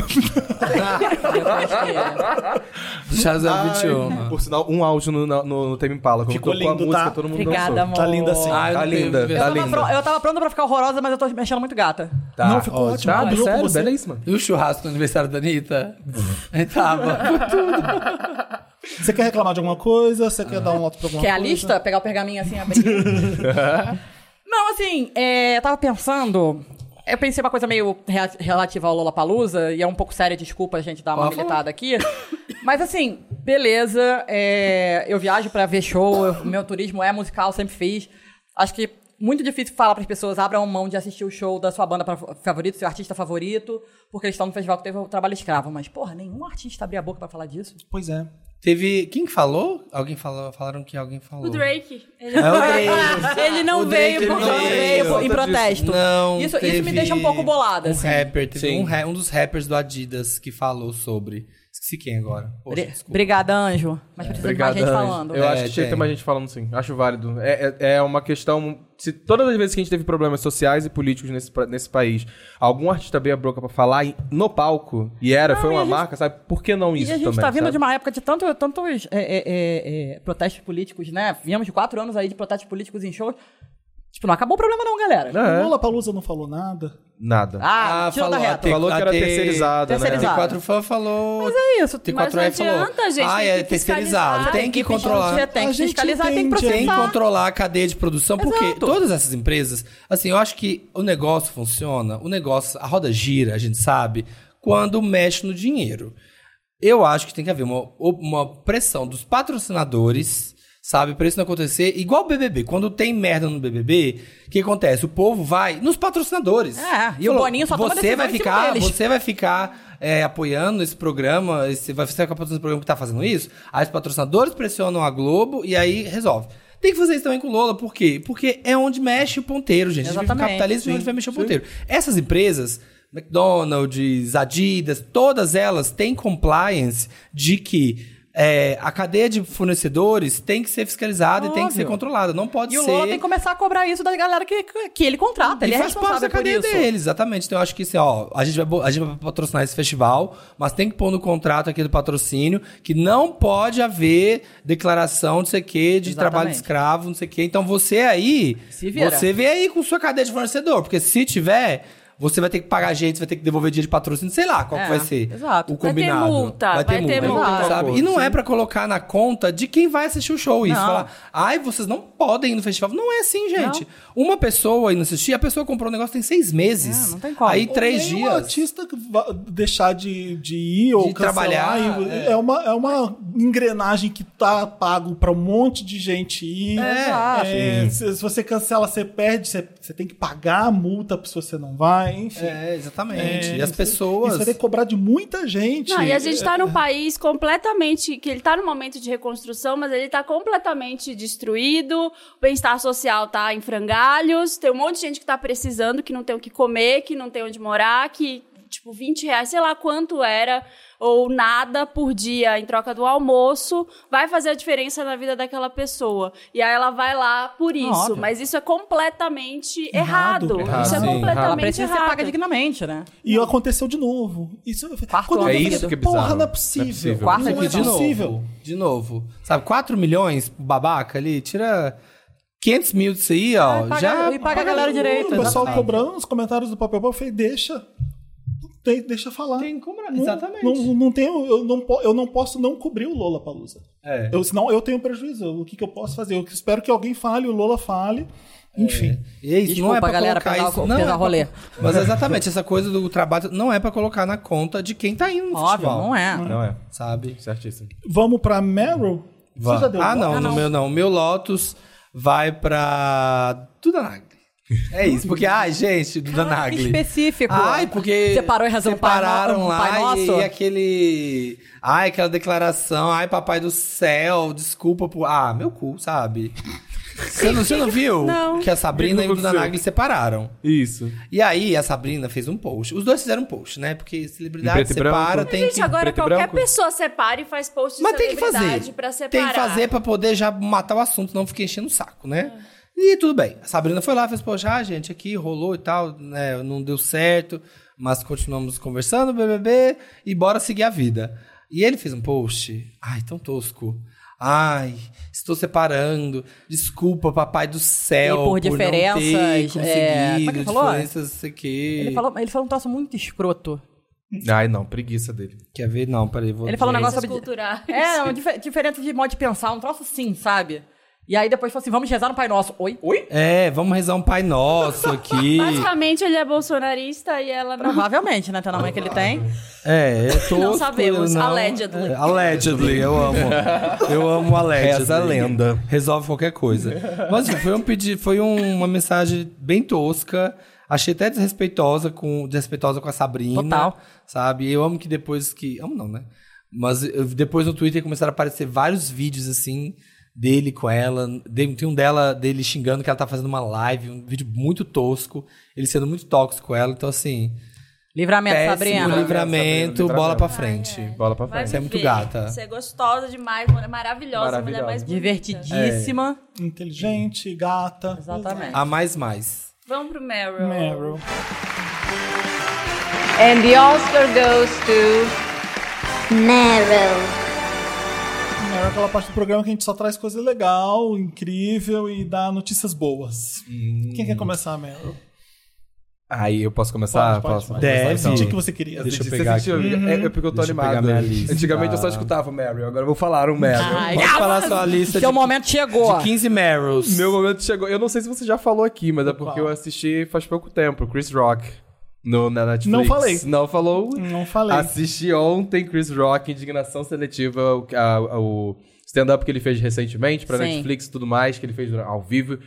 [SPEAKER 4] de Chazelle 21.
[SPEAKER 3] Por sinal, um áudio no, no, no Tame Impala. Quando
[SPEAKER 1] Ficou
[SPEAKER 3] tocou a
[SPEAKER 1] lindo,
[SPEAKER 3] música,
[SPEAKER 1] tá?
[SPEAKER 3] todo mundo
[SPEAKER 5] Obrigada,
[SPEAKER 3] dançou.
[SPEAKER 5] amor.
[SPEAKER 1] Tá linda assim.
[SPEAKER 4] Ah, eu
[SPEAKER 3] Tá
[SPEAKER 4] não tenho-
[SPEAKER 3] linda,
[SPEAKER 4] eu
[SPEAKER 3] tá
[SPEAKER 5] Eu tava, pro-
[SPEAKER 3] linda.
[SPEAKER 5] eu tava pronta pra ficar horrorosa, mas eu tô mexendo muito gata.
[SPEAKER 4] Tá.
[SPEAKER 1] Não, ficou ótimo.
[SPEAKER 3] Tá,
[SPEAKER 1] Combinou com
[SPEAKER 3] sério,
[SPEAKER 1] você.
[SPEAKER 3] belíssima.
[SPEAKER 4] E o churrasco no aniversário da Anitta? Aí tá, tava.
[SPEAKER 1] Você quer reclamar de alguma coisa? Você quer dar um voto pra alguma
[SPEAKER 5] Quer a
[SPEAKER 1] coisa?
[SPEAKER 5] lista? Pegar o pergaminho assim, abrir. Não, assim, é, eu tava pensando. Eu pensei uma coisa meio rea- relativa ao Lollapalooza, e é um pouco séria, desculpa a gente dar uma
[SPEAKER 4] Pode
[SPEAKER 5] militada aqui. Mas assim, beleza, é, eu viajo pra ver show, eu- meu turismo é musical, sempre fiz. Acho que muito difícil falar pras pessoas, abram mão de assistir o show da sua banda pra- favorita, seu artista favorito, porque eles estão no festival que teve o trabalho escravo. Mas, porra, nenhum artista abria a boca pra falar disso.
[SPEAKER 1] Pois é.
[SPEAKER 4] Teve. Quem que falou? Alguém falou. Falaram que alguém falou.
[SPEAKER 6] O Drake. Ele,
[SPEAKER 4] É o Drake.
[SPEAKER 5] Ele não
[SPEAKER 4] O Drake
[SPEAKER 5] veio, por
[SPEAKER 4] não
[SPEAKER 5] não veio
[SPEAKER 4] veio.
[SPEAKER 5] em protesto.
[SPEAKER 4] Não.
[SPEAKER 5] Isso, isso
[SPEAKER 4] teve
[SPEAKER 5] me deixa um pouco bolada,
[SPEAKER 4] um
[SPEAKER 5] assim.
[SPEAKER 4] Rapper, teve
[SPEAKER 3] Sim.
[SPEAKER 4] um, ra- um dos rappers do Adidas que falou sobre. Esqueci quem agora. Poxa,
[SPEAKER 5] Bri-
[SPEAKER 4] desculpa.
[SPEAKER 5] Obrigada, Anjo. Mas precisa de mais gente
[SPEAKER 3] Anjo.
[SPEAKER 5] falando.
[SPEAKER 3] Eu
[SPEAKER 4] É,
[SPEAKER 3] acho que tinha que ter
[SPEAKER 4] tem.
[SPEAKER 3] mais gente falando sim. Acho válido. É, é, é uma questão. Se todas as vezes que a gente teve problemas sociais e políticos nesse, pra- nesse país, algum artista abria a boca pra falar e- no palco, e era, foi uma marca, sabe? Por que não isso
[SPEAKER 5] e a gente
[SPEAKER 3] também?
[SPEAKER 5] tá vindo
[SPEAKER 3] sabe?
[SPEAKER 5] de uma época de tanto, tantos é, é, é, é, protestos políticos, né? Viemos de quatro anos aí de protestos políticos em shows. Tipo, não acabou o problema não, galera.
[SPEAKER 1] O
[SPEAKER 3] É,
[SPEAKER 1] Lola Palusa não falou nada.
[SPEAKER 3] nada.
[SPEAKER 5] Ah,
[SPEAKER 4] Ah,
[SPEAKER 5] tira da
[SPEAKER 4] falou,
[SPEAKER 5] reta.
[SPEAKER 4] tem-
[SPEAKER 3] Falou que era
[SPEAKER 4] até-
[SPEAKER 3] terceirizada,
[SPEAKER 5] Terceirizada.
[SPEAKER 3] né?
[SPEAKER 4] T4 falou.
[SPEAKER 5] É isso.
[SPEAKER 4] Tem
[SPEAKER 6] Mas não
[SPEAKER 4] 4F falou.
[SPEAKER 6] adianta, gente,
[SPEAKER 4] Ah,
[SPEAKER 6] tem
[SPEAKER 4] é
[SPEAKER 6] que
[SPEAKER 4] terceirizado.
[SPEAKER 6] fiscalizar,
[SPEAKER 4] Tem que
[SPEAKER 5] Você
[SPEAKER 4] controlar.
[SPEAKER 1] A
[SPEAKER 5] tem que
[SPEAKER 1] gente
[SPEAKER 5] fiscalizar, tem que
[SPEAKER 1] entende,
[SPEAKER 4] Tem que
[SPEAKER 5] processar.
[SPEAKER 4] é controlar a cadeia de produção, porque
[SPEAKER 5] Exato.
[SPEAKER 4] todas essas empresas, assim, eu acho que o negócio funciona, o negócio, a roda gira, a gente sabe, quando mexe no dinheiro. Eu acho que tem que haver uma, uma pressão dos patrocinadores, sabe, pra isso não acontecer. Igual o BBB, quando tem merda no BBB, o que acontece? O povo vai nos patrocinadores.
[SPEAKER 5] É, e o Boninho só toma
[SPEAKER 4] você
[SPEAKER 5] decisão
[SPEAKER 4] vai
[SPEAKER 5] em cima
[SPEAKER 4] ficar,
[SPEAKER 5] deles."
[SPEAKER 4] você vai ficar é, apoiando esse programa, esse, vai ficar patrocinando o programa que tá fazendo isso, aí os patrocinadores pressionam a Globo e aí resolve. Tem que fazer isso também com o Lola, por quê? Porque é onde mexe o ponteiro, gente. A gente vive
[SPEAKER 5] Exatamente,
[SPEAKER 4] capitalismo é onde vai mexer o ponteiro. Essas empresas, McDonald's, Adidas, todas elas têm compliance de que é, a cadeia de fornecedores tem que ser fiscalizada e tem que ser
[SPEAKER 5] Óbvio.
[SPEAKER 4] controlada. Não pode
[SPEAKER 5] E o
[SPEAKER 4] ser.
[SPEAKER 5] Lola tem que começar a cobrar isso da galera que, que ele contrata.
[SPEAKER 4] E
[SPEAKER 5] Ele é
[SPEAKER 4] faz parte da
[SPEAKER 5] responsável por
[SPEAKER 4] cadeia
[SPEAKER 5] isso.
[SPEAKER 4] dele, exatamente. Então eu acho que assim, ó, a gente, vai, bo- a gente vai patrocinar esse festival, mas tem que pôr no contrato aqui do patrocínio que não pode haver declaração de sei o quê, de
[SPEAKER 5] Exatamente.
[SPEAKER 4] trabalho escravo, não sei o quê. Então você aí,
[SPEAKER 5] Se vira.
[SPEAKER 4] você vê aí com sua cadeia de fornecedor, porque se tiver, você vai ter que pagar gente, vai ter que devolver dinheiro de patrocínio, sei lá qual
[SPEAKER 5] É,
[SPEAKER 4] que vai ser
[SPEAKER 5] exato.
[SPEAKER 4] o
[SPEAKER 6] Vai ter
[SPEAKER 4] combinado.
[SPEAKER 6] multa, vai ter multa.
[SPEAKER 4] sabe? E não é pra colocar na conta de quem vai assistir o show isso.
[SPEAKER 5] Não.
[SPEAKER 4] Falar, Ai, vocês não podem ir no festival. Não é assim, gente. Uma pessoa indo assistir, a pessoa comprou um negócio tem seis meses.
[SPEAKER 5] É, não tem como.
[SPEAKER 4] Aí três
[SPEAKER 1] Nem
[SPEAKER 4] dias.
[SPEAKER 1] O artista que va- deixar de, de ir ou
[SPEAKER 4] De
[SPEAKER 1] trabalhar.
[SPEAKER 4] trabalhar,
[SPEAKER 1] é. uma, é uma engrenagem que tá pago pra um monte de gente ir.
[SPEAKER 5] exato.
[SPEAKER 1] É, se, se você cancela, você perde, você, você tem que pagar a multa se você não vai, enfim.
[SPEAKER 4] É, exatamente.
[SPEAKER 1] É,
[SPEAKER 4] e as
[SPEAKER 1] isso- Isso
[SPEAKER 4] pessoas.
[SPEAKER 1] vai ter que cobrar de muita gente. É,
[SPEAKER 6] Não, e a gente tá num país completamente. que ele tá num momento de reconstrução, mas ele tá completamente destruído. O bem-estar social tá em frangalhos. Tem um monte de gente que tá precisando, que não tem o que comer, que não tem onde morar, que. tipo, tipo 20 reais, sei lá quanto era, ou nada por dia em troca do almoço, vai fazer a diferença na vida daquela pessoa. E aí ela vai lá por isso.
[SPEAKER 5] óbvio.
[SPEAKER 6] Mas isso é completamente
[SPEAKER 1] Errado.
[SPEAKER 6] errado. Isso é
[SPEAKER 4] Errado, sim.
[SPEAKER 5] Ela
[SPEAKER 6] completamente
[SPEAKER 5] precisa ser
[SPEAKER 6] errado.
[SPEAKER 5] paga dignamente, né?
[SPEAKER 1] E aconteceu de novo. Isso eu
[SPEAKER 5] Quarto
[SPEAKER 1] quando eu
[SPEAKER 5] ano
[SPEAKER 1] falei,
[SPEAKER 5] seguido. É isso
[SPEAKER 3] que é bizarro.
[SPEAKER 1] Porra, não é
[SPEAKER 3] Não é
[SPEAKER 1] possível.
[SPEAKER 3] possível.
[SPEAKER 5] Quarto
[SPEAKER 1] não
[SPEAKER 5] ano
[SPEAKER 1] é
[SPEAKER 4] de novo.
[SPEAKER 1] possível.
[SPEAKER 4] De novo. Sabe, 4 milhões babaca ali, tira 500 mil disso aí, ó.
[SPEAKER 5] paga-
[SPEAKER 4] já
[SPEAKER 5] e paga a galera direito,
[SPEAKER 1] O pessoal
[SPEAKER 5] exatamente.
[SPEAKER 1] cobrando os comentários do Papel Pop, eu falei, deixa. Tem- Deixa falar.
[SPEAKER 4] Tem como-
[SPEAKER 1] Não-
[SPEAKER 4] Exatamente.
[SPEAKER 1] Não, não tenho, eu, não, po- eu não posso não cobrir o Lola Palusa.
[SPEAKER 4] É.
[SPEAKER 1] Eu, senão eu tenho prejuízo. O que, que eu posso fazer? Eu espero que alguém fale, o Lola fale. Enfim.
[SPEAKER 4] E é isso, não
[SPEAKER 5] Desculpa,
[SPEAKER 4] é pra
[SPEAKER 5] galera,
[SPEAKER 4] colocar
[SPEAKER 5] pesar-
[SPEAKER 4] isso, não
[SPEAKER 5] pesar
[SPEAKER 4] é pra-
[SPEAKER 5] rolê.
[SPEAKER 4] Mas exatamente, essa coisa do trabalho não é pra colocar na conta de quem tá indo no
[SPEAKER 5] Óbvio,
[SPEAKER 4] festival.
[SPEAKER 5] não é.
[SPEAKER 3] Não é.
[SPEAKER 4] Sabe?
[SPEAKER 3] Certíssimo.
[SPEAKER 1] Vamos pra Meryl? Você já deu
[SPEAKER 4] ah,
[SPEAKER 1] o
[SPEAKER 4] não,
[SPEAKER 1] voto?
[SPEAKER 4] no meu não. O meu Lotus vai pra Duda Nagli. É isso, porque, ai, gente, Duda
[SPEAKER 5] Caraca, que
[SPEAKER 4] Nagli.
[SPEAKER 5] específico.
[SPEAKER 4] Ai, porque.
[SPEAKER 5] Separou em razão do Pai
[SPEAKER 4] separaram
[SPEAKER 5] No-
[SPEAKER 4] lá
[SPEAKER 5] Pai
[SPEAKER 4] e,
[SPEAKER 5] Nosso?
[SPEAKER 4] e aquele. Ai, aquela declaração. Ai, papai do céu, desculpa por. Ah, meu cu, sabe? Você não, você não viu
[SPEAKER 6] Não.
[SPEAKER 4] que a Sabrina e
[SPEAKER 3] O que
[SPEAKER 4] o
[SPEAKER 3] que
[SPEAKER 4] Duda
[SPEAKER 3] aconteceu?
[SPEAKER 4] Nagli separaram?
[SPEAKER 3] Isso.
[SPEAKER 4] E aí a Sabrina fez um post. Os dois fizeram um post, né? Porque
[SPEAKER 3] Em
[SPEAKER 4] celebridade
[SPEAKER 3] preto e branco.
[SPEAKER 4] separa, tem
[SPEAKER 6] Gente,
[SPEAKER 4] que.
[SPEAKER 6] agora
[SPEAKER 3] preto e
[SPEAKER 6] qualquer
[SPEAKER 3] branco.
[SPEAKER 6] pessoa separa e faz post de
[SPEAKER 4] Mas
[SPEAKER 5] é
[SPEAKER 4] tem que
[SPEAKER 6] celebridade
[SPEAKER 4] fazer.
[SPEAKER 6] pra separar.
[SPEAKER 4] Tem que fazer pra poder já matar o assunto, não ficar enchendo o saco, né?
[SPEAKER 5] É.
[SPEAKER 4] E tudo bem. A Sabrina foi lá, fez, poxa, ah, gente, aqui rolou e tal, né? Não deu certo, mas continuamos conversando, BBB, e bora seguir a vida. E ele fez um post. Ai, tão tosco. Ai, estou separando. Desculpa, papai do céu.
[SPEAKER 5] E por
[SPEAKER 4] Não
[SPEAKER 5] diferenças,
[SPEAKER 4] ter conseguido,
[SPEAKER 5] é, como é que ele falou?
[SPEAKER 4] Diferenças, não sei o quê.
[SPEAKER 5] Ele falou, ele falou um troço muito escroto.
[SPEAKER 3] Ai, não, preguiça dele.
[SPEAKER 4] Quer ver? Não, peraí, vou.
[SPEAKER 5] Ele falou um
[SPEAKER 4] ver.
[SPEAKER 5] negócio
[SPEAKER 6] Diferenças
[SPEAKER 5] sobre...
[SPEAKER 6] culturais.
[SPEAKER 5] É, uma dife- diferença de modo de pensar, um troço assim, sabe? E aí depois falou assim, vamos rezar no Pai Nosso. Oi? Oi?
[SPEAKER 4] É, vamos rezar um Pai Nosso aqui.
[SPEAKER 6] Basicamente, ele é bolsonarista e ela não.
[SPEAKER 5] Provavelmente, né? Tendo a mãe que ele tem.
[SPEAKER 4] É, eu tô.
[SPEAKER 6] Não sabemos, allegedly.
[SPEAKER 4] É, allegedly, eu amo. Eu amo allegedly.
[SPEAKER 3] Reza é a lenda.
[SPEAKER 4] Resolve qualquer coisa. Mas assim, foi, um pedi, foi um- uma mensagem bem tosca. Achei até desrespeitosa com, desrespeitosa com a Sabrina.
[SPEAKER 5] Total.
[SPEAKER 4] Sabe? Eu amo que depois que. Amo não, né? Mas eu- depois no Twitter começaram a aparecer vários vídeos assim dele com ela. De- Tem um dela dele xingando que ela tá fazendo uma live, um vídeo muito tosco, ele sendo muito tóxico com ela. Então, assim,
[SPEAKER 5] Livramento,
[SPEAKER 4] péssimo né?
[SPEAKER 5] Sabrina.
[SPEAKER 4] tá livramento,
[SPEAKER 3] Sabrina,
[SPEAKER 4] bola
[SPEAKER 3] livramento.
[SPEAKER 4] pra frente.
[SPEAKER 3] Bola pra
[SPEAKER 6] Vai
[SPEAKER 3] frente.
[SPEAKER 4] Você é muito
[SPEAKER 6] viver.
[SPEAKER 4] gata.
[SPEAKER 6] Você é gostosa demais, mulher maravilhosa,
[SPEAKER 3] Maravilhosa.
[SPEAKER 6] mulher mais bonita.
[SPEAKER 5] Divertidíssima.
[SPEAKER 1] Inteligente, gata.
[SPEAKER 5] Exatamente.
[SPEAKER 4] É. A mais mais.
[SPEAKER 6] Vamos pro Meryl.
[SPEAKER 1] Meryl.
[SPEAKER 8] And the Oscar goes to
[SPEAKER 9] Meryl.
[SPEAKER 1] Meryl é aquela parte do programa que a gente só traz coisa legal, incrível e dá notícias boas.
[SPEAKER 4] Hum.
[SPEAKER 1] Quem quer começar, Meryl?
[SPEAKER 3] Aí eu posso começar?
[SPEAKER 1] Pode, pode,
[SPEAKER 3] posso
[SPEAKER 1] pode.
[SPEAKER 3] começar,
[SPEAKER 4] Tá, Deve.
[SPEAKER 3] então?
[SPEAKER 1] O que que você queria?
[SPEAKER 4] Deixa eu
[SPEAKER 3] Você
[SPEAKER 4] pegar
[SPEAKER 3] sentiu?
[SPEAKER 4] aqui.
[SPEAKER 3] É, é porque eu tô
[SPEAKER 4] Deixa eu
[SPEAKER 3] animado.
[SPEAKER 4] pegar minha lista. Ah.
[SPEAKER 3] Antigamente eu só escutava Meryl, agora eu vou falar um Meryl.
[SPEAKER 5] Ai,
[SPEAKER 4] Pode falar sua lista
[SPEAKER 5] Seu
[SPEAKER 4] de,
[SPEAKER 5] momento chegou.
[SPEAKER 4] de 15 Meryls.
[SPEAKER 3] Meu momento chegou. Eu não sei se você já falou aqui, mas é porque eu assisti faz pouco tempo, Chris Rock. No, na Netflix.
[SPEAKER 1] Não falei.
[SPEAKER 3] Não falou.
[SPEAKER 1] Não
[SPEAKER 4] Ah,
[SPEAKER 1] falei.
[SPEAKER 3] Assisti ontem Chris Rock, Indignação Seletiva, o, a- o stand-up que ele fez recentemente pra
[SPEAKER 5] Sim.
[SPEAKER 3] Netflix e tudo mais, que ele fez ao vivo.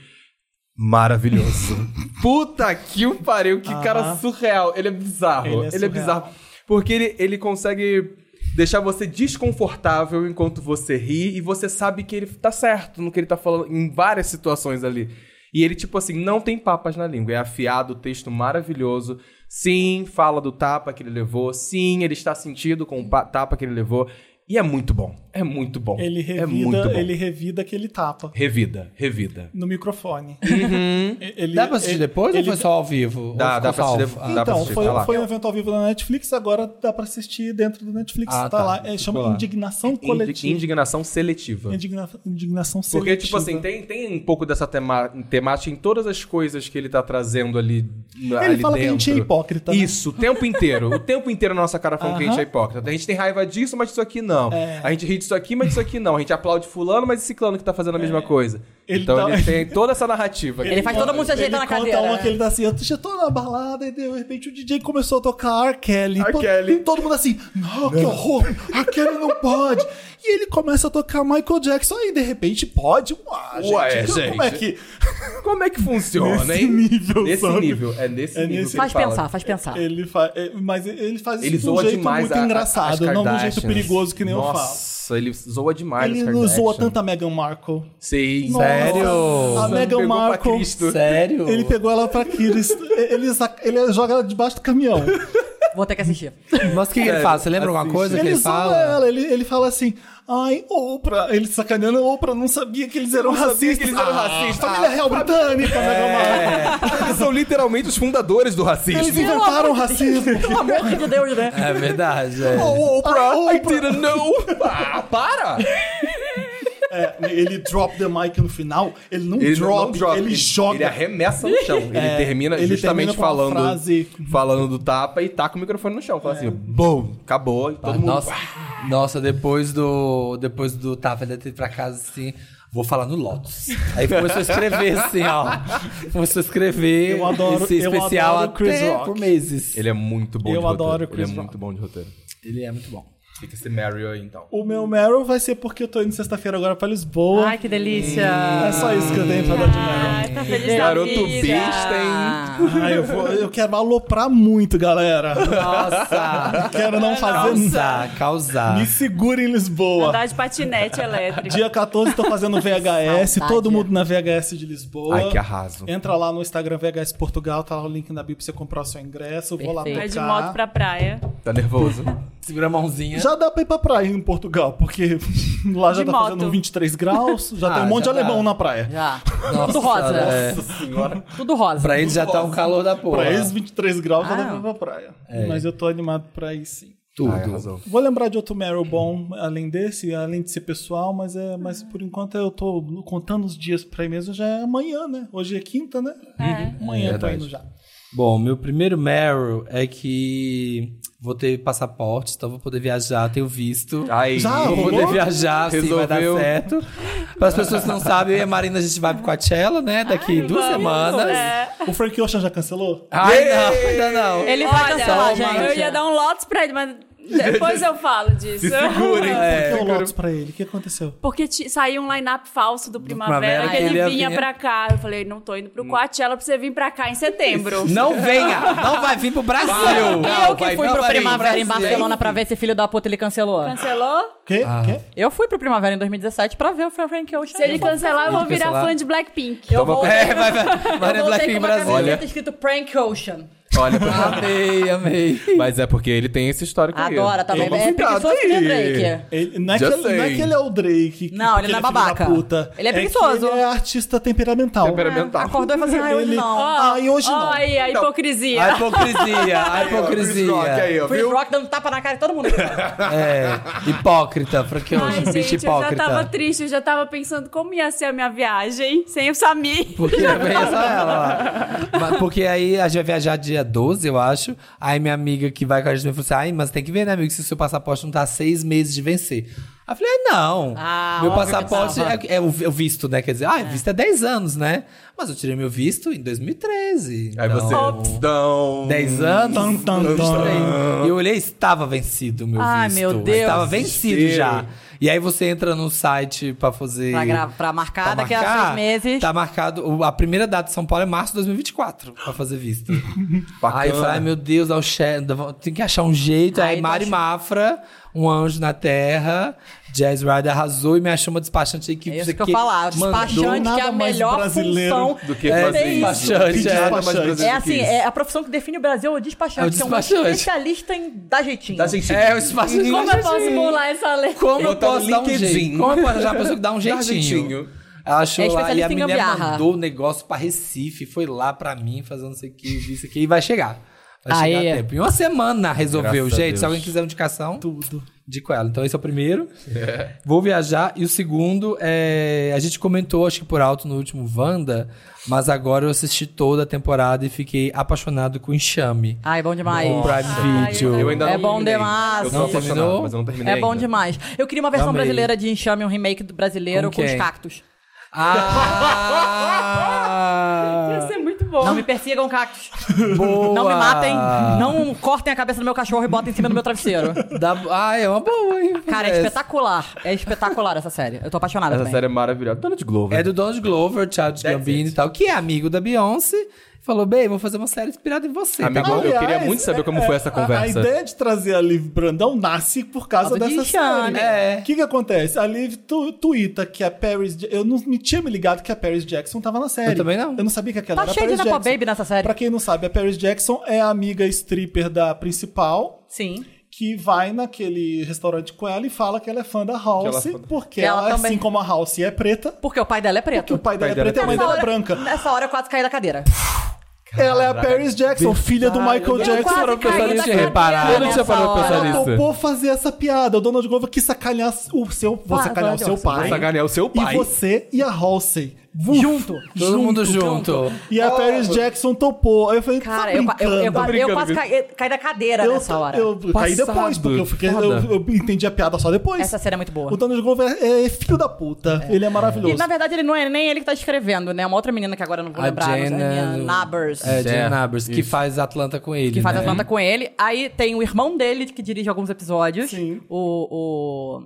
[SPEAKER 3] Maravilhoso. Puta que o pariu, que cara surreal. Ele é bizarro.
[SPEAKER 1] Ele
[SPEAKER 3] Ele
[SPEAKER 1] é
[SPEAKER 3] é,
[SPEAKER 1] surreal.
[SPEAKER 3] bizarro. Porque ele, ele consegue deixar você desconfortável enquanto você ri e você sabe que ele tá certo no que ele tá falando em várias situações ali. E ele, tipo assim, não tem papas na língua. É afiado, texto maravilhoso. Sim, fala do tapa que ele levou. Sim, ele está sentido com o pa- tapa que ele levou. E é muito bom. É muito bom.
[SPEAKER 1] Ele
[SPEAKER 3] é muito
[SPEAKER 1] revida,
[SPEAKER 3] bom.
[SPEAKER 1] ele revida aquele tapa
[SPEAKER 3] Revida, revida.
[SPEAKER 1] no microfone.
[SPEAKER 3] Uhum.
[SPEAKER 1] Ele-
[SPEAKER 4] Dá pra assistir
[SPEAKER 1] ele-
[SPEAKER 4] depois ou
[SPEAKER 1] ele-
[SPEAKER 4] foi só ao vivo?
[SPEAKER 3] Dá-
[SPEAKER 4] Ou ficou
[SPEAKER 3] dá pra assistir
[SPEAKER 4] só ao-
[SPEAKER 3] depois. Dá pra
[SPEAKER 1] Então,
[SPEAKER 3] assistir,
[SPEAKER 1] foi,
[SPEAKER 3] tá lá.
[SPEAKER 1] foi um evento ao vivo na Netflix, agora dá pra assistir dentro do Netflix. tá,
[SPEAKER 4] Ah, tá.
[SPEAKER 1] lá. É, chama
[SPEAKER 3] Ficou lá.
[SPEAKER 1] Indignação
[SPEAKER 3] Indi-
[SPEAKER 1] Coletiva.
[SPEAKER 3] Indignação seletiva.
[SPEAKER 1] Indigna- indignação seletiva.
[SPEAKER 3] Porque, tipo assim, tem, tem um pouco dessa tema- temática em todas as coisas que ele tá trazendo tá ali.
[SPEAKER 1] Ele fala que a gente é
[SPEAKER 3] hipócrita.
[SPEAKER 1] hipócrita. né?
[SPEAKER 3] Isso, o tempo inteiro. o tempo inteiro na nossa cara falando que a gente é
[SPEAKER 1] Aham. É.
[SPEAKER 3] hipócrita. A gente tem raiva disso, mas disso aqui não. A gente ri disso aqui, mas disso aqui não. A gente aplaude fulano, mas esse ciclano que tá fazendo a mesma coisa.
[SPEAKER 1] É. Ele
[SPEAKER 3] então
[SPEAKER 1] tá-
[SPEAKER 3] ele tem toda essa narrativa.
[SPEAKER 5] Ele faz todo mundo se
[SPEAKER 1] Ele
[SPEAKER 5] ajeitar na
[SPEAKER 1] conta
[SPEAKER 5] cadeira.
[SPEAKER 1] uma
[SPEAKER 5] né?
[SPEAKER 1] que ele tá assim, eu já tô na balada e de repente o DJ começou a tocar R. Kelly.
[SPEAKER 3] R.
[SPEAKER 1] Todo-
[SPEAKER 3] Kelly.
[SPEAKER 1] Todo mundo assim, não, que horror, R. Kelly não pode. E ele começa a tocar Michael Jackson aí de repente pode. Uá, gente,
[SPEAKER 3] Ué,
[SPEAKER 1] então
[SPEAKER 3] gente.
[SPEAKER 1] Como é que...
[SPEAKER 3] Como é que funciona,
[SPEAKER 1] Nesse
[SPEAKER 3] hein?
[SPEAKER 1] nível,
[SPEAKER 3] Nesse
[SPEAKER 1] sabe?
[SPEAKER 3] nível. É nesse
[SPEAKER 1] É
[SPEAKER 3] nível
[SPEAKER 1] nesse-
[SPEAKER 3] que
[SPEAKER 5] Faz
[SPEAKER 3] ele fala.
[SPEAKER 5] pensar, faz pensar.
[SPEAKER 1] Ele faz, mas ele faz
[SPEAKER 3] Ah. Ele
[SPEAKER 1] isso de um
[SPEAKER 3] zoa
[SPEAKER 1] jeito
[SPEAKER 3] demais
[SPEAKER 1] muito
[SPEAKER 3] a- a-
[SPEAKER 1] engraçado, não de um
[SPEAKER 3] as
[SPEAKER 1] jeito
[SPEAKER 3] Kardashians.
[SPEAKER 1] perigoso que nem
[SPEAKER 3] Nossa,
[SPEAKER 1] eu
[SPEAKER 3] ele zoa demais
[SPEAKER 1] falo. Ele
[SPEAKER 3] as
[SPEAKER 1] não zoa
[SPEAKER 3] Kardashian.
[SPEAKER 1] tanto a Meghan Markle.
[SPEAKER 3] Sim.
[SPEAKER 1] Nossa,
[SPEAKER 4] Sério?
[SPEAKER 1] A
[SPEAKER 4] Nossa,
[SPEAKER 1] Meghan
[SPEAKER 3] pegou pra
[SPEAKER 1] Markle.
[SPEAKER 3] Cristo.
[SPEAKER 4] Ah, Sério?
[SPEAKER 1] Ele pegou ela pra Kiris. ele, saca- ele joga ela debaixo do caminhão.
[SPEAKER 5] Vou ter que assistir.
[SPEAKER 4] Mas o que, que ele fala? Você lembra alguma coisa que
[SPEAKER 1] Ele
[SPEAKER 4] ele
[SPEAKER 1] zoa
[SPEAKER 4] fala?
[SPEAKER 1] ela, ele, ele fala assim, ai, Oprah, ele sacaneando, Oprah não sabia que eles eram racistas. Ah,
[SPEAKER 3] eles eram racistas. Ah, é.
[SPEAKER 1] Família real britânica, né, Gamar?
[SPEAKER 3] Eles são literalmente os fundadores do
[SPEAKER 1] Eles
[SPEAKER 3] racismo.
[SPEAKER 1] inventaram o racismo.
[SPEAKER 5] Pelo amor de Deus, né?
[SPEAKER 4] É verdade, é.
[SPEAKER 3] Oh, Oprah,
[SPEAKER 1] Ah,
[SPEAKER 3] I
[SPEAKER 1] Oprah.
[SPEAKER 3] didn't know. Ah, para!
[SPEAKER 1] É, ele drop the mic no final, ele não, drop,
[SPEAKER 3] não
[SPEAKER 1] ele joga.
[SPEAKER 3] Ele arremessa no chão. Ele
[SPEAKER 1] É,
[SPEAKER 3] termina
[SPEAKER 1] ele
[SPEAKER 3] justamente
[SPEAKER 1] termina com uma
[SPEAKER 3] falando,
[SPEAKER 1] frase- É.
[SPEAKER 3] falando do tapa e taca o microfone no chão. Fala assim, bum, acabou. E
[SPEAKER 1] Tá,
[SPEAKER 3] todo mundo...
[SPEAKER 4] Nossa, nossa, depois do. Depois do Tá, Tava ele ter ido pra casa assim. Vou falar no Lotus. Aí começou a escrever assim, ó. Começou a escrever
[SPEAKER 1] Eu adoro-
[SPEAKER 4] esse
[SPEAKER 1] eu
[SPEAKER 4] especial
[SPEAKER 1] adoro
[SPEAKER 4] até
[SPEAKER 1] Chris Rock.
[SPEAKER 4] por meses.
[SPEAKER 3] Ele é muito bom
[SPEAKER 1] Eu
[SPEAKER 3] de roteiro.
[SPEAKER 1] adoro
[SPEAKER 3] Ele é
[SPEAKER 1] Chris Rock.
[SPEAKER 3] muito bom de roteiro.
[SPEAKER 4] Ele é muito bom.
[SPEAKER 3] Fica esse Mario aí, então.
[SPEAKER 1] O meu Meryl vai ser porque eu tô indo sexta-feira agora pra Lisboa.
[SPEAKER 5] Ai, que delícia.
[SPEAKER 1] É só isso que eu tenho pra dar de Meryl.
[SPEAKER 6] Ai, tá feliz da
[SPEAKER 3] Garoto besta,
[SPEAKER 6] vida.
[SPEAKER 3] hein?
[SPEAKER 5] Ah,
[SPEAKER 1] Ai, eu, vou- eu quero aloprar muito, galera.
[SPEAKER 4] Nossa!
[SPEAKER 1] Quero não fazer nada.
[SPEAKER 4] causar, causar.
[SPEAKER 1] Me segura em Lisboa.
[SPEAKER 6] Andar de patinete elétrico.
[SPEAKER 1] Dia 14 tô fazendo VHS,
[SPEAKER 5] Saudade.
[SPEAKER 1] todo mundo na VHS de Lisboa.
[SPEAKER 3] Ai, que arraso.
[SPEAKER 1] Entra lá no Instagram VHS Portugal, tá lá o link na bio pra você comprar o seu ingresso. Vou lá
[SPEAKER 5] Perfeito.
[SPEAKER 1] tocar.
[SPEAKER 6] Vai de moto pra praia.
[SPEAKER 3] Tá nervoso?
[SPEAKER 4] Segura a mãozinha.
[SPEAKER 1] Já dá pra ir pra praia em Portugal, porque lá já
[SPEAKER 6] De
[SPEAKER 1] tá
[SPEAKER 6] moto.
[SPEAKER 1] fazendo 23 graus, já
[SPEAKER 4] Ah,
[SPEAKER 1] tem um monte de
[SPEAKER 4] já dá.
[SPEAKER 1] alemão na praia.
[SPEAKER 5] já.
[SPEAKER 4] Nossa,
[SPEAKER 5] tá Tudo rosa. É,
[SPEAKER 4] é.
[SPEAKER 5] Tudo rosa.
[SPEAKER 4] Pra ele já tá um calor da porra.
[SPEAKER 1] Pra eles, 23 graus já
[SPEAKER 5] Ah.
[SPEAKER 1] dá pra ir pra praia.
[SPEAKER 4] É.
[SPEAKER 1] Mas eu tô animado pra ir sim.
[SPEAKER 4] Tudo.
[SPEAKER 3] Ai, arrasou.
[SPEAKER 1] Vou lembrar de outro Meryl bom, além desse, além de ser pessoal, mas é, mas por enquanto eu tô contando os dias pra ir mesmo, já é amanhã, né? Hoje é quinta, né? Amanhã eu tô indo já.
[SPEAKER 4] Bom, meu primeiro Meryl é que vou ter passaporte, então vou poder viajar, tenho visto.
[SPEAKER 3] Ai,
[SPEAKER 1] Já?
[SPEAKER 4] Vou
[SPEAKER 1] Arrumou?
[SPEAKER 4] poder viajar, sim, vai dar
[SPEAKER 3] Resolveu.
[SPEAKER 4] certo. Para as pessoas que não sabem, eu e a Marina, a gente vai pro Coachella, né? Daqui duas
[SPEAKER 6] vamos,
[SPEAKER 4] semanas.
[SPEAKER 6] é.
[SPEAKER 1] O Frank Ocean já cancelou?
[SPEAKER 4] Ai, não, ainda não.
[SPEAKER 5] Ele vai
[SPEAKER 6] Olha,
[SPEAKER 5] cancelar, gente.
[SPEAKER 6] Eu ia dar um lotes pra ele, mas depois eu falo disso.
[SPEAKER 3] segurem.
[SPEAKER 1] É, Por que eu
[SPEAKER 3] cara.
[SPEAKER 1] Lotus pra ele? O que aconteceu?
[SPEAKER 6] Porque ti- saiu um line-up falso do Primavera,
[SPEAKER 4] Primavera,
[SPEAKER 6] que ele,
[SPEAKER 4] que ele
[SPEAKER 6] vinha
[SPEAKER 4] vinha.
[SPEAKER 6] pra cá. Eu falei, não tô indo pro Coachella pra você vir pra cá em setembro.
[SPEAKER 4] Não venha! Não vai vir pro Brasil!
[SPEAKER 5] eu que fui pro Primavera em Barcelona pra ver esse filho da puta, ele cancelou.
[SPEAKER 6] Cancelou?
[SPEAKER 1] Quê? Quê?
[SPEAKER 5] Eu fui pro Primavera em 2017 pra ver o Frank Ocean.
[SPEAKER 6] Se ele cancelar, eu vou virar
[SPEAKER 4] cancelar.
[SPEAKER 6] fã de Blackpink.
[SPEAKER 5] Eu voltei,
[SPEAKER 4] É, vai, vai. Marina
[SPEAKER 5] eu
[SPEAKER 4] Black
[SPEAKER 5] voltei
[SPEAKER 4] em
[SPEAKER 5] com uma
[SPEAKER 4] Brasil.
[SPEAKER 5] camiseta escrito Prank Ocean.
[SPEAKER 3] Olha,
[SPEAKER 4] Amei, amei.
[SPEAKER 3] mas é porque ele tem esse histórico aí.
[SPEAKER 5] Adora, tá vendo?
[SPEAKER 3] Ele-
[SPEAKER 5] É preguiçoso que nem Drake.
[SPEAKER 1] Ele, não, é que,
[SPEAKER 3] Já
[SPEAKER 1] ele- não é
[SPEAKER 3] sei.
[SPEAKER 1] que ele é o Drake. que-
[SPEAKER 5] Não,
[SPEAKER 1] porque
[SPEAKER 5] ele não
[SPEAKER 1] filho da
[SPEAKER 5] é babaca.
[SPEAKER 1] puta.
[SPEAKER 5] Ele é
[SPEAKER 1] que
[SPEAKER 5] preguiçoso.
[SPEAKER 1] Ele é artista temperamental.
[SPEAKER 3] Temperamental.
[SPEAKER 5] Acordou e falou assim, ai, hoje
[SPEAKER 1] Ele-
[SPEAKER 5] não.
[SPEAKER 1] Ah, e hoje não.
[SPEAKER 6] Olha a hipocrisia.
[SPEAKER 4] A hipocrisia, a
[SPEAKER 3] Chris Rock
[SPEAKER 4] hipocrisia.
[SPEAKER 3] aí, ó,
[SPEAKER 5] Chris
[SPEAKER 3] viu?
[SPEAKER 5] Rock dando tapa na cara de todo mundo.
[SPEAKER 4] É, hipócrita, porque eu
[SPEAKER 6] Ai,
[SPEAKER 4] um bicho
[SPEAKER 6] gente, eu já tava
[SPEAKER 4] hipócrita.
[SPEAKER 6] triste, eu já tava pensando como ia ser a minha viagem sem o Samir.
[SPEAKER 4] Porque não vem só ela. ó. Mas Porque aí a gente vai viajar dia 12, eu acho. Aí minha amiga que vai com a gente me falou assim: ai, mas tem que ver, né, amigo, se o seu passaporte não tá há seis meses de vencer. Aí eu falei, ah, não.
[SPEAKER 5] Ah,
[SPEAKER 4] meu
[SPEAKER 5] óbvio que
[SPEAKER 4] passaporte
[SPEAKER 5] tava.
[SPEAKER 4] é, é o, é o visto, né? Quer dizer, ah, visto é 10 anos, né? Mas eu tirei meu visto em 2013.
[SPEAKER 3] Aí
[SPEAKER 4] então,
[SPEAKER 3] você... Hum. Dão.
[SPEAKER 4] 10 anos?
[SPEAKER 1] Tan, tan,
[SPEAKER 4] eu
[SPEAKER 1] tan.
[SPEAKER 4] estranhei. E eu olhei, estava vencido o meu
[SPEAKER 5] Ai,
[SPEAKER 4] visto.
[SPEAKER 5] meu Deus.
[SPEAKER 4] Estava vencido
[SPEAKER 3] Desespero.
[SPEAKER 4] já. E aí você entra no site pra fazer...
[SPEAKER 5] Pra, gra- pra marcar
[SPEAKER 4] pra
[SPEAKER 5] daqui a
[SPEAKER 4] Tá marcar,
[SPEAKER 5] seis meses.
[SPEAKER 4] Tá marcado... o- A primeira data de São Paulo é março de 2024 pra fazer visto. aí eu falei, ai meu Deus, dá o che- dá- tem que achar um jeito. Aí,
[SPEAKER 5] Aí
[SPEAKER 4] Mari
[SPEAKER 5] nós-
[SPEAKER 4] Mafra, um anjo na terra... Jazz Rider arrasou e me achou uma despachante da equipe.
[SPEAKER 5] É isso
[SPEAKER 4] não sei
[SPEAKER 5] que eu
[SPEAKER 4] o quê.
[SPEAKER 5] falava.
[SPEAKER 4] Mandou-
[SPEAKER 5] Despachante que é a
[SPEAKER 1] nada mais
[SPEAKER 5] melhor
[SPEAKER 1] brasileiro
[SPEAKER 5] função.
[SPEAKER 3] Do que
[SPEAKER 4] É,
[SPEAKER 3] fazer isso?
[SPEAKER 4] despachante,
[SPEAKER 1] Que
[SPEAKER 4] é.
[SPEAKER 1] despachante.
[SPEAKER 3] Mas-
[SPEAKER 5] É assim, é a profissão que define o Brasil é o despachante.
[SPEAKER 4] É o
[SPEAKER 5] Que é um
[SPEAKER 4] despachante.
[SPEAKER 5] especialista em dar jeitinho.
[SPEAKER 3] Dá gente...
[SPEAKER 4] É, o despachante.
[SPEAKER 6] Como eu
[SPEAKER 3] Tá
[SPEAKER 6] posso pular essa lei?
[SPEAKER 4] Como eu
[SPEAKER 3] Botar no
[SPEAKER 4] posso dar um
[SPEAKER 3] LinkedIn.
[SPEAKER 4] jeitinho? Como eu posso achar uma pessoa que dá um
[SPEAKER 3] Dá
[SPEAKER 4] jeitinho?
[SPEAKER 3] jeitinho.
[SPEAKER 4] Ela achou
[SPEAKER 5] É
[SPEAKER 4] lá e a
[SPEAKER 5] especialista em
[SPEAKER 4] menina
[SPEAKER 5] gambiarra.
[SPEAKER 4] mandou o negócio pra Recife, foi lá pra mim, fazendo não sei o que, isso aqui, e vai chegar. Vai
[SPEAKER 5] Aí
[SPEAKER 4] chegar a
[SPEAKER 5] é.
[SPEAKER 4] tempo. Em uma semana resolveu,
[SPEAKER 3] Graças a
[SPEAKER 4] gente.
[SPEAKER 3] Deus.
[SPEAKER 4] Se alguém quiser uma indicação,
[SPEAKER 1] Tudo.
[SPEAKER 4] indico ela. Então esse é o primeiro. Vou viajar. E o segundo é. A gente comentou, acho que por alto no último Wanda, mas agora eu assisti toda a temporada e fiquei apaixonado com enxame.
[SPEAKER 5] Ai, bom demais.
[SPEAKER 4] O Prime Video.
[SPEAKER 3] Eu ainda
[SPEAKER 5] É
[SPEAKER 3] não
[SPEAKER 5] bom
[SPEAKER 3] terminei.
[SPEAKER 5] demais.
[SPEAKER 3] Eu tô
[SPEAKER 4] Não
[SPEAKER 3] apaixonado,
[SPEAKER 4] terminou?
[SPEAKER 3] mas eu não terminei
[SPEAKER 5] É bom
[SPEAKER 3] ainda.
[SPEAKER 5] demais. Eu queria uma versão
[SPEAKER 4] Amei.
[SPEAKER 5] brasileira de Enxame, um remake do brasileiro
[SPEAKER 4] Com
[SPEAKER 5] com,
[SPEAKER 4] quem?
[SPEAKER 5] os cactos.
[SPEAKER 4] Ah!
[SPEAKER 6] Ia ser muito bom.
[SPEAKER 5] Não me persigam, cactos.
[SPEAKER 4] Boa!
[SPEAKER 5] Não me matem. Não cortem a cabeça do meu cachorro e botem em cima do meu travesseiro.
[SPEAKER 4] Dá- Ah, é uma boa, hein?
[SPEAKER 5] Cara, é
[SPEAKER 4] Essa.
[SPEAKER 5] espetacular. É espetacular essa série. Eu tô apaixonada
[SPEAKER 3] Essa
[SPEAKER 5] também.
[SPEAKER 3] série é maravilhosa. Dona de Glover.
[SPEAKER 4] É do Donald Glover, Charles Gambino
[SPEAKER 3] it.
[SPEAKER 4] e tal, que é amigo da Beyoncé. Falou, bem, vou fazer uma série inspirada em você. tá
[SPEAKER 3] Amigo,
[SPEAKER 4] bom?
[SPEAKER 3] eu queria
[SPEAKER 1] Aliás,
[SPEAKER 3] muito saber como
[SPEAKER 1] é,
[SPEAKER 3] foi essa
[SPEAKER 1] a- A,
[SPEAKER 3] conversa.
[SPEAKER 1] ideia de trazer a Liv Brandão nasce por causa
[SPEAKER 5] Causa de
[SPEAKER 1] dessa
[SPEAKER 5] Xana.
[SPEAKER 1] série.
[SPEAKER 4] É.
[SPEAKER 1] O que que acontece? A Liv tu, tuita que a Paris... Ja- Eu não me tinha me ligado que a Paris Jackson tava na série.
[SPEAKER 4] Eu também não.
[SPEAKER 1] Eu não sabia que aquela
[SPEAKER 5] Tá
[SPEAKER 1] era a
[SPEAKER 5] cheio de
[SPEAKER 1] Paris
[SPEAKER 5] Napa
[SPEAKER 1] Jackson.
[SPEAKER 5] Baby nessa série.
[SPEAKER 1] é Pra quem não sabe, a Paris Jackson é a amiga stripper da principal
[SPEAKER 5] Sim.
[SPEAKER 1] que vai naquele restaurante com ela e fala que ela é fã da House,
[SPEAKER 3] Que ela é fã da-
[SPEAKER 1] porque
[SPEAKER 5] Que ela
[SPEAKER 1] ela,
[SPEAKER 5] também-
[SPEAKER 1] assim como a House é preta,
[SPEAKER 5] Porque o pai dela é
[SPEAKER 1] que o
[SPEAKER 5] preto.
[SPEAKER 1] pai dela é
[SPEAKER 3] dela é
[SPEAKER 1] preto e a mãe
[SPEAKER 5] Nessa
[SPEAKER 1] dela é
[SPEAKER 5] hora-
[SPEAKER 1] branca.
[SPEAKER 5] Nessa hora eu quase caí da cadeira.
[SPEAKER 1] Ela é a Paris Jackson, filha do Michael
[SPEAKER 5] Eu
[SPEAKER 1] Jackson.
[SPEAKER 5] quase
[SPEAKER 3] pensar
[SPEAKER 5] caí da
[SPEAKER 3] nisso,
[SPEAKER 5] cadeira.
[SPEAKER 3] reparar. Eu não tinha
[SPEAKER 5] nessa
[SPEAKER 3] parado pra pensar
[SPEAKER 5] hora.
[SPEAKER 3] nisso.
[SPEAKER 1] Ela topou fazer essa piada. O Donald Glover quis sacanear o seu. Vou
[SPEAKER 5] Ah,
[SPEAKER 1] sacanear o
[SPEAKER 5] Donald
[SPEAKER 1] seu
[SPEAKER 5] Glover,
[SPEAKER 1] pai.
[SPEAKER 5] vai.
[SPEAKER 3] Sacanear é o seu pai.
[SPEAKER 1] é E você e a Halsey. Junto.
[SPEAKER 4] Todo mundo junto.
[SPEAKER 1] E a Paris Jackson topou. Aí eu falei,
[SPEAKER 5] Cara,
[SPEAKER 1] tá
[SPEAKER 5] eu, eu,
[SPEAKER 1] brincando.
[SPEAKER 5] eu, eu,
[SPEAKER 3] brincando,
[SPEAKER 5] quase
[SPEAKER 3] viu?
[SPEAKER 5] caí, caí da cadeira
[SPEAKER 1] Eu-
[SPEAKER 5] nessa hora.
[SPEAKER 1] Eu, caí
[SPEAKER 3] Passado.
[SPEAKER 1] depois, porque eu, fiquei, eu,
[SPEAKER 3] Foda.
[SPEAKER 1] eu entendi a piada só depois.
[SPEAKER 5] Essa série é muito boa.
[SPEAKER 1] O Donald Glover é, é filho da puta. Ele é maravilhoso.
[SPEAKER 5] E, na verdade, ele não é nem ele que tá escrevendo, né? Uma outra menina que agora eu não vou
[SPEAKER 4] A
[SPEAKER 5] lembrar. mas é
[SPEAKER 4] Jenna-
[SPEAKER 5] minha Nabers.
[SPEAKER 4] É, Jane
[SPEAKER 3] É,
[SPEAKER 4] Nabers, que faz Atlanta com ele.
[SPEAKER 5] Que faz
[SPEAKER 4] né?
[SPEAKER 5] a planta com ele. Aí tem o irmão dele, que dirige alguns episódios.
[SPEAKER 1] Sim.
[SPEAKER 5] O, o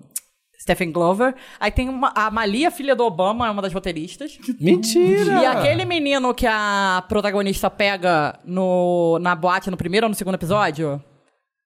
[SPEAKER 5] Stephen Glover. Aí tem uma- a Malia, filha do Obama, é uma das roteiristas.
[SPEAKER 4] Mentira!
[SPEAKER 5] E aquele menino que a protagonista pega no, na boate no primeiro ou no segundo episódio?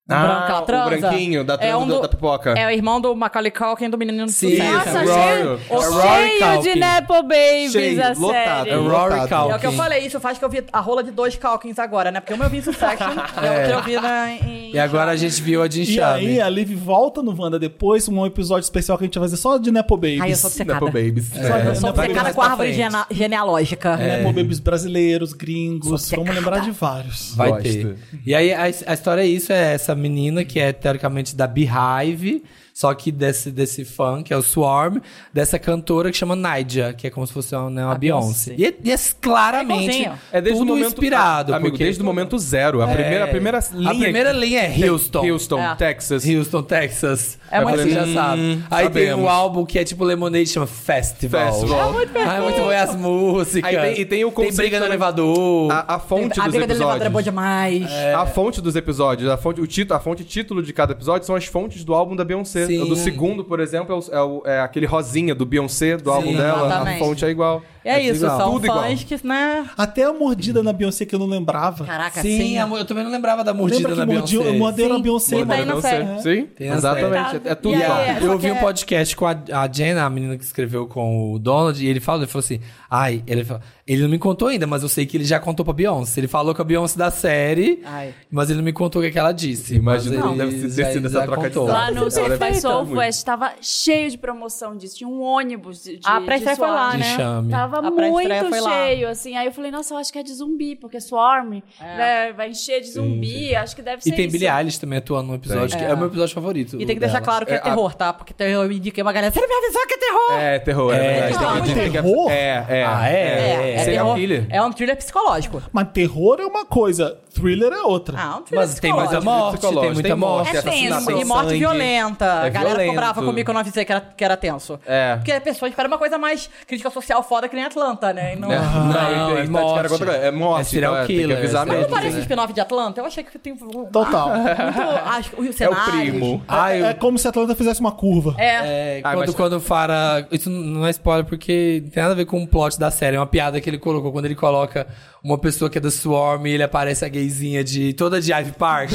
[SPEAKER 5] O
[SPEAKER 3] Ah,
[SPEAKER 5] branco que ela
[SPEAKER 3] o
[SPEAKER 5] transa.
[SPEAKER 3] branquinho da transa do- da pipoca.
[SPEAKER 5] É o irmão do Macaulay Culkin do menino do
[SPEAKER 4] Sim.
[SPEAKER 3] é
[SPEAKER 5] Succession.
[SPEAKER 4] Nossa,
[SPEAKER 6] Nossa,
[SPEAKER 3] Royal.
[SPEAKER 6] cheio,
[SPEAKER 4] É Rory
[SPEAKER 6] cheio de
[SPEAKER 4] Culkin.
[SPEAKER 6] Nepo Babies
[SPEAKER 3] Cheio,
[SPEAKER 6] a
[SPEAKER 3] lotado.
[SPEAKER 4] É o
[SPEAKER 6] série.
[SPEAKER 4] Rory Culkin.
[SPEAKER 5] É o que eu falei, isso faz que eu vi a rola de dois Calkins agora, né? Porque uma eu vi em Succession, e a outra é eu vi na, em...
[SPEAKER 4] E agora a gente viu a Jim
[SPEAKER 1] E aí
[SPEAKER 4] Charme.
[SPEAKER 1] a Liv volta no Wanda depois, um episódio especial que a gente vai fazer só de Nepo Babies.
[SPEAKER 5] Ai, eu sou obcecada.
[SPEAKER 3] Nepo Babies. É.
[SPEAKER 1] Só de
[SPEAKER 5] Eu sou
[SPEAKER 1] Nepo
[SPEAKER 5] obcecada
[SPEAKER 1] Babies.
[SPEAKER 5] com a árvore
[SPEAKER 4] frente.
[SPEAKER 5] gene- genealógica.
[SPEAKER 1] É. Nepo Babies brasileiros, gringos.
[SPEAKER 5] Sou
[SPEAKER 1] Vamos
[SPEAKER 5] obcecada.
[SPEAKER 1] lembrar de vários.
[SPEAKER 4] Vai
[SPEAKER 3] Gosto.
[SPEAKER 4] ter. E aí a, a história é isso: é essa menina que é teoricamente da Beehive, só que desse, desse fã, que é o Swarm, dessa cantora que chama Naija, que é como se fosse uma, né, uma
[SPEAKER 5] A Beyoncé.
[SPEAKER 4] Beyoncé. E, é- e é claramente
[SPEAKER 5] igualzinho.
[SPEAKER 3] É desde
[SPEAKER 4] tudo
[SPEAKER 3] o momento,
[SPEAKER 4] inspirado.
[SPEAKER 3] a- amigo,
[SPEAKER 4] porque-
[SPEAKER 3] desde o momento zero. A primeira, a primeira linha.
[SPEAKER 4] É. A primeira linha é Houston.
[SPEAKER 3] Houston,
[SPEAKER 5] É.
[SPEAKER 3] Texas.
[SPEAKER 4] Houston, Texas.
[SPEAKER 5] É muito
[SPEAKER 4] você já
[SPEAKER 3] bom.
[SPEAKER 4] sabe.
[SPEAKER 3] Hum,
[SPEAKER 4] Aí tem
[SPEAKER 3] sabemos.
[SPEAKER 4] um álbum que é tipo Lemonade, chama Festival.
[SPEAKER 3] Festival. É muito
[SPEAKER 4] Ah, é muito bom e as músicas.
[SPEAKER 3] Aí tem- e tem o
[SPEAKER 4] Tem
[SPEAKER 3] conceito
[SPEAKER 4] briga no
[SPEAKER 3] também.
[SPEAKER 4] elevador.
[SPEAKER 3] A, a fonte
[SPEAKER 5] a
[SPEAKER 3] dos
[SPEAKER 5] briga do elevador é boa
[SPEAKER 3] episódios.
[SPEAKER 5] demais.
[SPEAKER 3] A fonte dos episódios, a fonte, o título, a fonte título de cada episódio são as fontes do álbum da Beyoncé.
[SPEAKER 4] Sim.
[SPEAKER 3] O do segundo, por exemplo, é, o- é o- é aquele rosinha do Beyoncé, do álbum dela.
[SPEAKER 5] exatamente.
[SPEAKER 3] A fonte é igual.
[SPEAKER 5] É isso,
[SPEAKER 3] igual.
[SPEAKER 5] são
[SPEAKER 3] Tudo
[SPEAKER 5] fãs
[SPEAKER 3] igual.
[SPEAKER 5] que, né?
[SPEAKER 1] Até a mordida na Beyoncé que eu não lembrava.
[SPEAKER 5] Caraca,
[SPEAKER 4] Sim,
[SPEAKER 5] sim.
[SPEAKER 4] amor, eu também não lembrava da mordida
[SPEAKER 1] Lembra
[SPEAKER 4] na
[SPEAKER 1] que mordiu,
[SPEAKER 4] Beyoncé.
[SPEAKER 1] morderam a
[SPEAKER 5] Sim.
[SPEAKER 1] Beyoncé?
[SPEAKER 5] E daí
[SPEAKER 1] mano?
[SPEAKER 5] não
[SPEAKER 3] é Beyoncé, Sim,
[SPEAKER 4] Tem na
[SPEAKER 3] exatamente.
[SPEAKER 6] série.
[SPEAKER 3] É, é tudo
[SPEAKER 5] Tá.
[SPEAKER 6] E aí,
[SPEAKER 3] igual.
[SPEAKER 6] é-
[SPEAKER 4] Eu
[SPEAKER 6] só
[SPEAKER 4] ouvi
[SPEAKER 6] que
[SPEAKER 4] um
[SPEAKER 6] é-
[SPEAKER 4] podcast com a, a Jenna, a menina que escreveu com o Donald, e ele falou, ele falou assim, ai, ele, falou- ele não me contou ainda, mas eu sei que ele já contou pra Beyoncé. Ele falou com a Beyoncé da série,
[SPEAKER 5] Ai.
[SPEAKER 4] mas ele não me contou o que, é que ela disse.
[SPEAKER 3] Imagina
[SPEAKER 4] Mas
[SPEAKER 3] como
[SPEAKER 4] ele
[SPEAKER 3] deve ter
[SPEAKER 4] já-
[SPEAKER 3] sido
[SPEAKER 4] já
[SPEAKER 3] essa troca de
[SPEAKER 4] contou.
[SPEAKER 6] Lá
[SPEAKER 3] Ela
[SPEAKER 6] no
[SPEAKER 3] deve ter
[SPEAKER 6] Surface
[SPEAKER 3] feito
[SPEAKER 6] Soul
[SPEAKER 3] muito.
[SPEAKER 6] Fest tava cheio de promoção disso. Tinha um ônibus de, de
[SPEAKER 1] Ah,
[SPEAKER 5] A pré-estreia
[SPEAKER 6] de
[SPEAKER 5] foi lá,
[SPEAKER 6] Swarm.
[SPEAKER 4] De
[SPEAKER 5] né?
[SPEAKER 4] chame.
[SPEAKER 6] Ah, Tava
[SPEAKER 5] A pré-estreia
[SPEAKER 6] muito
[SPEAKER 5] foi lá.
[SPEAKER 6] cheio, assim. Aí eu falei, nossa, eu acho que é de zumbi, porque Swarm
[SPEAKER 5] É.
[SPEAKER 6] né, vai encher de zumbi. Acho que deve ser
[SPEAKER 4] E tem
[SPEAKER 6] isso.
[SPEAKER 4] Billie Eilish também atuando no episódio, que é o meu episódio favorito.
[SPEAKER 5] E tem que deixar
[SPEAKER 4] dela.
[SPEAKER 5] claro que é,
[SPEAKER 3] É, a-
[SPEAKER 5] terror, tá? Porque eu indiquei uma galera, você não me avisou que é terror!
[SPEAKER 3] É, terror. É,
[SPEAKER 4] É,
[SPEAKER 3] verdade.
[SPEAKER 1] não,
[SPEAKER 3] Tem que- tem que-
[SPEAKER 1] terror?
[SPEAKER 3] É, é.
[SPEAKER 4] Ah, é?
[SPEAKER 5] é
[SPEAKER 3] Serial
[SPEAKER 5] terror.
[SPEAKER 3] killer.
[SPEAKER 5] É um thriller psicológico.
[SPEAKER 1] Mas terror é uma coisa, thriller é outra.
[SPEAKER 5] Ah, um thriller
[SPEAKER 4] Mas tem mais
[SPEAKER 5] psicológico.
[SPEAKER 4] a morte, tem
[SPEAKER 3] Psicológico,
[SPEAKER 4] muita
[SPEAKER 3] tem
[SPEAKER 4] morte.
[SPEAKER 3] morte,
[SPEAKER 5] É tenso.
[SPEAKER 3] assassinato,
[SPEAKER 5] E morte
[SPEAKER 3] sangue.
[SPEAKER 5] violenta. a
[SPEAKER 3] É
[SPEAKER 5] galera
[SPEAKER 3] violento.
[SPEAKER 5] ficou brava comigo que eu não avisei que era, que era tenso.
[SPEAKER 3] É.
[SPEAKER 5] Porque a pessoa espera uma coisa mais crítica social foda que nem Atlanta, né? E não...
[SPEAKER 3] É.
[SPEAKER 5] Mas
[SPEAKER 4] Não,
[SPEAKER 3] Não,
[SPEAKER 4] é
[SPEAKER 3] ele tá de cara
[SPEAKER 4] morte.
[SPEAKER 3] contra- é morte,
[SPEAKER 4] É serial
[SPEAKER 3] então é, tem que
[SPEAKER 4] killer.
[SPEAKER 3] avisar
[SPEAKER 4] é
[SPEAKER 5] não
[SPEAKER 3] mesmo.
[SPEAKER 4] serial
[SPEAKER 5] parece um spin-off de Atlanta? Eu achei que tem muito...
[SPEAKER 1] Total.
[SPEAKER 5] Ah, Acho, que os
[SPEAKER 3] É o
[SPEAKER 5] cenários...
[SPEAKER 3] primo.
[SPEAKER 4] Ah, eu-
[SPEAKER 1] É como se a Atlanta fizesse uma curva.
[SPEAKER 5] É.
[SPEAKER 4] É,
[SPEAKER 3] Ah,
[SPEAKER 4] quando,
[SPEAKER 3] mas-
[SPEAKER 4] quando o Farah. Isso não é spoiler porque não tem nada a ver com o plot da série. É uma piada que ele colocou. Quando ele coloca uma pessoa que é da Swarm e ele aparece a gayzinha de. toda de Ivy Park.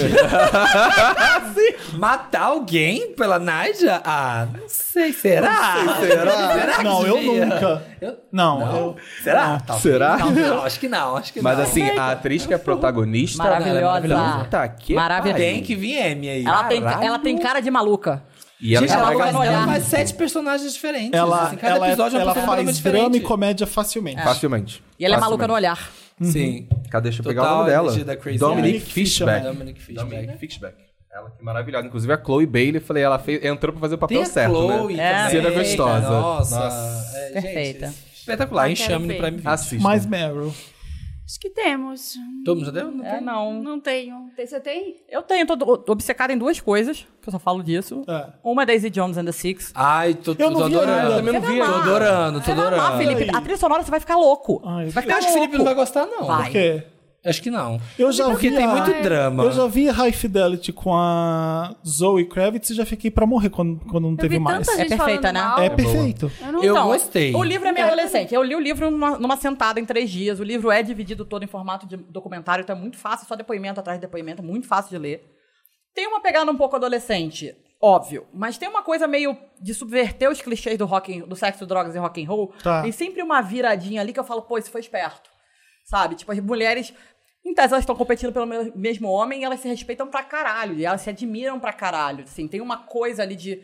[SPEAKER 4] Sim. Matar alguém pela Naija? Ah, não sei, será?
[SPEAKER 1] Será?
[SPEAKER 4] que
[SPEAKER 1] Não, eu
[SPEAKER 4] devia?
[SPEAKER 1] nunca. Não, eu-
[SPEAKER 4] Será? Talvez.
[SPEAKER 3] Será?
[SPEAKER 4] Não, não, acho que não, acho que
[SPEAKER 3] Mas
[SPEAKER 4] não.
[SPEAKER 3] assim, a atriz que é protagonista.
[SPEAKER 5] Maravilhosa.
[SPEAKER 3] Puta que
[SPEAKER 5] Maravilhosa.
[SPEAKER 4] Tem que vir M aí.
[SPEAKER 5] Ela tem,
[SPEAKER 4] Caralho.
[SPEAKER 5] ela tem cara de maluca.
[SPEAKER 3] E ela é
[SPEAKER 4] Gente, ela, é
[SPEAKER 5] Ela
[SPEAKER 4] faz,
[SPEAKER 5] vai
[SPEAKER 4] ela
[SPEAKER 5] olhar.
[SPEAKER 4] faz sete personagens diferentes.
[SPEAKER 1] Ela,
[SPEAKER 4] assim, cada
[SPEAKER 1] ela,
[SPEAKER 4] episódio é uma
[SPEAKER 1] ela
[SPEAKER 4] personagem
[SPEAKER 1] faz
[SPEAKER 4] diferente.
[SPEAKER 1] drama e comédia facilmente.
[SPEAKER 7] É.
[SPEAKER 3] Facilmente.
[SPEAKER 5] E ela é maluca no olhar.
[SPEAKER 4] Sim.
[SPEAKER 3] Cadê? Deixa eu pegar
[SPEAKER 4] Total
[SPEAKER 3] o nome
[SPEAKER 4] energia da
[SPEAKER 3] dela.
[SPEAKER 4] Crazy né,
[SPEAKER 3] Dominic
[SPEAKER 1] Eyes.
[SPEAKER 3] Fishback.
[SPEAKER 4] É Dominic Fishback.
[SPEAKER 3] Dominic Fishback. Ela que maravilhosa. Inclusive a Chloe Bailey, falei, ela fez- entrou pra fazer o papel
[SPEAKER 4] Tem a
[SPEAKER 3] certo,
[SPEAKER 4] Chloe
[SPEAKER 3] né?
[SPEAKER 5] É.
[SPEAKER 3] Cena
[SPEAKER 4] também.
[SPEAKER 3] gostosa.
[SPEAKER 4] Nossa.
[SPEAKER 3] Nossa.
[SPEAKER 4] É,
[SPEAKER 5] Perfeita.
[SPEAKER 4] gente, espetacular.
[SPEAKER 6] Ah, quero
[SPEAKER 4] Enxame no
[SPEAKER 6] ver.
[SPEAKER 4] Prime Video.
[SPEAKER 3] Assista.
[SPEAKER 1] Mais Meryl.
[SPEAKER 6] Acho que temos.
[SPEAKER 4] Todo mundo já deu? Não
[SPEAKER 5] É,
[SPEAKER 4] tem?
[SPEAKER 5] não.
[SPEAKER 6] Não tenho. Tem- Você tem?
[SPEAKER 5] Eu tenho, tô do- obcecada em duas coisas, que eu só falo disso.
[SPEAKER 1] É.
[SPEAKER 5] Uma é Daisy Jones and the Six.
[SPEAKER 4] Ai, tô,
[SPEAKER 1] Eu não
[SPEAKER 4] tô
[SPEAKER 1] vi
[SPEAKER 4] adorando.
[SPEAKER 1] ainda. Eu também
[SPEAKER 5] não Você vi. vai
[SPEAKER 4] Tô
[SPEAKER 5] amar.
[SPEAKER 4] adorando, tô
[SPEAKER 5] Você vai amar,
[SPEAKER 4] adorando.
[SPEAKER 5] Felipe. A trilha sonora você vai ficar louco.
[SPEAKER 1] Ai,
[SPEAKER 5] vai ficar
[SPEAKER 4] Eu acho que o
[SPEAKER 5] louco.
[SPEAKER 4] Felipe não vai gostar, não.
[SPEAKER 5] Vai.
[SPEAKER 1] Porque
[SPEAKER 4] Acho que não.
[SPEAKER 1] Eu já
[SPEAKER 4] Porque
[SPEAKER 1] vi
[SPEAKER 4] tem
[SPEAKER 1] a-
[SPEAKER 4] muito drama.
[SPEAKER 1] Eu já vi High Fidelity com a Zoe Kravitz e já fiquei pra morrer quando, quando não
[SPEAKER 6] Eu
[SPEAKER 1] teve
[SPEAKER 6] vi
[SPEAKER 1] mais.
[SPEAKER 6] tanta gente
[SPEAKER 5] É perfeita,
[SPEAKER 6] falando
[SPEAKER 5] né?
[SPEAKER 6] mal.
[SPEAKER 1] É perfeito.
[SPEAKER 6] Eu não
[SPEAKER 4] Eu
[SPEAKER 5] Então,
[SPEAKER 4] gostei.
[SPEAKER 5] O livro é meio adolescente. Eu li o livro numa, numa sentada em três dias. O livro é dividido todo em formato de documentário, então é muito fácil, só depoimento atrás de depoimento, é muito fácil de ler. Tem uma pegada um pouco adolescente, óbvio, mas tem uma coisa meio de subverter os clichês do rock, and- do sexo, drogas e rock and roll.
[SPEAKER 1] Tá.
[SPEAKER 5] Tem É sempre uma viradinha ali que eu falo, pô, isso foi esperto. Sabe? Tipo, as mulheres, em tese, elas estão competindo pelo me- mesmo homem e elas se respeitam pra caralho. E elas se admiram pra caralho. Assim, tem uma coisa ali de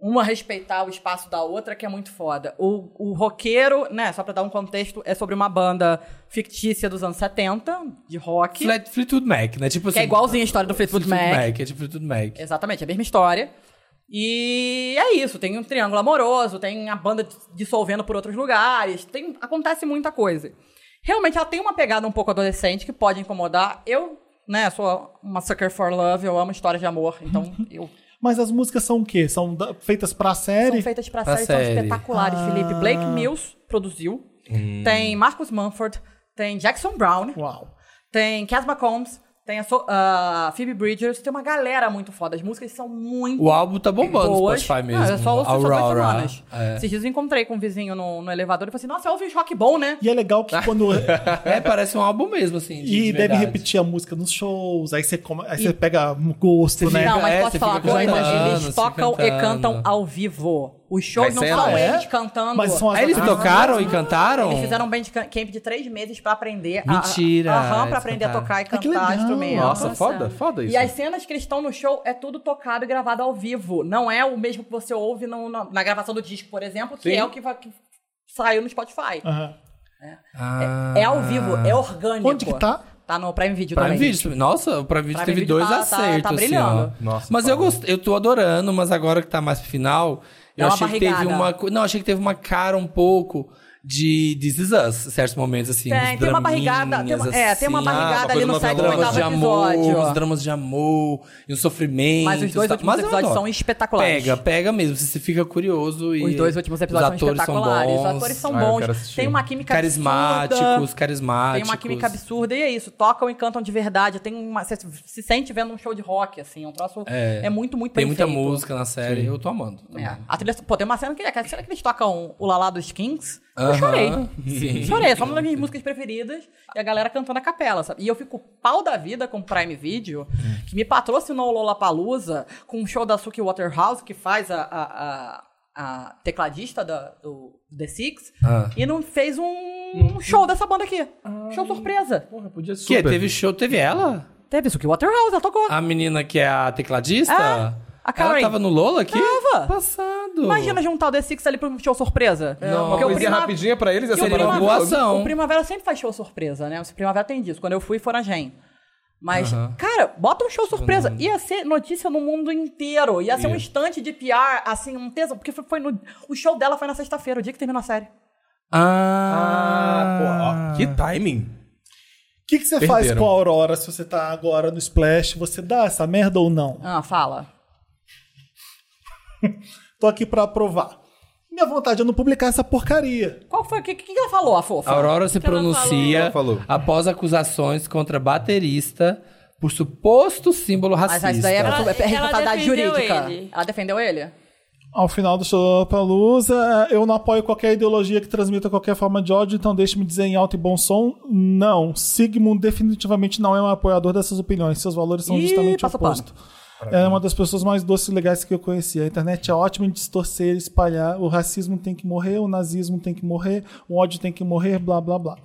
[SPEAKER 5] uma respeitar o espaço da outra que é muito foda. O, o roqueiro, né, só pra dar um contexto, é sobre uma banda fictícia dos anos 70, de rock.
[SPEAKER 4] Flat- Fleetwood Mac, né? Tipo
[SPEAKER 5] que é
[SPEAKER 4] assim,
[SPEAKER 5] igualzinho a história do Fleetwood Mac.
[SPEAKER 4] É tipo Fleetwood Mac.
[SPEAKER 5] Exatamente, é a mesma história. E é isso, tem um triângulo amoroso, tem a banda dissolvendo por outros lugares, tem, acontece muita coisa. Realmente ela tem uma pegada um pouco adolescente que pode incomodar. Eu, né, sou uma sucker for love, eu amo histórias de amor, então eu
[SPEAKER 1] Mas as músicas são o quê? São da- feitas pra série?
[SPEAKER 5] são feitas pra
[SPEAKER 4] Pra
[SPEAKER 5] série, são
[SPEAKER 4] série.
[SPEAKER 5] espetaculares. Felipe Blake Mills produziu,
[SPEAKER 4] Hum.
[SPEAKER 5] tem Marcus Mumford, tem Jackson Brown,
[SPEAKER 1] Uau.
[SPEAKER 5] tem Casma Combs, tem a So- ah, Phoebe Bridgers, tem uma galera muito foda. As músicas são muito
[SPEAKER 4] O álbum tá bombando no
[SPEAKER 5] boas.
[SPEAKER 4] Spotify mesmo.
[SPEAKER 5] Não, eu só ouço isso há duas
[SPEAKER 4] Aurora.
[SPEAKER 5] semanas.
[SPEAKER 4] É.
[SPEAKER 5] Esses dias eu encontrei com um vizinho no, no elevador e falei assim, nossa, eu ouvi um rock bom, né?
[SPEAKER 1] E é legal que quando.
[SPEAKER 4] É, parece um álbum mesmo, assim. de-
[SPEAKER 1] e
[SPEAKER 4] de
[SPEAKER 1] deve
[SPEAKER 4] verdade.
[SPEAKER 1] repetir a música nos shows, aí você, come- aí você pega gosto, né?
[SPEAKER 5] Não, mas
[SPEAKER 4] é,
[SPEAKER 5] posso
[SPEAKER 4] você
[SPEAKER 5] falar uma
[SPEAKER 4] fica
[SPEAKER 5] coisa?
[SPEAKER 4] cantando,
[SPEAKER 5] Eles
[SPEAKER 4] você
[SPEAKER 5] tocam
[SPEAKER 4] fica
[SPEAKER 5] e
[SPEAKER 4] cantando.
[SPEAKER 5] cantam ao vivo. Os shows
[SPEAKER 7] Mas
[SPEAKER 5] não
[SPEAKER 7] sei
[SPEAKER 5] são
[SPEAKER 7] lá, é?
[SPEAKER 5] eles cantando.
[SPEAKER 1] Mas são as
[SPEAKER 4] Aí eles
[SPEAKER 1] Ah,
[SPEAKER 4] tocaram e cantaram?
[SPEAKER 5] Eles fizeram um bandcamp de três meses pra aprender. a-
[SPEAKER 4] Mentira, tá.
[SPEAKER 5] a- Aham, pra
[SPEAKER 4] eles
[SPEAKER 5] aprender a
[SPEAKER 4] cantaram.
[SPEAKER 5] tocar e
[SPEAKER 1] que
[SPEAKER 5] cantar
[SPEAKER 1] legal.
[SPEAKER 5] instrumento.
[SPEAKER 7] Nossa,
[SPEAKER 6] Nossa.
[SPEAKER 7] foda, foda isso.
[SPEAKER 5] E as cenas que eles estão no show é tudo tocado e gravado ao vivo. Não é o mesmo que você ouve no- na, na gravação do disco, por exemplo, que
[SPEAKER 7] Sim.
[SPEAKER 5] é o que, vai- que saiu no Spotify.
[SPEAKER 1] Aham.
[SPEAKER 4] Ah.
[SPEAKER 5] É ao vivo, é orgânico.
[SPEAKER 1] Onde que tá?
[SPEAKER 5] Tá no Prime Video
[SPEAKER 4] Prime
[SPEAKER 5] também.
[SPEAKER 4] Video. Nossa, o Prime Video
[SPEAKER 5] Prime
[SPEAKER 4] teve
[SPEAKER 5] Video
[SPEAKER 4] dois
[SPEAKER 5] tá- tá-
[SPEAKER 4] acertos, assim,
[SPEAKER 5] tá
[SPEAKER 4] ó.
[SPEAKER 5] brilhando.
[SPEAKER 7] Nossa,
[SPEAKER 4] mas eu gostei, eu tô adorando, mas agora que tá mais pro final,
[SPEAKER 5] Dá
[SPEAKER 4] eu
[SPEAKER 5] uma
[SPEAKER 4] achei que teve
[SPEAKER 5] barrigada.
[SPEAKER 4] uma... co- Não, achei que teve uma cara um pouco de This Is Us, em certos momentos, assim.
[SPEAKER 5] Tem,
[SPEAKER 4] uns
[SPEAKER 5] tem uma barrigada, tem
[SPEAKER 4] draminhas,
[SPEAKER 5] uma- é, tem uma
[SPEAKER 4] assim.
[SPEAKER 5] barrigada
[SPEAKER 7] uma
[SPEAKER 5] ali
[SPEAKER 7] coisa
[SPEAKER 5] no
[SPEAKER 7] novela,
[SPEAKER 5] sétimo
[SPEAKER 7] uma
[SPEAKER 4] dramas
[SPEAKER 5] oitavo
[SPEAKER 4] de amor, uns
[SPEAKER 5] episódio.
[SPEAKER 4] dramas de amor, e um sofrimento.
[SPEAKER 5] Mas os dois
[SPEAKER 4] tá-
[SPEAKER 5] últimos
[SPEAKER 4] eu
[SPEAKER 5] episódios
[SPEAKER 4] adoro.
[SPEAKER 5] são espetaculares.
[SPEAKER 4] Pega, pega mesmo, você fica curioso e...
[SPEAKER 5] Os dois últimos episódios
[SPEAKER 4] os
[SPEAKER 5] são
[SPEAKER 4] atores
[SPEAKER 5] espetaculares.
[SPEAKER 4] bons,
[SPEAKER 5] os atores são
[SPEAKER 7] Ah, eu
[SPEAKER 5] bons.
[SPEAKER 7] quero assistir.
[SPEAKER 5] tem uma química absurda.
[SPEAKER 4] carismáticos, carismáticos.
[SPEAKER 5] Tem uma química absurda e é isso. Tocam e cantam de verdade. Tem uma, você se sente vendo um show de rock, assim. É um troço. É,
[SPEAKER 4] É.
[SPEAKER 5] muito, muito
[SPEAKER 4] Tem
[SPEAKER 5] bem
[SPEAKER 4] muita
[SPEAKER 5] feito.
[SPEAKER 4] música na série, eu tô amando. tô
[SPEAKER 5] É.
[SPEAKER 4] amando.
[SPEAKER 5] A trilha, pô, tem uma cena que, é aquela cena que eles tocam o Lalá dos Kings. Eu
[SPEAKER 4] Aham.
[SPEAKER 5] chorei.
[SPEAKER 4] Sim.
[SPEAKER 5] Chorei. é Só uma das minhas músicas preferidas e a galera cantando a capela, sabe? E eu fico pau da vida com o Prime Video, que me patrocinou o Lollapalooza com um show da Suki Waterhouse, que faz a, a, a- a tecladista da- do The Six,
[SPEAKER 4] Ah.
[SPEAKER 5] e não fez um show dessa banda aqui. Show surpresa.
[SPEAKER 7] Porra, podia
[SPEAKER 4] Que
[SPEAKER 7] É super.
[SPEAKER 4] teve show, teve ela?
[SPEAKER 5] Teve Suki Waterhouse, ela tocou.
[SPEAKER 4] A menina que é a tecladista?
[SPEAKER 5] Ah, a Karen.
[SPEAKER 4] Ela tava no Lola aqui?
[SPEAKER 5] Tava.
[SPEAKER 4] Passado.
[SPEAKER 5] Imagina juntar o The Six ali pra um show surpresa.
[SPEAKER 4] Não.
[SPEAKER 5] Porque o
[SPEAKER 4] Coisinha
[SPEAKER 7] Coisinha
[SPEAKER 5] Prima-
[SPEAKER 7] rapidinha pra eles, essa
[SPEAKER 5] o
[SPEAKER 4] Seria uma
[SPEAKER 5] Primavera-
[SPEAKER 4] boa
[SPEAKER 7] maravilhosa.
[SPEAKER 4] ação.
[SPEAKER 5] O Primavera sempre faz show surpresa, né? O Primavera tem disso. Quando eu fui, foram a Gen. Mas, cara, bota um show surpresa. Ia ser notícia no mundo inteiro. Ia ser um instante de PR, assim, um tesão. Porque foi- foi no... O show dela foi na sexta-feira, o dia que terminou a série.
[SPEAKER 4] Ah.
[SPEAKER 7] Ah, pô, ó, que timing.
[SPEAKER 1] O que, que você
[SPEAKER 7] Perderam.
[SPEAKER 1] faz com a Aurora se você tá agora no Splash? Você dá essa merda ou não?
[SPEAKER 5] Ah, fala.
[SPEAKER 1] Tô aqui pra aprovar. Minha vontade é não publicar essa porcaria.
[SPEAKER 5] Qual foi? O que, que que ela falou, a fofa?
[SPEAKER 4] Aurora se
[SPEAKER 6] ela
[SPEAKER 4] pronuncia
[SPEAKER 7] falou? Ela falou.
[SPEAKER 4] após acusações contra baterista por suposto símbolo
[SPEAKER 5] Mas
[SPEAKER 4] racista.
[SPEAKER 5] isso daí é,
[SPEAKER 6] Ela-
[SPEAKER 5] é responsabilidade
[SPEAKER 6] ela defendeu
[SPEAKER 5] jurídica.
[SPEAKER 6] ele.
[SPEAKER 5] Ela defendeu ele?
[SPEAKER 1] Ao final do show Palusa, eu não apoio qualquer ideologia que transmita qualquer forma de ódio, então deixe-me dizer em alto e bom som: não. Sigmund definitivamente não é um apoiador dessas opiniões. Seus valores são
[SPEAKER 5] Ih,
[SPEAKER 1] justamente o
[SPEAKER 5] passou pano.
[SPEAKER 1] oposto. É uma das pessoas mais doces e legais que eu conheci. A internet é ótima em distorcer e espalhar. O racismo tem que morrer, o nazismo tem que morrer, o ódio tem que morrer, blá blá blá.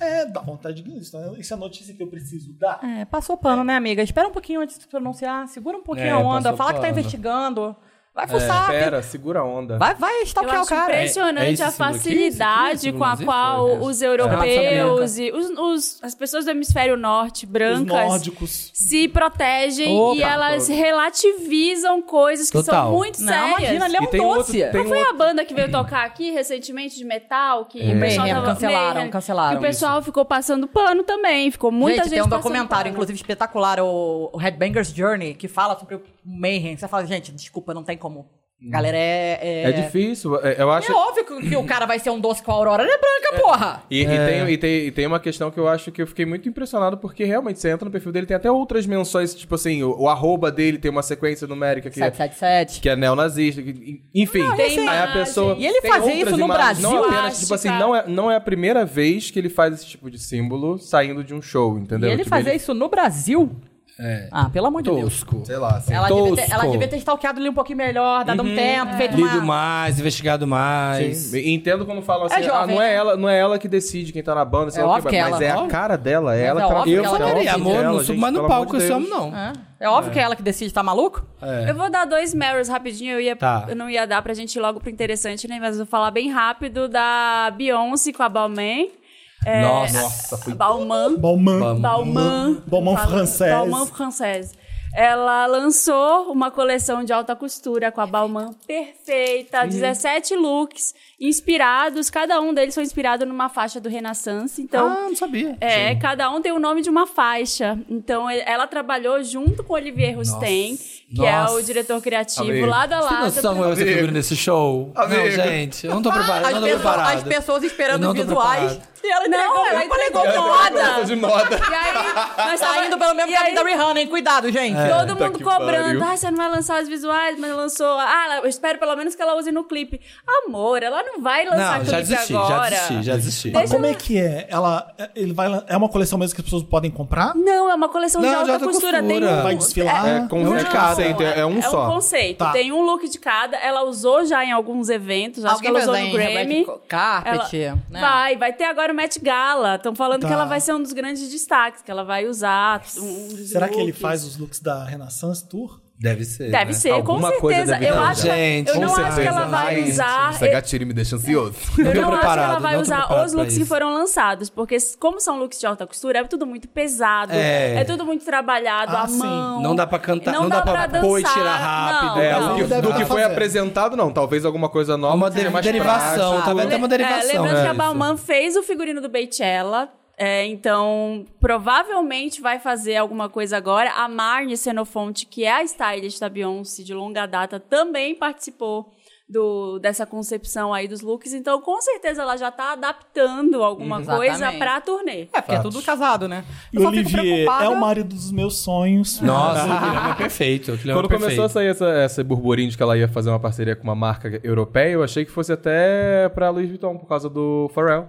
[SPEAKER 1] É, dá vontade disso. Né? Isso é a notícia que eu preciso dar.
[SPEAKER 5] É, passou pano, né, amiga? Espera um pouquinho antes de se pronunciar. Segura um pouquinho
[SPEAKER 4] É,
[SPEAKER 5] a onda.
[SPEAKER 4] passou
[SPEAKER 5] Fala que tá
[SPEAKER 4] pano.
[SPEAKER 5] investigando. Vai fuçar.
[SPEAKER 7] Pera, segura a onda.
[SPEAKER 5] vai, vai
[SPEAKER 6] Eu
[SPEAKER 5] stalkear o
[SPEAKER 6] acho
[SPEAKER 5] cara.
[SPEAKER 4] É
[SPEAKER 6] impressionante
[SPEAKER 4] isso,
[SPEAKER 6] a
[SPEAKER 4] isso aqui, isso aqui,
[SPEAKER 6] facilidade
[SPEAKER 4] isso
[SPEAKER 6] com a
[SPEAKER 4] aqui,
[SPEAKER 6] qual
[SPEAKER 4] isso aqui.
[SPEAKER 6] os
[SPEAKER 5] Relacionamento.
[SPEAKER 6] europeus e os, os- as pessoas do hemisfério norte,
[SPEAKER 1] Os
[SPEAKER 6] brancas,
[SPEAKER 1] nórdicos.
[SPEAKER 6] se protegem e
[SPEAKER 5] Opa,
[SPEAKER 6] elas relativizam coisas que
[SPEAKER 4] Total.
[SPEAKER 6] são muito
[SPEAKER 5] Não,
[SPEAKER 6] sérias.
[SPEAKER 5] imagina, ele é
[SPEAKER 7] E
[SPEAKER 5] um
[SPEAKER 7] tem um outro-
[SPEAKER 5] doce.
[SPEAKER 7] tem-
[SPEAKER 6] Não foi a banda que veio tocar aqui recentemente de metal? Que o pessoal
[SPEAKER 5] Mayhem,
[SPEAKER 6] tava...
[SPEAKER 5] cancelaram,
[SPEAKER 6] Mayhem.
[SPEAKER 5] cancelaram
[SPEAKER 6] Que o pessoal ficou passando pano também. Ficou muita gente,
[SPEAKER 5] gente, tem um
[SPEAKER 6] passando
[SPEAKER 5] documentário,
[SPEAKER 6] pano.
[SPEAKER 5] inclusive, espetacular, o, o Headbanger's Journey, que fala sobre o Mayhem. Você fala, gente, desculpa, não tem como
[SPEAKER 4] Hum.
[SPEAKER 5] A galera é. É,
[SPEAKER 3] É difícil. é- Eu acho.
[SPEAKER 5] É óbvio que, que o cara vai ser um doce com a Aurora, ela é branca, porra!
[SPEAKER 3] E, e
[SPEAKER 4] É.
[SPEAKER 3] tem, e, tem, e tem uma questão que eu acho que eu fiquei muito impressionado, porque realmente você entra no perfil dele, tem até outras menções, tipo assim, o, o arroba dele tem uma sequência numérica que, é-
[SPEAKER 5] 777.
[SPEAKER 3] que é neonazista, que- enfim.
[SPEAKER 5] Não, e assim,
[SPEAKER 3] aí a pessoa.
[SPEAKER 5] e ele
[SPEAKER 3] tem
[SPEAKER 5] fazer
[SPEAKER 3] outras
[SPEAKER 5] isso no
[SPEAKER 3] imagens, Não
[SPEAKER 5] Brasil?
[SPEAKER 3] apenas, tipo assim,
[SPEAKER 6] Plástica.
[SPEAKER 3] não é, não é a primeira vez que ele faz esse tipo de símbolo saindo de um show,
[SPEAKER 5] E
[SPEAKER 3] entendeu?
[SPEAKER 5] ele
[SPEAKER 3] Tipo,
[SPEAKER 5] fazer isso no Brasil? É. Ah, pelo amor de Deus.
[SPEAKER 4] Tosco.
[SPEAKER 3] Sei lá, assim.
[SPEAKER 5] Ela devia, ter, ela
[SPEAKER 4] Tosco. Uhum.
[SPEAKER 5] devia ter stalkeado ele um pouquinho melhor, dado um tempo, feito
[SPEAKER 4] Lido
[SPEAKER 5] uma...
[SPEAKER 4] mais, investigado mais.
[SPEAKER 3] Sim. E Entendo quando falam assim, ah,
[SPEAKER 5] jovem,
[SPEAKER 3] não é
[SPEAKER 5] né?
[SPEAKER 3] ela, não é ela que decide quem tá na banda, sei
[SPEAKER 5] É
[SPEAKER 3] lá o
[SPEAKER 5] óbvio
[SPEAKER 3] que,
[SPEAKER 5] que
[SPEAKER 3] mas
[SPEAKER 5] ela-
[SPEAKER 3] é a
[SPEAKER 5] óbvio.
[SPEAKER 3] cara dela, é ela
[SPEAKER 5] é
[SPEAKER 3] que
[SPEAKER 5] óbvio
[SPEAKER 3] ela
[SPEAKER 4] Eu
[SPEAKER 5] que ela
[SPEAKER 4] ficaria,
[SPEAKER 5] decide.
[SPEAKER 4] amor, não
[SPEAKER 3] Ela,
[SPEAKER 4] subo
[SPEAKER 3] gente,
[SPEAKER 4] mais no
[SPEAKER 3] pelo
[SPEAKER 4] palco
[SPEAKER 3] amor de
[SPEAKER 4] esse
[SPEAKER 3] Deus.
[SPEAKER 4] homem, não.
[SPEAKER 5] É, é óbvio que é ela que decide, tá maluco?
[SPEAKER 6] Eu vou dar dois Meryls rapidinho, eu, ia,
[SPEAKER 4] Tá.
[SPEAKER 6] eu não ia dar pra gente ir logo pro interessante, né? Mas eu vou falar bem rápido da Beyoncé com a Balmain. É,
[SPEAKER 4] Nossa.
[SPEAKER 6] a Balmain.
[SPEAKER 1] Balman.
[SPEAKER 6] Balmain.
[SPEAKER 1] Balmain
[SPEAKER 6] Fala-
[SPEAKER 1] francês.
[SPEAKER 6] Balmain francês. Ela lançou uma coleção de alta costura com a Balmain perfeita, 17 looks inspirados, cada um deles foi inspirado numa faixa do Renaissance, então
[SPEAKER 4] Ah, não sabia.
[SPEAKER 6] é, cada um tem o nome de uma faixa. Então, e- ela trabalhou junto com Olivier Rousteing, que é o
[SPEAKER 4] Nossa.
[SPEAKER 6] diretor criativo, lado a
[SPEAKER 4] Você tem
[SPEAKER 6] lado.
[SPEAKER 4] noção né? como eu ser figura nesse show? Não, gente, eu não tô preparado,
[SPEAKER 5] As,
[SPEAKER 4] eu não tô
[SPEAKER 5] pessoas- as
[SPEAKER 4] preparado.
[SPEAKER 5] pessoas
[SPEAKER 4] Eu
[SPEAKER 5] esperando
[SPEAKER 4] não
[SPEAKER 5] os
[SPEAKER 4] tô
[SPEAKER 5] visuais.
[SPEAKER 4] preparado.
[SPEAKER 5] E ela entregou,
[SPEAKER 6] Não, ela
[SPEAKER 5] ela entregou
[SPEAKER 6] entregou
[SPEAKER 5] moda.
[SPEAKER 3] de moda.
[SPEAKER 6] E aí, nós
[SPEAKER 5] Tá
[SPEAKER 6] tava-
[SPEAKER 5] indo pelo mesmo
[SPEAKER 6] e aí,
[SPEAKER 5] caminho da Rihanna, hein? Cuidado, gente.
[SPEAKER 4] É.
[SPEAKER 6] Todo mundo
[SPEAKER 3] que
[SPEAKER 6] cobrando.
[SPEAKER 3] pariu.
[SPEAKER 6] Ah, você não vai lançar os visuais, mas lançou. Ah, ela- eu espero pelo menos que ela use no clipe. Amor, ela não vai lançar
[SPEAKER 4] Não,
[SPEAKER 6] clipe
[SPEAKER 4] já desisti, já
[SPEAKER 6] agora.
[SPEAKER 4] desisti, já desisti.
[SPEAKER 1] Mas como é que é? Ela, ele vai, lan- é uma coleção mesmo que as pessoas podem comprar?
[SPEAKER 6] Não, é uma coleção de
[SPEAKER 4] Não,
[SPEAKER 6] alta
[SPEAKER 4] já tô
[SPEAKER 6] costura. Tem
[SPEAKER 4] costura.
[SPEAKER 6] um...
[SPEAKER 1] Vai desfilar?
[SPEAKER 3] É, com
[SPEAKER 6] Não,
[SPEAKER 3] um de cada, então é um
[SPEAKER 6] É um
[SPEAKER 3] só.
[SPEAKER 6] conceito.
[SPEAKER 1] Tá.
[SPEAKER 6] Tem um look de cada. Ela usou já em alguns eventos. Acho que ela usou no Grammy.
[SPEAKER 5] Carpet,
[SPEAKER 6] Ela-
[SPEAKER 5] né?
[SPEAKER 6] Vai, vai ter agora o Met Gala. Estão falando que
[SPEAKER 1] Tá.
[SPEAKER 6] ela vai ser um dos grandes destaques, que ela vai usar um um dos
[SPEAKER 1] Será que ele
[SPEAKER 6] looks.
[SPEAKER 1] faz os looks da Renaissance Tour?
[SPEAKER 4] Deve ser,
[SPEAKER 6] Deve
[SPEAKER 4] né?
[SPEAKER 6] ser, com
[SPEAKER 3] Alguma coisa
[SPEAKER 6] certeza.
[SPEAKER 3] deve
[SPEAKER 6] eu
[SPEAKER 3] ter.
[SPEAKER 6] acho,
[SPEAKER 4] Gente,
[SPEAKER 6] eu
[SPEAKER 4] com
[SPEAKER 6] não acho que
[SPEAKER 4] certeza.
[SPEAKER 6] ela vai
[SPEAKER 4] Ai,
[SPEAKER 6] usar.
[SPEAKER 3] Essa gatilho me deixa ansioso.
[SPEAKER 4] Não tô
[SPEAKER 6] Eu não acho que ela
[SPEAKER 4] preparado,
[SPEAKER 6] vai
[SPEAKER 4] não tô
[SPEAKER 6] usar
[SPEAKER 4] preparado
[SPEAKER 6] os
[SPEAKER 4] pra
[SPEAKER 6] looks que
[SPEAKER 4] isso.
[SPEAKER 6] foram lançados, porque como são looks de alta costura, é tudo muito pesado, é,
[SPEAKER 4] É.
[SPEAKER 6] tudo muito trabalhado
[SPEAKER 1] Ah,
[SPEAKER 6] à
[SPEAKER 1] sim.
[SPEAKER 6] mão.
[SPEAKER 4] Não dá pra cantar,
[SPEAKER 6] Não
[SPEAKER 4] não,
[SPEAKER 6] dá
[SPEAKER 4] dá,
[SPEAKER 6] pra
[SPEAKER 4] pra, pôr e
[SPEAKER 6] dançar,
[SPEAKER 4] tirar rápido.
[SPEAKER 6] não,
[SPEAKER 3] É, o
[SPEAKER 6] não.
[SPEAKER 3] que,
[SPEAKER 1] Deve
[SPEAKER 3] do que
[SPEAKER 1] tá
[SPEAKER 3] foi
[SPEAKER 1] fazendo.
[SPEAKER 3] apresentado, não. Talvez alguma coisa nova.
[SPEAKER 4] Uma
[SPEAKER 3] seja
[SPEAKER 4] de-
[SPEAKER 3] mais
[SPEAKER 4] derivação,
[SPEAKER 3] prático.
[SPEAKER 4] talvez até uma
[SPEAKER 6] É,
[SPEAKER 4] derivação.
[SPEAKER 6] lembrando que a
[SPEAKER 4] é.
[SPEAKER 6] Bauman fez o figurino do Beychella. é, então, provavelmente vai fazer alguma coisa agora. A Marne Senofonte, que é a stylist da Beyoncé de longa data, também participou do- dessa concepção aí dos looks. Então, com certeza, ela já tá adaptando alguma coisa
[SPEAKER 5] Exatamente.
[SPEAKER 6] pra turnê.
[SPEAKER 5] É, porque é tudo casado, né?
[SPEAKER 1] E
[SPEAKER 5] Eu só fico
[SPEAKER 1] Olivier
[SPEAKER 5] preocupada-
[SPEAKER 1] é o marido dos meus sonhos.
[SPEAKER 4] Nossa, o Guilherme é perfeito. o Guilherme
[SPEAKER 3] Quando
[SPEAKER 4] é perfeito.
[SPEAKER 3] começou a sair essa, essa burburinho de que ela ia fazer uma parceria com uma marca europeia, eu achei que fosse até pra Louis Vuitton, por causa do Pharrell.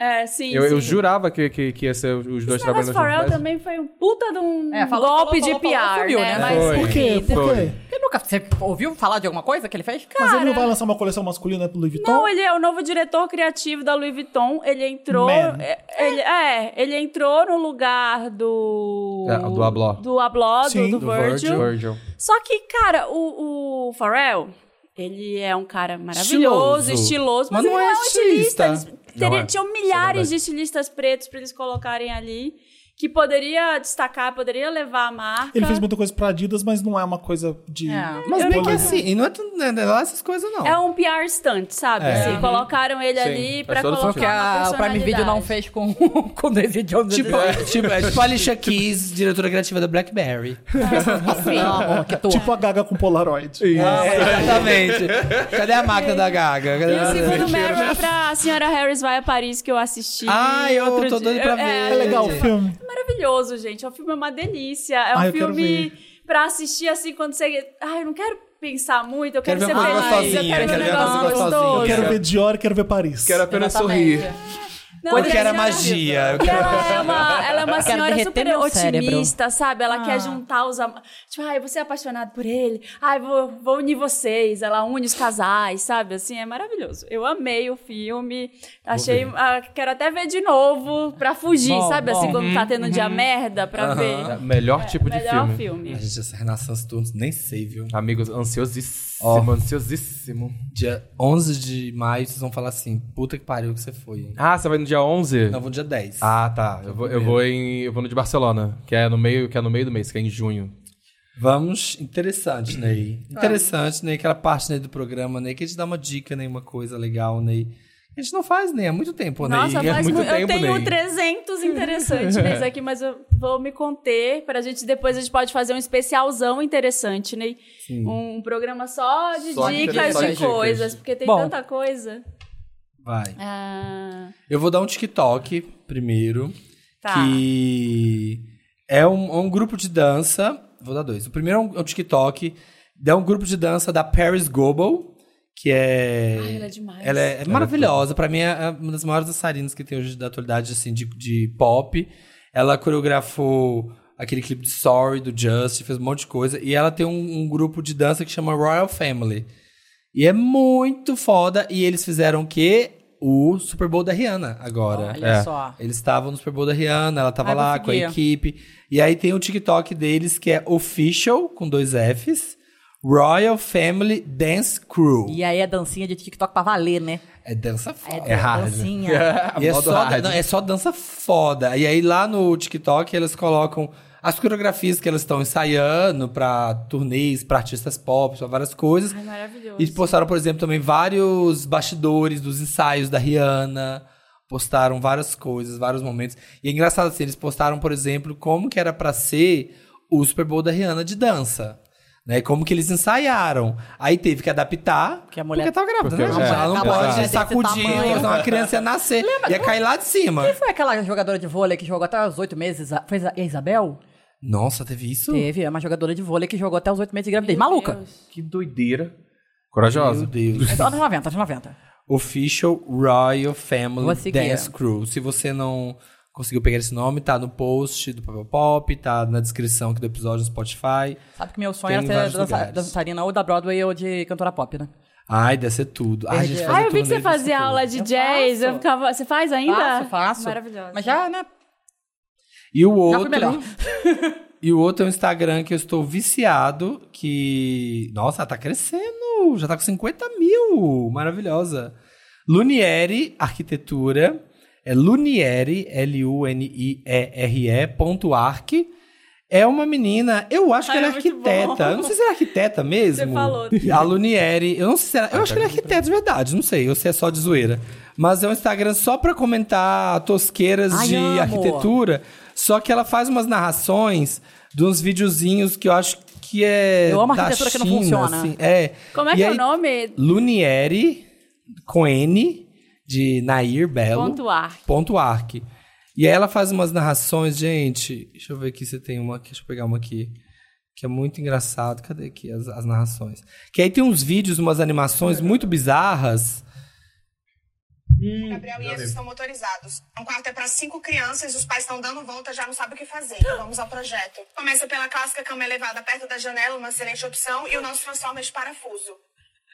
[SPEAKER 6] É, sim.
[SPEAKER 3] Eu, eu
[SPEAKER 6] sim.
[SPEAKER 3] jurava que, que, que ia ser os dois
[SPEAKER 6] Esse
[SPEAKER 3] trabalhando
[SPEAKER 6] negócio
[SPEAKER 3] juntos.
[SPEAKER 6] Pharrell
[SPEAKER 3] mas-
[SPEAKER 6] também foi um puta de um
[SPEAKER 5] É, falou,
[SPEAKER 6] golpe
[SPEAKER 5] falou,
[SPEAKER 6] de
[SPEAKER 5] falou, falou,
[SPEAKER 6] PR,
[SPEAKER 5] sumiu,
[SPEAKER 6] né?
[SPEAKER 5] né?
[SPEAKER 6] Mas,
[SPEAKER 3] Foi.
[SPEAKER 1] Por quê? Por
[SPEAKER 3] Foi.
[SPEAKER 1] quê?
[SPEAKER 5] Você nunca você ouviu falar de alguma coisa que ele fez?
[SPEAKER 1] Mas ele não vai lançar uma coleção masculina pro Louis Vuitton?
[SPEAKER 6] Não, ele é o novo diretor criativo da Louis Vuitton. Ele entrou.
[SPEAKER 1] Man.
[SPEAKER 6] é, Ele, é, ele entrou no lugar do.
[SPEAKER 3] É, do Ablo.
[SPEAKER 6] Do Abló, do,
[SPEAKER 1] Sim,
[SPEAKER 6] do
[SPEAKER 1] do
[SPEAKER 6] Virgil.
[SPEAKER 3] Virgil.
[SPEAKER 6] Só que, cara, o, o Pharrell, ele é um cara
[SPEAKER 4] Estiloso.
[SPEAKER 6] maravilhoso, estiloso, mas, ele não é um
[SPEAKER 4] estilista.
[SPEAKER 6] estilista. Eles teriam-
[SPEAKER 3] Não é.
[SPEAKER 6] Tinham
[SPEAKER 3] Isso é
[SPEAKER 6] milhares
[SPEAKER 3] verdade.
[SPEAKER 6] de estilistas pretos pra eles colocarem ali, que poderia destacar, poderia levar a marca.
[SPEAKER 1] Ele fez muita coisa pra Adidas, mas não é uma coisa de.
[SPEAKER 5] É.
[SPEAKER 4] Mas bem
[SPEAKER 1] não-
[SPEAKER 4] que assim, e não é tudo né, não é lá essas coisas, não.
[SPEAKER 6] É um PR stunt, sabe?
[SPEAKER 4] É.
[SPEAKER 6] Assim, colocaram ele
[SPEAKER 3] Sim,
[SPEAKER 6] ali
[SPEAKER 3] faz
[SPEAKER 6] pra
[SPEAKER 3] todo
[SPEAKER 6] colocar
[SPEAKER 5] Porque
[SPEAKER 6] uma
[SPEAKER 5] a, o Prime Video não
[SPEAKER 6] personalidade.
[SPEAKER 5] fez com, com o David Jones.
[SPEAKER 4] Tipo, é, tipo, é tipo a Alicia Keys, diretora criativa da Blackberry.
[SPEAKER 5] assim. Não, amor, que tu.
[SPEAKER 1] Tipo a Gaga com Polaroid.
[SPEAKER 6] Ah,
[SPEAKER 4] É, exatamente. Cadê a máquina da Gaga? Cadê
[SPEAKER 6] E o
[SPEAKER 4] a-
[SPEAKER 6] segundo Meryl é pra A Senhora Harris Vai a Paris, que eu assisti.
[SPEAKER 4] Ah, eu
[SPEAKER 6] outro
[SPEAKER 4] tô
[SPEAKER 6] dia.
[SPEAKER 4] doido pra ver.
[SPEAKER 6] É,
[SPEAKER 1] É legal o
[SPEAKER 6] gente,
[SPEAKER 1] filme.
[SPEAKER 6] é Maravilhoso, gente. O filme é uma delícia. É um
[SPEAKER 1] Ah, eu quero
[SPEAKER 6] filme pra assistir, assim, quando você... Ai, eu não quero pensar muito, eu quero,
[SPEAKER 4] Quero ver
[SPEAKER 6] ser
[SPEAKER 4] uma coisa
[SPEAKER 6] feliz. eu
[SPEAKER 4] sozinha,
[SPEAKER 6] quero ver um
[SPEAKER 4] quero ver uma
[SPEAKER 6] negócio
[SPEAKER 4] coisa sozinha.
[SPEAKER 6] gostoso.
[SPEAKER 1] Eu quero ver Dior e quero ver Paris.
[SPEAKER 3] Quero apenas
[SPEAKER 5] Exatamente.
[SPEAKER 3] sorrir.
[SPEAKER 4] Eu
[SPEAKER 6] Não, mas
[SPEAKER 4] quero a
[SPEAKER 6] a senhora-
[SPEAKER 4] magia. Eu
[SPEAKER 6] Porque
[SPEAKER 4] quero...
[SPEAKER 6] Ela é uma, ela é uma senhora
[SPEAKER 5] derreter
[SPEAKER 6] super
[SPEAKER 5] meu cérebro.
[SPEAKER 6] otimista, sabe? Ela quer juntar os am- Tipo, ai, você é apaixonado por ele. Ai, vou, vou unir vocês. Ela une os casais, sabe? Assim, é maravilhoso. Eu amei o filme. Achei. ah, quero até ver de novo pra fugir,
[SPEAKER 5] Bom,
[SPEAKER 6] sabe?
[SPEAKER 5] bom.
[SPEAKER 6] Assim, quando tá tendo um dia merda pra
[SPEAKER 3] É,
[SPEAKER 6] ver.
[SPEAKER 3] Melhor tipo de
[SPEAKER 6] Melhor
[SPEAKER 3] filme.
[SPEAKER 6] filme.
[SPEAKER 4] Ai, gente, essa Renaissance Tour, nem sei, viu?
[SPEAKER 3] Amigos, ansiosíssimo.
[SPEAKER 4] Ó.
[SPEAKER 3] Ansiosíssimo.
[SPEAKER 4] Dia 11 de maio, vocês vão falar assim, puta que pariu que você foi. hein?
[SPEAKER 3] Ah, você vai no dia 11?
[SPEAKER 4] Não, vou dia 10.
[SPEAKER 3] Ah, tá. Eu vou, eu vou em. Eu vou no de Barcelona, que é no meio, que é no meio do mês, que é em junho.
[SPEAKER 4] Vamos, interessante, Ney. Interessante, Ney, aquela parte Ney, do programa, Ney, que a gente dá uma dica, Ney, uma coisa legal, Ney, A gente não faz, né? Há muito tempo, né?
[SPEAKER 6] Nossa,
[SPEAKER 4] E é
[SPEAKER 6] faz
[SPEAKER 4] muito
[SPEAKER 6] muito Eu
[SPEAKER 4] tempo,
[SPEAKER 6] tenho
[SPEAKER 4] né?
[SPEAKER 6] 300 interessantes nesse aqui, mas eu vou me conter pra gente depois a gente pode fazer um especialzão interessante, né? Um, programa só de
[SPEAKER 3] Só de
[SPEAKER 6] dicas de
[SPEAKER 3] interessante.
[SPEAKER 6] coisas, porque tem
[SPEAKER 5] Bom.
[SPEAKER 6] tanta coisa.
[SPEAKER 4] Vai.
[SPEAKER 6] Ah,
[SPEAKER 4] Eu vou dar um TikTok primeiro.
[SPEAKER 6] tá.
[SPEAKER 4] Que é um, um grupo de dança. Vou dar dois. O primeiro é um, é um TikTok. É um grupo de dança da Paris Goebel, que é.
[SPEAKER 6] Ai, ela é demais.
[SPEAKER 4] Ela é, maravilhosa. Pra mim, é uma das maiores dançarinas que tem hoje da atualidade, assim, de, de pop. Ela coreografou aquele clipe de Sorry, do Just, fez um monte de coisa. E ela tem um, um grupo de dança que chama Royal Family. E é muito foda. E eles fizeram o quê? O Super Bowl da Rihanna agora. É.
[SPEAKER 5] Olha só.
[SPEAKER 4] Eles estavam no Super Bowl da Rihanna, ela tava
[SPEAKER 5] Ai, vou
[SPEAKER 4] lá com a
[SPEAKER 5] seguir.
[SPEAKER 4] equipe. E aí tem o TikTok deles que é Official, com dois Fs, Royal Family Dance Crew.
[SPEAKER 5] E aí a dancinha de TikTok pra valer, né?
[SPEAKER 4] É dança foda.
[SPEAKER 5] É, dancinha.
[SPEAKER 4] E é
[SPEAKER 3] Modo
[SPEAKER 4] só,
[SPEAKER 3] hard.
[SPEAKER 4] não, é só dança foda. E aí lá no TikTok elas colocam as coreografias que elas estão ensaiando pra turnês, pra artistas pop, pra várias coisas.
[SPEAKER 6] Ai, maravilhoso.
[SPEAKER 4] E postaram, por exemplo, também vários bastidores dos ensaios da Rihanna. Postaram várias coisas, vários momentos. E é engraçado assim, eles postaram, por exemplo, como que era pra ser o Super Bowl da Rihanna de dança. Né? Como que eles ensaiaram. Aí teve que adaptar.
[SPEAKER 5] Porque a mulher-
[SPEAKER 4] Porque tava grávida, né?
[SPEAKER 3] Porque a
[SPEAKER 4] gente?
[SPEAKER 3] mulher
[SPEAKER 4] Ela não
[SPEAKER 5] tá grávida,
[SPEAKER 4] pode
[SPEAKER 5] tem que
[SPEAKER 4] sacudir,
[SPEAKER 5] ser tamanho.
[SPEAKER 4] senão a criança ia nascer. ia cair lá de cima.
[SPEAKER 5] Quem foi aquela jogadora de vôlei que jogou até os oito meses? A- Foi a Isabel?
[SPEAKER 4] Nossa, teve isso?
[SPEAKER 5] Teve, é uma jogadora de vôlei que jogou até os oito meses de gravidez. Maluca.
[SPEAKER 3] Que doideira.
[SPEAKER 4] Meu
[SPEAKER 3] Corajosa.
[SPEAKER 4] Deus.
[SPEAKER 5] Mas Anos 90, anos 90.
[SPEAKER 4] Official Royal
[SPEAKER 5] Vou
[SPEAKER 4] Family
[SPEAKER 5] seguir.
[SPEAKER 4] Dance Crew. Se você não conseguiu pegar esse nome, tá no post do Papel Pop, tá na descrição aqui do episódio no Spotify.
[SPEAKER 5] Sabe que meu
[SPEAKER 4] Tem
[SPEAKER 5] sonho
[SPEAKER 4] em
[SPEAKER 5] era
[SPEAKER 4] vários
[SPEAKER 5] ser dança-
[SPEAKER 4] lugares.
[SPEAKER 5] dançarina ou da Broadway ou de cantora pop, né?
[SPEAKER 4] Ai, deve ser tudo. Ai, a gente
[SPEAKER 5] Perdi.
[SPEAKER 4] faz um
[SPEAKER 6] Ah,
[SPEAKER 4] a
[SPEAKER 6] eu vi que
[SPEAKER 4] turnê
[SPEAKER 6] você
[SPEAKER 4] disso
[SPEAKER 6] fazia
[SPEAKER 4] tudo.
[SPEAKER 6] aula de
[SPEAKER 5] Eu
[SPEAKER 6] jazz.
[SPEAKER 5] faço.
[SPEAKER 6] Eu ficava... Você faz ainda?
[SPEAKER 5] Faço, faço.
[SPEAKER 6] Maravilhosa.
[SPEAKER 5] Mas já, né?
[SPEAKER 4] E o
[SPEAKER 5] Já fui melhor.
[SPEAKER 4] outro, e o outro é um Instagram que eu estou viciado, que... Nossa, tá crescendo. Já tá com 50 mil. Maravilhosa. Lunieri Arquitetura. É Lunieri, L-U-N-I-E-R-E, ponto arc. É uma menina, eu acho que
[SPEAKER 6] Ai,
[SPEAKER 4] ela é
[SPEAKER 6] é muito
[SPEAKER 4] arquiteta.
[SPEAKER 6] bom.
[SPEAKER 4] Eu não sei se ela é arquiteta mesmo.
[SPEAKER 6] falou.
[SPEAKER 4] A Lunieri, eu não sei se ela, Eu acho que ela é arquiteta de verdade, não sei. Eu sei é só de zoeira. Mas é um Instagram só pra comentar tosqueiras
[SPEAKER 5] Ai,
[SPEAKER 4] de
[SPEAKER 5] amo.
[SPEAKER 4] arquitetura. Só que ela faz umas narrações de uns videozinhos que eu acho que é.
[SPEAKER 5] Eu amo
[SPEAKER 4] da
[SPEAKER 5] arquitetura que não
[SPEAKER 4] China,
[SPEAKER 5] funciona.
[SPEAKER 4] assim. É.
[SPEAKER 6] Como é
[SPEAKER 4] E
[SPEAKER 6] que é
[SPEAKER 4] aí,
[SPEAKER 6] o nome?
[SPEAKER 4] Lunieri com N de Nair Belo.
[SPEAKER 6] Ponto ar.
[SPEAKER 4] Ponto Arc. E aí ela faz umas narrações, gente. Deixa eu ver aqui se tem uma. aqui, Deixa eu pegar uma aqui. Que é muito engraçado. Cadê aqui as, as narrações? Que aí tem uns vídeos, umas animações muito bizarras.
[SPEAKER 9] Gabriel e eles estão motorizados. Um quarto é para cinco crianças, os pais estão dando volta, já não sabem o que fazer. Vamos ao projeto. Começa pela clássica cama elevada perto da janela, uma excelente opção, e o nosso transforma de parafuso.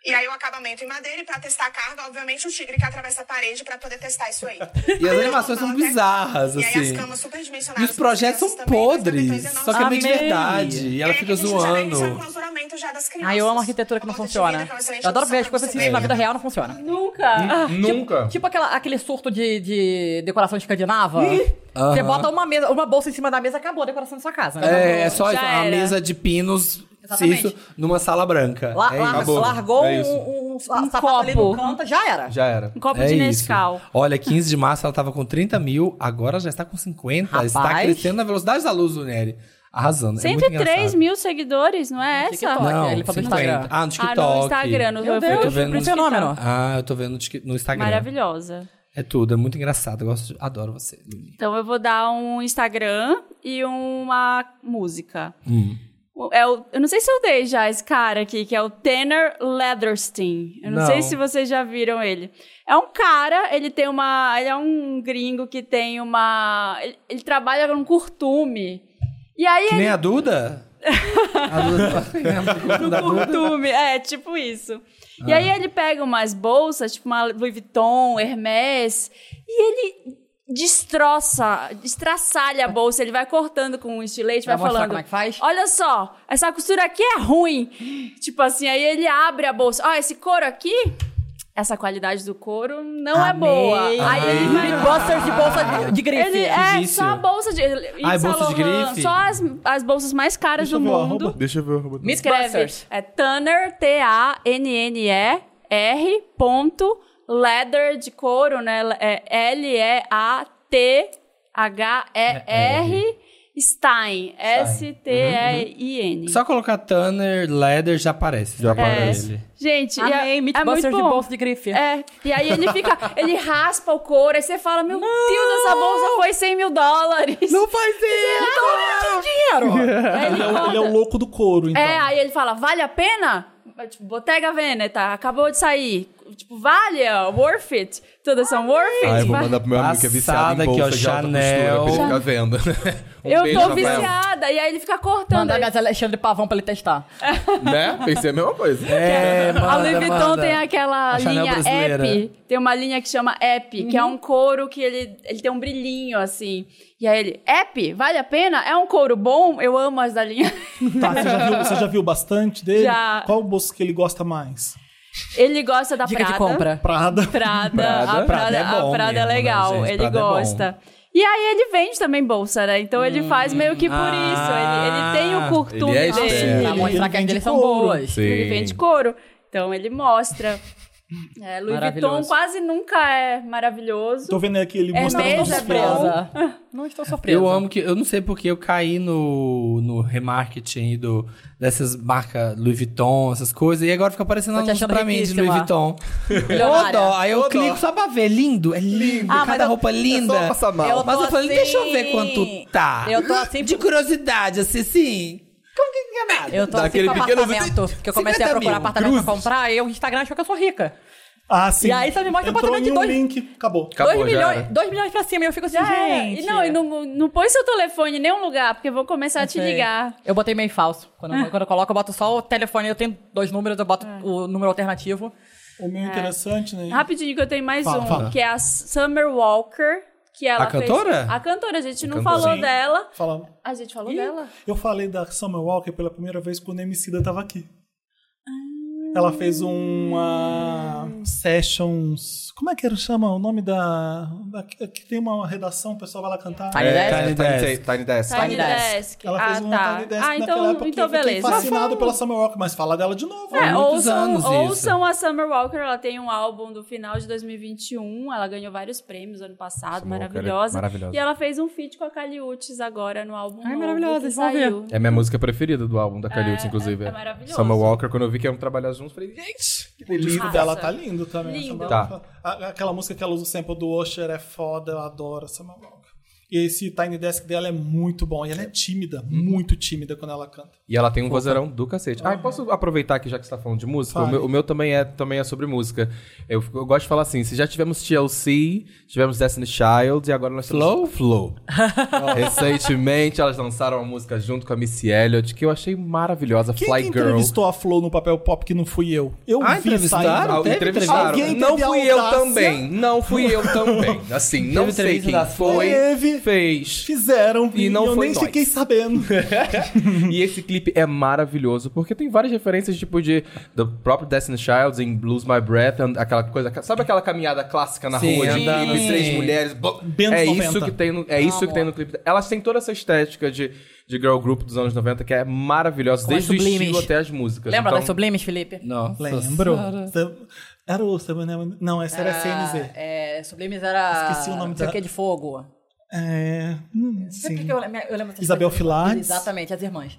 [SPEAKER 9] E aí o acabamento em madeira e para testar a carga, obviamente o tigre que atravessa a parede para poder testar isso aí. né?
[SPEAKER 4] E as animações são bizarras,
[SPEAKER 9] E aí as
[SPEAKER 4] assim.
[SPEAKER 9] camas
[SPEAKER 4] E
[SPEAKER 9] superdimensionadas.
[SPEAKER 4] os projetos são
[SPEAKER 9] das crianças também,
[SPEAKER 4] podres.
[SPEAKER 9] mas
[SPEAKER 4] Só que é
[SPEAKER 9] também
[SPEAKER 4] meio de
[SPEAKER 9] tem enormes-
[SPEAKER 4] verdade. E ela
[SPEAKER 9] E aí
[SPEAKER 4] fica
[SPEAKER 9] É, a gente já vai
[SPEAKER 4] zoando.
[SPEAKER 9] iniciar o clausuramento já das crianças.
[SPEAKER 5] Ah, eu amo arquitetura que não
[SPEAKER 9] A porta de
[SPEAKER 5] funciona.
[SPEAKER 9] vidro, que é uma excelente
[SPEAKER 5] Eu adoro
[SPEAKER 9] opção
[SPEAKER 5] ver as
[SPEAKER 9] pra
[SPEAKER 5] coisas
[SPEAKER 9] você
[SPEAKER 5] assim,
[SPEAKER 9] ver.
[SPEAKER 5] na vida real não funciona.
[SPEAKER 6] Nunca.
[SPEAKER 3] Nunca.
[SPEAKER 5] Tipo aquela, aquele surto de, de decoração escandinava. Você
[SPEAKER 4] Aham.
[SPEAKER 5] bota uma, mesa, uma bolsa em cima da mesa, acabou a decoração da sua casa.
[SPEAKER 4] É,
[SPEAKER 5] né?
[SPEAKER 4] é só
[SPEAKER 6] Já
[SPEAKER 4] isso. Uma
[SPEAKER 6] era.
[SPEAKER 4] mesa de pinos. se
[SPEAKER 5] Exatamente.
[SPEAKER 4] Isso numa sala branca.
[SPEAKER 5] La-
[SPEAKER 4] é
[SPEAKER 5] lar-
[SPEAKER 4] isso.
[SPEAKER 5] largou
[SPEAKER 3] É isso.
[SPEAKER 5] um, um, um sapato
[SPEAKER 6] copo.
[SPEAKER 5] ali no canto, já era.
[SPEAKER 3] Já era.
[SPEAKER 6] Um copo
[SPEAKER 4] É
[SPEAKER 6] de
[SPEAKER 4] isso.
[SPEAKER 6] Nescau.
[SPEAKER 4] Olha, 15 de março ela tava com 30 mil, agora já está com 50.
[SPEAKER 5] Rapaz.
[SPEAKER 4] Está crescendo na velocidade da luz, Luneri. Arrasando. é muito
[SPEAKER 6] 103
[SPEAKER 4] engraçado.
[SPEAKER 6] mil seguidores, não é essa?
[SPEAKER 5] TikTok.
[SPEAKER 4] Não,
[SPEAKER 5] Ele
[SPEAKER 4] 50.
[SPEAKER 5] falou no Instagram.
[SPEAKER 4] Ah, no
[SPEAKER 6] Ah,
[SPEAKER 4] TikTok.
[SPEAKER 6] no Instagram. No
[SPEAKER 5] Meu
[SPEAKER 6] eu
[SPEAKER 5] Deus,
[SPEAKER 4] tô vendo
[SPEAKER 5] um
[SPEAKER 4] no
[SPEAKER 5] fenômeno.
[SPEAKER 4] Ah, eu tô vendo no tic- no Instagram.
[SPEAKER 6] Maravilhosa.
[SPEAKER 4] É tudo, é muito engraçado. Eu gosto de- adoro você, Luni.
[SPEAKER 6] Então eu vou dar um Instagram e uma música.
[SPEAKER 4] Hum.
[SPEAKER 6] O- É o, eu não sei se eu dei já esse cara aqui, que é o Tanner Leatherstein. Eu não,
[SPEAKER 4] Não.
[SPEAKER 6] sei se vocês já viram ele. É um cara, ele tem uma. Ele é um gringo que tem uma. Ele, ele trabalha num curtume. E aí
[SPEAKER 4] Que
[SPEAKER 6] ele
[SPEAKER 4] nem a Duda? a Duda.
[SPEAKER 6] no
[SPEAKER 4] da Duda.
[SPEAKER 6] curtume. Tipo É, tipo isso. E aí ele pega umas bolsas, tipo uma Louis Vuitton, Hermès, e ele destroça, destraçalha a bolsa. Ele vai cortando com um estilete, vai
[SPEAKER 5] Vai mostrar
[SPEAKER 6] falando...
[SPEAKER 5] como é que faz?
[SPEAKER 6] Olha só, essa costura aqui é ruim. Tipo assim, aí ele abre a bolsa. Ó, esse couro aqui... Essa qualidade do couro não é boa. Aí ele vai
[SPEAKER 5] Busters de bolsa de, de grife.
[SPEAKER 6] ele é
[SPEAKER 4] vício.
[SPEAKER 6] só a bolsa de.
[SPEAKER 4] Ah, é
[SPEAKER 6] Yves Saint
[SPEAKER 4] bolsa de
[SPEAKER 6] Laurent,
[SPEAKER 4] grife?
[SPEAKER 6] Só as, as bolsas mais caras do mundo.
[SPEAKER 3] Deixa eu ver o arroba.
[SPEAKER 5] Miss
[SPEAKER 6] Escreve.
[SPEAKER 5] Busters.
[SPEAKER 6] É Tanner, T-A-N-N-E-R ponto leather de couro, né? É L-E-A-T-H-E-R Stein. S-T-E-I-N.
[SPEAKER 4] Uhum. Só colocar Tanner, Leather, já aparece.
[SPEAKER 3] Já
[SPEAKER 4] É.
[SPEAKER 3] aparece.
[SPEAKER 4] Ele.
[SPEAKER 6] Gente, e
[SPEAKER 5] Amei,
[SPEAKER 6] é, é muito
[SPEAKER 5] Mythbusters de
[SPEAKER 6] bom.
[SPEAKER 5] bolso de grife.
[SPEAKER 6] É, e aí ele fica, ele raspa o couro, aí você fala, meu Deus, essa bolsa foi 100 mil dólares. Não faz
[SPEAKER 1] Ele
[SPEAKER 5] É um
[SPEAKER 6] isso! Então, dinheiro!
[SPEAKER 1] é, o- ele é o louco do couro, então.
[SPEAKER 6] É, aí ele fala, vale a pena? Tipo, Bottega Veneta, acabou de sair. Tipo, vale? ó, Worth it? Todas são worth it?
[SPEAKER 3] Ah, eu vou
[SPEAKER 6] Vai-
[SPEAKER 3] mandar pro meu amigo que é viciado
[SPEAKER 4] Passada
[SPEAKER 3] em
[SPEAKER 4] aqui,
[SPEAKER 3] bolsa
[SPEAKER 4] ó,
[SPEAKER 3] de alta
[SPEAKER 4] Chanel.
[SPEAKER 3] costura pra ele ficar vendo. Um
[SPEAKER 6] eu
[SPEAKER 3] beijo,
[SPEAKER 6] tô
[SPEAKER 3] Rafael.
[SPEAKER 6] viciada. E aí ele fica cortando.
[SPEAKER 5] Mandar
[SPEAKER 6] aí-
[SPEAKER 5] minhas Alexandre Pavão pra ele testar.
[SPEAKER 3] Né? Pensei a mesma coisa.
[SPEAKER 4] É, manda,
[SPEAKER 6] a Louis Vuitton
[SPEAKER 4] manda.
[SPEAKER 6] tem aquela
[SPEAKER 4] A Chanel
[SPEAKER 6] linha
[SPEAKER 4] brasileira.
[SPEAKER 6] Ep. Tem uma linha que chama Ep, que é um couro que ele, ele tem um brilhinho, assim. E aí ele, Ep, vale a pena? É um couro bom? Eu amo as da linha.
[SPEAKER 1] Tá, você, já viu, você já viu bastante dele?
[SPEAKER 6] Já.
[SPEAKER 1] Qual bolso que ele gosta mais?
[SPEAKER 6] Ele gosta da
[SPEAKER 5] Dica
[SPEAKER 6] Prada.
[SPEAKER 5] de compra.
[SPEAKER 1] Prada.
[SPEAKER 6] Prada,
[SPEAKER 4] Prada.
[SPEAKER 6] a Prada,
[SPEAKER 4] Prada é bom
[SPEAKER 6] a Prada é
[SPEAKER 4] mesmo, né,
[SPEAKER 6] legal,
[SPEAKER 4] gente?
[SPEAKER 6] ele
[SPEAKER 4] Prada é bom. Hum.
[SPEAKER 6] gosta. E aí ele vende também bolsa, né? Então ele faz meio que por
[SPEAKER 4] Ah,
[SPEAKER 6] isso. Ele, ele tem o curtume
[SPEAKER 4] ele é
[SPEAKER 6] dele.
[SPEAKER 4] esperto.
[SPEAKER 5] Pra
[SPEAKER 1] Ele-
[SPEAKER 5] mostrar
[SPEAKER 1] ele
[SPEAKER 5] que as
[SPEAKER 1] vende
[SPEAKER 5] deles são
[SPEAKER 1] couro.
[SPEAKER 5] boas.
[SPEAKER 6] Ele vende couro. Então ele mostra. É, Louis Vuitton
[SPEAKER 5] Maravilhoso.
[SPEAKER 6] quase nunca é maravilhoso.
[SPEAKER 1] Tô vendo aqui ele
[SPEAKER 6] É
[SPEAKER 1] mostrando
[SPEAKER 6] mesmo,
[SPEAKER 1] os
[SPEAKER 6] é
[SPEAKER 1] pelos.
[SPEAKER 6] bom.
[SPEAKER 5] Surpresa. Não estou surpresa.
[SPEAKER 4] Eu amo que. Eu não sei porque eu caí no, no remarketing do, dessas marcas Louis Vuitton, essas coisas, e agora fica aparecendo
[SPEAKER 5] Tô te
[SPEAKER 4] anúncio
[SPEAKER 5] achando
[SPEAKER 4] pra mim de Louis
[SPEAKER 5] riquíssima.
[SPEAKER 4] Vuitton. Ô,
[SPEAKER 5] Milionária.
[SPEAKER 4] dó, aí eu clico só pra ver. Lindo, é lindo.
[SPEAKER 5] Ah, mas
[SPEAKER 4] cada
[SPEAKER 5] eu-
[SPEAKER 4] roupa linda.
[SPEAKER 3] só passar mal.
[SPEAKER 5] Eu
[SPEAKER 4] mas
[SPEAKER 5] tô
[SPEAKER 4] eu falei,
[SPEAKER 5] assim-
[SPEAKER 4] deixa eu ver quanto tá.
[SPEAKER 5] Eu tô assim-
[SPEAKER 4] De curiosidade, assim, sim. Como que não é nada?
[SPEAKER 5] Eu tô
[SPEAKER 3] Daquele
[SPEAKER 5] assim com
[SPEAKER 3] pequeno-
[SPEAKER 5] apartamento. Porque eu comecei a
[SPEAKER 4] 50
[SPEAKER 5] procurar
[SPEAKER 4] mil
[SPEAKER 5] apartamento pra comprar e o Instagram achou que eu sou rica.
[SPEAKER 1] Ah, sim.
[SPEAKER 5] E aí você me mostra
[SPEAKER 1] Entrou
[SPEAKER 5] botando
[SPEAKER 1] em
[SPEAKER 5] de
[SPEAKER 1] um
[SPEAKER 5] dois-
[SPEAKER 1] link, acabou.
[SPEAKER 3] Acabou,
[SPEAKER 5] 2
[SPEAKER 3] já né?
[SPEAKER 5] milhões,
[SPEAKER 3] era.
[SPEAKER 5] dois milhões pra cima. E eu fico assim,
[SPEAKER 6] Já era.
[SPEAKER 5] gente.
[SPEAKER 6] E não, e não, não põe seu telefone em nenhum lugar, porque eu vou começar a te
[SPEAKER 5] Sei.
[SPEAKER 6] ligar.
[SPEAKER 5] Eu botei meio falso. Quando, eu- quando eu coloco, eu boto só o telefone. Eu tenho dois números, eu boto o número alternativo.
[SPEAKER 1] O
[SPEAKER 6] É.
[SPEAKER 1] meio interessante, né?
[SPEAKER 6] Rapidinho que eu tenho mais
[SPEAKER 1] Fala,
[SPEAKER 6] um,
[SPEAKER 1] fala.
[SPEAKER 6] que é a Summer Walker, que ela
[SPEAKER 4] A
[SPEAKER 6] fez-
[SPEAKER 4] cantora?
[SPEAKER 6] A cantora, a gente não
[SPEAKER 3] cantora.
[SPEAKER 6] falou
[SPEAKER 1] Sim.
[SPEAKER 6] dela.
[SPEAKER 1] Fala.
[SPEAKER 6] A gente falou dela?
[SPEAKER 1] Eu falei da Summer Walker pela primeira vez quando a Emicida tava aqui.
[SPEAKER 6] Ah.
[SPEAKER 1] Ela fez uma sessions. Como é que ele chama? O nome da. da que tem uma redação, o pessoal vai lá cantar.
[SPEAKER 4] É,
[SPEAKER 5] Tiny Desk?
[SPEAKER 3] tá
[SPEAKER 4] Tiny Desk.
[SPEAKER 3] Tiny Desk.
[SPEAKER 6] Tiny
[SPEAKER 5] Desk.
[SPEAKER 6] Desk.
[SPEAKER 1] Ela fez
[SPEAKER 6] ah,
[SPEAKER 1] um
[SPEAKER 6] tá.
[SPEAKER 1] Tiny Desk
[SPEAKER 6] ah,
[SPEAKER 1] naquela
[SPEAKER 6] então,
[SPEAKER 1] época.
[SPEAKER 6] então
[SPEAKER 1] eu fiquei
[SPEAKER 6] beleza.
[SPEAKER 1] fascinado pela Summer Walker, mas falar dela de novo.
[SPEAKER 6] É,
[SPEAKER 4] muitos
[SPEAKER 6] ouçam,
[SPEAKER 4] anos isso.
[SPEAKER 6] ouçam a Summer Walker, ela tem um álbum do final de 2021, ela ganhou vários prêmios ano passado,
[SPEAKER 3] Summer Walker é
[SPEAKER 6] maravilhosa.
[SPEAKER 3] maravilhosa.
[SPEAKER 6] E ela fez um feat com a Kali Uchis agora no álbum
[SPEAKER 5] Ai,
[SPEAKER 6] novo
[SPEAKER 5] maravilhosa,
[SPEAKER 6] que
[SPEAKER 5] vocês vão ver.
[SPEAKER 6] saiu.
[SPEAKER 3] É a minha música preferida do álbum da Kalilton, inclusive.
[SPEAKER 6] é maravilhoso.
[SPEAKER 3] Summer Walker, quando eu vi que iam trabalhar juntos, falei, gente, que
[SPEAKER 1] O
[SPEAKER 3] delícia.
[SPEAKER 1] disco dela tá lindo também. a
[SPEAKER 6] Lindo.
[SPEAKER 1] Summer
[SPEAKER 3] Tá.
[SPEAKER 1] Walker. A- Aquela música que ela usa sempre do Usher é foda, eu adoro a Summer Walker. E esse Tiny Desk dela é muito bom. E ela é tímida, muito tímida quando ela canta.
[SPEAKER 3] E ela tem um vozeirão do cacete. Ah, posso aproveitar aqui, já que você tá falando de música? O
[SPEAKER 1] Fale.
[SPEAKER 3] meu, o meu também, é, também é sobre música. Eu, eu gosto de falar assim, se já tivemos TLC, tivemos Destiny Child, e agora nós temos...
[SPEAKER 4] Flow? Flow.
[SPEAKER 3] Recentemente, elas lançaram uma música junto com a Missy Elliott, que eu achei maravilhosa,
[SPEAKER 1] Quem
[SPEAKER 3] Fly
[SPEAKER 1] que
[SPEAKER 3] Girl.
[SPEAKER 1] entrevistou a Flo no papel pop que não fui eu? Eu
[SPEAKER 4] Ah,
[SPEAKER 1] vi
[SPEAKER 4] entrevistaram?
[SPEAKER 1] saindo.
[SPEAKER 4] Teve
[SPEAKER 3] entrevistaram.
[SPEAKER 1] Alguém teve
[SPEAKER 3] não fui eu
[SPEAKER 1] audácia?
[SPEAKER 3] também. Não fui eu também. Assim, não
[SPEAKER 4] Teve
[SPEAKER 3] sei
[SPEAKER 4] entrevista
[SPEAKER 3] quem
[SPEAKER 4] da Flo?
[SPEAKER 3] foi.
[SPEAKER 1] Teve.
[SPEAKER 3] Fez.
[SPEAKER 1] Fizeram
[SPEAKER 3] E
[SPEAKER 1] e,
[SPEAKER 3] não
[SPEAKER 1] eu
[SPEAKER 3] foi
[SPEAKER 1] nem
[SPEAKER 3] nós.
[SPEAKER 1] fiquei sabendo.
[SPEAKER 3] E esse clipe é maravilhoso, porque tem várias referências, tipo, de do próprio Destiny Child em Blues My Breath, and- aquela coisa. Sabe aquela caminhada clássica na
[SPEAKER 4] Sim,
[SPEAKER 3] rua de
[SPEAKER 4] andando.
[SPEAKER 3] clipe, três
[SPEAKER 4] Sim.
[SPEAKER 3] mulheres. bo-
[SPEAKER 1] Bem
[SPEAKER 3] é
[SPEAKER 1] 90.
[SPEAKER 3] isso que tem no, é isso que tem no clipe. Elas têm toda essa estética de, de girl group dos anos 90 que é maravilhosa,
[SPEAKER 5] Com as
[SPEAKER 3] desde o estilo
[SPEAKER 5] sublimes.
[SPEAKER 3] até as músicas.
[SPEAKER 5] Lembra
[SPEAKER 3] então,
[SPEAKER 5] das Sublimes, Felipe?
[SPEAKER 4] Nossa.
[SPEAKER 1] Lembro. Era o Samuel. Não, essa
[SPEAKER 5] Ah.
[SPEAKER 1] era a CNZ.
[SPEAKER 5] É, Sublimes era...
[SPEAKER 1] Esqueci o nome
[SPEAKER 5] não sei
[SPEAKER 1] da-
[SPEAKER 5] o que de fogo.
[SPEAKER 1] É. hum,
[SPEAKER 5] Sempre
[SPEAKER 1] Sim.
[SPEAKER 5] que eu, lem- eu lembro... dessas
[SPEAKER 1] Isabel
[SPEAKER 5] coisas.
[SPEAKER 1] Filardes.
[SPEAKER 5] Exatamente, as irmãs.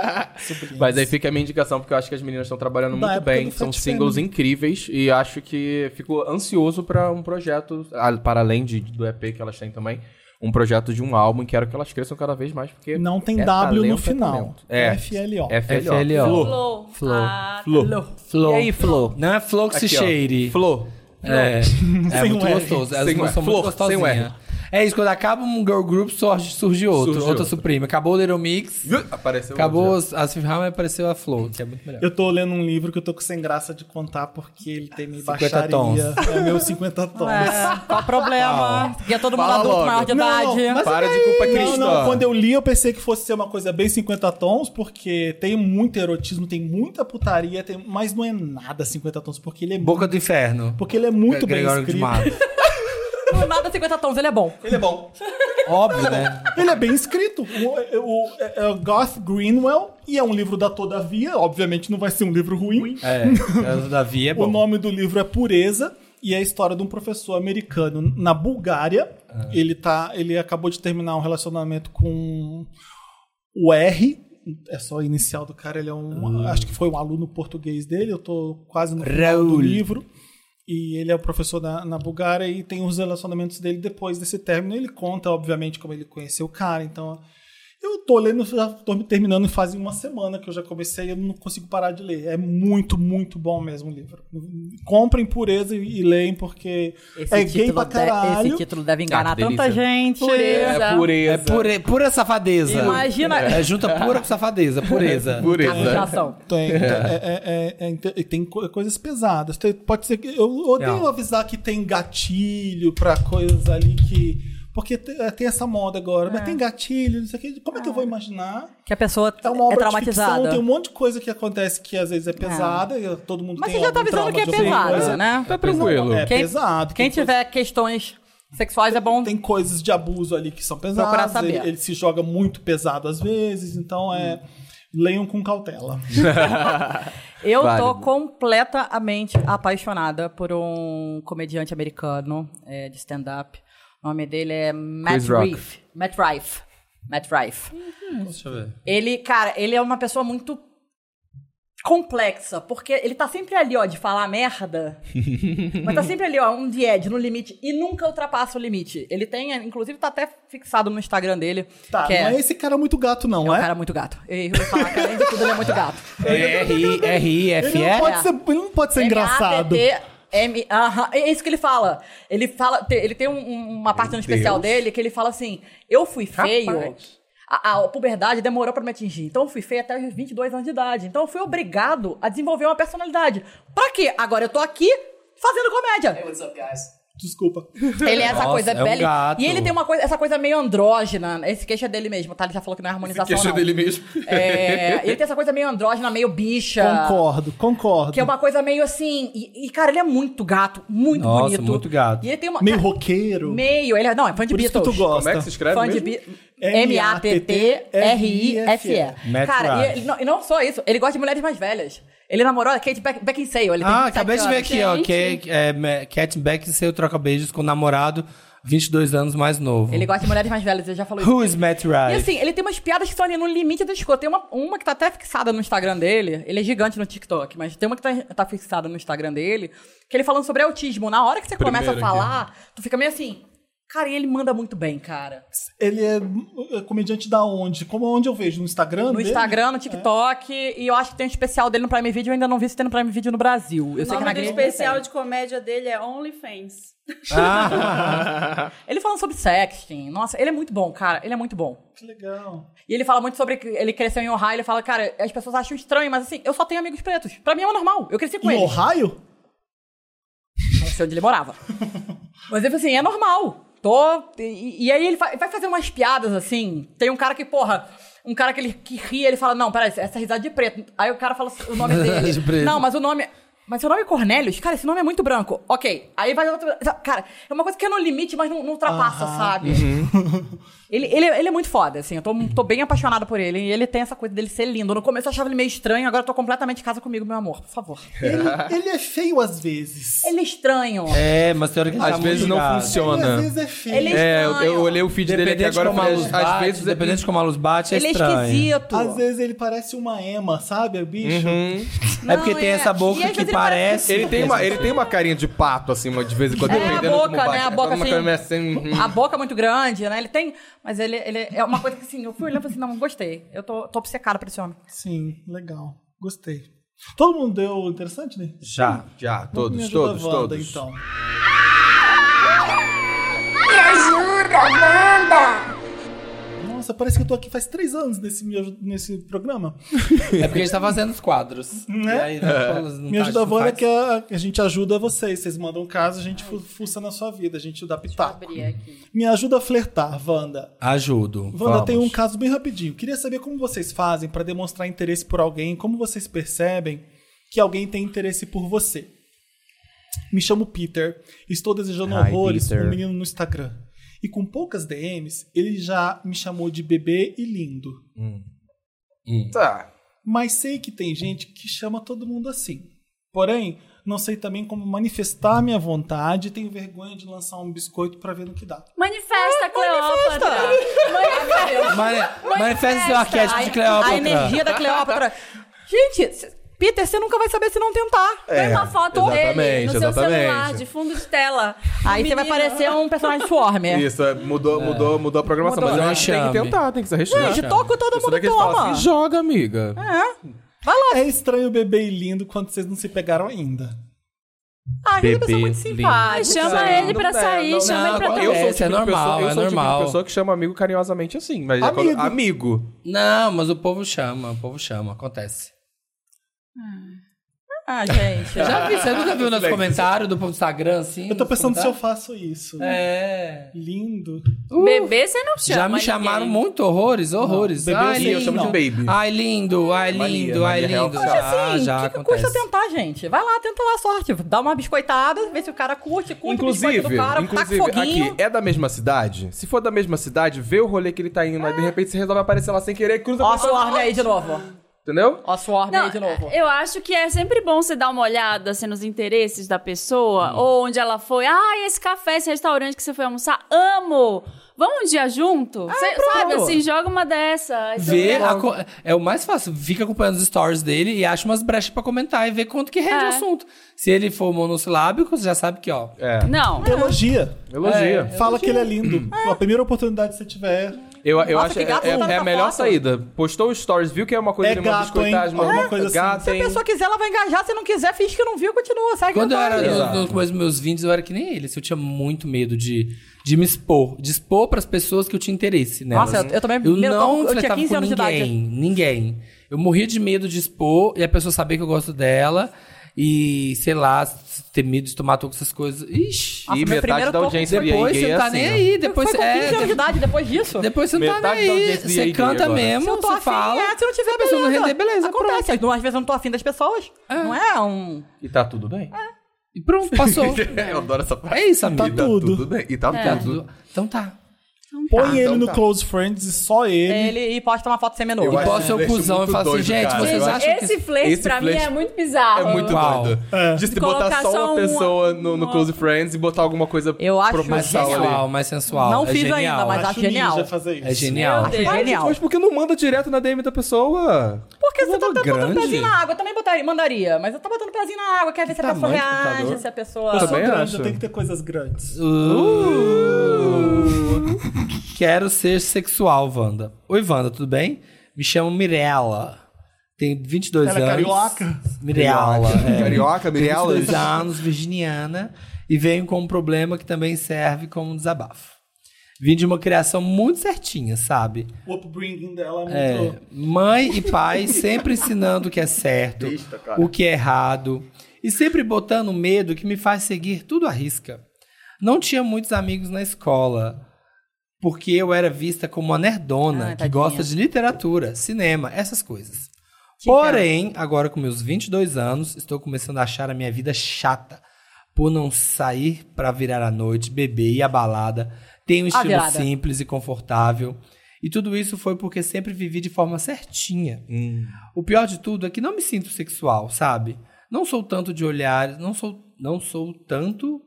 [SPEAKER 3] Mas aí fica a minha indicação, porque eu acho que as meninas estão trabalhando
[SPEAKER 1] Da
[SPEAKER 3] muito
[SPEAKER 1] época
[SPEAKER 3] bem.
[SPEAKER 1] do
[SPEAKER 3] São
[SPEAKER 1] Fat
[SPEAKER 3] singles incríveis e acho que fico ansioso pra um projeto, a- para além de, do EP que elas têm também, um projeto de um álbum. e Quero que elas cresçam cada vez mais, porque.
[SPEAKER 1] Não tem
[SPEAKER 3] é
[SPEAKER 1] W no
[SPEAKER 3] talento, é
[SPEAKER 1] final.
[SPEAKER 3] talento.
[SPEAKER 1] É.
[SPEAKER 3] É.
[SPEAKER 1] FLO.
[SPEAKER 3] FLO.
[SPEAKER 4] FLO. Flow.
[SPEAKER 6] Flow. Ah,
[SPEAKER 4] Flow.
[SPEAKER 10] E aí, Flo?
[SPEAKER 4] Não é Flow que se
[SPEAKER 3] Aqui, ó.
[SPEAKER 4] cheire.
[SPEAKER 3] Flow.
[SPEAKER 4] É, é
[SPEAKER 1] Sem
[SPEAKER 4] muito
[SPEAKER 1] o R.
[SPEAKER 4] gostoso. Elas
[SPEAKER 3] Sem o
[SPEAKER 4] são
[SPEAKER 3] R.
[SPEAKER 4] muito
[SPEAKER 3] Flor, sem o R.
[SPEAKER 4] gostosinhas. É isso, quando acaba um girl group, surge, surge outro.
[SPEAKER 3] Surge
[SPEAKER 4] outra
[SPEAKER 3] outro.
[SPEAKER 4] suprema. Acabou o Little Mix,
[SPEAKER 3] Apareceu
[SPEAKER 4] acabou
[SPEAKER 3] outro.
[SPEAKER 4] as- a Fifth Harmony, apareceu a Flow, que é muito melhor.
[SPEAKER 1] Eu tô lendo um livro que eu tô com sem graça de contar porque ele tem me
[SPEAKER 4] 50
[SPEAKER 1] baixaria.
[SPEAKER 4] tons.
[SPEAKER 1] É meu 50 tons.
[SPEAKER 5] É, qual o problema? E é todo mundo
[SPEAKER 3] Fala
[SPEAKER 5] adulto,
[SPEAKER 3] logo.
[SPEAKER 5] maior de
[SPEAKER 1] Não,
[SPEAKER 5] idade.
[SPEAKER 1] mas é
[SPEAKER 3] Para de culpa
[SPEAKER 1] Não, não, quando
[SPEAKER 3] cristã.
[SPEAKER 1] eu li eu pensei que fosse ser uma coisa bem 50 tons, porque tem muito erotismo, tem muita putaria, tem... mas não é nada 50 tons, porque ele é
[SPEAKER 4] Boca do Inferno.
[SPEAKER 1] Porque ele é muito bem
[SPEAKER 4] Gregório de
[SPEAKER 1] escrito.
[SPEAKER 4] Matos.
[SPEAKER 5] nada 50 tons, ele é bom.
[SPEAKER 1] Ele é bom.
[SPEAKER 4] Óbvio, né?
[SPEAKER 1] Ele é bem escrito. O, o- é- é o Garth Greenwell, e é um livro da Todavia, obviamente não vai ser um livro ruim.
[SPEAKER 4] É, o Davi é
[SPEAKER 1] O
[SPEAKER 4] bom.
[SPEAKER 1] nome do livro é Pureza e é a história de um professor americano na Bulgária.
[SPEAKER 4] Ah.
[SPEAKER 1] Ele, tá, ele acabou de terminar um relacionamento com o R. É só a inicial do cara, ele é um.
[SPEAKER 4] Ah.
[SPEAKER 1] Acho que foi um aluno português dele, eu tô quase no final do
[SPEAKER 4] Raul.
[SPEAKER 1] livro. E ele é o professor na, na Bulgária e tem os relacionamentos dele depois desse término. Ele conta, obviamente, como ele conheceu o cara, então. Eu tô lendo, já tô me terminando faz uma semana que eu já comecei e eu não consigo parar de ler. É muito, muito bom mesmo o livro. Comprem pureza e, e leem, porque é gay pra
[SPEAKER 5] de-
[SPEAKER 1] caralho.
[SPEAKER 5] esse título deve enganar
[SPEAKER 7] Ah, que
[SPEAKER 5] tanta
[SPEAKER 7] delícia.
[SPEAKER 5] gente.
[SPEAKER 6] Pureza.
[SPEAKER 7] É pureza.
[SPEAKER 4] É pure- pura safadeza.
[SPEAKER 5] Imagina-
[SPEAKER 4] É junta pura com safadeza,
[SPEAKER 3] É
[SPEAKER 4] pureza.
[SPEAKER 7] Pureza.
[SPEAKER 5] Achação.
[SPEAKER 1] Tem, tem- é- é- é- é inte- e tem co- coisas pesadas. Tem- pode ser que. Eu odeio
[SPEAKER 4] Não.
[SPEAKER 1] avisar que tem gatilho pra coisas ali que. Porque te- é, tem essa moda agora, mas tem gatilho, não sei o que. Como é que eu vou imaginar?
[SPEAKER 5] Que a pessoa
[SPEAKER 1] É uma obra
[SPEAKER 5] é
[SPEAKER 1] de ficção,
[SPEAKER 5] traumatizada.
[SPEAKER 1] tem um monte de coisa que acontece que às vezes é pesada, e todo mundo
[SPEAKER 5] Mas
[SPEAKER 1] tem
[SPEAKER 5] você já tá
[SPEAKER 1] algum trauma
[SPEAKER 5] avisando que é
[SPEAKER 1] de alguma
[SPEAKER 5] pesada,
[SPEAKER 1] coisa.
[SPEAKER 5] né?
[SPEAKER 7] Tá tranquilo.
[SPEAKER 1] É
[SPEAKER 5] Quem-
[SPEAKER 1] pesado.
[SPEAKER 5] Quem
[SPEAKER 1] tem coisa-
[SPEAKER 5] tiver questões sexuais é bom.
[SPEAKER 1] tem coisas de abuso ali que são
[SPEAKER 5] Procurar
[SPEAKER 1] pesadas.
[SPEAKER 5] saber.
[SPEAKER 1] Ele, ele se joga muito pesado às vezes, então é. Leiam com cautela.
[SPEAKER 5] Eu
[SPEAKER 7] Válido.
[SPEAKER 5] tô completamente apaixonada por um comediante americano é, de stand-up. O nome dele é Matt
[SPEAKER 7] Chris Rock.
[SPEAKER 5] Reif. Matt Rife. Matt Rife.
[SPEAKER 4] Deixa eu ver.
[SPEAKER 5] Ele, cara, ele é uma pessoa muito complexa, porque ele tá sempre ali, ó, de falar merda, mas tá sempre ali, ó, um the edge, no limite, e nunca ultrapassa o limite. Ele tem, inclusive, tá até fixado no Instagram dele,
[SPEAKER 1] Tá,
[SPEAKER 5] que é,
[SPEAKER 1] não é esse cara muito gato, não,
[SPEAKER 5] um
[SPEAKER 1] é?
[SPEAKER 5] cara muito gato. Eu ia falar que, além de tudo, ele é muito gato.
[SPEAKER 4] R, R, F,
[SPEAKER 1] Ele não,
[SPEAKER 4] E.
[SPEAKER 1] pode ser, ele não pode ser
[SPEAKER 5] é
[SPEAKER 1] engraçado.
[SPEAKER 5] M aham, é isso que ele fala. Ele fala, te- ele tem um- um- uma parte no especial dele que ele fala assim: "Eu fui feio. A, a puberdade demorou pra me atingir. Então eu fui feio até os 22 anos de idade. Então eu fui obrigado a desenvolver uma personalidade. Pra quê? Agora eu tô aqui fazendo comédia.
[SPEAKER 1] Desculpa.
[SPEAKER 5] Ele é essa
[SPEAKER 4] Nossa,
[SPEAKER 5] coisa
[SPEAKER 4] é um
[SPEAKER 5] bela.
[SPEAKER 4] gato.
[SPEAKER 5] e ele tem uma coisa, essa coisa meio andrógena. Esse queixo é dele mesmo, tá? Ele já falou que não é harmonização não.
[SPEAKER 7] mesmo.
[SPEAKER 5] É, ele tem essa coisa meio andrógena, meio bicha.
[SPEAKER 1] Concordo, concordo.
[SPEAKER 5] Tá. Que é uma coisa meio assim. E, e, cara, ele é muito gato, muito
[SPEAKER 4] Nossa,
[SPEAKER 5] bonito.
[SPEAKER 4] muito gato.
[SPEAKER 5] E ele tem uma.
[SPEAKER 1] Meio
[SPEAKER 5] cara,
[SPEAKER 1] roqueiro.
[SPEAKER 5] meio, ele é. Não, é fã de
[SPEAKER 1] Por isso que
[SPEAKER 5] Beatles.
[SPEAKER 1] tu gosta.
[SPEAKER 7] Como é que se escreve
[SPEAKER 5] Fã de
[SPEAKER 7] mesmo?
[SPEAKER 5] Be-
[SPEAKER 1] M-A-T-T-R-I-F-E.
[SPEAKER 5] M-A-T-T-R-I-F-E.
[SPEAKER 4] Matt
[SPEAKER 5] Cara, e
[SPEAKER 4] Rife.
[SPEAKER 5] ele- não- e não só isso, ele gosta de mulheres mais velhas. Ele namorou a Kate Beck- Beckinsale. Ele tem
[SPEAKER 4] Ah,
[SPEAKER 5] 27
[SPEAKER 4] acabei de ver
[SPEAKER 5] anos.
[SPEAKER 4] aqui, ó. Que, é, me- Cat Beck e seu troca beijos com namorado 22 anos mais novo.
[SPEAKER 5] Ele gosta de mulheres mais velhas, ele já falou isso.
[SPEAKER 4] Who is Matt
[SPEAKER 5] E
[SPEAKER 4] Rife?
[SPEAKER 5] assim, ele tem umas piadas que estão ali no limite do escroto. Tem uma, uma que tá até fixada no Instagram dele. Ele é gigante no TikTok, mas tem uma que tá, tá fixada no Instagram dele. Que ele falando sobre autismo. Na hora que você começa a
[SPEAKER 7] Primeiro
[SPEAKER 5] falar, tu fica meio assim. Cara, e ele manda muito bem, cara.
[SPEAKER 1] Ele é é comediante da onde? Como onde eu vejo? No Instagram?
[SPEAKER 5] No
[SPEAKER 1] dele?
[SPEAKER 5] Instagram, no TikTok. E eu acho que tem um especial dele no Prime Video. Eu ainda não vi se tem no Prime Video no Brasil. Eu
[SPEAKER 11] O
[SPEAKER 5] sei que é
[SPEAKER 11] nome
[SPEAKER 5] na
[SPEAKER 11] do
[SPEAKER 5] gringa
[SPEAKER 11] especial
[SPEAKER 5] tem.
[SPEAKER 11] de comédia dele é OnlyFans.
[SPEAKER 5] assim, Ele falando sobre sexting. Nossa, ele é muito bom, cara. Ele é muito bom.
[SPEAKER 1] Que legal.
[SPEAKER 5] E ele fala muito sobre que ele cresceu em Ohio. Ele fala, cara, as pessoas acham estranho, mas assim, eu só tenho amigos pretos. Pra mim é normal. Eu cresci com
[SPEAKER 1] Em
[SPEAKER 5] eles.
[SPEAKER 1] Ohio?
[SPEAKER 5] Não sei onde ele morava. Mas ele falou assim, é normal. Tô... E, e aí ele fa- vai fazer umas piadas, assim. Tem um cara que, porra... Um cara que, ele, que ri, ele fala, não, peraí, essa risada é de preto. Aí o cara fala o nome
[SPEAKER 4] De
[SPEAKER 5] dele.
[SPEAKER 4] preto.
[SPEAKER 5] não, mas o nome... Mas seu nome é Cornelius? Cara, esse nome é muito branco. Ok. Aí vai outro... Cara, é uma coisa que é no limite, mas não, não ultrapassa, sabe?
[SPEAKER 4] Uhum.
[SPEAKER 5] Ele, ele, é- ele é muito foda, assim. Eu tô, tô bem apaixonada por ele. E ele tem essa coisa dele ser lindo. No começo eu achava ele meio estranho, agora eu tô completamente em casa comigo, meu amor. Por favor.
[SPEAKER 1] Ele, ele é feio às vezes.
[SPEAKER 5] Ele é estranho.
[SPEAKER 4] É, mas tem hora que ele
[SPEAKER 7] Às
[SPEAKER 4] tá muito
[SPEAKER 7] vezes não
[SPEAKER 4] ligado.
[SPEAKER 1] Ele às
[SPEAKER 7] funciona.
[SPEAKER 1] vezes é feio.
[SPEAKER 5] Ele é
[SPEAKER 7] É, eu,
[SPEAKER 5] estranho.
[SPEAKER 7] eu olhei o feed dele aqui
[SPEAKER 4] Dependente de
[SPEAKER 7] agora.
[SPEAKER 4] como a
[SPEAKER 7] falei,
[SPEAKER 4] luz
[SPEAKER 7] Às
[SPEAKER 4] bate,
[SPEAKER 7] vezes é
[SPEAKER 4] dependente de como a luz bate, é
[SPEAKER 5] Ele é
[SPEAKER 4] estranho.
[SPEAKER 5] esquisito.
[SPEAKER 1] Às vezes ele parece uma Emma, sabe? Bicho.
[SPEAKER 4] É porque
[SPEAKER 5] Não,
[SPEAKER 4] tem
[SPEAKER 5] é.
[SPEAKER 4] essa
[SPEAKER 5] E às
[SPEAKER 4] boca
[SPEAKER 5] vezes
[SPEAKER 4] que
[SPEAKER 5] ele parece-
[SPEAKER 4] parece...
[SPEAKER 7] Ele tem, uma, ele tem uma carinha de pato, assim, mas de vez em quando,
[SPEAKER 5] É, a
[SPEAKER 7] dependendo como
[SPEAKER 5] boca,
[SPEAKER 7] bate.
[SPEAKER 5] né? A boca,
[SPEAKER 7] Tá numa
[SPEAKER 5] assim.
[SPEAKER 7] câmera assim,
[SPEAKER 3] hum,
[SPEAKER 7] uhum.
[SPEAKER 5] A boca muito grande, né? Ele tem. Mas ele, ele é uma coisa que assim, eu fui olhando e falei assim, não, gostei. Eu tô, tô obcecada por esse homem.
[SPEAKER 1] Sim, legal. Gostei. Todo mundo deu interessante, né?
[SPEAKER 4] Já.
[SPEAKER 7] Já,
[SPEAKER 1] Me
[SPEAKER 7] todos,
[SPEAKER 1] ajuda,
[SPEAKER 7] todos,
[SPEAKER 1] Wanda,
[SPEAKER 7] todos.
[SPEAKER 1] Então.
[SPEAKER 12] Me ajuda, Wanda!
[SPEAKER 1] Nossa, parece que eu tô aqui faz três anos nesse, me ajuda- nesse programa.
[SPEAKER 4] É porque a gente tá fazendo os quadros. E aí,
[SPEAKER 7] É.
[SPEAKER 4] não
[SPEAKER 1] Né? Me
[SPEAKER 4] tá-
[SPEAKER 1] ajuda a
[SPEAKER 4] não
[SPEAKER 1] Wanda
[SPEAKER 4] faz.
[SPEAKER 1] que a, a gente ajuda vocês. Vocês mandam um caso, a gente fu- fuça na sua vida, a gente dá pitaco. Me ajuda a flertar, Wanda.
[SPEAKER 4] Ajudo.
[SPEAKER 1] Wanda,
[SPEAKER 4] Vamos.
[SPEAKER 1] tem um caso bem rapidinho. Queria saber como vocês fazem pra demonstrar interesse por alguém, como vocês percebem que alguém tem interesse por você. Me chamo Peter. Estou desejando
[SPEAKER 13] Hi,
[SPEAKER 1] horrores
[SPEAKER 13] Peter.
[SPEAKER 1] com um menino no Instagram. E com poucas DMs, ele já me chamou de bebê e lindo.
[SPEAKER 3] Tá.
[SPEAKER 1] Mas sei que tem gente que chama todo mundo assim. Porém, não sei também como manifestar minha vontade e tenho vergonha de lançar um biscoito pra ver no que dá.
[SPEAKER 6] Manifesta, Ah, Cleópatra! Manifesta!
[SPEAKER 4] Mani- manifesta seu arquétipo de Cleópatra.
[SPEAKER 5] A energia da Cleópatra. Gente, c- Peter, você nunca vai saber se não tentar.
[SPEAKER 3] É,
[SPEAKER 5] Tem uma foto dele
[SPEAKER 3] exatamente,
[SPEAKER 5] no seu
[SPEAKER 3] exatamente.
[SPEAKER 5] celular de fundo de tela. Aí você vai parecer um personagem Swarmer.
[SPEAKER 3] Isso, é, mudou, mudou, mudou a programação.
[SPEAKER 5] Mudou.
[SPEAKER 3] Mas eu
[SPEAKER 5] Não
[SPEAKER 3] acho que tem que
[SPEAKER 5] chame.
[SPEAKER 3] tentar, tem que se arriscar.
[SPEAKER 5] Gente, toco todo
[SPEAKER 3] Isso
[SPEAKER 5] mundo
[SPEAKER 3] daqui a gente
[SPEAKER 5] toma.
[SPEAKER 3] fala assim, joga, amiga.
[SPEAKER 5] É.
[SPEAKER 1] É estranho bebê e lindo quando vocês não se pegaram ainda.
[SPEAKER 5] Ai,
[SPEAKER 1] Bebê
[SPEAKER 5] ele pessoa é muito
[SPEAKER 1] lindo.
[SPEAKER 5] simpática.
[SPEAKER 6] Chama
[SPEAKER 5] Não,
[SPEAKER 6] ele
[SPEAKER 5] não
[SPEAKER 6] pra
[SPEAKER 5] dá,
[SPEAKER 6] sair,
[SPEAKER 5] não
[SPEAKER 6] chama
[SPEAKER 5] dá.
[SPEAKER 6] ele pra
[SPEAKER 3] Eu sou o
[SPEAKER 4] Acontece,
[SPEAKER 3] tipo
[SPEAKER 4] é
[SPEAKER 3] de pessoa-
[SPEAKER 4] normal,
[SPEAKER 3] eu
[SPEAKER 4] é
[SPEAKER 3] sou o tipo de
[SPEAKER 4] normal.
[SPEAKER 3] pessoa que chama amigo carinhosamente assim, mas é quando-
[SPEAKER 4] Amigo.
[SPEAKER 3] amigo.
[SPEAKER 4] Não, mas o povo chama, o povo chama, acontece.
[SPEAKER 5] Ah, gente.
[SPEAKER 4] Eu já vi, você nunca viu nos
[SPEAKER 1] Silêncio.
[SPEAKER 4] comentários do povo do Instagram, assim?
[SPEAKER 1] Eu tô
[SPEAKER 4] nos
[SPEAKER 1] pensando se eu
[SPEAKER 4] comentários?
[SPEAKER 1] faço isso.
[SPEAKER 4] É.
[SPEAKER 1] Lindo.
[SPEAKER 6] Bebê, você não chama.
[SPEAKER 4] Já me
[SPEAKER 6] ninguém.
[SPEAKER 4] chamaram muito, horrores, horrores.
[SPEAKER 1] bebê eu
[SPEAKER 4] ai,
[SPEAKER 1] sei,
[SPEAKER 4] lindo.
[SPEAKER 1] eu chamo de
[SPEAKER 3] baby.
[SPEAKER 4] Ai, lindo, ai,
[SPEAKER 3] Maria,
[SPEAKER 4] lindo,
[SPEAKER 1] é
[SPEAKER 3] Maria
[SPEAKER 4] ai,
[SPEAKER 3] Real
[SPEAKER 4] lindo.
[SPEAKER 3] Oficial.
[SPEAKER 4] Já,
[SPEAKER 5] Assim,
[SPEAKER 4] Ah, já
[SPEAKER 5] que, que custa
[SPEAKER 4] acontece.
[SPEAKER 5] tentar, gente? Vai lá, tenta lá a sorte. Dá uma biscoitada, vê se o cara curte, curte o biscoito
[SPEAKER 3] Inclusive,
[SPEAKER 5] do cara,
[SPEAKER 3] inclusive
[SPEAKER 5] taca foguinho.
[SPEAKER 3] aqui, é da mesma cidade? Se for da mesma cidade, vê o rolê que ele tá indo, aí de repente você resolve aparecer lá sem querer e cruza
[SPEAKER 5] Ó
[SPEAKER 3] a
[SPEAKER 5] a
[SPEAKER 3] pessoa.
[SPEAKER 5] Swarm aí de novo.
[SPEAKER 3] Entendeu?
[SPEAKER 5] Ó a Swarm
[SPEAKER 6] Não,
[SPEAKER 5] aí de novo.
[SPEAKER 6] eu acho que é sempre bom você dar uma olhada assim, nos interesses da pessoa, ou onde ela foi. Ah, esse café, esse restaurante que você foi almoçar, amo! Vamos um dia junto? Cê- sabe,
[SPEAKER 5] pronto.
[SPEAKER 6] assim, joga uma dessa. Então,
[SPEAKER 4] Vê,
[SPEAKER 5] né?
[SPEAKER 4] a co- é o mais fácil. Fica acompanhando os stories dele e acha umas brechas pra comentar e vê quanto que rende
[SPEAKER 6] É.
[SPEAKER 4] o assunto. Se ele for monossilábico, você já sabe que, ó.
[SPEAKER 3] É.
[SPEAKER 6] Não.
[SPEAKER 1] Elogia.
[SPEAKER 3] Elogia.
[SPEAKER 1] Fala que ele é lindo. A primeira oportunidade que você tiver.
[SPEAKER 3] Eu, eu
[SPEAKER 5] Nossa,
[SPEAKER 3] acho
[SPEAKER 5] que gato
[SPEAKER 3] é, é-
[SPEAKER 5] não tá
[SPEAKER 3] é a
[SPEAKER 5] na
[SPEAKER 3] melhor
[SPEAKER 5] foto.
[SPEAKER 3] saída. Postou stories, viu que é uma coisa
[SPEAKER 1] É
[SPEAKER 3] de uma
[SPEAKER 1] gato,
[SPEAKER 3] biscoitada,
[SPEAKER 1] hein?
[SPEAKER 3] uma
[SPEAKER 1] Alguma coisa assim.
[SPEAKER 3] gato,
[SPEAKER 1] Se
[SPEAKER 5] Se a pessoa quiser, ela vai engajar. Se não quiser, finge que não viu, continua. Segue
[SPEAKER 4] Quando eu
[SPEAKER 5] o baile.
[SPEAKER 4] era no,
[SPEAKER 3] Exato.
[SPEAKER 4] no começo dos meus 20, eu era que nem ele. assim, Eu tinha muito medo de, de me expor. De expor pras pessoas que eu tinha interesse nelas.
[SPEAKER 5] Nossa, eu- eu também-
[SPEAKER 4] Eu
[SPEAKER 5] meu,
[SPEAKER 4] não
[SPEAKER 5] eu tava- eu tinha
[SPEAKER 4] flertava
[SPEAKER 5] 15
[SPEAKER 4] com
[SPEAKER 5] anos de idade.
[SPEAKER 4] ninguém. Ninguém. Eu morria de medo de expor e a pessoa saber que eu gosto dela. E, sei lá, ter medo de tomar todas essas coisas. Ixi.
[SPEAKER 5] Nossa,
[SPEAKER 3] E
[SPEAKER 5] meu
[SPEAKER 3] metade da
[SPEAKER 5] primeiro topo
[SPEAKER 3] audiência gay
[SPEAKER 4] Depois
[SPEAKER 3] gay
[SPEAKER 4] você
[SPEAKER 3] é
[SPEAKER 4] não tá
[SPEAKER 3] assim.
[SPEAKER 4] nem
[SPEAKER 3] ó.
[SPEAKER 4] aí. Depois
[SPEAKER 5] Foi com 15 anos de
[SPEAKER 4] é.
[SPEAKER 5] idade depois disso.
[SPEAKER 4] Depois você não tá
[SPEAKER 3] Metade
[SPEAKER 4] nem
[SPEAKER 3] da
[SPEAKER 4] aí.
[SPEAKER 3] audiência é
[SPEAKER 4] Você
[SPEAKER 3] gay
[SPEAKER 4] canta
[SPEAKER 3] agora.
[SPEAKER 4] mesmo,
[SPEAKER 5] Se eu tô
[SPEAKER 4] você
[SPEAKER 5] afim,
[SPEAKER 4] fala.
[SPEAKER 5] é, se eu não tiver
[SPEAKER 4] a pessoa não
[SPEAKER 5] beleza.
[SPEAKER 4] render, beleza. Acontece.
[SPEAKER 5] Acontece. Às vezes eu não tô afim das pessoas. Não é um...
[SPEAKER 3] E tá tudo bem.
[SPEAKER 5] é
[SPEAKER 4] E pronto, passou.
[SPEAKER 3] eu adoro essa parte.
[SPEAKER 4] É isso, amigo.
[SPEAKER 3] E
[SPEAKER 1] Tá tudo.
[SPEAKER 3] bem. E tá
[SPEAKER 5] É.
[SPEAKER 3] tudo.
[SPEAKER 4] Então tá.
[SPEAKER 1] Põe ele
[SPEAKER 3] então
[SPEAKER 1] no
[SPEAKER 3] tá.
[SPEAKER 1] Close Friends e só ele.
[SPEAKER 5] Ele e posta uma foto sem menu.
[SPEAKER 3] Eu
[SPEAKER 4] E
[SPEAKER 3] acho
[SPEAKER 4] posso ser o
[SPEAKER 3] isso
[SPEAKER 4] cuzão e
[SPEAKER 3] muito
[SPEAKER 4] falar assim,
[SPEAKER 3] doido,
[SPEAKER 4] gente,
[SPEAKER 3] cara.
[SPEAKER 4] vocês
[SPEAKER 3] Eu
[SPEAKER 4] acham que...
[SPEAKER 6] Esse flerte
[SPEAKER 3] esse
[SPEAKER 6] pra mim
[SPEAKER 3] flerte
[SPEAKER 6] é muito bizarro.
[SPEAKER 3] É muito
[SPEAKER 4] Uau.
[SPEAKER 3] doido. De se
[SPEAKER 6] Colocar
[SPEAKER 3] botar só
[SPEAKER 6] só
[SPEAKER 3] uma
[SPEAKER 6] um-
[SPEAKER 3] pessoa no, no Close Friends e botar alguma coisa
[SPEAKER 5] Eu acho
[SPEAKER 4] Mais
[SPEAKER 3] proposital ali.
[SPEAKER 4] sensual, mais sensual.
[SPEAKER 5] Não
[SPEAKER 4] é
[SPEAKER 5] fiz
[SPEAKER 4] genial.
[SPEAKER 5] ainda, mas
[SPEAKER 1] Acho
[SPEAKER 5] acho genial.
[SPEAKER 1] ninja fazer isso.
[SPEAKER 4] É genial.
[SPEAKER 5] Acho genial.
[SPEAKER 3] Mas por que não manda direto na DM da pessoa?
[SPEAKER 5] Porque você tá
[SPEAKER 4] Ovo
[SPEAKER 5] botando
[SPEAKER 4] grande? Tá
[SPEAKER 5] pezinho na água. Eu também botaria, mandaria. Mas eu tô botando pezinho na água. Quer ver se a pessoa
[SPEAKER 4] tamanho do
[SPEAKER 5] reage,
[SPEAKER 4] computador?
[SPEAKER 5] se a pessoa...
[SPEAKER 1] Eu sou
[SPEAKER 3] Também
[SPEAKER 1] grande,
[SPEAKER 3] acho.
[SPEAKER 1] eu tenho que ter coisas grandes.
[SPEAKER 3] Uh!
[SPEAKER 4] Quero ser sexual, Wanda. Oi, Wanda, tudo bem? Me chamo Mirella. Tenho 22
[SPEAKER 1] Ela é
[SPEAKER 4] anos.
[SPEAKER 1] carioca?
[SPEAKER 4] Mirella. é.
[SPEAKER 3] Carioca,
[SPEAKER 4] Tenho
[SPEAKER 3] Mirella.
[SPEAKER 4] 22 anos, virginiana. E venho com um problema que também serve como um desabafo. Vim de uma criação muito certinha, sabe?
[SPEAKER 1] O upbringing dela é muito.
[SPEAKER 4] É, mãe e pai sempre ensinando o que é certo, o que é errado, e sempre botando medo que me faz seguir tudo à risca. Não tinha muitos amigos na escola, porque eu era vista como uma
[SPEAKER 5] Ah,
[SPEAKER 4] nerdona que
[SPEAKER 5] tadinha.
[SPEAKER 4] gosta de literatura, cinema, essas coisas.
[SPEAKER 5] Que
[SPEAKER 4] Porém, agora com meus 22 anos, estou começando a achar a minha vida chata. Por não sair para virar a noite, beber e a balada, tenho um
[SPEAKER 5] A
[SPEAKER 4] estilo
[SPEAKER 5] virada.
[SPEAKER 4] simples e confortável. E tudo isso foi porque sempre vivi de forma certinha. O pior de tudo é que não me sinto sexual, sabe? Não sou tanto de olhares, não sou, não sou tanto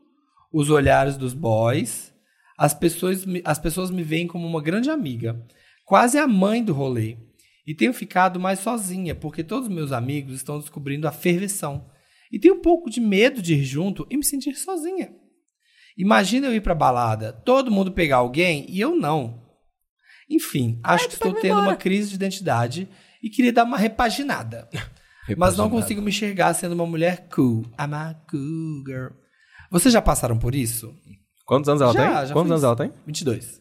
[SPEAKER 4] os olhares dos boys. As pessoas, me- as pessoas me veem como uma grande amiga, quase a mãe do rolê. E tenho ficado mais sozinha, porque todos os meus amigos estão descobrindo a ferveção. E tenho um pouco de medo de ir junto e me sentir sozinha. Imagina eu ir pra balada, todo mundo pegar alguém e eu não. Enfim, acho
[SPEAKER 5] tá
[SPEAKER 4] que estou tendo uma crise de identidade e queria dar uma repaginada. Mas não consigo me enxergar sendo uma mulher cool. I'm a cool girl. Vocês já passaram por isso?
[SPEAKER 3] Quantos anos ela
[SPEAKER 4] Já,
[SPEAKER 3] tem?
[SPEAKER 4] já fiz.
[SPEAKER 3] Quantos anos ela tem?
[SPEAKER 4] 22.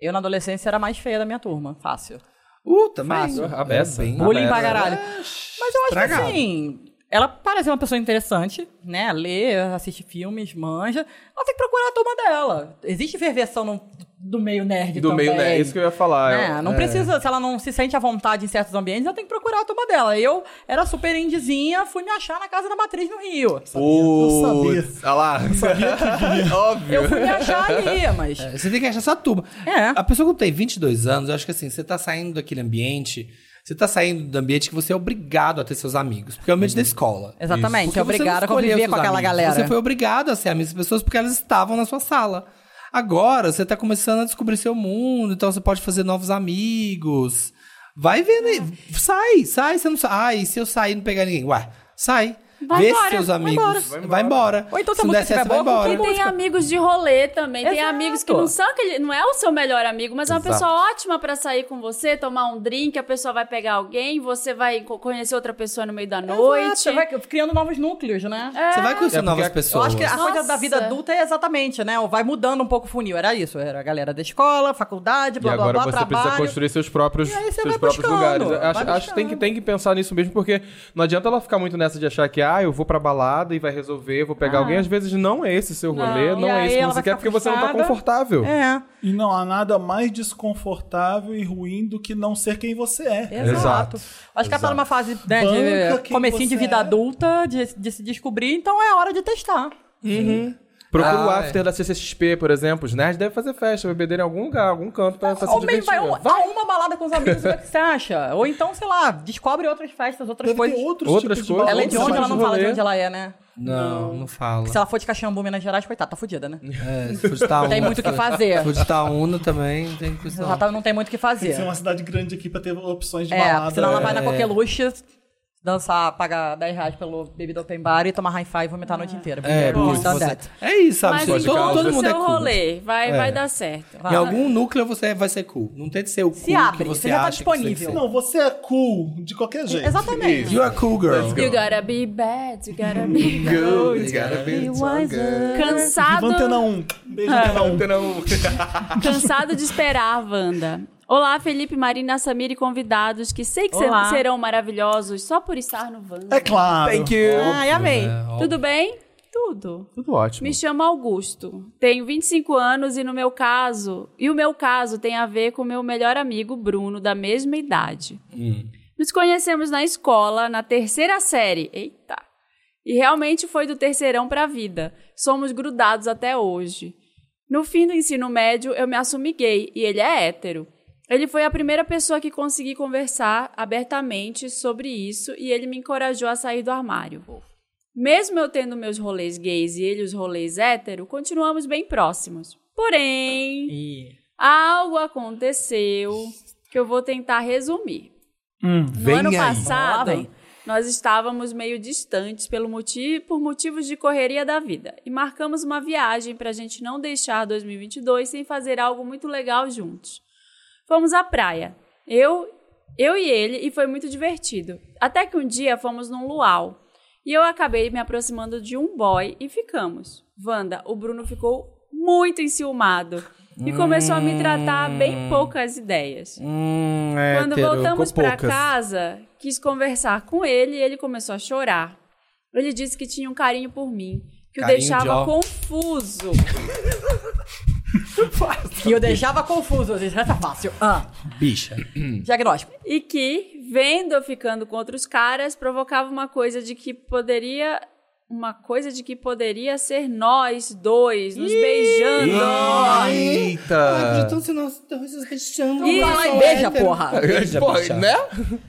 [SPEAKER 5] Eu na adolescência era mais feia da minha turma. Fácil.
[SPEAKER 4] Uh, também.
[SPEAKER 3] Fácil, a beça.
[SPEAKER 4] É bem- É,
[SPEAKER 3] Bullying
[SPEAKER 5] Bullying pra
[SPEAKER 3] Era-
[SPEAKER 5] caralho. Mas eu acho
[SPEAKER 4] estragado.
[SPEAKER 5] que assim. Ela parece uma pessoa interessante, né? Lê, assiste filmes, manja. Ela tem que procurar a turma dela. Existe ferveção no do meio nerd
[SPEAKER 3] Do
[SPEAKER 5] também.
[SPEAKER 3] meio, né? Isso que eu ia falar.
[SPEAKER 5] Né?
[SPEAKER 3] eu-
[SPEAKER 5] não
[SPEAKER 3] é.
[SPEAKER 5] precisa, se ela não se sente à vontade em certos ambientes, ela tem que procurar a turma dela. Eu era super indizinha, fui me achar na casa da Matriz no Rio.
[SPEAKER 1] sabia.
[SPEAKER 3] Putz, Olha lá.
[SPEAKER 1] Sabia que vinha.
[SPEAKER 3] Óbvio.
[SPEAKER 5] Eu fui me achar ali, mas.
[SPEAKER 4] É, Você tem que achar sua turma.
[SPEAKER 5] É.
[SPEAKER 4] A pessoa que tem 22 anos, eu acho que assim, você tá saindo daquele ambiente, você tá saindo do ambiente que você é obrigado a ter seus amigos, porque é o ambiente da escola.
[SPEAKER 5] Exatamente,
[SPEAKER 4] Porque
[SPEAKER 5] é
[SPEAKER 4] você não
[SPEAKER 5] obrigado a
[SPEAKER 4] escolheu
[SPEAKER 5] conviver
[SPEAKER 4] seus
[SPEAKER 5] com aquela
[SPEAKER 4] amigos,
[SPEAKER 5] galera.
[SPEAKER 4] Você foi obrigado a ser amigo das pessoas porque elas estavam na sua sala. Agora, você tá começando a descobrir seu mundo, então você pode fazer novos amigos. Vai vendo aí. Sai, sai, você não sai. Ai, se eu sair e não pegar ninguém? Ué, sai.
[SPEAKER 6] Vai
[SPEAKER 4] Vê
[SPEAKER 6] embora,
[SPEAKER 4] seus
[SPEAKER 6] vai
[SPEAKER 4] amigos. Vai embora. Vai embora.
[SPEAKER 5] Ou então
[SPEAKER 4] se
[SPEAKER 5] se a
[SPEAKER 4] não der
[SPEAKER 5] música
[SPEAKER 4] certo, você vai
[SPEAKER 5] estiver boa,
[SPEAKER 4] embora.
[SPEAKER 6] E tem amigos de rolê também. Tem
[SPEAKER 5] Exato.
[SPEAKER 6] amigos que não são aquele, não é o seu melhor amigo, mas é uma
[SPEAKER 4] Exato.
[SPEAKER 6] pessoa ótima pra sair com você, tomar um drink, a pessoa vai pegar alguém, você vai co- conhecer outra pessoa no meio da noite.
[SPEAKER 5] Você vai criando novos núcleos, né?
[SPEAKER 4] Você vai conhecer
[SPEAKER 3] É, porque
[SPEAKER 4] novas
[SPEAKER 3] a-
[SPEAKER 4] pessoas.
[SPEAKER 5] Eu acho que a coisa
[SPEAKER 6] Nossa.
[SPEAKER 5] da vida adulta é exatamente, né? Vai mudando um pouco o funil. Era isso. Era a galera da escola, faculdade,
[SPEAKER 3] E
[SPEAKER 5] blá, blá,
[SPEAKER 3] agora
[SPEAKER 5] blá,
[SPEAKER 3] você precisa
[SPEAKER 5] trabalho.
[SPEAKER 3] construir seus próprios,
[SPEAKER 5] E aí você
[SPEAKER 3] seus
[SPEAKER 5] vai
[SPEAKER 3] próprios
[SPEAKER 5] buscando,
[SPEAKER 3] lugares. Eu
[SPEAKER 5] vai
[SPEAKER 3] Acho, acho que tem que
[SPEAKER 5] buscando.
[SPEAKER 3] tem que pensar nisso mesmo, porque não adianta ela ficar muito nessa de achar que, ah, eu vou pra balada e vai resolver, vou pegar alguém. Às vezes não é esse seu rolê, não,
[SPEAKER 5] Ah. E
[SPEAKER 3] é
[SPEAKER 5] aí
[SPEAKER 3] isso que
[SPEAKER 5] ela
[SPEAKER 3] você
[SPEAKER 5] vai
[SPEAKER 3] quer,
[SPEAKER 5] ficar
[SPEAKER 3] porque você não tá
[SPEAKER 5] frustrada.
[SPEAKER 3] confortável.
[SPEAKER 5] É,
[SPEAKER 1] E não há nada mais desconfortável e ruim do que não ser quem você é.
[SPEAKER 5] exato.
[SPEAKER 3] Exato.
[SPEAKER 5] Acho que ela tá numa fase né,
[SPEAKER 1] Banca
[SPEAKER 5] de
[SPEAKER 1] quem
[SPEAKER 5] comecinho de
[SPEAKER 1] você
[SPEAKER 5] vida
[SPEAKER 1] é.
[SPEAKER 5] adulta, de, de se descobrir, então é hora de testar.
[SPEAKER 3] Procura o
[SPEAKER 4] Ah,
[SPEAKER 3] after da CCXP, por exemplo. Os nerds devem fazer festa, bebedeira em algum lugar, algum canto pra, pra Tá se
[SPEAKER 5] Ou mesmo
[SPEAKER 3] divertir.
[SPEAKER 5] vai, um- vai uma balada com os amigos, o que você acha? Ou então, sei lá, descobre outras festas, outras
[SPEAKER 1] Deve
[SPEAKER 5] coisas.
[SPEAKER 1] ter outros
[SPEAKER 3] Outras
[SPEAKER 1] tipos
[SPEAKER 3] coisas.
[SPEAKER 1] de
[SPEAKER 5] Ela é de
[SPEAKER 1] balanço,
[SPEAKER 5] onde?
[SPEAKER 3] outros
[SPEAKER 5] Ela
[SPEAKER 1] mas
[SPEAKER 5] não
[SPEAKER 3] rolê.
[SPEAKER 5] fala de onde ela é, né?
[SPEAKER 4] Não, não fala.
[SPEAKER 5] Porque se ela for de Caxambu, Minas Gerais, coitada, tá fudida, né?
[SPEAKER 4] É, se for de Itaúna,
[SPEAKER 5] Tem muito o que fazer.
[SPEAKER 4] Se for de Itaúna também, não tem
[SPEAKER 5] Você já
[SPEAKER 4] questão.
[SPEAKER 5] tá- não tem muito o que fazer.
[SPEAKER 1] Tem que ser uma cidade grande aqui pra ter opções de
[SPEAKER 5] É,
[SPEAKER 1] balada.
[SPEAKER 5] porque senão ela vai na
[SPEAKER 4] é.
[SPEAKER 5] coqueluche dançar, pagar 10 reais pelo bebida open bar e tomar hi-fi e vomitar a noite inteira. tá
[SPEAKER 4] É, por isso
[SPEAKER 5] Done
[SPEAKER 4] você...
[SPEAKER 5] that.
[SPEAKER 4] É isso, sabe?
[SPEAKER 6] Mas
[SPEAKER 4] Todo,
[SPEAKER 6] encontra
[SPEAKER 4] todo
[SPEAKER 6] o
[SPEAKER 4] mundo
[SPEAKER 6] seu
[SPEAKER 4] é cool.
[SPEAKER 6] rolê. Vai,
[SPEAKER 4] É.
[SPEAKER 6] vai dar certo.
[SPEAKER 4] Em algum núcleo você vai ser cool. Não tem de ser o cool
[SPEAKER 5] Se abre,
[SPEAKER 4] que você
[SPEAKER 5] você já tá
[SPEAKER 4] acha que tem que
[SPEAKER 5] disponível.
[SPEAKER 4] ser.
[SPEAKER 1] Não, você é cool de qualquer jeito.
[SPEAKER 5] Exatamente.
[SPEAKER 4] You are cool, girl.
[SPEAKER 6] You gotta be bad, you gotta be
[SPEAKER 4] You gotta be
[SPEAKER 5] wiser.
[SPEAKER 1] Viva
[SPEAKER 6] cansado.
[SPEAKER 1] Antena 1. Beijo, Antena 1.
[SPEAKER 6] Cansado de esperar, Wanda. Olá, Felipe, Marina, Samir e convidados, que sei que ser-
[SPEAKER 5] Olá.
[SPEAKER 6] serão maravilhosos só por estar no Wanda.
[SPEAKER 1] É claro.
[SPEAKER 3] Thank you.
[SPEAKER 5] Ai, amei.
[SPEAKER 4] É,
[SPEAKER 6] Tudo bem? Tudo.
[SPEAKER 3] Tudo ótimo.
[SPEAKER 6] Me chamo Augusto. Tenho 25 anos e no meu caso, e o meu caso tem a ver com meu melhor amigo Bruno, da mesma idade. Nos conhecemos na escola, na terceira série. Eita. E realmente foi do terceirão para a vida. Somos grudados até hoje. No fim do ensino médio, eu me assumi gay e ele é hétero. Ele foi a primeira pessoa que consegui conversar abertamente sobre isso e ele me encorajou a sair do armário. Mesmo eu tendo meus rolês gays e ele os rolês hétero, continuamos bem próximos. Porém,
[SPEAKER 5] E-
[SPEAKER 6] algo aconteceu que eu vou tentar resumir. no
[SPEAKER 4] Hum, vem
[SPEAKER 6] ano
[SPEAKER 4] aí.
[SPEAKER 5] Lá
[SPEAKER 6] passado,
[SPEAKER 5] vem.
[SPEAKER 6] nós estávamos meio distantes pelo motivo, por motivos de correria da vida e marcamos uma viagem para a gente não deixar 2022 sem fazer algo muito legal juntos. Fomos à praia, eu, eu e ele, e foi muito divertido. Até que um dia fomos num luau e eu acabei me aproximando de um boy e ficamos. Wanda, o Bruno ficou muito enciumado e começou a me tratar bem poucas ideias.
[SPEAKER 4] Hum, é
[SPEAKER 6] Quando
[SPEAKER 4] hétero,
[SPEAKER 6] voltamos
[SPEAKER 4] com
[SPEAKER 6] pra
[SPEAKER 4] poucas.
[SPEAKER 6] casa, quis conversar com ele e ele começou a chorar. Ele disse que tinha um carinho por mim, que
[SPEAKER 4] Carinho
[SPEAKER 6] o
[SPEAKER 4] de
[SPEAKER 6] deixava
[SPEAKER 4] ó.
[SPEAKER 6] confuso.
[SPEAKER 5] E eu deixava confuso, às vezes, essa é fácil. Ah,
[SPEAKER 4] Bicha.
[SPEAKER 5] diagnóstico.
[SPEAKER 6] e que, vendo eu ficando com outros caras, provocava uma coisa de que poderia. Uma coisa de que poderia ser nós dois nos beijando.
[SPEAKER 4] Ai,
[SPEAKER 3] Eita!
[SPEAKER 4] então se nós estamos nos deixando.
[SPEAKER 6] Ih,
[SPEAKER 4] eu
[SPEAKER 5] Fala aí,
[SPEAKER 4] sou
[SPEAKER 5] beija,
[SPEAKER 4] hétero.
[SPEAKER 5] porra.
[SPEAKER 4] Beija,
[SPEAKER 3] Pô,
[SPEAKER 4] bicha.
[SPEAKER 3] né?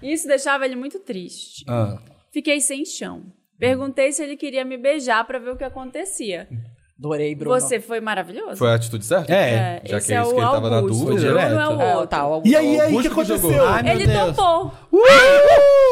[SPEAKER 6] Isso deixava ele muito triste.
[SPEAKER 4] Ah.
[SPEAKER 6] Fiquei sem chão. Perguntei se ele queria me beijar pra ver o que acontecia.
[SPEAKER 5] Adorei, Bruno.
[SPEAKER 6] Você foi maravilhoso.
[SPEAKER 3] Foi a atitude certa?
[SPEAKER 4] É.
[SPEAKER 3] Já
[SPEAKER 6] esse
[SPEAKER 3] que é
[SPEAKER 6] é
[SPEAKER 3] isso
[SPEAKER 6] o
[SPEAKER 3] que ele tava na
[SPEAKER 6] Augusto,
[SPEAKER 3] dúvida, né? Então,
[SPEAKER 6] o
[SPEAKER 4] direto.
[SPEAKER 6] Bruno é o
[SPEAKER 5] É,
[SPEAKER 6] outro.
[SPEAKER 5] tá, o-
[SPEAKER 1] E aí,
[SPEAKER 5] o-
[SPEAKER 1] aí, o que
[SPEAKER 3] Augusto que jogou.
[SPEAKER 1] aconteceu?
[SPEAKER 4] Ai, meu
[SPEAKER 6] Ele
[SPEAKER 4] Deus.
[SPEAKER 6] topou.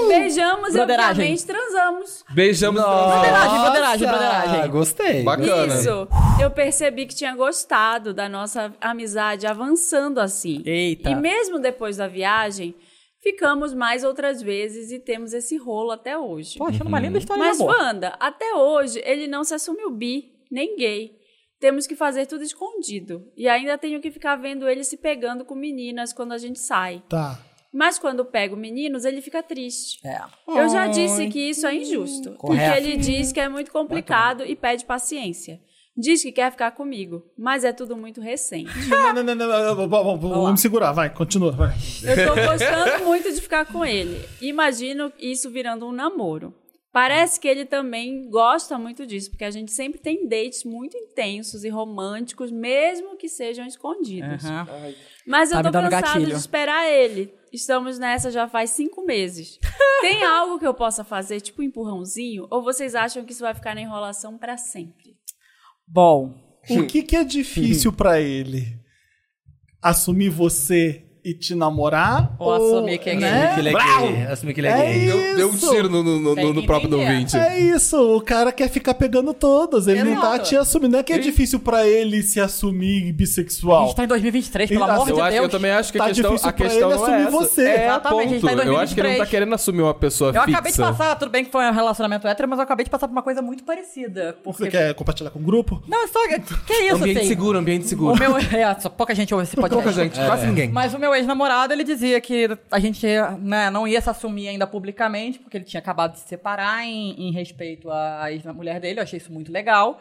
[SPEAKER 6] Beijamos e
[SPEAKER 5] Broderagem.
[SPEAKER 6] obviamente transamos.
[SPEAKER 3] Beijamos.
[SPEAKER 5] Broderagem, broderagem,
[SPEAKER 1] Ah,
[SPEAKER 5] broderagem.
[SPEAKER 4] Gostei.
[SPEAKER 3] Bacana.
[SPEAKER 6] Isso. Eu percebi que tinha gostado da nossa amizade avançando assim.
[SPEAKER 5] Eita.
[SPEAKER 6] E mesmo depois da viagem, ficamos mais outras vezes e temos esse rolo até hoje.
[SPEAKER 5] Tô achando uma linda história
[SPEAKER 6] Mas,
[SPEAKER 5] de amor.
[SPEAKER 6] Wanda, até hoje ele não se assumiu bi, nem gay. Temos que fazer tudo escondido. E ainda tenho que ficar vendo ele se pegando com meninas quando a gente sai.
[SPEAKER 1] Tá.
[SPEAKER 6] Mas quando pego meninos, ele fica triste.
[SPEAKER 5] É.
[SPEAKER 6] Eu já disse que isso é injusto. Porque ele diz que é muito complicado e pede paciência. Diz que quer ficar comigo, mas é tudo muito recente.
[SPEAKER 1] Não, não, não, não, não, não, bom, bom,
[SPEAKER 6] lá.
[SPEAKER 1] vamos segurar, vai, continua. Vai.
[SPEAKER 6] Eu tô gostando muito de ficar com ele. Imagino isso virando um namoro. Parece que ele também gosta muito disso, porque a gente sempre tem dates muito intensos e românticos, mesmo que sejam escondidos.
[SPEAKER 5] Aham.
[SPEAKER 6] Mas eu
[SPEAKER 5] Tá me
[SPEAKER 6] tô
[SPEAKER 5] dando
[SPEAKER 6] cansada
[SPEAKER 5] gatilho.
[SPEAKER 6] de esperar ele. Estamos nessa já faz cinco meses. Tem algo que eu possa fazer, tipo um empurrãozinho? Ou vocês acham que isso vai ficar na enrolação pra sempre?
[SPEAKER 5] Bom,
[SPEAKER 1] O que, que é difícil pra ele? Assumir você e te namorar?
[SPEAKER 5] ou assumir que é gay.
[SPEAKER 1] né?
[SPEAKER 4] Que ele é gay. Assumir que ele é
[SPEAKER 1] É
[SPEAKER 4] gay.
[SPEAKER 1] isso.
[SPEAKER 7] Deu um tiro no, no, no-
[SPEAKER 5] Tem
[SPEAKER 7] no
[SPEAKER 5] que
[SPEAKER 7] próprio do
[SPEAKER 5] entender.
[SPEAKER 7] ouvinte.
[SPEAKER 1] É isso, o cara quer ficar pegando todas, ele não tá
[SPEAKER 5] Exato.
[SPEAKER 1] te assumindo. Não é que é difícil pra ele se assumir
[SPEAKER 5] A
[SPEAKER 1] bissexual.
[SPEAKER 5] gente tá em 2023, pelo
[SPEAKER 1] Eu
[SPEAKER 5] amor de
[SPEAKER 1] acho-
[SPEAKER 7] Então, Eu, acho, eu
[SPEAKER 5] Deus.
[SPEAKER 7] também acho que a
[SPEAKER 1] Tá
[SPEAKER 7] questão,
[SPEAKER 1] difícil
[SPEAKER 7] a
[SPEAKER 1] pra
[SPEAKER 7] questão
[SPEAKER 1] ele
[SPEAKER 7] não é
[SPEAKER 1] assumir
[SPEAKER 7] essa.
[SPEAKER 1] você.
[SPEAKER 7] É,
[SPEAKER 5] Exatamente, a gente
[SPEAKER 7] ponto.
[SPEAKER 5] tá em
[SPEAKER 7] eu acho que ele não tá
[SPEAKER 5] 2023.
[SPEAKER 7] querendo assumir uma pessoa
[SPEAKER 5] Eu
[SPEAKER 7] fixa.
[SPEAKER 5] acabei de passar, tudo bem que foi um relacionamento hétero, mas eu acabei de passar por uma coisa muito parecida. Porque...
[SPEAKER 7] é.
[SPEAKER 1] Você quer compartilhar com o grupo?
[SPEAKER 5] Não, é só. Que é isso,
[SPEAKER 7] Ambiente
[SPEAKER 5] assim?
[SPEAKER 7] seguro, ambiente seguro.
[SPEAKER 5] O meu. É, só pouca gente ouve esse podcast.
[SPEAKER 7] Pouca gente,
[SPEAKER 4] É.
[SPEAKER 7] quase ninguém.
[SPEAKER 5] Mas o meu ex-namorado, ele dizia que a gente né, não ia se assumir ainda publicamente, porque ele tinha acabado de se separar em, em respeito à ex-mulher dele. Eu achei isso muito legal.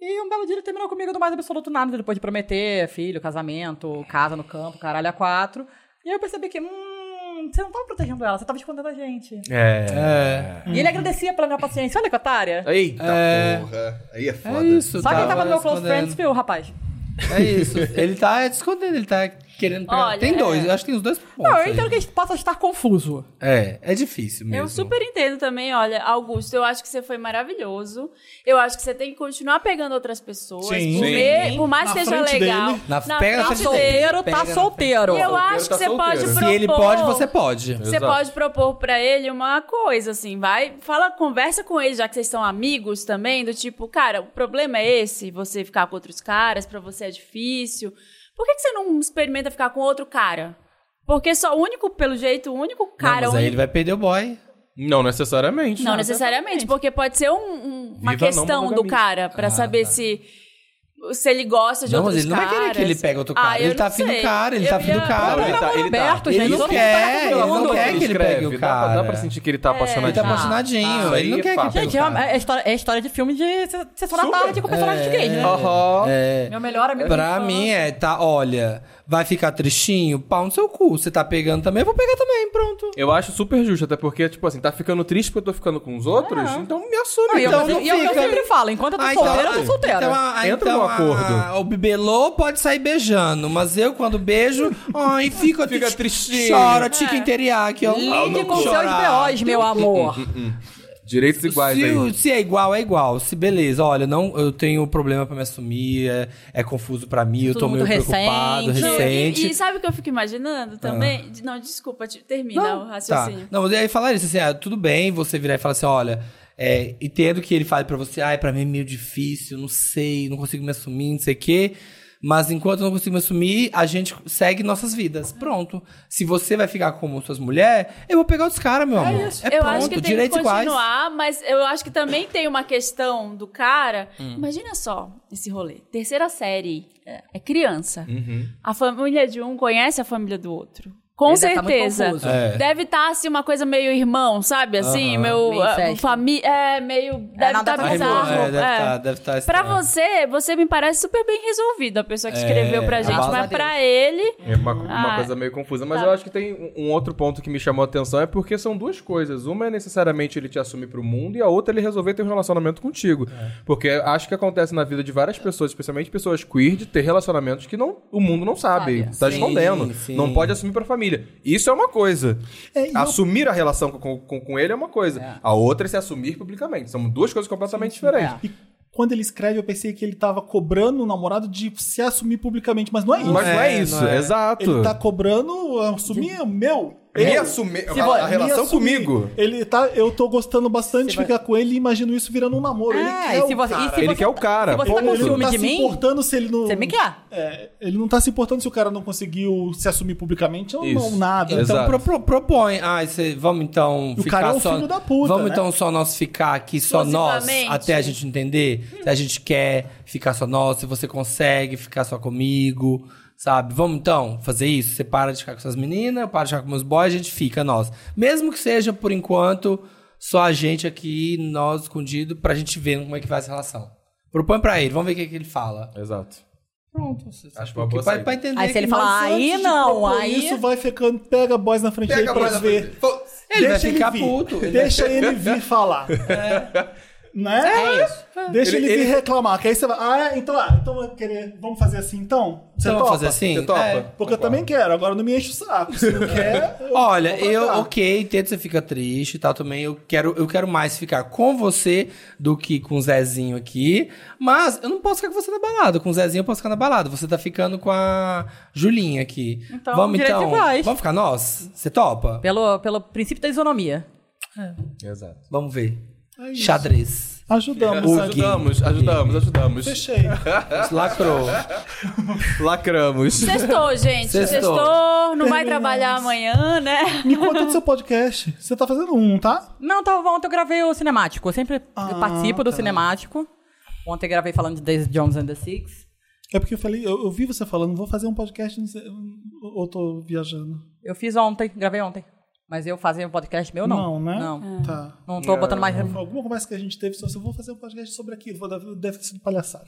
[SPEAKER 5] E um belo dia ele terminou comigo do mais absoluto nada, depois de prometer filho, casamento, casa no campo, caralho a quatro. E aí eu percebi que, hum, você não tava protegendo ela, você tava escondendo a gente.
[SPEAKER 7] É.
[SPEAKER 5] E ele agradecia pela minha paciência. Olha que otária.
[SPEAKER 7] Eita
[SPEAKER 4] É.
[SPEAKER 13] Porra, aí é foda.
[SPEAKER 4] É isso.
[SPEAKER 5] Só quem tava no meu close
[SPEAKER 4] escondendo.
[SPEAKER 5] friends viu, rapaz.
[SPEAKER 4] É isso. Ele tá escondendo, ele tá querendo pegar.
[SPEAKER 6] Olha,
[SPEAKER 4] tem dois,
[SPEAKER 6] é.
[SPEAKER 4] eu acho que tem os dois pontos.
[SPEAKER 5] Não, eu
[SPEAKER 4] aí.
[SPEAKER 5] entendo que a gente possa estar confuso.
[SPEAKER 4] É, é difícil mesmo.
[SPEAKER 6] Eu super entendo também, olha, Augusto, eu acho que você foi maravilhoso. Eu acho que você tem que continuar pegando outras pessoas.
[SPEAKER 1] Sim.
[SPEAKER 6] por,
[SPEAKER 1] Sim.
[SPEAKER 6] me- por mais
[SPEAKER 1] Na
[SPEAKER 6] que seja
[SPEAKER 1] frente
[SPEAKER 6] legal.
[SPEAKER 1] dele.
[SPEAKER 4] Na- pega na
[SPEAKER 5] Tá
[SPEAKER 4] frente dele.
[SPEAKER 5] solteiro,
[SPEAKER 4] Pega
[SPEAKER 5] tá
[SPEAKER 4] na
[SPEAKER 5] solteiro.
[SPEAKER 6] Eu acho que
[SPEAKER 7] tá
[SPEAKER 6] você pode
[SPEAKER 7] solteiro.
[SPEAKER 6] propor.
[SPEAKER 4] Se ele pode, você pode.
[SPEAKER 6] Você pode propor pra ele uma coisa, assim, vai, fala, conversa com ele, já que vocês são amigos também, do tipo, cara, o problema é esse, você ficar com outros caras, pra você é difícil. Por que, que você não experimenta ficar com outro cara? Porque só o único, pelo jeito, o único cara. um
[SPEAKER 4] Não,
[SPEAKER 6] o
[SPEAKER 4] mas aí
[SPEAKER 6] único-
[SPEAKER 4] ele vai perder o boy.
[SPEAKER 7] Não necessariamente. né?
[SPEAKER 6] Não necessariamente, porque pode ser um- um- uma
[SPEAKER 7] Viva não
[SPEAKER 6] questão do
[SPEAKER 7] monogamia.
[SPEAKER 6] cara pra saber se se ele gosta de
[SPEAKER 4] Ah, tá. Não, mas
[SPEAKER 6] outros
[SPEAKER 4] ele não vai
[SPEAKER 6] caras.
[SPEAKER 4] querer que ele pegue outro cara.
[SPEAKER 6] Ah, eu
[SPEAKER 4] ele tá
[SPEAKER 6] não
[SPEAKER 4] afim do
[SPEAKER 6] sei.
[SPEAKER 4] cara, ele
[SPEAKER 6] Eu
[SPEAKER 4] tá afim do
[SPEAKER 6] ia-
[SPEAKER 4] cara.
[SPEAKER 7] Ele tá, ele tá.
[SPEAKER 5] Aberto, gente.
[SPEAKER 4] Ele não
[SPEAKER 5] todo mundo tá
[SPEAKER 4] quer,
[SPEAKER 5] com
[SPEAKER 4] É, ele não
[SPEAKER 5] todo mundo.
[SPEAKER 4] quer que ele pegue
[SPEAKER 7] Escreve,
[SPEAKER 4] o
[SPEAKER 7] dá pra-
[SPEAKER 4] cara.
[SPEAKER 7] Dá pra sentir que ele
[SPEAKER 5] É,
[SPEAKER 7] tá
[SPEAKER 4] Ele tá
[SPEAKER 6] é
[SPEAKER 7] apaixonadinho.
[SPEAKER 4] apaixonadinho,
[SPEAKER 7] Isso
[SPEAKER 6] Ah,
[SPEAKER 7] aí
[SPEAKER 4] ele não
[SPEAKER 7] é
[SPEAKER 4] quer que
[SPEAKER 7] fato.
[SPEAKER 4] pegue
[SPEAKER 5] Gente,
[SPEAKER 4] o
[SPEAKER 5] é, uma-
[SPEAKER 4] cara.
[SPEAKER 5] é história, é história de filme de se- sessão da tarde com personagens de gays, né?
[SPEAKER 7] Aham.
[SPEAKER 4] É.
[SPEAKER 5] Meu melhor amigo.
[SPEAKER 4] Pra mim é, tá, olha, vai ficar tristinho? Pau no seu cu. Você tá pegando também, eu vou pegar também, pronto.
[SPEAKER 7] Eu acho super justo, até porque, tipo assim, tá ficando triste porque eu tô ficando com os outros? Então me assume.
[SPEAKER 5] Não, e eu,
[SPEAKER 4] então não
[SPEAKER 5] e eu, e eu
[SPEAKER 4] fica. Ah,
[SPEAKER 5] sempre falo, enquanto eu tô Tá solteira, eu tô solteira.
[SPEAKER 4] Então, a-
[SPEAKER 7] Entra
[SPEAKER 4] então
[SPEAKER 7] no
[SPEAKER 4] a-
[SPEAKER 7] acordo.
[SPEAKER 4] o bibelô pode sair beijando, mas eu, quando beijo, ai, fico
[SPEAKER 7] Fica
[SPEAKER 4] triste-
[SPEAKER 7] tristinho.
[SPEAKER 4] Chora, tica interiaque. ó.
[SPEAKER 5] Lide É. com
[SPEAKER 4] Chorar.
[SPEAKER 5] seus BOs, meu amor.
[SPEAKER 7] Direitos iguais
[SPEAKER 4] se,
[SPEAKER 7] aí.
[SPEAKER 4] o- se é igual, é igual. Se beleza, olha, não, eu tenho problema pra me assumir, é, é confuso pra mim, eu tô
[SPEAKER 5] Tudo
[SPEAKER 4] meio
[SPEAKER 5] muito
[SPEAKER 4] preocupado,
[SPEAKER 5] recente.
[SPEAKER 4] recente.
[SPEAKER 6] Não, E, e sabe o que eu fico imaginando também? De- Não, desculpa, te- termina o
[SPEAKER 4] Tá.
[SPEAKER 6] raciocínio.
[SPEAKER 4] Não, mas aí falar isso assim, ah, tudo bem você virar e falar assim, olha, é, entendo que ele fale pra você, ai, pra mim é meio difícil, não sei, não consigo me assumir, não sei o quê. Mas enquanto eu não consigo me assumir, a gente segue nossas vidas. Pronto. Se você vai ficar como suas mulheres, eu vou pegar os caras, meu amor. É, isso.
[SPEAKER 6] eu
[SPEAKER 4] pronto,
[SPEAKER 6] acho que tem que
[SPEAKER 4] direitos iguais.
[SPEAKER 6] continuar, mas eu acho que também tem uma questão do cara.
[SPEAKER 4] Hum.
[SPEAKER 6] Imagina só esse rolê. Terceira série é, é criança.
[SPEAKER 4] Uhum.
[SPEAKER 6] A família de um conhece a família do outro. Com
[SPEAKER 5] Ele deve tá muito
[SPEAKER 6] certeza.
[SPEAKER 5] confuso.
[SPEAKER 4] É.
[SPEAKER 6] Deve estar assim, uma coisa meio irmão, sabe? Assim, meu
[SPEAKER 5] Meio incesto.
[SPEAKER 6] família, é meio deve
[SPEAKER 5] nada
[SPEAKER 6] estar
[SPEAKER 5] a ver.
[SPEAKER 6] bizarro.
[SPEAKER 4] É, deve
[SPEAKER 6] é.
[SPEAKER 4] estar, deve estar
[SPEAKER 6] Pra
[SPEAKER 4] estranho.
[SPEAKER 6] você, você me parece super bem resolvido, a pessoa
[SPEAKER 4] É,
[SPEAKER 6] que escreveu pra gente.
[SPEAKER 5] graças a
[SPEAKER 6] Mas
[SPEAKER 5] Deus.
[SPEAKER 6] pra ele,
[SPEAKER 7] É uma, uma
[SPEAKER 6] Ah,
[SPEAKER 7] coisa meio confusa. Mas
[SPEAKER 6] tá.
[SPEAKER 7] eu acho que tem um- um outro ponto que me chamou a atenção é porque são duas coisas. Uma é necessariamente ele te assumir pro mundo e a outra é ele resolver ter um relacionamento contigo. Porque acho que acontece na vida de várias pessoas, especialmente pessoas queer, de ter relacionamentos que não, o mundo não sabe.
[SPEAKER 5] Sabe.
[SPEAKER 7] Tá
[SPEAKER 4] Sim,
[SPEAKER 7] escondendo.
[SPEAKER 4] sim.
[SPEAKER 7] Não pode assumir pra família. Isso é uma coisa.
[SPEAKER 1] É, e eu-
[SPEAKER 5] Ah.
[SPEAKER 7] assumir a relação com, com, com ele é uma coisa. A outra é se assumir publicamente. São duas coisas completamente diferentes.
[SPEAKER 1] E quando ele escreve, eu pensei que ele tava cobrando o namorado de se assumir publicamente, mas não é isso.
[SPEAKER 7] Mas não é
[SPEAKER 4] É,
[SPEAKER 7] isso,
[SPEAKER 4] não é.
[SPEAKER 7] exato.
[SPEAKER 1] Ele tá cobrando assumir é meu.
[SPEAKER 7] Me
[SPEAKER 1] Eu.
[SPEAKER 7] assumir.
[SPEAKER 1] Se
[SPEAKER 7] a-
[SPEAKER 4] Tá
[SPEAKER 1] vai-
[SPEAKER 7] a
[SPEAKER 1] me
[SPEAKER 7] relação
[SPEAKER 1] assumir.
[SPEAKER 7] comigo.
[SPEAKER 1] Ele tá, eu tô gostando bastante de ficar com ele e imagino isso virando um namoro. Ele
[SPEAKER 5] É,
[SPEAKER 1] quer
[SPEAKER 5] e se
[SPEAKER 1] o
[SPEAKER 5] você-
[SPEAKER 1] cara.
[SPEAKER 5] e se
[SPEAKER 7] ele
[SPEAKER 5] você-
[SPEAKER 7] quer o cara.
[SPEAKER 5] se você
[SPEAKER 7] ponto.
[SPEAKER 5] tá com
[SPEAKER 1] Ele não
[SPEAKER 5] ciúme
[SPEAKER 1] tá
[SPEAKER 5] de
[SPEAKER 1] se
[SPEAKER 5] mim?
[SPEAKER 1] importando se ele não.
[SPEAKER 5] Você me quer?
[SPEAKER 1] É, ele não tá se importando se o cara não conseguiu se assumir publicamente ou
[SPEAKER 7] Isso.
[SPEAKER 1] não, nada.
[SPEAKER 7] Exato.
[SPEAKER 4] Então pro- pro- propõe. Ah, cê- vamos então
[SPEAKER 1] O
[SPEAKER 4] ficar
[SPEAKER 1] cara é um
[SPEAKER 4] só.
[SPEAKER 1] filho da puta,
[SPEAKER 4] vamos
[SPEAKER 1] né?
[SPEAKER 4] então só nós ficar aqui, só nós,
[SPEAKER 6] Exclusivamente.
[SPEAKER 4] até a gente entender se a gente quer ficar só nós, se você consegue ficar só comigo, sabe? Vamos então fazer isso. Você para de ficar com suas meninas, eu paro de ficar com meus boys, a gente fica nós. Mesmo que seja por enquanto só a gente aqui, nós escondido, pra gente ver como é que vai essa relação. Propõe pra ele, vamos ver o que, que ele fala.
[SPEAKER 3] Exato.
[SPEAKER 4] Pronto. você sabe
[SPEAKER 3] Acho uma
[SPEAKER 4] que-
[SPEAKER 3] boa
[SPEAKER 4] pra,
[SPEAKER 3] saída.
[SPEAKER 4] pra entender
[SPEAKER 5] Aí se
[SPEAKER 4] que
[SPEAKER 5] ele assim, falar,
[SPEAKER 4] nós antes
[SPEAKER 5] aí
[SPEAKER 4] de
[SPEAKER 5] não,
[SPEAKER 4] propor
[SPEAKER 5] aí...
[SPEAKER 1] Isso vai ficando, pega boys na frente
[SPEAKER 4] Pega
[SPEAKER 1] aí pra
[SPEAKER 4] boys na
[SPEAKER 1] ver.
[SPEAKER 4] Ele vai
[SPEAKER 1] ele
[SPEAKER 4] ficar
[SPEAKER 1] vir.
[SPEAKER 4] puto. Ele vai-
[SPEAKER 1] Deixa ele vir falar. Né?
[SPEAKER 5] É isso.
[SPEAKER 1] Deixa ele,
[SPEAKER 3] Ele-
[SPEAKER 1] vir
[SPEAKER 3] ele-
[SPEAKER 1] reclamar, que aí você vai. Ah, é? então, ah, então eu queria, vamos fazer assim então? Você
[SPEAKER 4] Então vamos
[SPEAKER 1] topa?
[SPEAKER 4] fazer assim?
[SPEAKER 3] Você topa?
[SPEAKER 4] É.
[SPEAKER 1] Porque eu também quero, agora não me enche o saco. Se não quer. eu
[SPEAKER 4] Olha,
[SPEAKER 1] vou pra
[SPEAKER 4] eu,
[SPEAKER 1] cá.
[SPEAKER 4] ok, entendo que você fica triste e tal também. Eu quero, eu quero mais ficar com você do que com o Zezinho aqui. Mas eu não posso ficar com você na balada. Com o Zezinho eu posso ficar na balada. Você tá ficando com a Julinha aqui.
[SPEAKER 5] Então,
[SPEAKER 4] vamos
[SPEAKER 5] direito
[SPEAKER 4] então.
[SPEAKER 5] iguais.
[SPEAKER 4] Vamos ficar nós? Você topa?
[SPEAKER 5] Pelo, pelo princípio da isonomia.
[SPEAKER 3] Exato.
[SPEAKER 4] Vamos ver. Xadrez.
[SPEAKER 1] Ajudamos.
[SPEAKER 4] O
[SPEAKER 1] sabe?
[SPEAKER 4] Gui.
[SPEAKER 3] Ajudamos, ajudamos, ajudamos.
[SPEAKER 1] Fechei.
[SPEAKER 4] Lacrou.
[SPEAKER 3] Lacramos.
[SPEAKER 6] Sextou, gente.
[SPEAKER 4] Sextou.
[SPEAKER 6] Sextou. Não vai
[SPEAKER 1] Terminamos.
[SPEAKER 6] trabalhar amanhã, né?
[SPEAKER 1] Me conta do seu podcast. Você tá fazendo um, tá?
[SPEAKER 5] Não, tá, ontem eu gravei o Cinemático. Eu sempre
[SPEAKER 1] Ah,
[SPEAKER 5] participo do
[SPEAKER 1] tá.
[SPEAKER 5] Cinemático. Ontem eu gravei falando de Daisy Jones and the Six.
[SPEAKER 1] É porque eu falei, eu, eu vi você falando, vou fazer um podcast, não sei, ou tô viajando.
[SPEAKER 5] Eu fiz ontem, gravei ontem. Mas eu fazer um podcast meu, não.
[SPEAKER 1] Não, né?
[SPEAKER 5] Não.
[SPEAKER 1] Tá.
[SPEAKER 5] Não tô botando mais.
[SPEAKER 1] Alguma conversa que a gente teve sobre, eu vou fazer um podcast sobre aquilo, vou dar- deve ter sido palhaçada.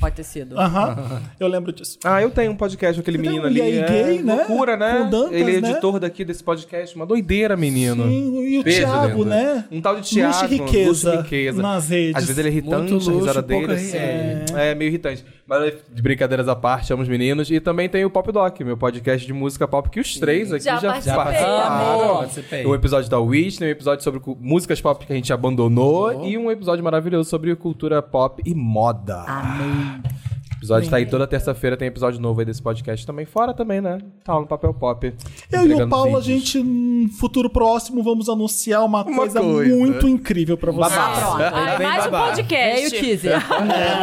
[SPEAKER 5] Pode ter sido.
[SPEAKER 1] Aham, eu lembro disso.
[SPEAKER 3] Ah, eu tenho um podcast com aquele
[SPEAKER 1] Você tem
[SPEAKER 3] menino
[SPEAKER 1] um
[SPEAKER 3] ali.
[SPEAKER 1] gay
[SPEAKER 3] é,
[SPEAKER 1] gay, né?
[SPEAKER 3] Loucura, né?
[SPEAKER 1] Com o Dantas,
[SPEAKER 3] Ele é
[SPEAKER 1] né?
[SPEAKER 3] editor daqui desse podcast. Uma doideira, menino.
[SPEAKER 1] Sim, e o
[SPEAKER 3] Beijo,
[SPEAKER 1] Thiago,
[SPEAKER 3] Leandro.
[SPEAKER 1] né?
[SPEAKER 3] Um tal de
[SPEAKER 1] Não
[SPEAKER 3] Thiago.
[SPEAKER 1] enche riqueza,
[SPEAKER 3] luxo de riqueza.
[SPEAKER 1] nas redes.
[SPEAKER 3] Às vezes ele é irritante,
[SPEAKER 4] Muito
[SPEAKER 3] a risada
[SPEAKER 4] luxo, pouca
[SPEAKER 3] dele, assim. É.
[SPEAKER 4] riqueza.
[SPEAKER 3] meio irritante. Mas de brincadeiras à parte, amo os meninos. E também tem o Pop Doc, meu podcast de música pop, que os três aqui já,
[SPEAKER 6] Já participei,
[SPEAKER 3] participaram.
[SPEAKER 5] amor.
[SPEAKER 4] Participei.
[SPEAKER 3] Um episódio da Whitney, um episódio sobre cu- músicas pop que a gente abandonou e um episódio maravilhoso sobre cultura pop e moda.
[SPEAKER 5] Amei.
[SPEAKER 3] O episódio tá aí toda terça-feira, tem episódio novo aí desse podcast também. Fora também, né? Tá lá no Papel Pop.
[SPEAKER 1] Eu e o
[SPEAKER 3] entregando
[SPEAKER 1] Paulo, a
[SPEAKER 3] vídeos.
[SPEAKER 1] gente, no futuro próximo, vamos anunciar uma, coisa,
[SPEAKER 3] coisa.
[SPEAKER 1] muito incrível pra vocês.
[SPEAKER 5] Ah, pronto.
[SPEAKER 6] Ai,
[SPEAKER 4] vem
[SPEAKER 6] mais um
[SPEAKER 4] babado.
[SPEAKER 5] Veio É, o
[SPEAKER 6] podcast.
[SPEAKER 5] teaser.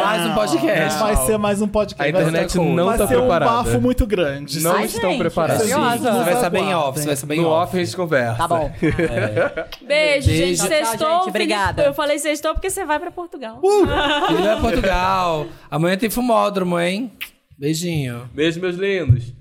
[SPEAKER 4] Mais um podcast.
[SPEAKER 1] Vai ser mais um
[SPEAKER 3] A
[SPEAKER 1] podcast. Vai ser-
[SPEAKER 3] internet não
[SPEAKER 1] vai
[SPEAKER 3] tá
[SPEAKER 1] ser um
[SPEAKER 3] preparada.
[SPEAKER 1] bafo muito grande.
[SPEAKER 3] Não
[SPEAKER 5] Ai,
[SPEAKER 3] estão
[SPEAKER 5] gente,
[SPEAKER 3] preparados.
[SPEAKER 1] curiosa.
[SPEAKER 4] Sim, Você vai
[SPEAKER 1] Nos
[SPEAKER 4] saber em off,
[SPEAKER 1] aguardem.
[SPEAKER 4] você vai saber em
[SPEAKER 3] No
[SPEAKER 4] off.
[SPEAKER 3] off a gente conversa.
[SPEAKER 5] Tá bom.
[SPEAKER 6] Beijo, gente.
[SPEAKER 5] Tchau, tchau,
[SPEAKER 6] Sextou.
[SPEAKER 5] gente.
[SPEAKER 6] Felipe-
[SPEAKER 5] Obrigada.
[SPEAKER 6] Eu falei sextou porque você vai pra Portugal.
[SPEAKER 4] é Ele vai a Portugal. Amanhã tem fumódromo, hein? Beijinho.
[SPEAKER 3] Beijo, meus lindos.